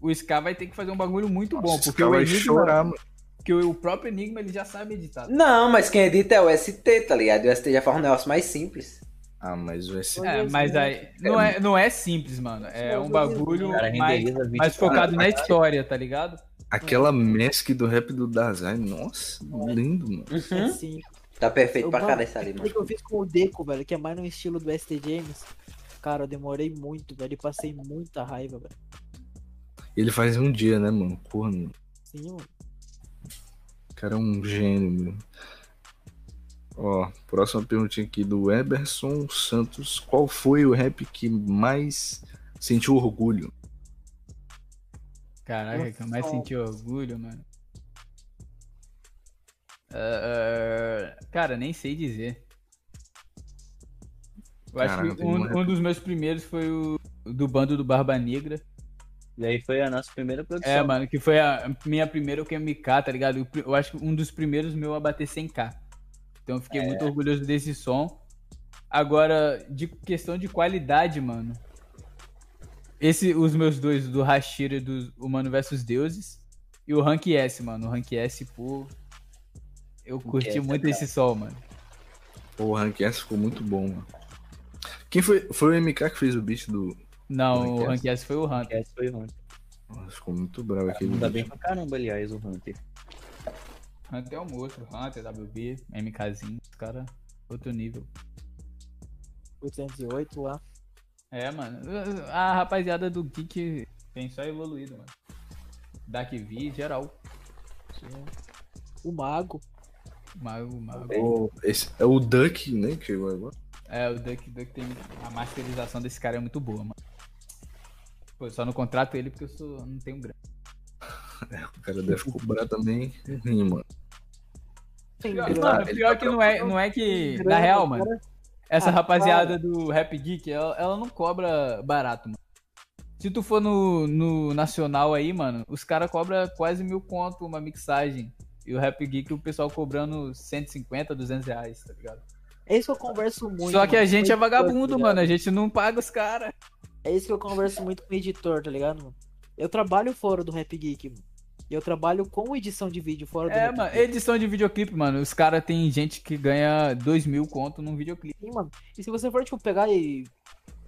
O Ska vai ter que fazer um bagulho muito bom, Nossa, esse porque cara o vai Enigma, chorar, mano. que o o próprio Enigma ele já sabe editar. Não, mas quem edita é o ST, tá ligado? E O ST já faz um negócio mais simples. Ah, mas o S. É, mas aí não é, não é simples, mano. É um bagulho Cara, mais, renderiza vídeo. mais focado na história, tá ligado? Aquela mask do rap do Dazai, nossa, lindo, mano. É Uhum. sim. Tá perfeito Eu pra ba- caralho isso ali, O que mano. eu fiz com o Deco, velho, que é mais no estilo do ST James. Cara, eu demorei muito, velho, e passei muita raiva, velho. Ele faz um dia, né, mano? Porra, mano. Sim, mano. O cara é um gênio, meu. Ó, próxima perguntinha aqui do Eberson Santos. Qual foi o rap que mais sentiu orgulho? Caraca, que eu mais Nossa. senti orgulho, mano. Ah, ah, cara, nem sei dizer. Eu acho Caramba, que tem um, muito. um dos meus primeiros foi o do bando do Barba Negra. Daí foi a nossa primeira produção. É, mano, que foi a minha primeira QMK, tá ligado? Eu, eu acho que um dos primeiros meu a bater 100k. Então eu fiquei muito orgulhoso desse som. Agora, de questão de qualidade, mano. Esse, os meus dois, do Hashira e do Humano vs Deuses. E o Rank S, mano. O Rank S, pô. Eu curti S é muito brabo. esse som, mano. Pô, O Rank S ficou muito bom, mano. Quem foi? Foi o MK que fez o beat do. Não, Rank o S? Rank S foi o Hunter. Essa foi o Hunter. Nossa, ficou muito bravo aquele Manda bem beat. pra caramba, aliás, o Hunter. Hunter é um outro. Hunter, WB, MKzinho. Os caras, outro nível. 808 lá. É, mano. A rapaziada do Geek tem só evoluído, mano. Dark V, geral. O Mago. Mago, mago. O- esse- é o Duck, né? Que chegou agora. É, o Duck Duck tem. A masterização desse cara é muito boa, mano. Pô, eu só não contrato ele porque eu sou, não tenho grana. O cara Uhum. deve cobrar também. Ih, mano. Tem Pior, grana, mano, pior que não é, não é que. tem Na real, mano, grana, cara. essa Ah, rapaziada do Rap Geek, ela, ela não cobra barato, mano. Se tu for no, no Nacional aí, mano, os caras cobram quase mil conto uma mixagem. E o Rap Geek, o pessoal cobrando 150, 200 reais, tá ligado? É isso que eu converso muito. Só que a mano, gente é com editor, tá vagabundo, ligado? mano. A gente não paga os caras. É isso que eu converso muito com o editor, tá ligado, mano? Eu trabalho fora do Rap Geek, mano. E eu trabalho com edição de vídeo fora do É, Rap mano. Geek. Edição de videoclipe, mano. Os caras tem gente que ganha dois mil conto num videoclipe. Sim, mano. E se você for, tipo, pegar e.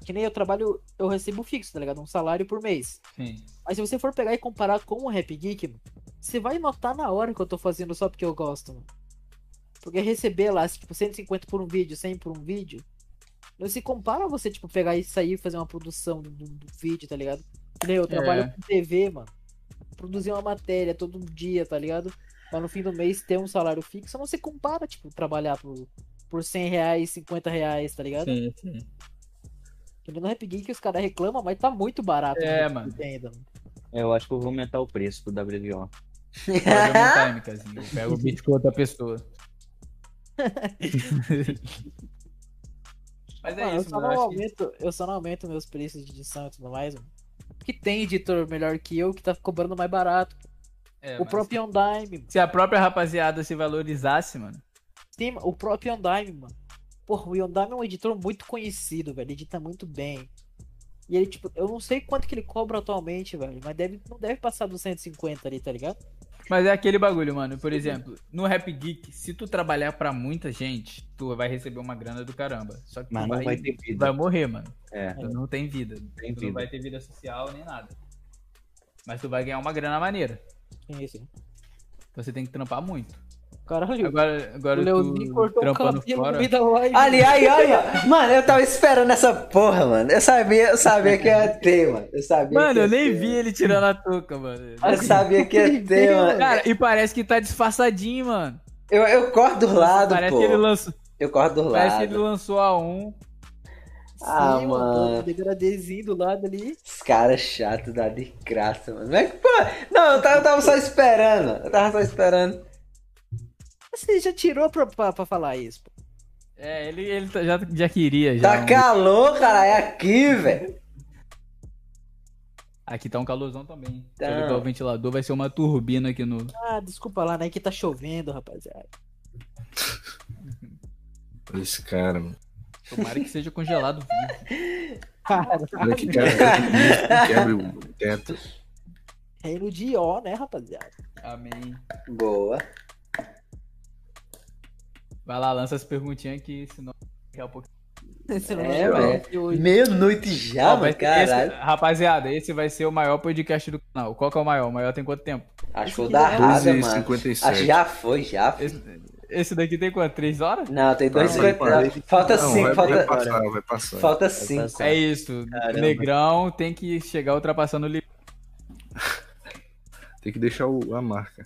Que nem eu trabalho, eu recebo fixo, tá ligado? Um salário por mês. Sim. Mas se você for pegar e comparar com o Rap Geek, mano, você vai notar na hora que eu tô fazendo só porque eu gosto, mano. Porque receber lá, tipo, 150 por um vídeo, 100 por um vídeo, não se compara a você, tipo, pegar e sair e fazer uma produção do, do vídeo, tá ligado? Que nem Eu trabalho É. com TV, mano. Produzir uma matéria todo dia, tá ligado? Mas no fim do mês ter um salário fixo não se compara, tipo, trabalhar por, por 100 reais, 50 reais, tá ligado? Sim, sim. Que nem No Rap Geek os caras reclamam, mas tá muito barato. É, no Rap mano. Geek Ainda, mano. É, Eu acho que eu vou aumentar o preço do WDO. Pode aumentar, MKzinho. Eu pego o beat com outra pessoa. Mas é Mano, eu, isso, só mano. Eu não acho que- aumento, eu só não aumento meus preços de edição e tudo mais, mano. Porque tem editor melhor que eu que tá cobrando mais barato. é, o mas próprio Undyme. Se a própria rapaziada se valorizasse, mano. Sim, o próprio Undyme, mano. Porra, o Undyme é um editor muito conhecido, velho. Ele edita muito bem. E ele, tipo, eu não sei quanto que ele cobra atualmente, velho. Mas deve, não deve passar dos 150 ali, tá ligado? Mas é aquele bagulho, mano. Por exemplo, no Rap Geek, se tu trabalhar pra muita gente, tu vai receber uma grana do caramba. Só que tu Mas não vai ter tu vida. vai morrer, mano. É, Tu não tem vida. tem Tu não vida. vai ter vida social nem nada. Mas tu vai ganhar uma grana maneira. É isso. Então Você tem que trampar muito. Caralho, Agora, agora o Leozinho tu cortou um o trampando cabelo no fora. meio da live. Ali, aí, olha. Mano, eu tava esperando essa porra, mano. Eu sabia, eu sabia que ia ter, mano. Eu sabia que é. Mano, ia eu nem ter. vi ele tirando a touca, mano. Eu sabia que ia ter, mano. Cara, e parece que tá disfarçadinho, mano. Eu, eu corto dos lados, parece pô. que ele lançou, Eu corto dos parece que ele lados. lançou a um. Ah, Sim, mano. mano. Degradezinho do lado ali. Os caras chatos da de graça, mano. Como é que, pô? Não, eu tava, eu tava só esperando. Eu tava só esperando. Você já tirou pra, pra, pra falar isso, pô. É, ele, ele tá- já, já queria já. Tá calor, cara, é aqui, velho. Aqui tá um calorzão também. Se Tá. eu ligar o ventilador, vai ser uma turbina aqui no. Ah, desculpa lá, né? Que tá chovendo, rapaziada. Olha esse cara, mano. Tomara que seja congelado vivo. Olha Ah, que cara né? que quebra o teto. Reino de ó, né, rapaziada? Amém. Boa. Vai lá, lança as perguntinhas que senão daqui a pouco. Esse não É, geral velho. de hoje. Meia-noite Ó, já, vai mano. ter- esse- Ah, Caralho. rapaziada, esse vai ser o maior podcast do canal. Qual que é o maior? O maior tem quanto tempo? Acho que vou dar rasa, mano. Acho 12h57. que já foi, já. foi. Esse, esse daqui tem quanto? Três horas? Não, tem dois Tá bom, parei. cinquenta. Falta Não, é cinco, vai, falta. vai passar, vai passar. Falta cinco. É isso. Caramba. Negrão tem que chegar ultrapassando o limite. Tem que deixar o- a marca.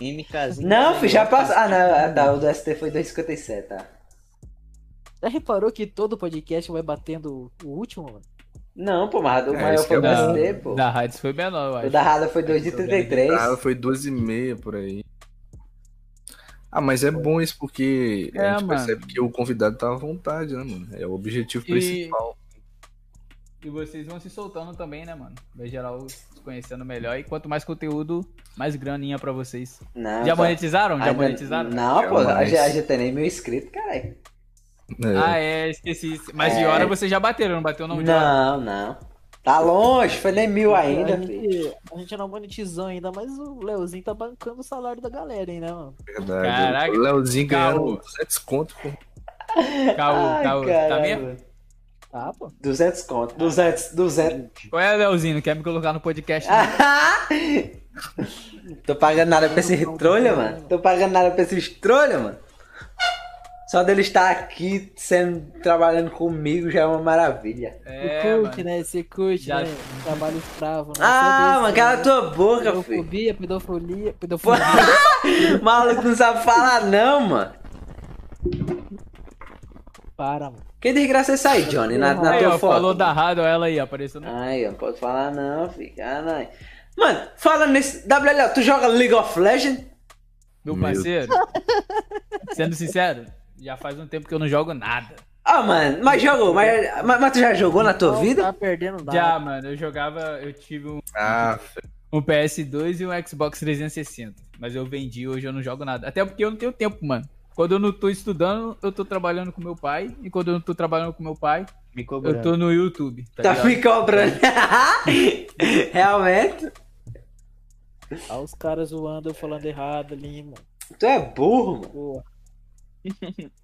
MKzinho. né? Não, filho, já passou. Ah, não, ah, tá. O do ST foi 2,57, tá. Já reparou que todo podcast vai batendo o último, mano? Não, pô, mas o É, maior isso foi o que do é Da, ST, pô. da Hades foi menor, eu O acho. é da Rada foi Ah, 2,33. foi 12h30 por aí. Ah, mas é bom isso porque É, a gente mano. percebe que o convidado tá à vontade, né, mano? É o objetivo E- principal. E vocês vão se soltando também, né, mano? Vai geral se conhecendo melhor. E quanto mais conteúdo, mais graninha pra vocês. Não, Já pô. monetizaram? Já Ainda- monetizaram? Não, pô, Jamais. já, já tem nem mil inscritos, caralho. né? Ah, é, esqueci. Mas de É. hora vocês já bateram, não bateu não? de hora? Não, não. Tá longe, foi nem mil ainda, a, filho. gente, a gente não monetizou ainda, mas o Leozinho tá bancando o salário da galera, hein, né, mano? É Verdade. Caraca. O Leozinho ganhou Caô. 200 conto, pô. Caô, Ai, caô. Tá caralho. mesmo? Tá, pô. 200 conto. 200, 200. Qual é, Leozinho? Não quer me colocar no podcast? né? não? Ah, Tô pagando nada pra esses trolha, mano. Tô pagando nada pra esses trolha, mano. Só dele estar aqui sendo, trabalhando comigo já é uma maravilha. Você É, curte, mano. né? Você curte, Já- né? Trabalho escravo. Né? Ah, Você é mano, desse, cala né? a tua boca, filho. Pedofobia, pedofilia, pedofilia. Maluco não sabe falar, não, mano. Para, mano. Que desgraça é essa aí, Johnny? Na, na Aí, tua ó, foto. Ah. falou da rádio, olha ela aí, apareceu no... Ai, eu não pode falar não, filho. Caralho. Mano, falando nisso, WL, tu joga League of Legends? Meu Meu parceiro. Sendo sincero, já faz um tempo que eu não jogo nada. Ah, mano, mas jogou, mas, mas, mas tu já jogou na tua vida? Tá perdendo nada. Já, mano, eu jogava, eu tive um, Ah, um PS2 e um Xbox 360. Mas eu vendi, hoje eu não jogo nada. Até porque eu não tenho tempo, mano. Quando eu não tô estudando, eu tô trabalhando com meu pai. E quando eu não tô trabalhando com meu pai, Me eu tô no YouTube. Tá Tá ligado? me cobrando. Realmente? Olha os caras zoando, eu falando errado ali, mano. Tu é burro, mano. Boa.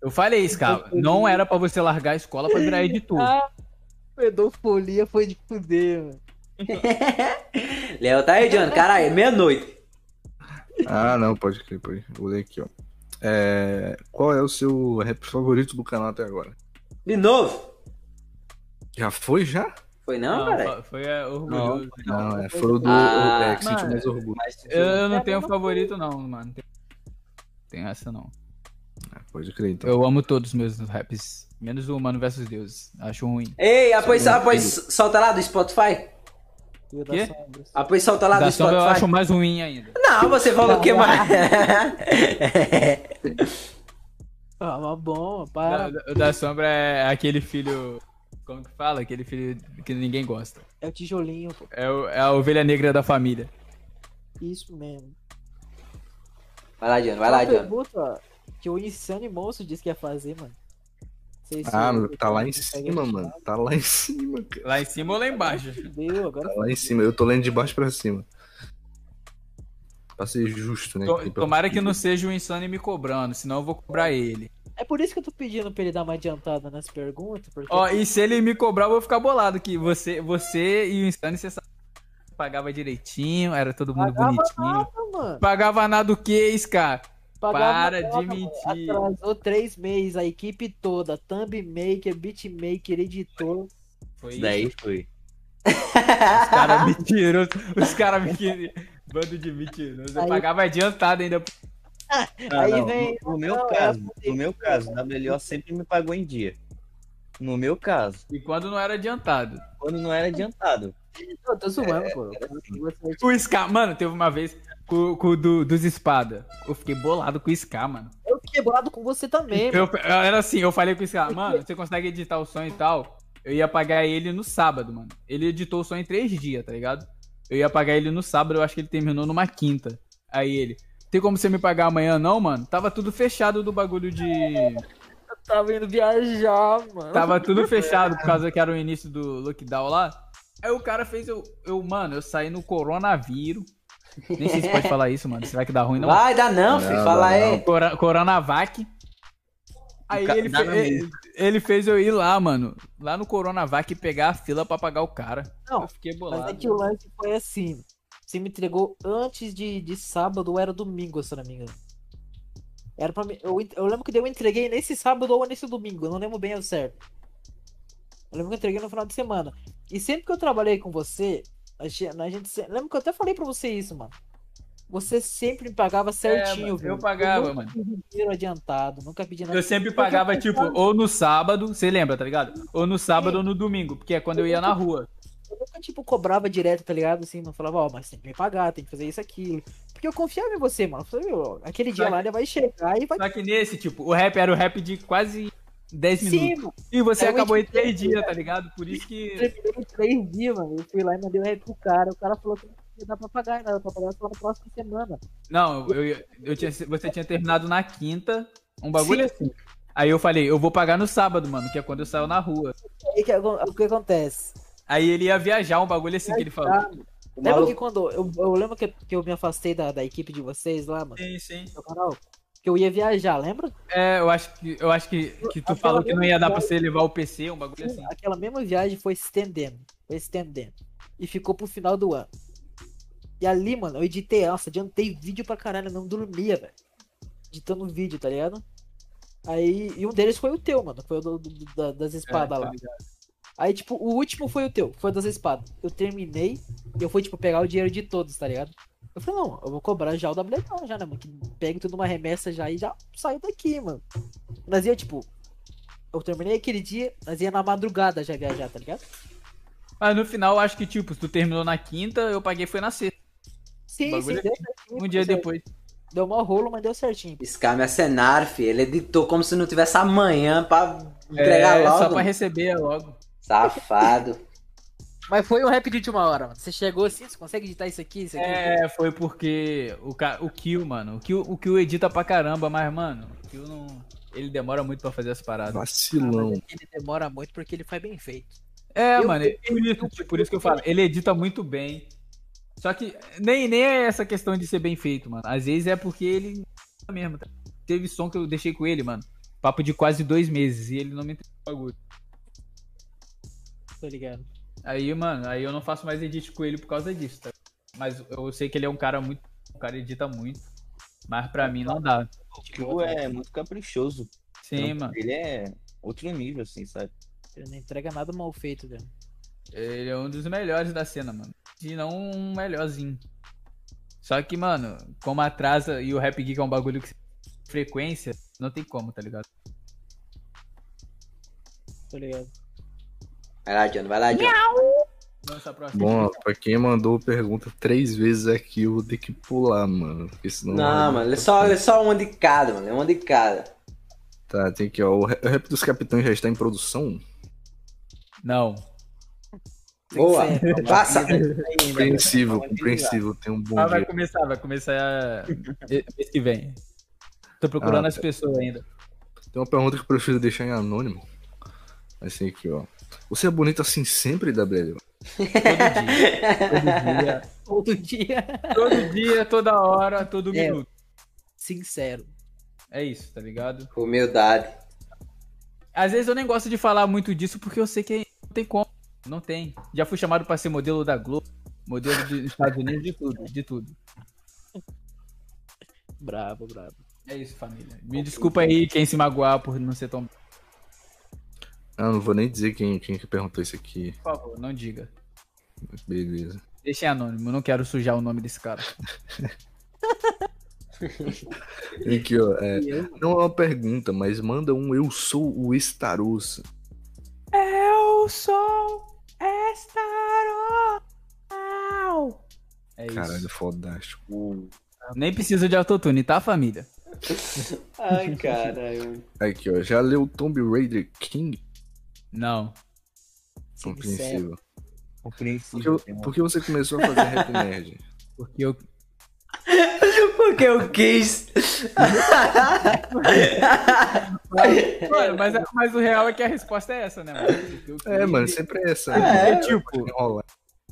Eu falei isso, cara. Não era pra você largar a escola pra virar editor. Ah, pedofilia foi de fuder, mano. Léo, tá aí, Johnny. Caralho, meia-noite. ah, não, pode crer, pode crer. Vou ler aqui, ó. É, Qual é o seu rap favorito do canal até agora? De novo. Já foi, já? Foi não, caralho? foi, foi é, orgulhoso. Não, é, foi o do Ah, é, que senti mais orgulho. Eu não Tá É, tenho mas não favorito, não, mano. Tem- Tem essa, não. Pode crer, então. Eu amo todos os meus raps. Menos o Mano vs Deus. Acho ruim. Ei, após, após solta lá do Spotify. Filho Quê? das sombras. Após solta lá Da do sombra eu acho um Spotify. mais ruim ainda. Não, você falou que mais. Ah, mas bom, mano, Da, para. da- da sombra é aquele filho. Como que fala? Aquele filho que ninguém gosta. É o tijolinho, pô. É, o- é a ovelha negra da família. Isso mesmo. Vai lá, Johnny, vai lá, Uma Johnny. pergunta que o Insane Monstro disse que ia fazer, mano. Não sei se Ah, o- tá lá em consegue cima, achar. mano. Tá lá em cima, cara. Lá em cima ou lá embaixo? Fudeu, agora Tá lá em cima. Eu tô lendo de baixo pra cima. Pra ser justo, né? To- Tomara que não seja o Insane me cobrando, senão eu vou cobrar ele. É por isso que eu tô pedindo pra ele dar uma adiantada nas perguntas, porque Ó, e se ele me cobrar, eu vou ficar bolado. Que você, você e o Insane, você sabe, pagava direitinho, era todo mundo Pagava bonitinho. Ah, mano, Pagava nada o que, Scar? pagava Para nota, de mano. mentir. Atrasou três meses, a equipe toda, thumb maker, beat maker, editor. Foi Isso daí foi. Os caras mentirosos. Os caras mentirosos. Bando de mentirosos. Eu Aí- pagava adiantado ainda. Aí não, vem- No, no meu não, é caso, no meu caso, a WLO sempre me pagou em dia. No meu caso, E quando não era adiantado. quando não era adiantado. Eu tô zoando, É, pô. Eu falo assim. que você- O Scar, mano, teve uma vez com, com o do, dos espada. Eu fiquei bolado com o Scar, mano. Eu fiquei bolado com você também, mano. Eu, eu- era assim, eu falei com o Scar, mano, você consegue editar o som e tal? Eu ia pagar ele no sábado, mano. Ele editou só em três dias, tá ligado? Eu ia pagar ele no sábado, eu acho que ele terminou numa quinta. Aí ele, tem como você me pagar amanhã não, mano? Tava tudo fechado do bagulho de... Eu tava indo viajar, mano. Tava tudo fechado por causa que era o início do lockdown lá. Aí o cara fez eu, eu mano, eu saí no coronavírus. Nem sei se pode falar isso, mano. Será que dá ruim não? Vai, dá não, filho. Não, Fala não, É. aí. Cora- Coronavac. Aí Ca- ele, dá fe- na ele, ele fez eu ir lá, mano. Lá no Coronavac pegar a fila pra pagar o cara. Não, eu fiquei bolado. Mas é que o lance foi assim. Você me entregou antes de, de sábado ou era domingo, se eu não me engano. Era pra mim. Eu, en- eu lembro que eu entreguei nesse sábado ou nesse domingo. Eu não lembro bem ao certo. Eu lembro que eu entreguei no final de semana. E sempre que eu trabalhei com você, a gente, a gente se- lembro que eu até falei pra você isso, mano. Você sempre me pagava certinho, É, mano, eu velho. pagava, nunca mano. pedi dinheiro adiantado, nunca pedi nada. Eu sempre pagava, tipo, ou no sábado, você lembra, tá ligado? Ou no sábado ou no domingo, porque é quando eu ia na rua. Eu nunca, tipo, cobrava direto, tá ligado? Assim, não falava, ó, mas tem que me pagar, tem que fazer isso, aquilo. Porque eu confiava em você, mano. Eu falei, meu, aquele dia Só lá ele vai chegar e vai. Só que nesse, tipo, o rap era o rap de quase 10 minutos. Sim, mano. E você É o acabou em Wikipedia. É. 3 dias, tá ligado? Por isso que. Terminou em três dias, mano. Eu fui lá e mandei o rap pro cara. O cara falou que não ia dar pra pagar, nada pra pagar só na próxima semana. Não, eu, eu- eu tinha, você tinha terminado na quinta, um bagulho assim. Aí eu falei, eu vou pagar no sábado, mano, que é quando eu saio na rua. Aí que, aco- o que acontece? Aí ele ia viajar, um bagulho assim que ele falou. Tá? O Lembra maluco- que quando. Eu, eu lembro que, que eu me afastei da, da equipe de vocês lá, mano, Sim, sim. do canal. Que eu ia viajar, lembra? É, eu acho que, eu acho que, que tu falou que não ia dar pra você levar o PC, um bagulho assim. Aquela mesma viagem foi se estendendo, foi se estendendo. E ficou pro final do ano. E ali, mano, eu editei, nossa, adiantei vídeo pra caralho, eu não dormia, velho. Editando vídeo, tá ligado? Aí, e um deles foi o teu, mano, foi o do- do- da- das espadas tá lá. ligado. Aí, tipo, o último foi o teu, foi o das espadas. Eu terminei, eu fui, tipo, pegar o dinheiro de todos, tá ligado? Eu falei, não, eu vou cobrar já o da Bletão, já, né, mano? Que pegue tudo numa remessa já e já saio daqui, mano. Nós ia, tipo, eu terminei aquele dia, nós ia na madrugada já viajar, tá ligado? Mas no final, eu acho que, tipo, se tu terminou na quinta, eu paguei foi na sexta, Sim, Bagulho sim, é deu certinho. um dia deu depois. certo. assim. Deu mó rolo, mas deu certinho. Esse cara me acenar, filho. Ele editou como se não tivesse amanhã pra entregar É, só logo. pra receber logo. Safado. Mas foi um rap de última hora, mano. Você chegou assim, você consegue editar isso aqui, isso aqui? É, foi porque o, ca- o Kill, mano, o Kill, o Kill edita pra caramba, mas, mano, o Kill não... Ele demora muito pra fazer as paradas. Vacilão. Ele demora muito porque ele faz bem feito. É, Eu- mano, por isso, tipo, por isso que eu falo, ele edita muito bem. Só que nem, nem é essa questão de ser bem feito, mano. Às vezes é porque ele mesmo. tá? Teve som que eu deixei com ele, mano. Papo de quase dois meses e ele não me entregou o bagulho. Tô ligado. Aí, mano, aí eu não faço mais edit com ele por causa disso, tá? Mas eu sei que ele é um cara muito. O cara edita muito. Mas pra mim não dá. O Kyo é muito caprichoso. Sim, mano. Ele é outro nível, assim, sabe? Ele não entrega nada mal feito, velho. Ele é um dos melhores da cena, mano. Se não um melhorzinho. Só que, mano, como atrasa e o Rap Geek é um bagulho que frequência, não tem como, tá ligado? Tô ligado. Vai lá, John. Vai lá, John. Vamos pra próxima. Bom, ó, pra quem mandou pergunta três vezes aqui, eu vou ter que pular, mano. Porque senão. Não, mano. É só, é só uma de cada, mano. É uma de cada. Tá, tem aqui, ó. O rap o rap dos capitães já está em produção? Não. Boa. Tem que ser, Passa. Compreensivo, compreensivo. Tem um bom Ah, vai dia. começar, vai começar eh, mês que vem. Tô procurando Ah, as pessoas ainda. Tem uma pergunta que eu prefiro deixar em anônimo. Assim aqui, ó. Você é bonito assim sempre, WL? Todo dia. Todo dia. todo dia, toda hora, todo É. minuto. Sincero. É isso, tá ligado? Humildade. Às vezes eu nem gosto de falar muito disso porque eu sei que não tem como. Não tem. Já fui chamado pra ser modelo da Globo, modelo dos Estados Unidos, de tudo, de tudo. Bravo, bravo. É isso, família. Me desculpa é? aí quem se magoar por não ser tão. Por Ah, não vou nem dizer quem, quem que perguntou isso aqui. favor, não diga. Beleza. Deixem anônimo, eu não quero sujar o nome desse cara. Tem aqui, ó. é, não é uma pergunta, mas manda um Eu Sou o Estarossa. Eu sou Estaroal. É isso. Caralho, fodástico. Nem precisa de autotune, tá, família? Ai, caralho. Aqui, ó. Já leu Tomb Raider King? Não. Compreensível. Por que, Compreensível. eu- por que um- você começou a fazer rap nerd? Porque eu. Porque eu quis. Mano, mas, mas o real é que a resposta é essa, né, mano? Eu É, quis- mano, sempre é essa. É, tipo, enrola.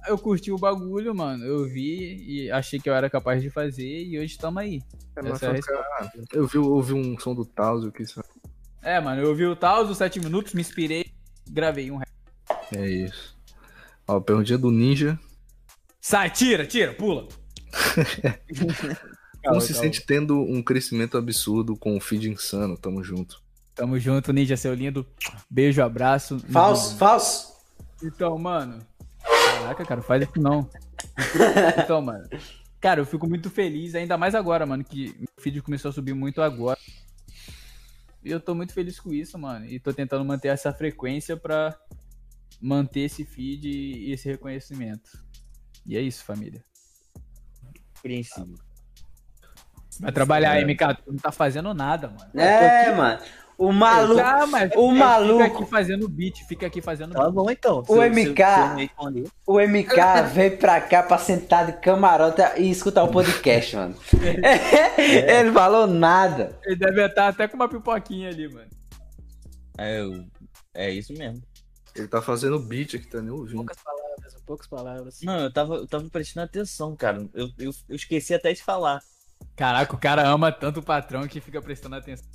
Eu curti o bagulho, mano. Eu vi e achei que eu era capaz de fazer e hoje tamo aí. É, Essa nossa, é a cara, eu vi, ouvi um som do Taus, eu quis fazer. É, mano, eu ouvi o Taos, os 7 minutos, me inspirei, gravei um rap. É isso. Ó, perguntinha do Ninja. Sai, tira, tira, pula. Então, Como se sente tendo um crescimento absurdo com o feed insano? Tamo junto. Tamo junto, Ninja, seu lindo. Beijo, abraço. Falso, falso. Então, mano. Caraca, cara, faz isso não. Então, mano. Cara, eu fico muito feliz, ainda mais agora, mano, que meu feed começou a subir muito agora. E eu tô muito feliz com isso, mano. E tô tentando manter essa frequência pra manter esse feed e esse reconhecimento. E é isso, família. Compreensível. Vai trabalhar aí, MK. Tu não tá fazendo nada, mano. É, mano. O maluco. Tá, mas o maluco. Fica aqui fazendo beat, fica aqui fazendo beat. Tá bom, então. O MK. eu me responder. O MK veio pra cá pra sentar de camarota e escutar o podcast, mano. Ele não falou nada. Ele deve estar até com uma pipoquinha ali, mano. É, eu- é isso mesmo. Ele tá fazendo beat aqui, tá nem ouvindo. Poucas palavras, poucas palavras. Não, eu tava, eu tava prestando atenção, cara. Eu, eu, eu esqueci até de falar. Caraca, o cara ama tanto o patrão que fica prestando atenção.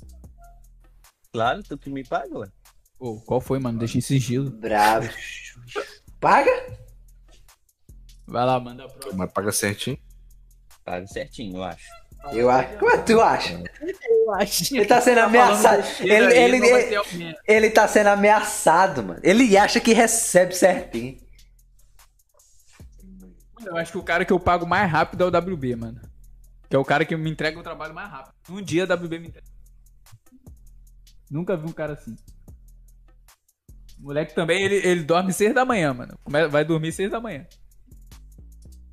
Claro, tu que me paga, ué. Pô, qual foi, mano? Deixa em sigilo. Bravo. Paga? Vai lá, manda a próxima. Mas paga certinho. Paga certinho, eu acho. Eu acho. Como é que tu acha? Eu acho. Ele tá sendo ameaçado. Ele, ele, não vai ele, ter alguém. ele tá sendo ameaçado, mano. Ele acha que recebe certinho. Mano, eu acho que o cara que eu pago mais rápido é o WB, mano. Que é o cara que me entrega o trabalho mais rápido. Um dia o WB me entrega. Nunca vi um cara assim. O moleque também, ele, ele dorme seis da manhã, mano. Come- Vai dormir seis da manhã.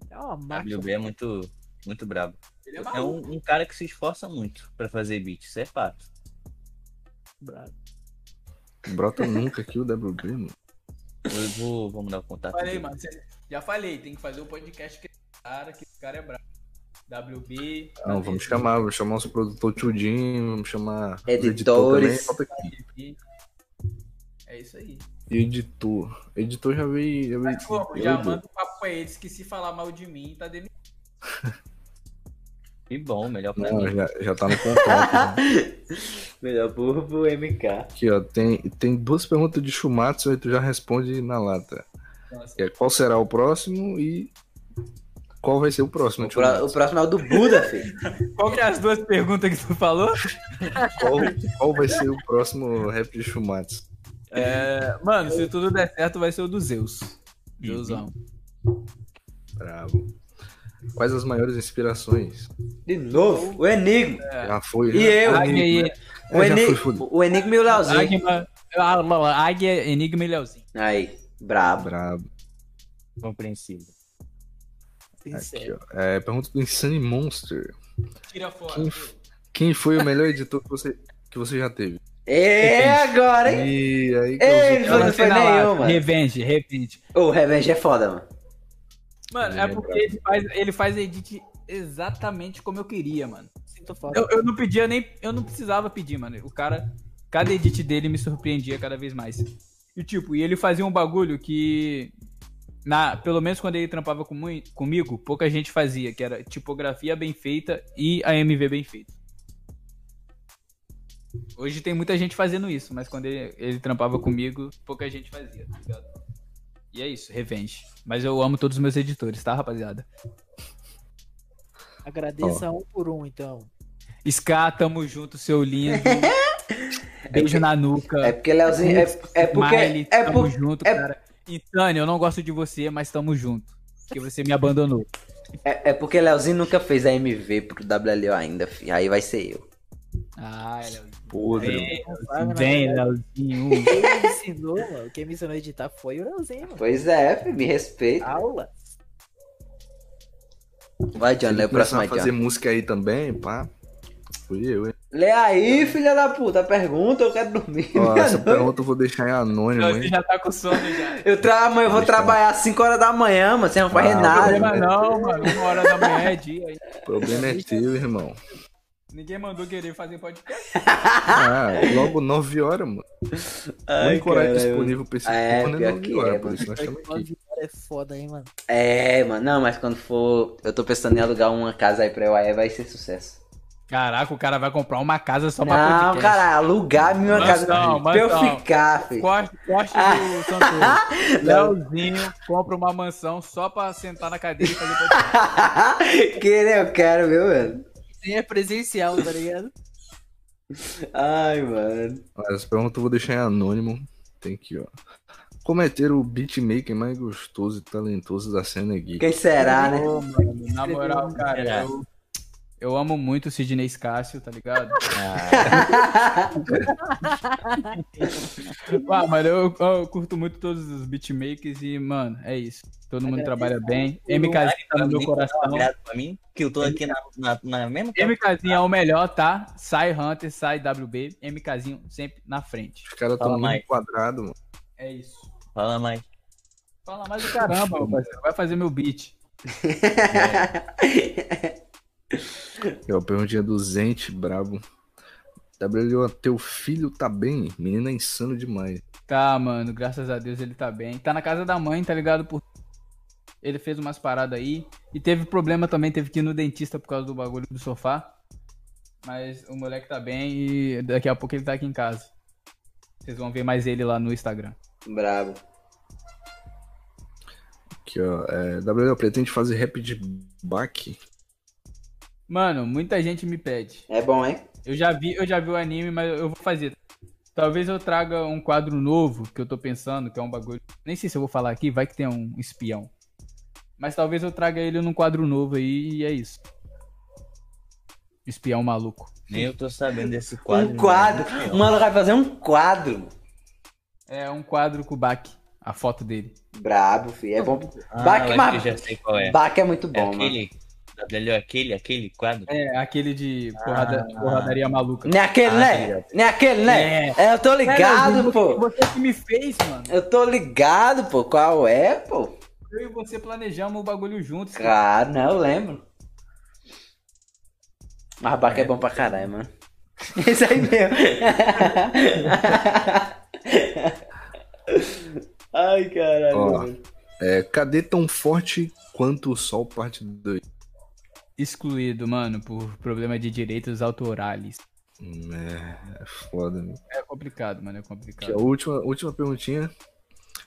É uma máquina. WB é muito, muito brabo. Ele é É maluco. um, um cara que se esforça muito pra fazer beat, isso é fato. Brota nunca aqui o WB, mano. Eu vou, vou mudar o contato. Falei, dele. mano. cê- Já falei, tem que fazer o podcast que esse cara, que esse cara é brabo. WB. Não, vamos chamar, vamos chamar nosso produtor Tudinho, vamos chamar. o editor Editores. também, falta aqui. WB. É isso aí. Editor. Editor já veio. Já veio Mas como? Já manda um papo pra eles que se falar mal de mim, tá demitido. Que bom, melhor pra Não, mim. já, já tá no contrato. né? Melhor burro pro MK. Aqui, ó, tem, tem duas perguntas de Schumacher aí tu já responde na lata. Nossa. Que é qual será o próximo e qual vai ser o próximo, O, pró- o próximo é o do Buda, filho. Qual que é as duas perguntas que tu falou? qual, qual vai ser o próximo rap de Schumacher? É, mano, se tudo der certo, vai ser o do Zeus. Zeusão. Bravo. Quais as maiores inspirações? De novo. O Enigma. Já foi. E já- eu? Ah, Águia e- já O, Eni- foi, foda. o Enigma e o Leozinho. Águia, ah, lá, lá, Águia, Enigma e Leozinho. Aí. Brabo. Brabo. Compreensível. Aqui, ó. É, pergunta do Insane Monster. Tira fora. Quem, f- quem foi o melhor editor que você, que você já teve? É agora, hein? E aí Ei, causou- Não foi nenhum, mano. Revenge, revenge. Ô, o Revenge é foda, mano. Mano, é porque ele faz, ele faz edit exatamente como eu queria, mano. Sinto falta. Eu, eu não pedia nem. Eu não precisava pedir, mano. O cara. Cada edit dele me surpreendia cada vez mais. E tipo, e ele fazia um bagulho que. Na, pelo menos quando ele trampava com mui- comigo, pouca gente fazia, que era tipografia bem feita e a MV bem feita. Hoje tem muita gente fazendo isso, mas quando ele, ele trampava comigo, pouca gente fazia, tá ligado? E é isso, revenge. Mas eu amo todos os meus editores, tá, rapaziada? Agradeça um por um, então. Ska, tamo junto, seu lindo. Beijo na nuca. É porque Leozinho. É, é porque. Miley, é tamo por- junto, é- cara. E Tânia, eu não gosto de você, mas tamo junto. Porque você me abandonou. É, é porque Leozinho nunca fez a MV pro WLO ainda, filho. Aí vai ser eu. Ah, Leozinho. Podre. Vem, Sabe, né? na Vem, verdade, Leozinho. Quem me ensinou, mano? Quem me ensinou a editar foi o Leozinho, mano. Pois é, filho, me respeita. Ah, Aula. Vai, John, é o Começar próximo a aí, fazer John. música aí também, pá. Fui eu, hein? Lê aí, filha da puta, a pergunta, eu quero dormir. Ó, essa pergunta eu vou deixar em anônimo, Você hein? já tá com sono já. Eu, tra... mãe, eu vou trabalhar às 5 horas da manhã, mano, você não faz Ah, nada. Problema não, mano. Uma hora da manhã é dia. aí. O problema é teu, irmão. Ninguém mandou querer fazer podcast. Ah, logo 9 horas, mano. o Ai, único horário cara, eu- disponível pra esse É, corno pior é 9 que é, horas, por mano. isso nós estamos aqui. É foda, hein, mano. É, mano, não, mas quando for. Eu tô pensando em alugar uma casa aí pra eu aí, vai ser sucesso. Caraca, o cara vai comprar uma casa só pra Não, podcast. cara, alugar minha Mansão, casa pra eu mansão. ficar, filho. Corte, corte Ah. do Santoro. Leozinho compra uma mansão só pra sentar na cadeira e fazer podcast. que nem eu quero, viu, mano? Sim, é presencial, tá ligado? Ai, mano. Ó, Essa pergunta eu vou deixar em anônimo. Tem aqui, ó. Como é ter o beatmaker mais gostoso e talentoso da cena é geek? Quem será, né? Ô, mano, na moral, cara, Será? eu, eu amo muito o Sidney Scássio, tá ligado? ah, mano, eu, eu curto muito todos os beatmakers e, mano, é isso. Todo mundo trabalha bem. MKZ tá no meu coração. Obrigado pra mim, que eu tô aqui na, na, na mesma MKzinho é o melhor, tá? Sai Hunter, sai WB. MKzinho sempre na frente. Os caras Fala estão mais. muito quadrado, mano. É isso. Fala mais. Fala mais do caramba, meu parceiro. Vai fazer meu beat. Aqui, ó, perguntinha do Zente, brabo. WLO, teu filho tá bem? Menina é insano demais. Tá, mano, graças a Deus ele tá bem. Tá na casa da mãe, tá ligado? Por... Ele fez umas paradas aí. E teve problema também, teve que ir no dentista por causa do bagulho do sofá. Mas o moleque tá bem e daqui a pouco ele tá aqui em casa. Vocês vão ver mais ele lá no Instagram. Bravo. Aqui, ó. É, WLO, pretende fazer rap de back? Mano, muita gente me pede. É bom, hein? Eu já vi, eu já vi o anime, mas eu vou fazer. Talvez eu traga um quadro novo que eu tô pensando, que é um bagulho. Nem sei se eu vou falar aqui, vai que tem um espião. Mas talvez eu traga ele num quadro novo aí e é isso. Espião maluco. Nem eu tô sabendo desse quadro. um quadro. né? O maluco vai fazer um quadro. É um quadro com o Baki, a foto dele. Brabo, filho. É bom. Ah, Baque, eu acho mas- que eu já sei qual é. Baque é muito É bom, mano. aquele. WLO, aquele, aquele quadro. É, aquele de porrada- porradaria maluca. Nem aquele, né? Nem aquele, né? É, eu tô um ligado, pô. Você que me fez, mano. Eu tô ligado, pô. Qual é, pô? Eu e você planejamos o bagulho juntos. Claro, Ah, não, eu lembro. Mas Baque é bom pra caralho, mano. Isso aí mesmo. Ai, caralho. Ó. mano. É, cadê tão forte quanto o sol, parte 2? Excluído, mano, por problema de direitos autorais. Hum, É, é foda, né? É complicado, mano, é Aqui, complicado. a última, última perguntinha.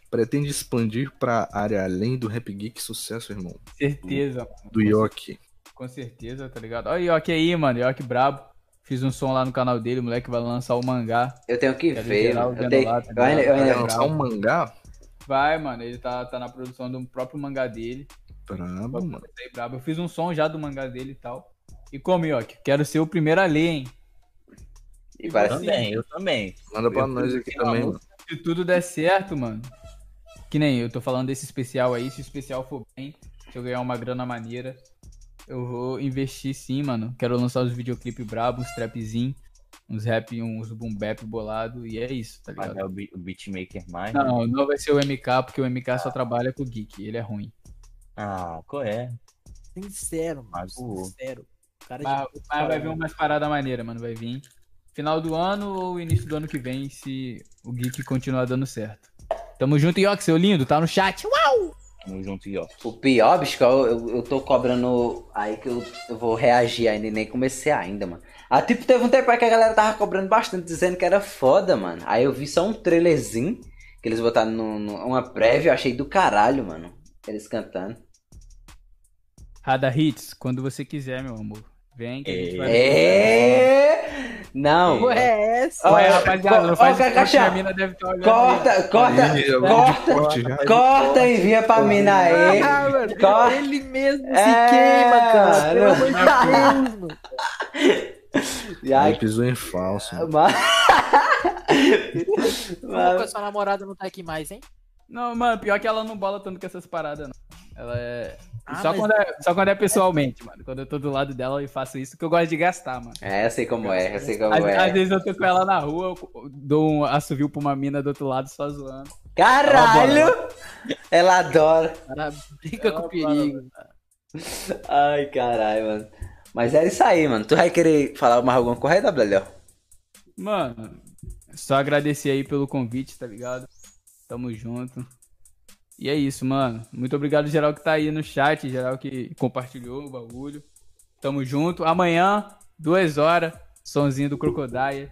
Pretende expandir pra área além do Rap Geek? Sucesso, irmão. Certeza, É. Do Yoki. Com certeza, tá ligado? Olha o Yoki aí, mano. Yoki brabo. Fiz um som lá no canal dele, o moleque vai lançar o mangá. Eu tenho que Quero ver, geral mano. Eu, vendo tenho... lá, tá eu ainda, eu ligado? Vai ainda... lançar um mangá? Vai, mano, ele tá, tá na produção do próprio mangá dele. Brabo, mano. Isso aí, brabo. Eu fiz um som já do mangá dele e tal. E como, Yoki? Quero ser o primeiro a ler, hein? E parece... Também, eu também. Manda pra Eu nós um aqui tenho também, uma mano. Se tudo der certo, mano. Que nem eu tô falando desse especial aí. Se o especial for bem, se eu ganhar uma grana maneira, eu vou investir sim, mano. Quero lançar os videoclipes brabo, uns trapzinho, uns rap, uns boom bap bolado. E é isso, tá ligado? Pagar o be- o beatmaker mais. né? Não, não vai ser o MK, porque o MK só trabalha com o Geek, ele é ruim. Ah, qual é? Sincero, mano. Magoou. Sincero. Cara de... Mas, mas vai vir umas paradas maneiras, mano, vai vir. Final do ano ou início do ano que vem, se o Geek continuar dando certo. Tamo junto, Yox, seu lindo, tá no chat. Uau! Tamo junto, ó. O pior, bicho, que eu, eu, eu tô cobrando. Aí que eu, eu vou reagir ainda e nem comecei ainda, mano. Ah, tipo, teve um tempo aí que a galera tava cobrando bastante, dizendo que era foda, mano. Aí eu vi só um trailerzinho que eles botaram no, no- uma prévia, eu achei do caralho, mano. Eles cantando. Rada Hits, quando você quiser, meu amor. Vem que a gente vai. É! Não! né? Porra é essa? Ué, Ó, rapaziada, ó, não faz ó, isso que Cacá, a mina deve estar olhando. aí. Corta, corta, Ih, eu vou um de corta, corte já. corta e envia pra mina aí. Ah, mano, Corta. ele mesmo tá. É, se queima, cara. Pelo não. amor de Deus, mano. E aí, Ele pisou em falso, mano. mano. Como que a sua namorada não tá aqui mais, hein? Não, mano, pior que ela não bola tanto com essas paradas, não. Ela é. Ah, só, mas- quando é só quando é pessoalmente, mano. Quando eu tô do lado dela e faço isso, que eu gosto de gastar, mano. É, eu sei como é, eu sei como Às, às é. vezes eu tô com ela na rua, eu dou um assovio pra uma mina do outro lado só zoando. Caralho! Ela adora. Cara, brinca com o Ela perigo. Ai, caralho, mano. Mas é isso aí, mano. Tu vai querer falar mais alguma coisa, Blelho? Mano, é só agradecer aí pelo convite, tá ligado? Tamo junto. E é isso, mano. Muito obrigado, geral, que tá aí no chat, geral que compartilhou o bagulho. Tamo junto. Amanhã, duas horas, sonzinho do Crocodile.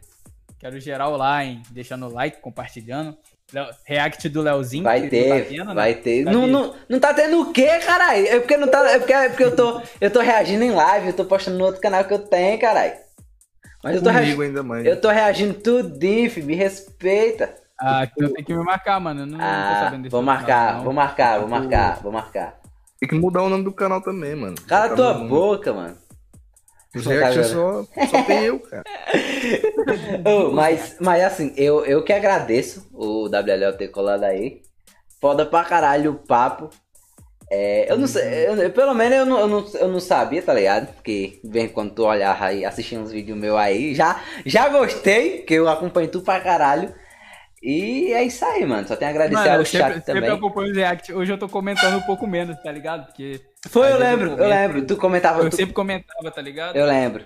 Quero geral lá, hein? Deixando o like, compartilhando. Léo- React do Leozinho. Vai que ter, tá tendo, né? vai ter. Tá Não, tendo. não, não tá tendo o quê, caralho? É porque não tá. É porque, é porque eu tô. Eu tô reagindo em live, eu tô postando no outro canal que eu tenho, caralho. Mas eu tô reagindo. Comigo ainda mais. Eu tô reagindo tudinho, fi, me respeita. Ah, então tem que me marcar, mano. Eu Hum, Não, não tô Ah, sabendo desse vou outro marcar, canal, vou não. marcar, vou marcar, vou marcar. Tem que mudar o nome do canal também, mano. Cala Tá tua bom. boca, mano. Os Tá react é vendo? só, só tem eu, cara. Ô, mas, mas assim, eu, eu que agradeço o WLL ter colado aí. Foda pra caralho o papo. É, eu não sei, eu- eu- pelo menos eu não, eu, não, eu não sabia, tá ligado? Porque vem quando tu olhava aí, assistindo uns vídeos meus aí, já, já gostei, que eu acompanho tu pra caralho. E é isso aí, mano. Só tenho a agradecer Mano, ao eu sempre, chat sempre também. acompanho os react. Hoje eu tô comentando um pouco menos, tá ligado? Porque Foi, eu às vezes eu lembro, eu comento. lembro. Tu comentava. eu tu- sempre comentava, tá ligado? Eu lembro.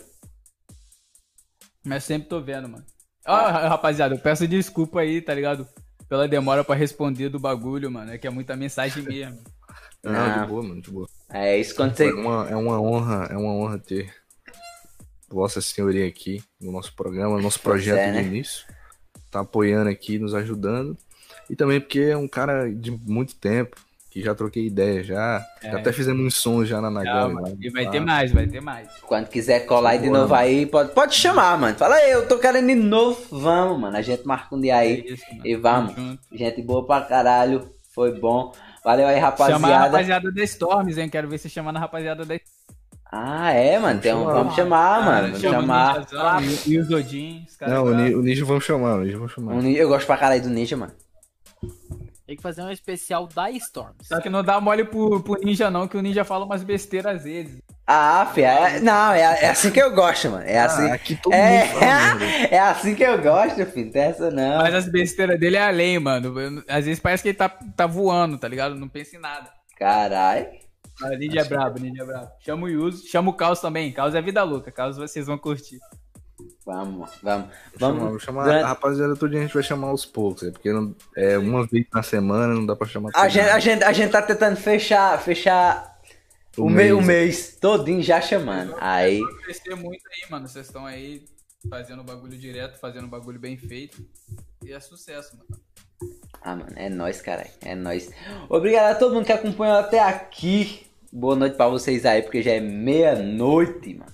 Mas sempre tô vendo, mano. Ó, ra- rapaziada, eu peço desculpa aí, tá ligado? Pela demora pra responder do bagulho, mano. É que é muita mensagem mesmo. Não, Ah. de boa, mano, de boa. É isso quando É você. uma, é uma honra, é uma honra ter Vossa Senhoria aqui no nosso programa, no nosso Pois é, projeto né? de início. Tá apoiando aqui, nos ajudando. E também porque é um cara de muito tempo, que já troquei ideia já. É. já até fizemos uns sons já na Nagami. né? Tá. Calma. lá. E vai Ah. ter mais, vai ter mais. Quando quiser colar aí de Boa, novo mano. aí, pode, pode chamar, mano. Fala aí, eu tô querendo de novo. Vamos, mano. A gente marca um dia aí. É isso, mano. E vamos. Tamo junto. Gente boa pra caralho. Foi bom. Valeu aí, Chamar a rapaziada. rapaziada da Storms, hein? Quero ver se chamando a rapaziada da Storms. Ah, é, mano. Tem um- chamar. vamos chamar, mano. Vamos Chama o chamar. Ah. Ninjazão E e os Odin, os caras. tá- Não, o pra- Ni- o Ninja vamos chamar, o Ninja vamos chamar. Um ni- eu gosto pra caralho do Ninja, mano. Tem que fazer um especial da Storms. Só que não dá mole pro, pro Ninja, não, que o Ninja fala umas besteiras às vezes. Ah, fia. é- não, é, é assim que eu gosto, mano. É assim. Ah, aqui todo é, mundo fala merda. é assim que eu gosto, filho. Tem essa não. Mas as besteiras dele é além, mano. Eu- Às vezes parece que ele tá, tá voando, tá ligado? Não pensa em nada. Caralho. Mas Ninja é brabo, Ninja é brabo. Chama o Yuzo, chama o Caos também. Caos é vida louca, Caos vocês vão curtir. Vamos, vamos. Vamos, Vamos. chamar durante- a rapaziada toda a gente vai chamar aos poucos, é porque não- é uma vez na semana não dá pra chamar A todo gente, mundo. a, gente, a gente tá tentando fechar, fechar o, mês, o mês todinho já chamando. Aí, Vai crescer muito aí, mano. Vocês estão aí fazendo o bagulho direto, fazendo o bagulho bem feito. E é sucesso, mano. ah, mano, é nóis, caralho. É nóis. Obrigado a todo mundo que acompanhou até aqui. Boa noite pra vocês aí, porque já é meia-noite, mano.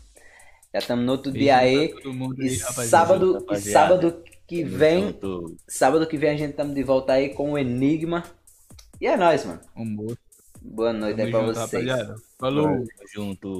Já estamos no outro dia aí. Pra todo mundo E aí, rapaziada. sábado, e rapaziada. sábado que vem, Junto. sábado que vem a gente estamos de volta aí com o Enigma. E é nóis, mano. Humor. Boa noite Tamo aí é pra junto, vocês. rapaziada. Falou. Junto.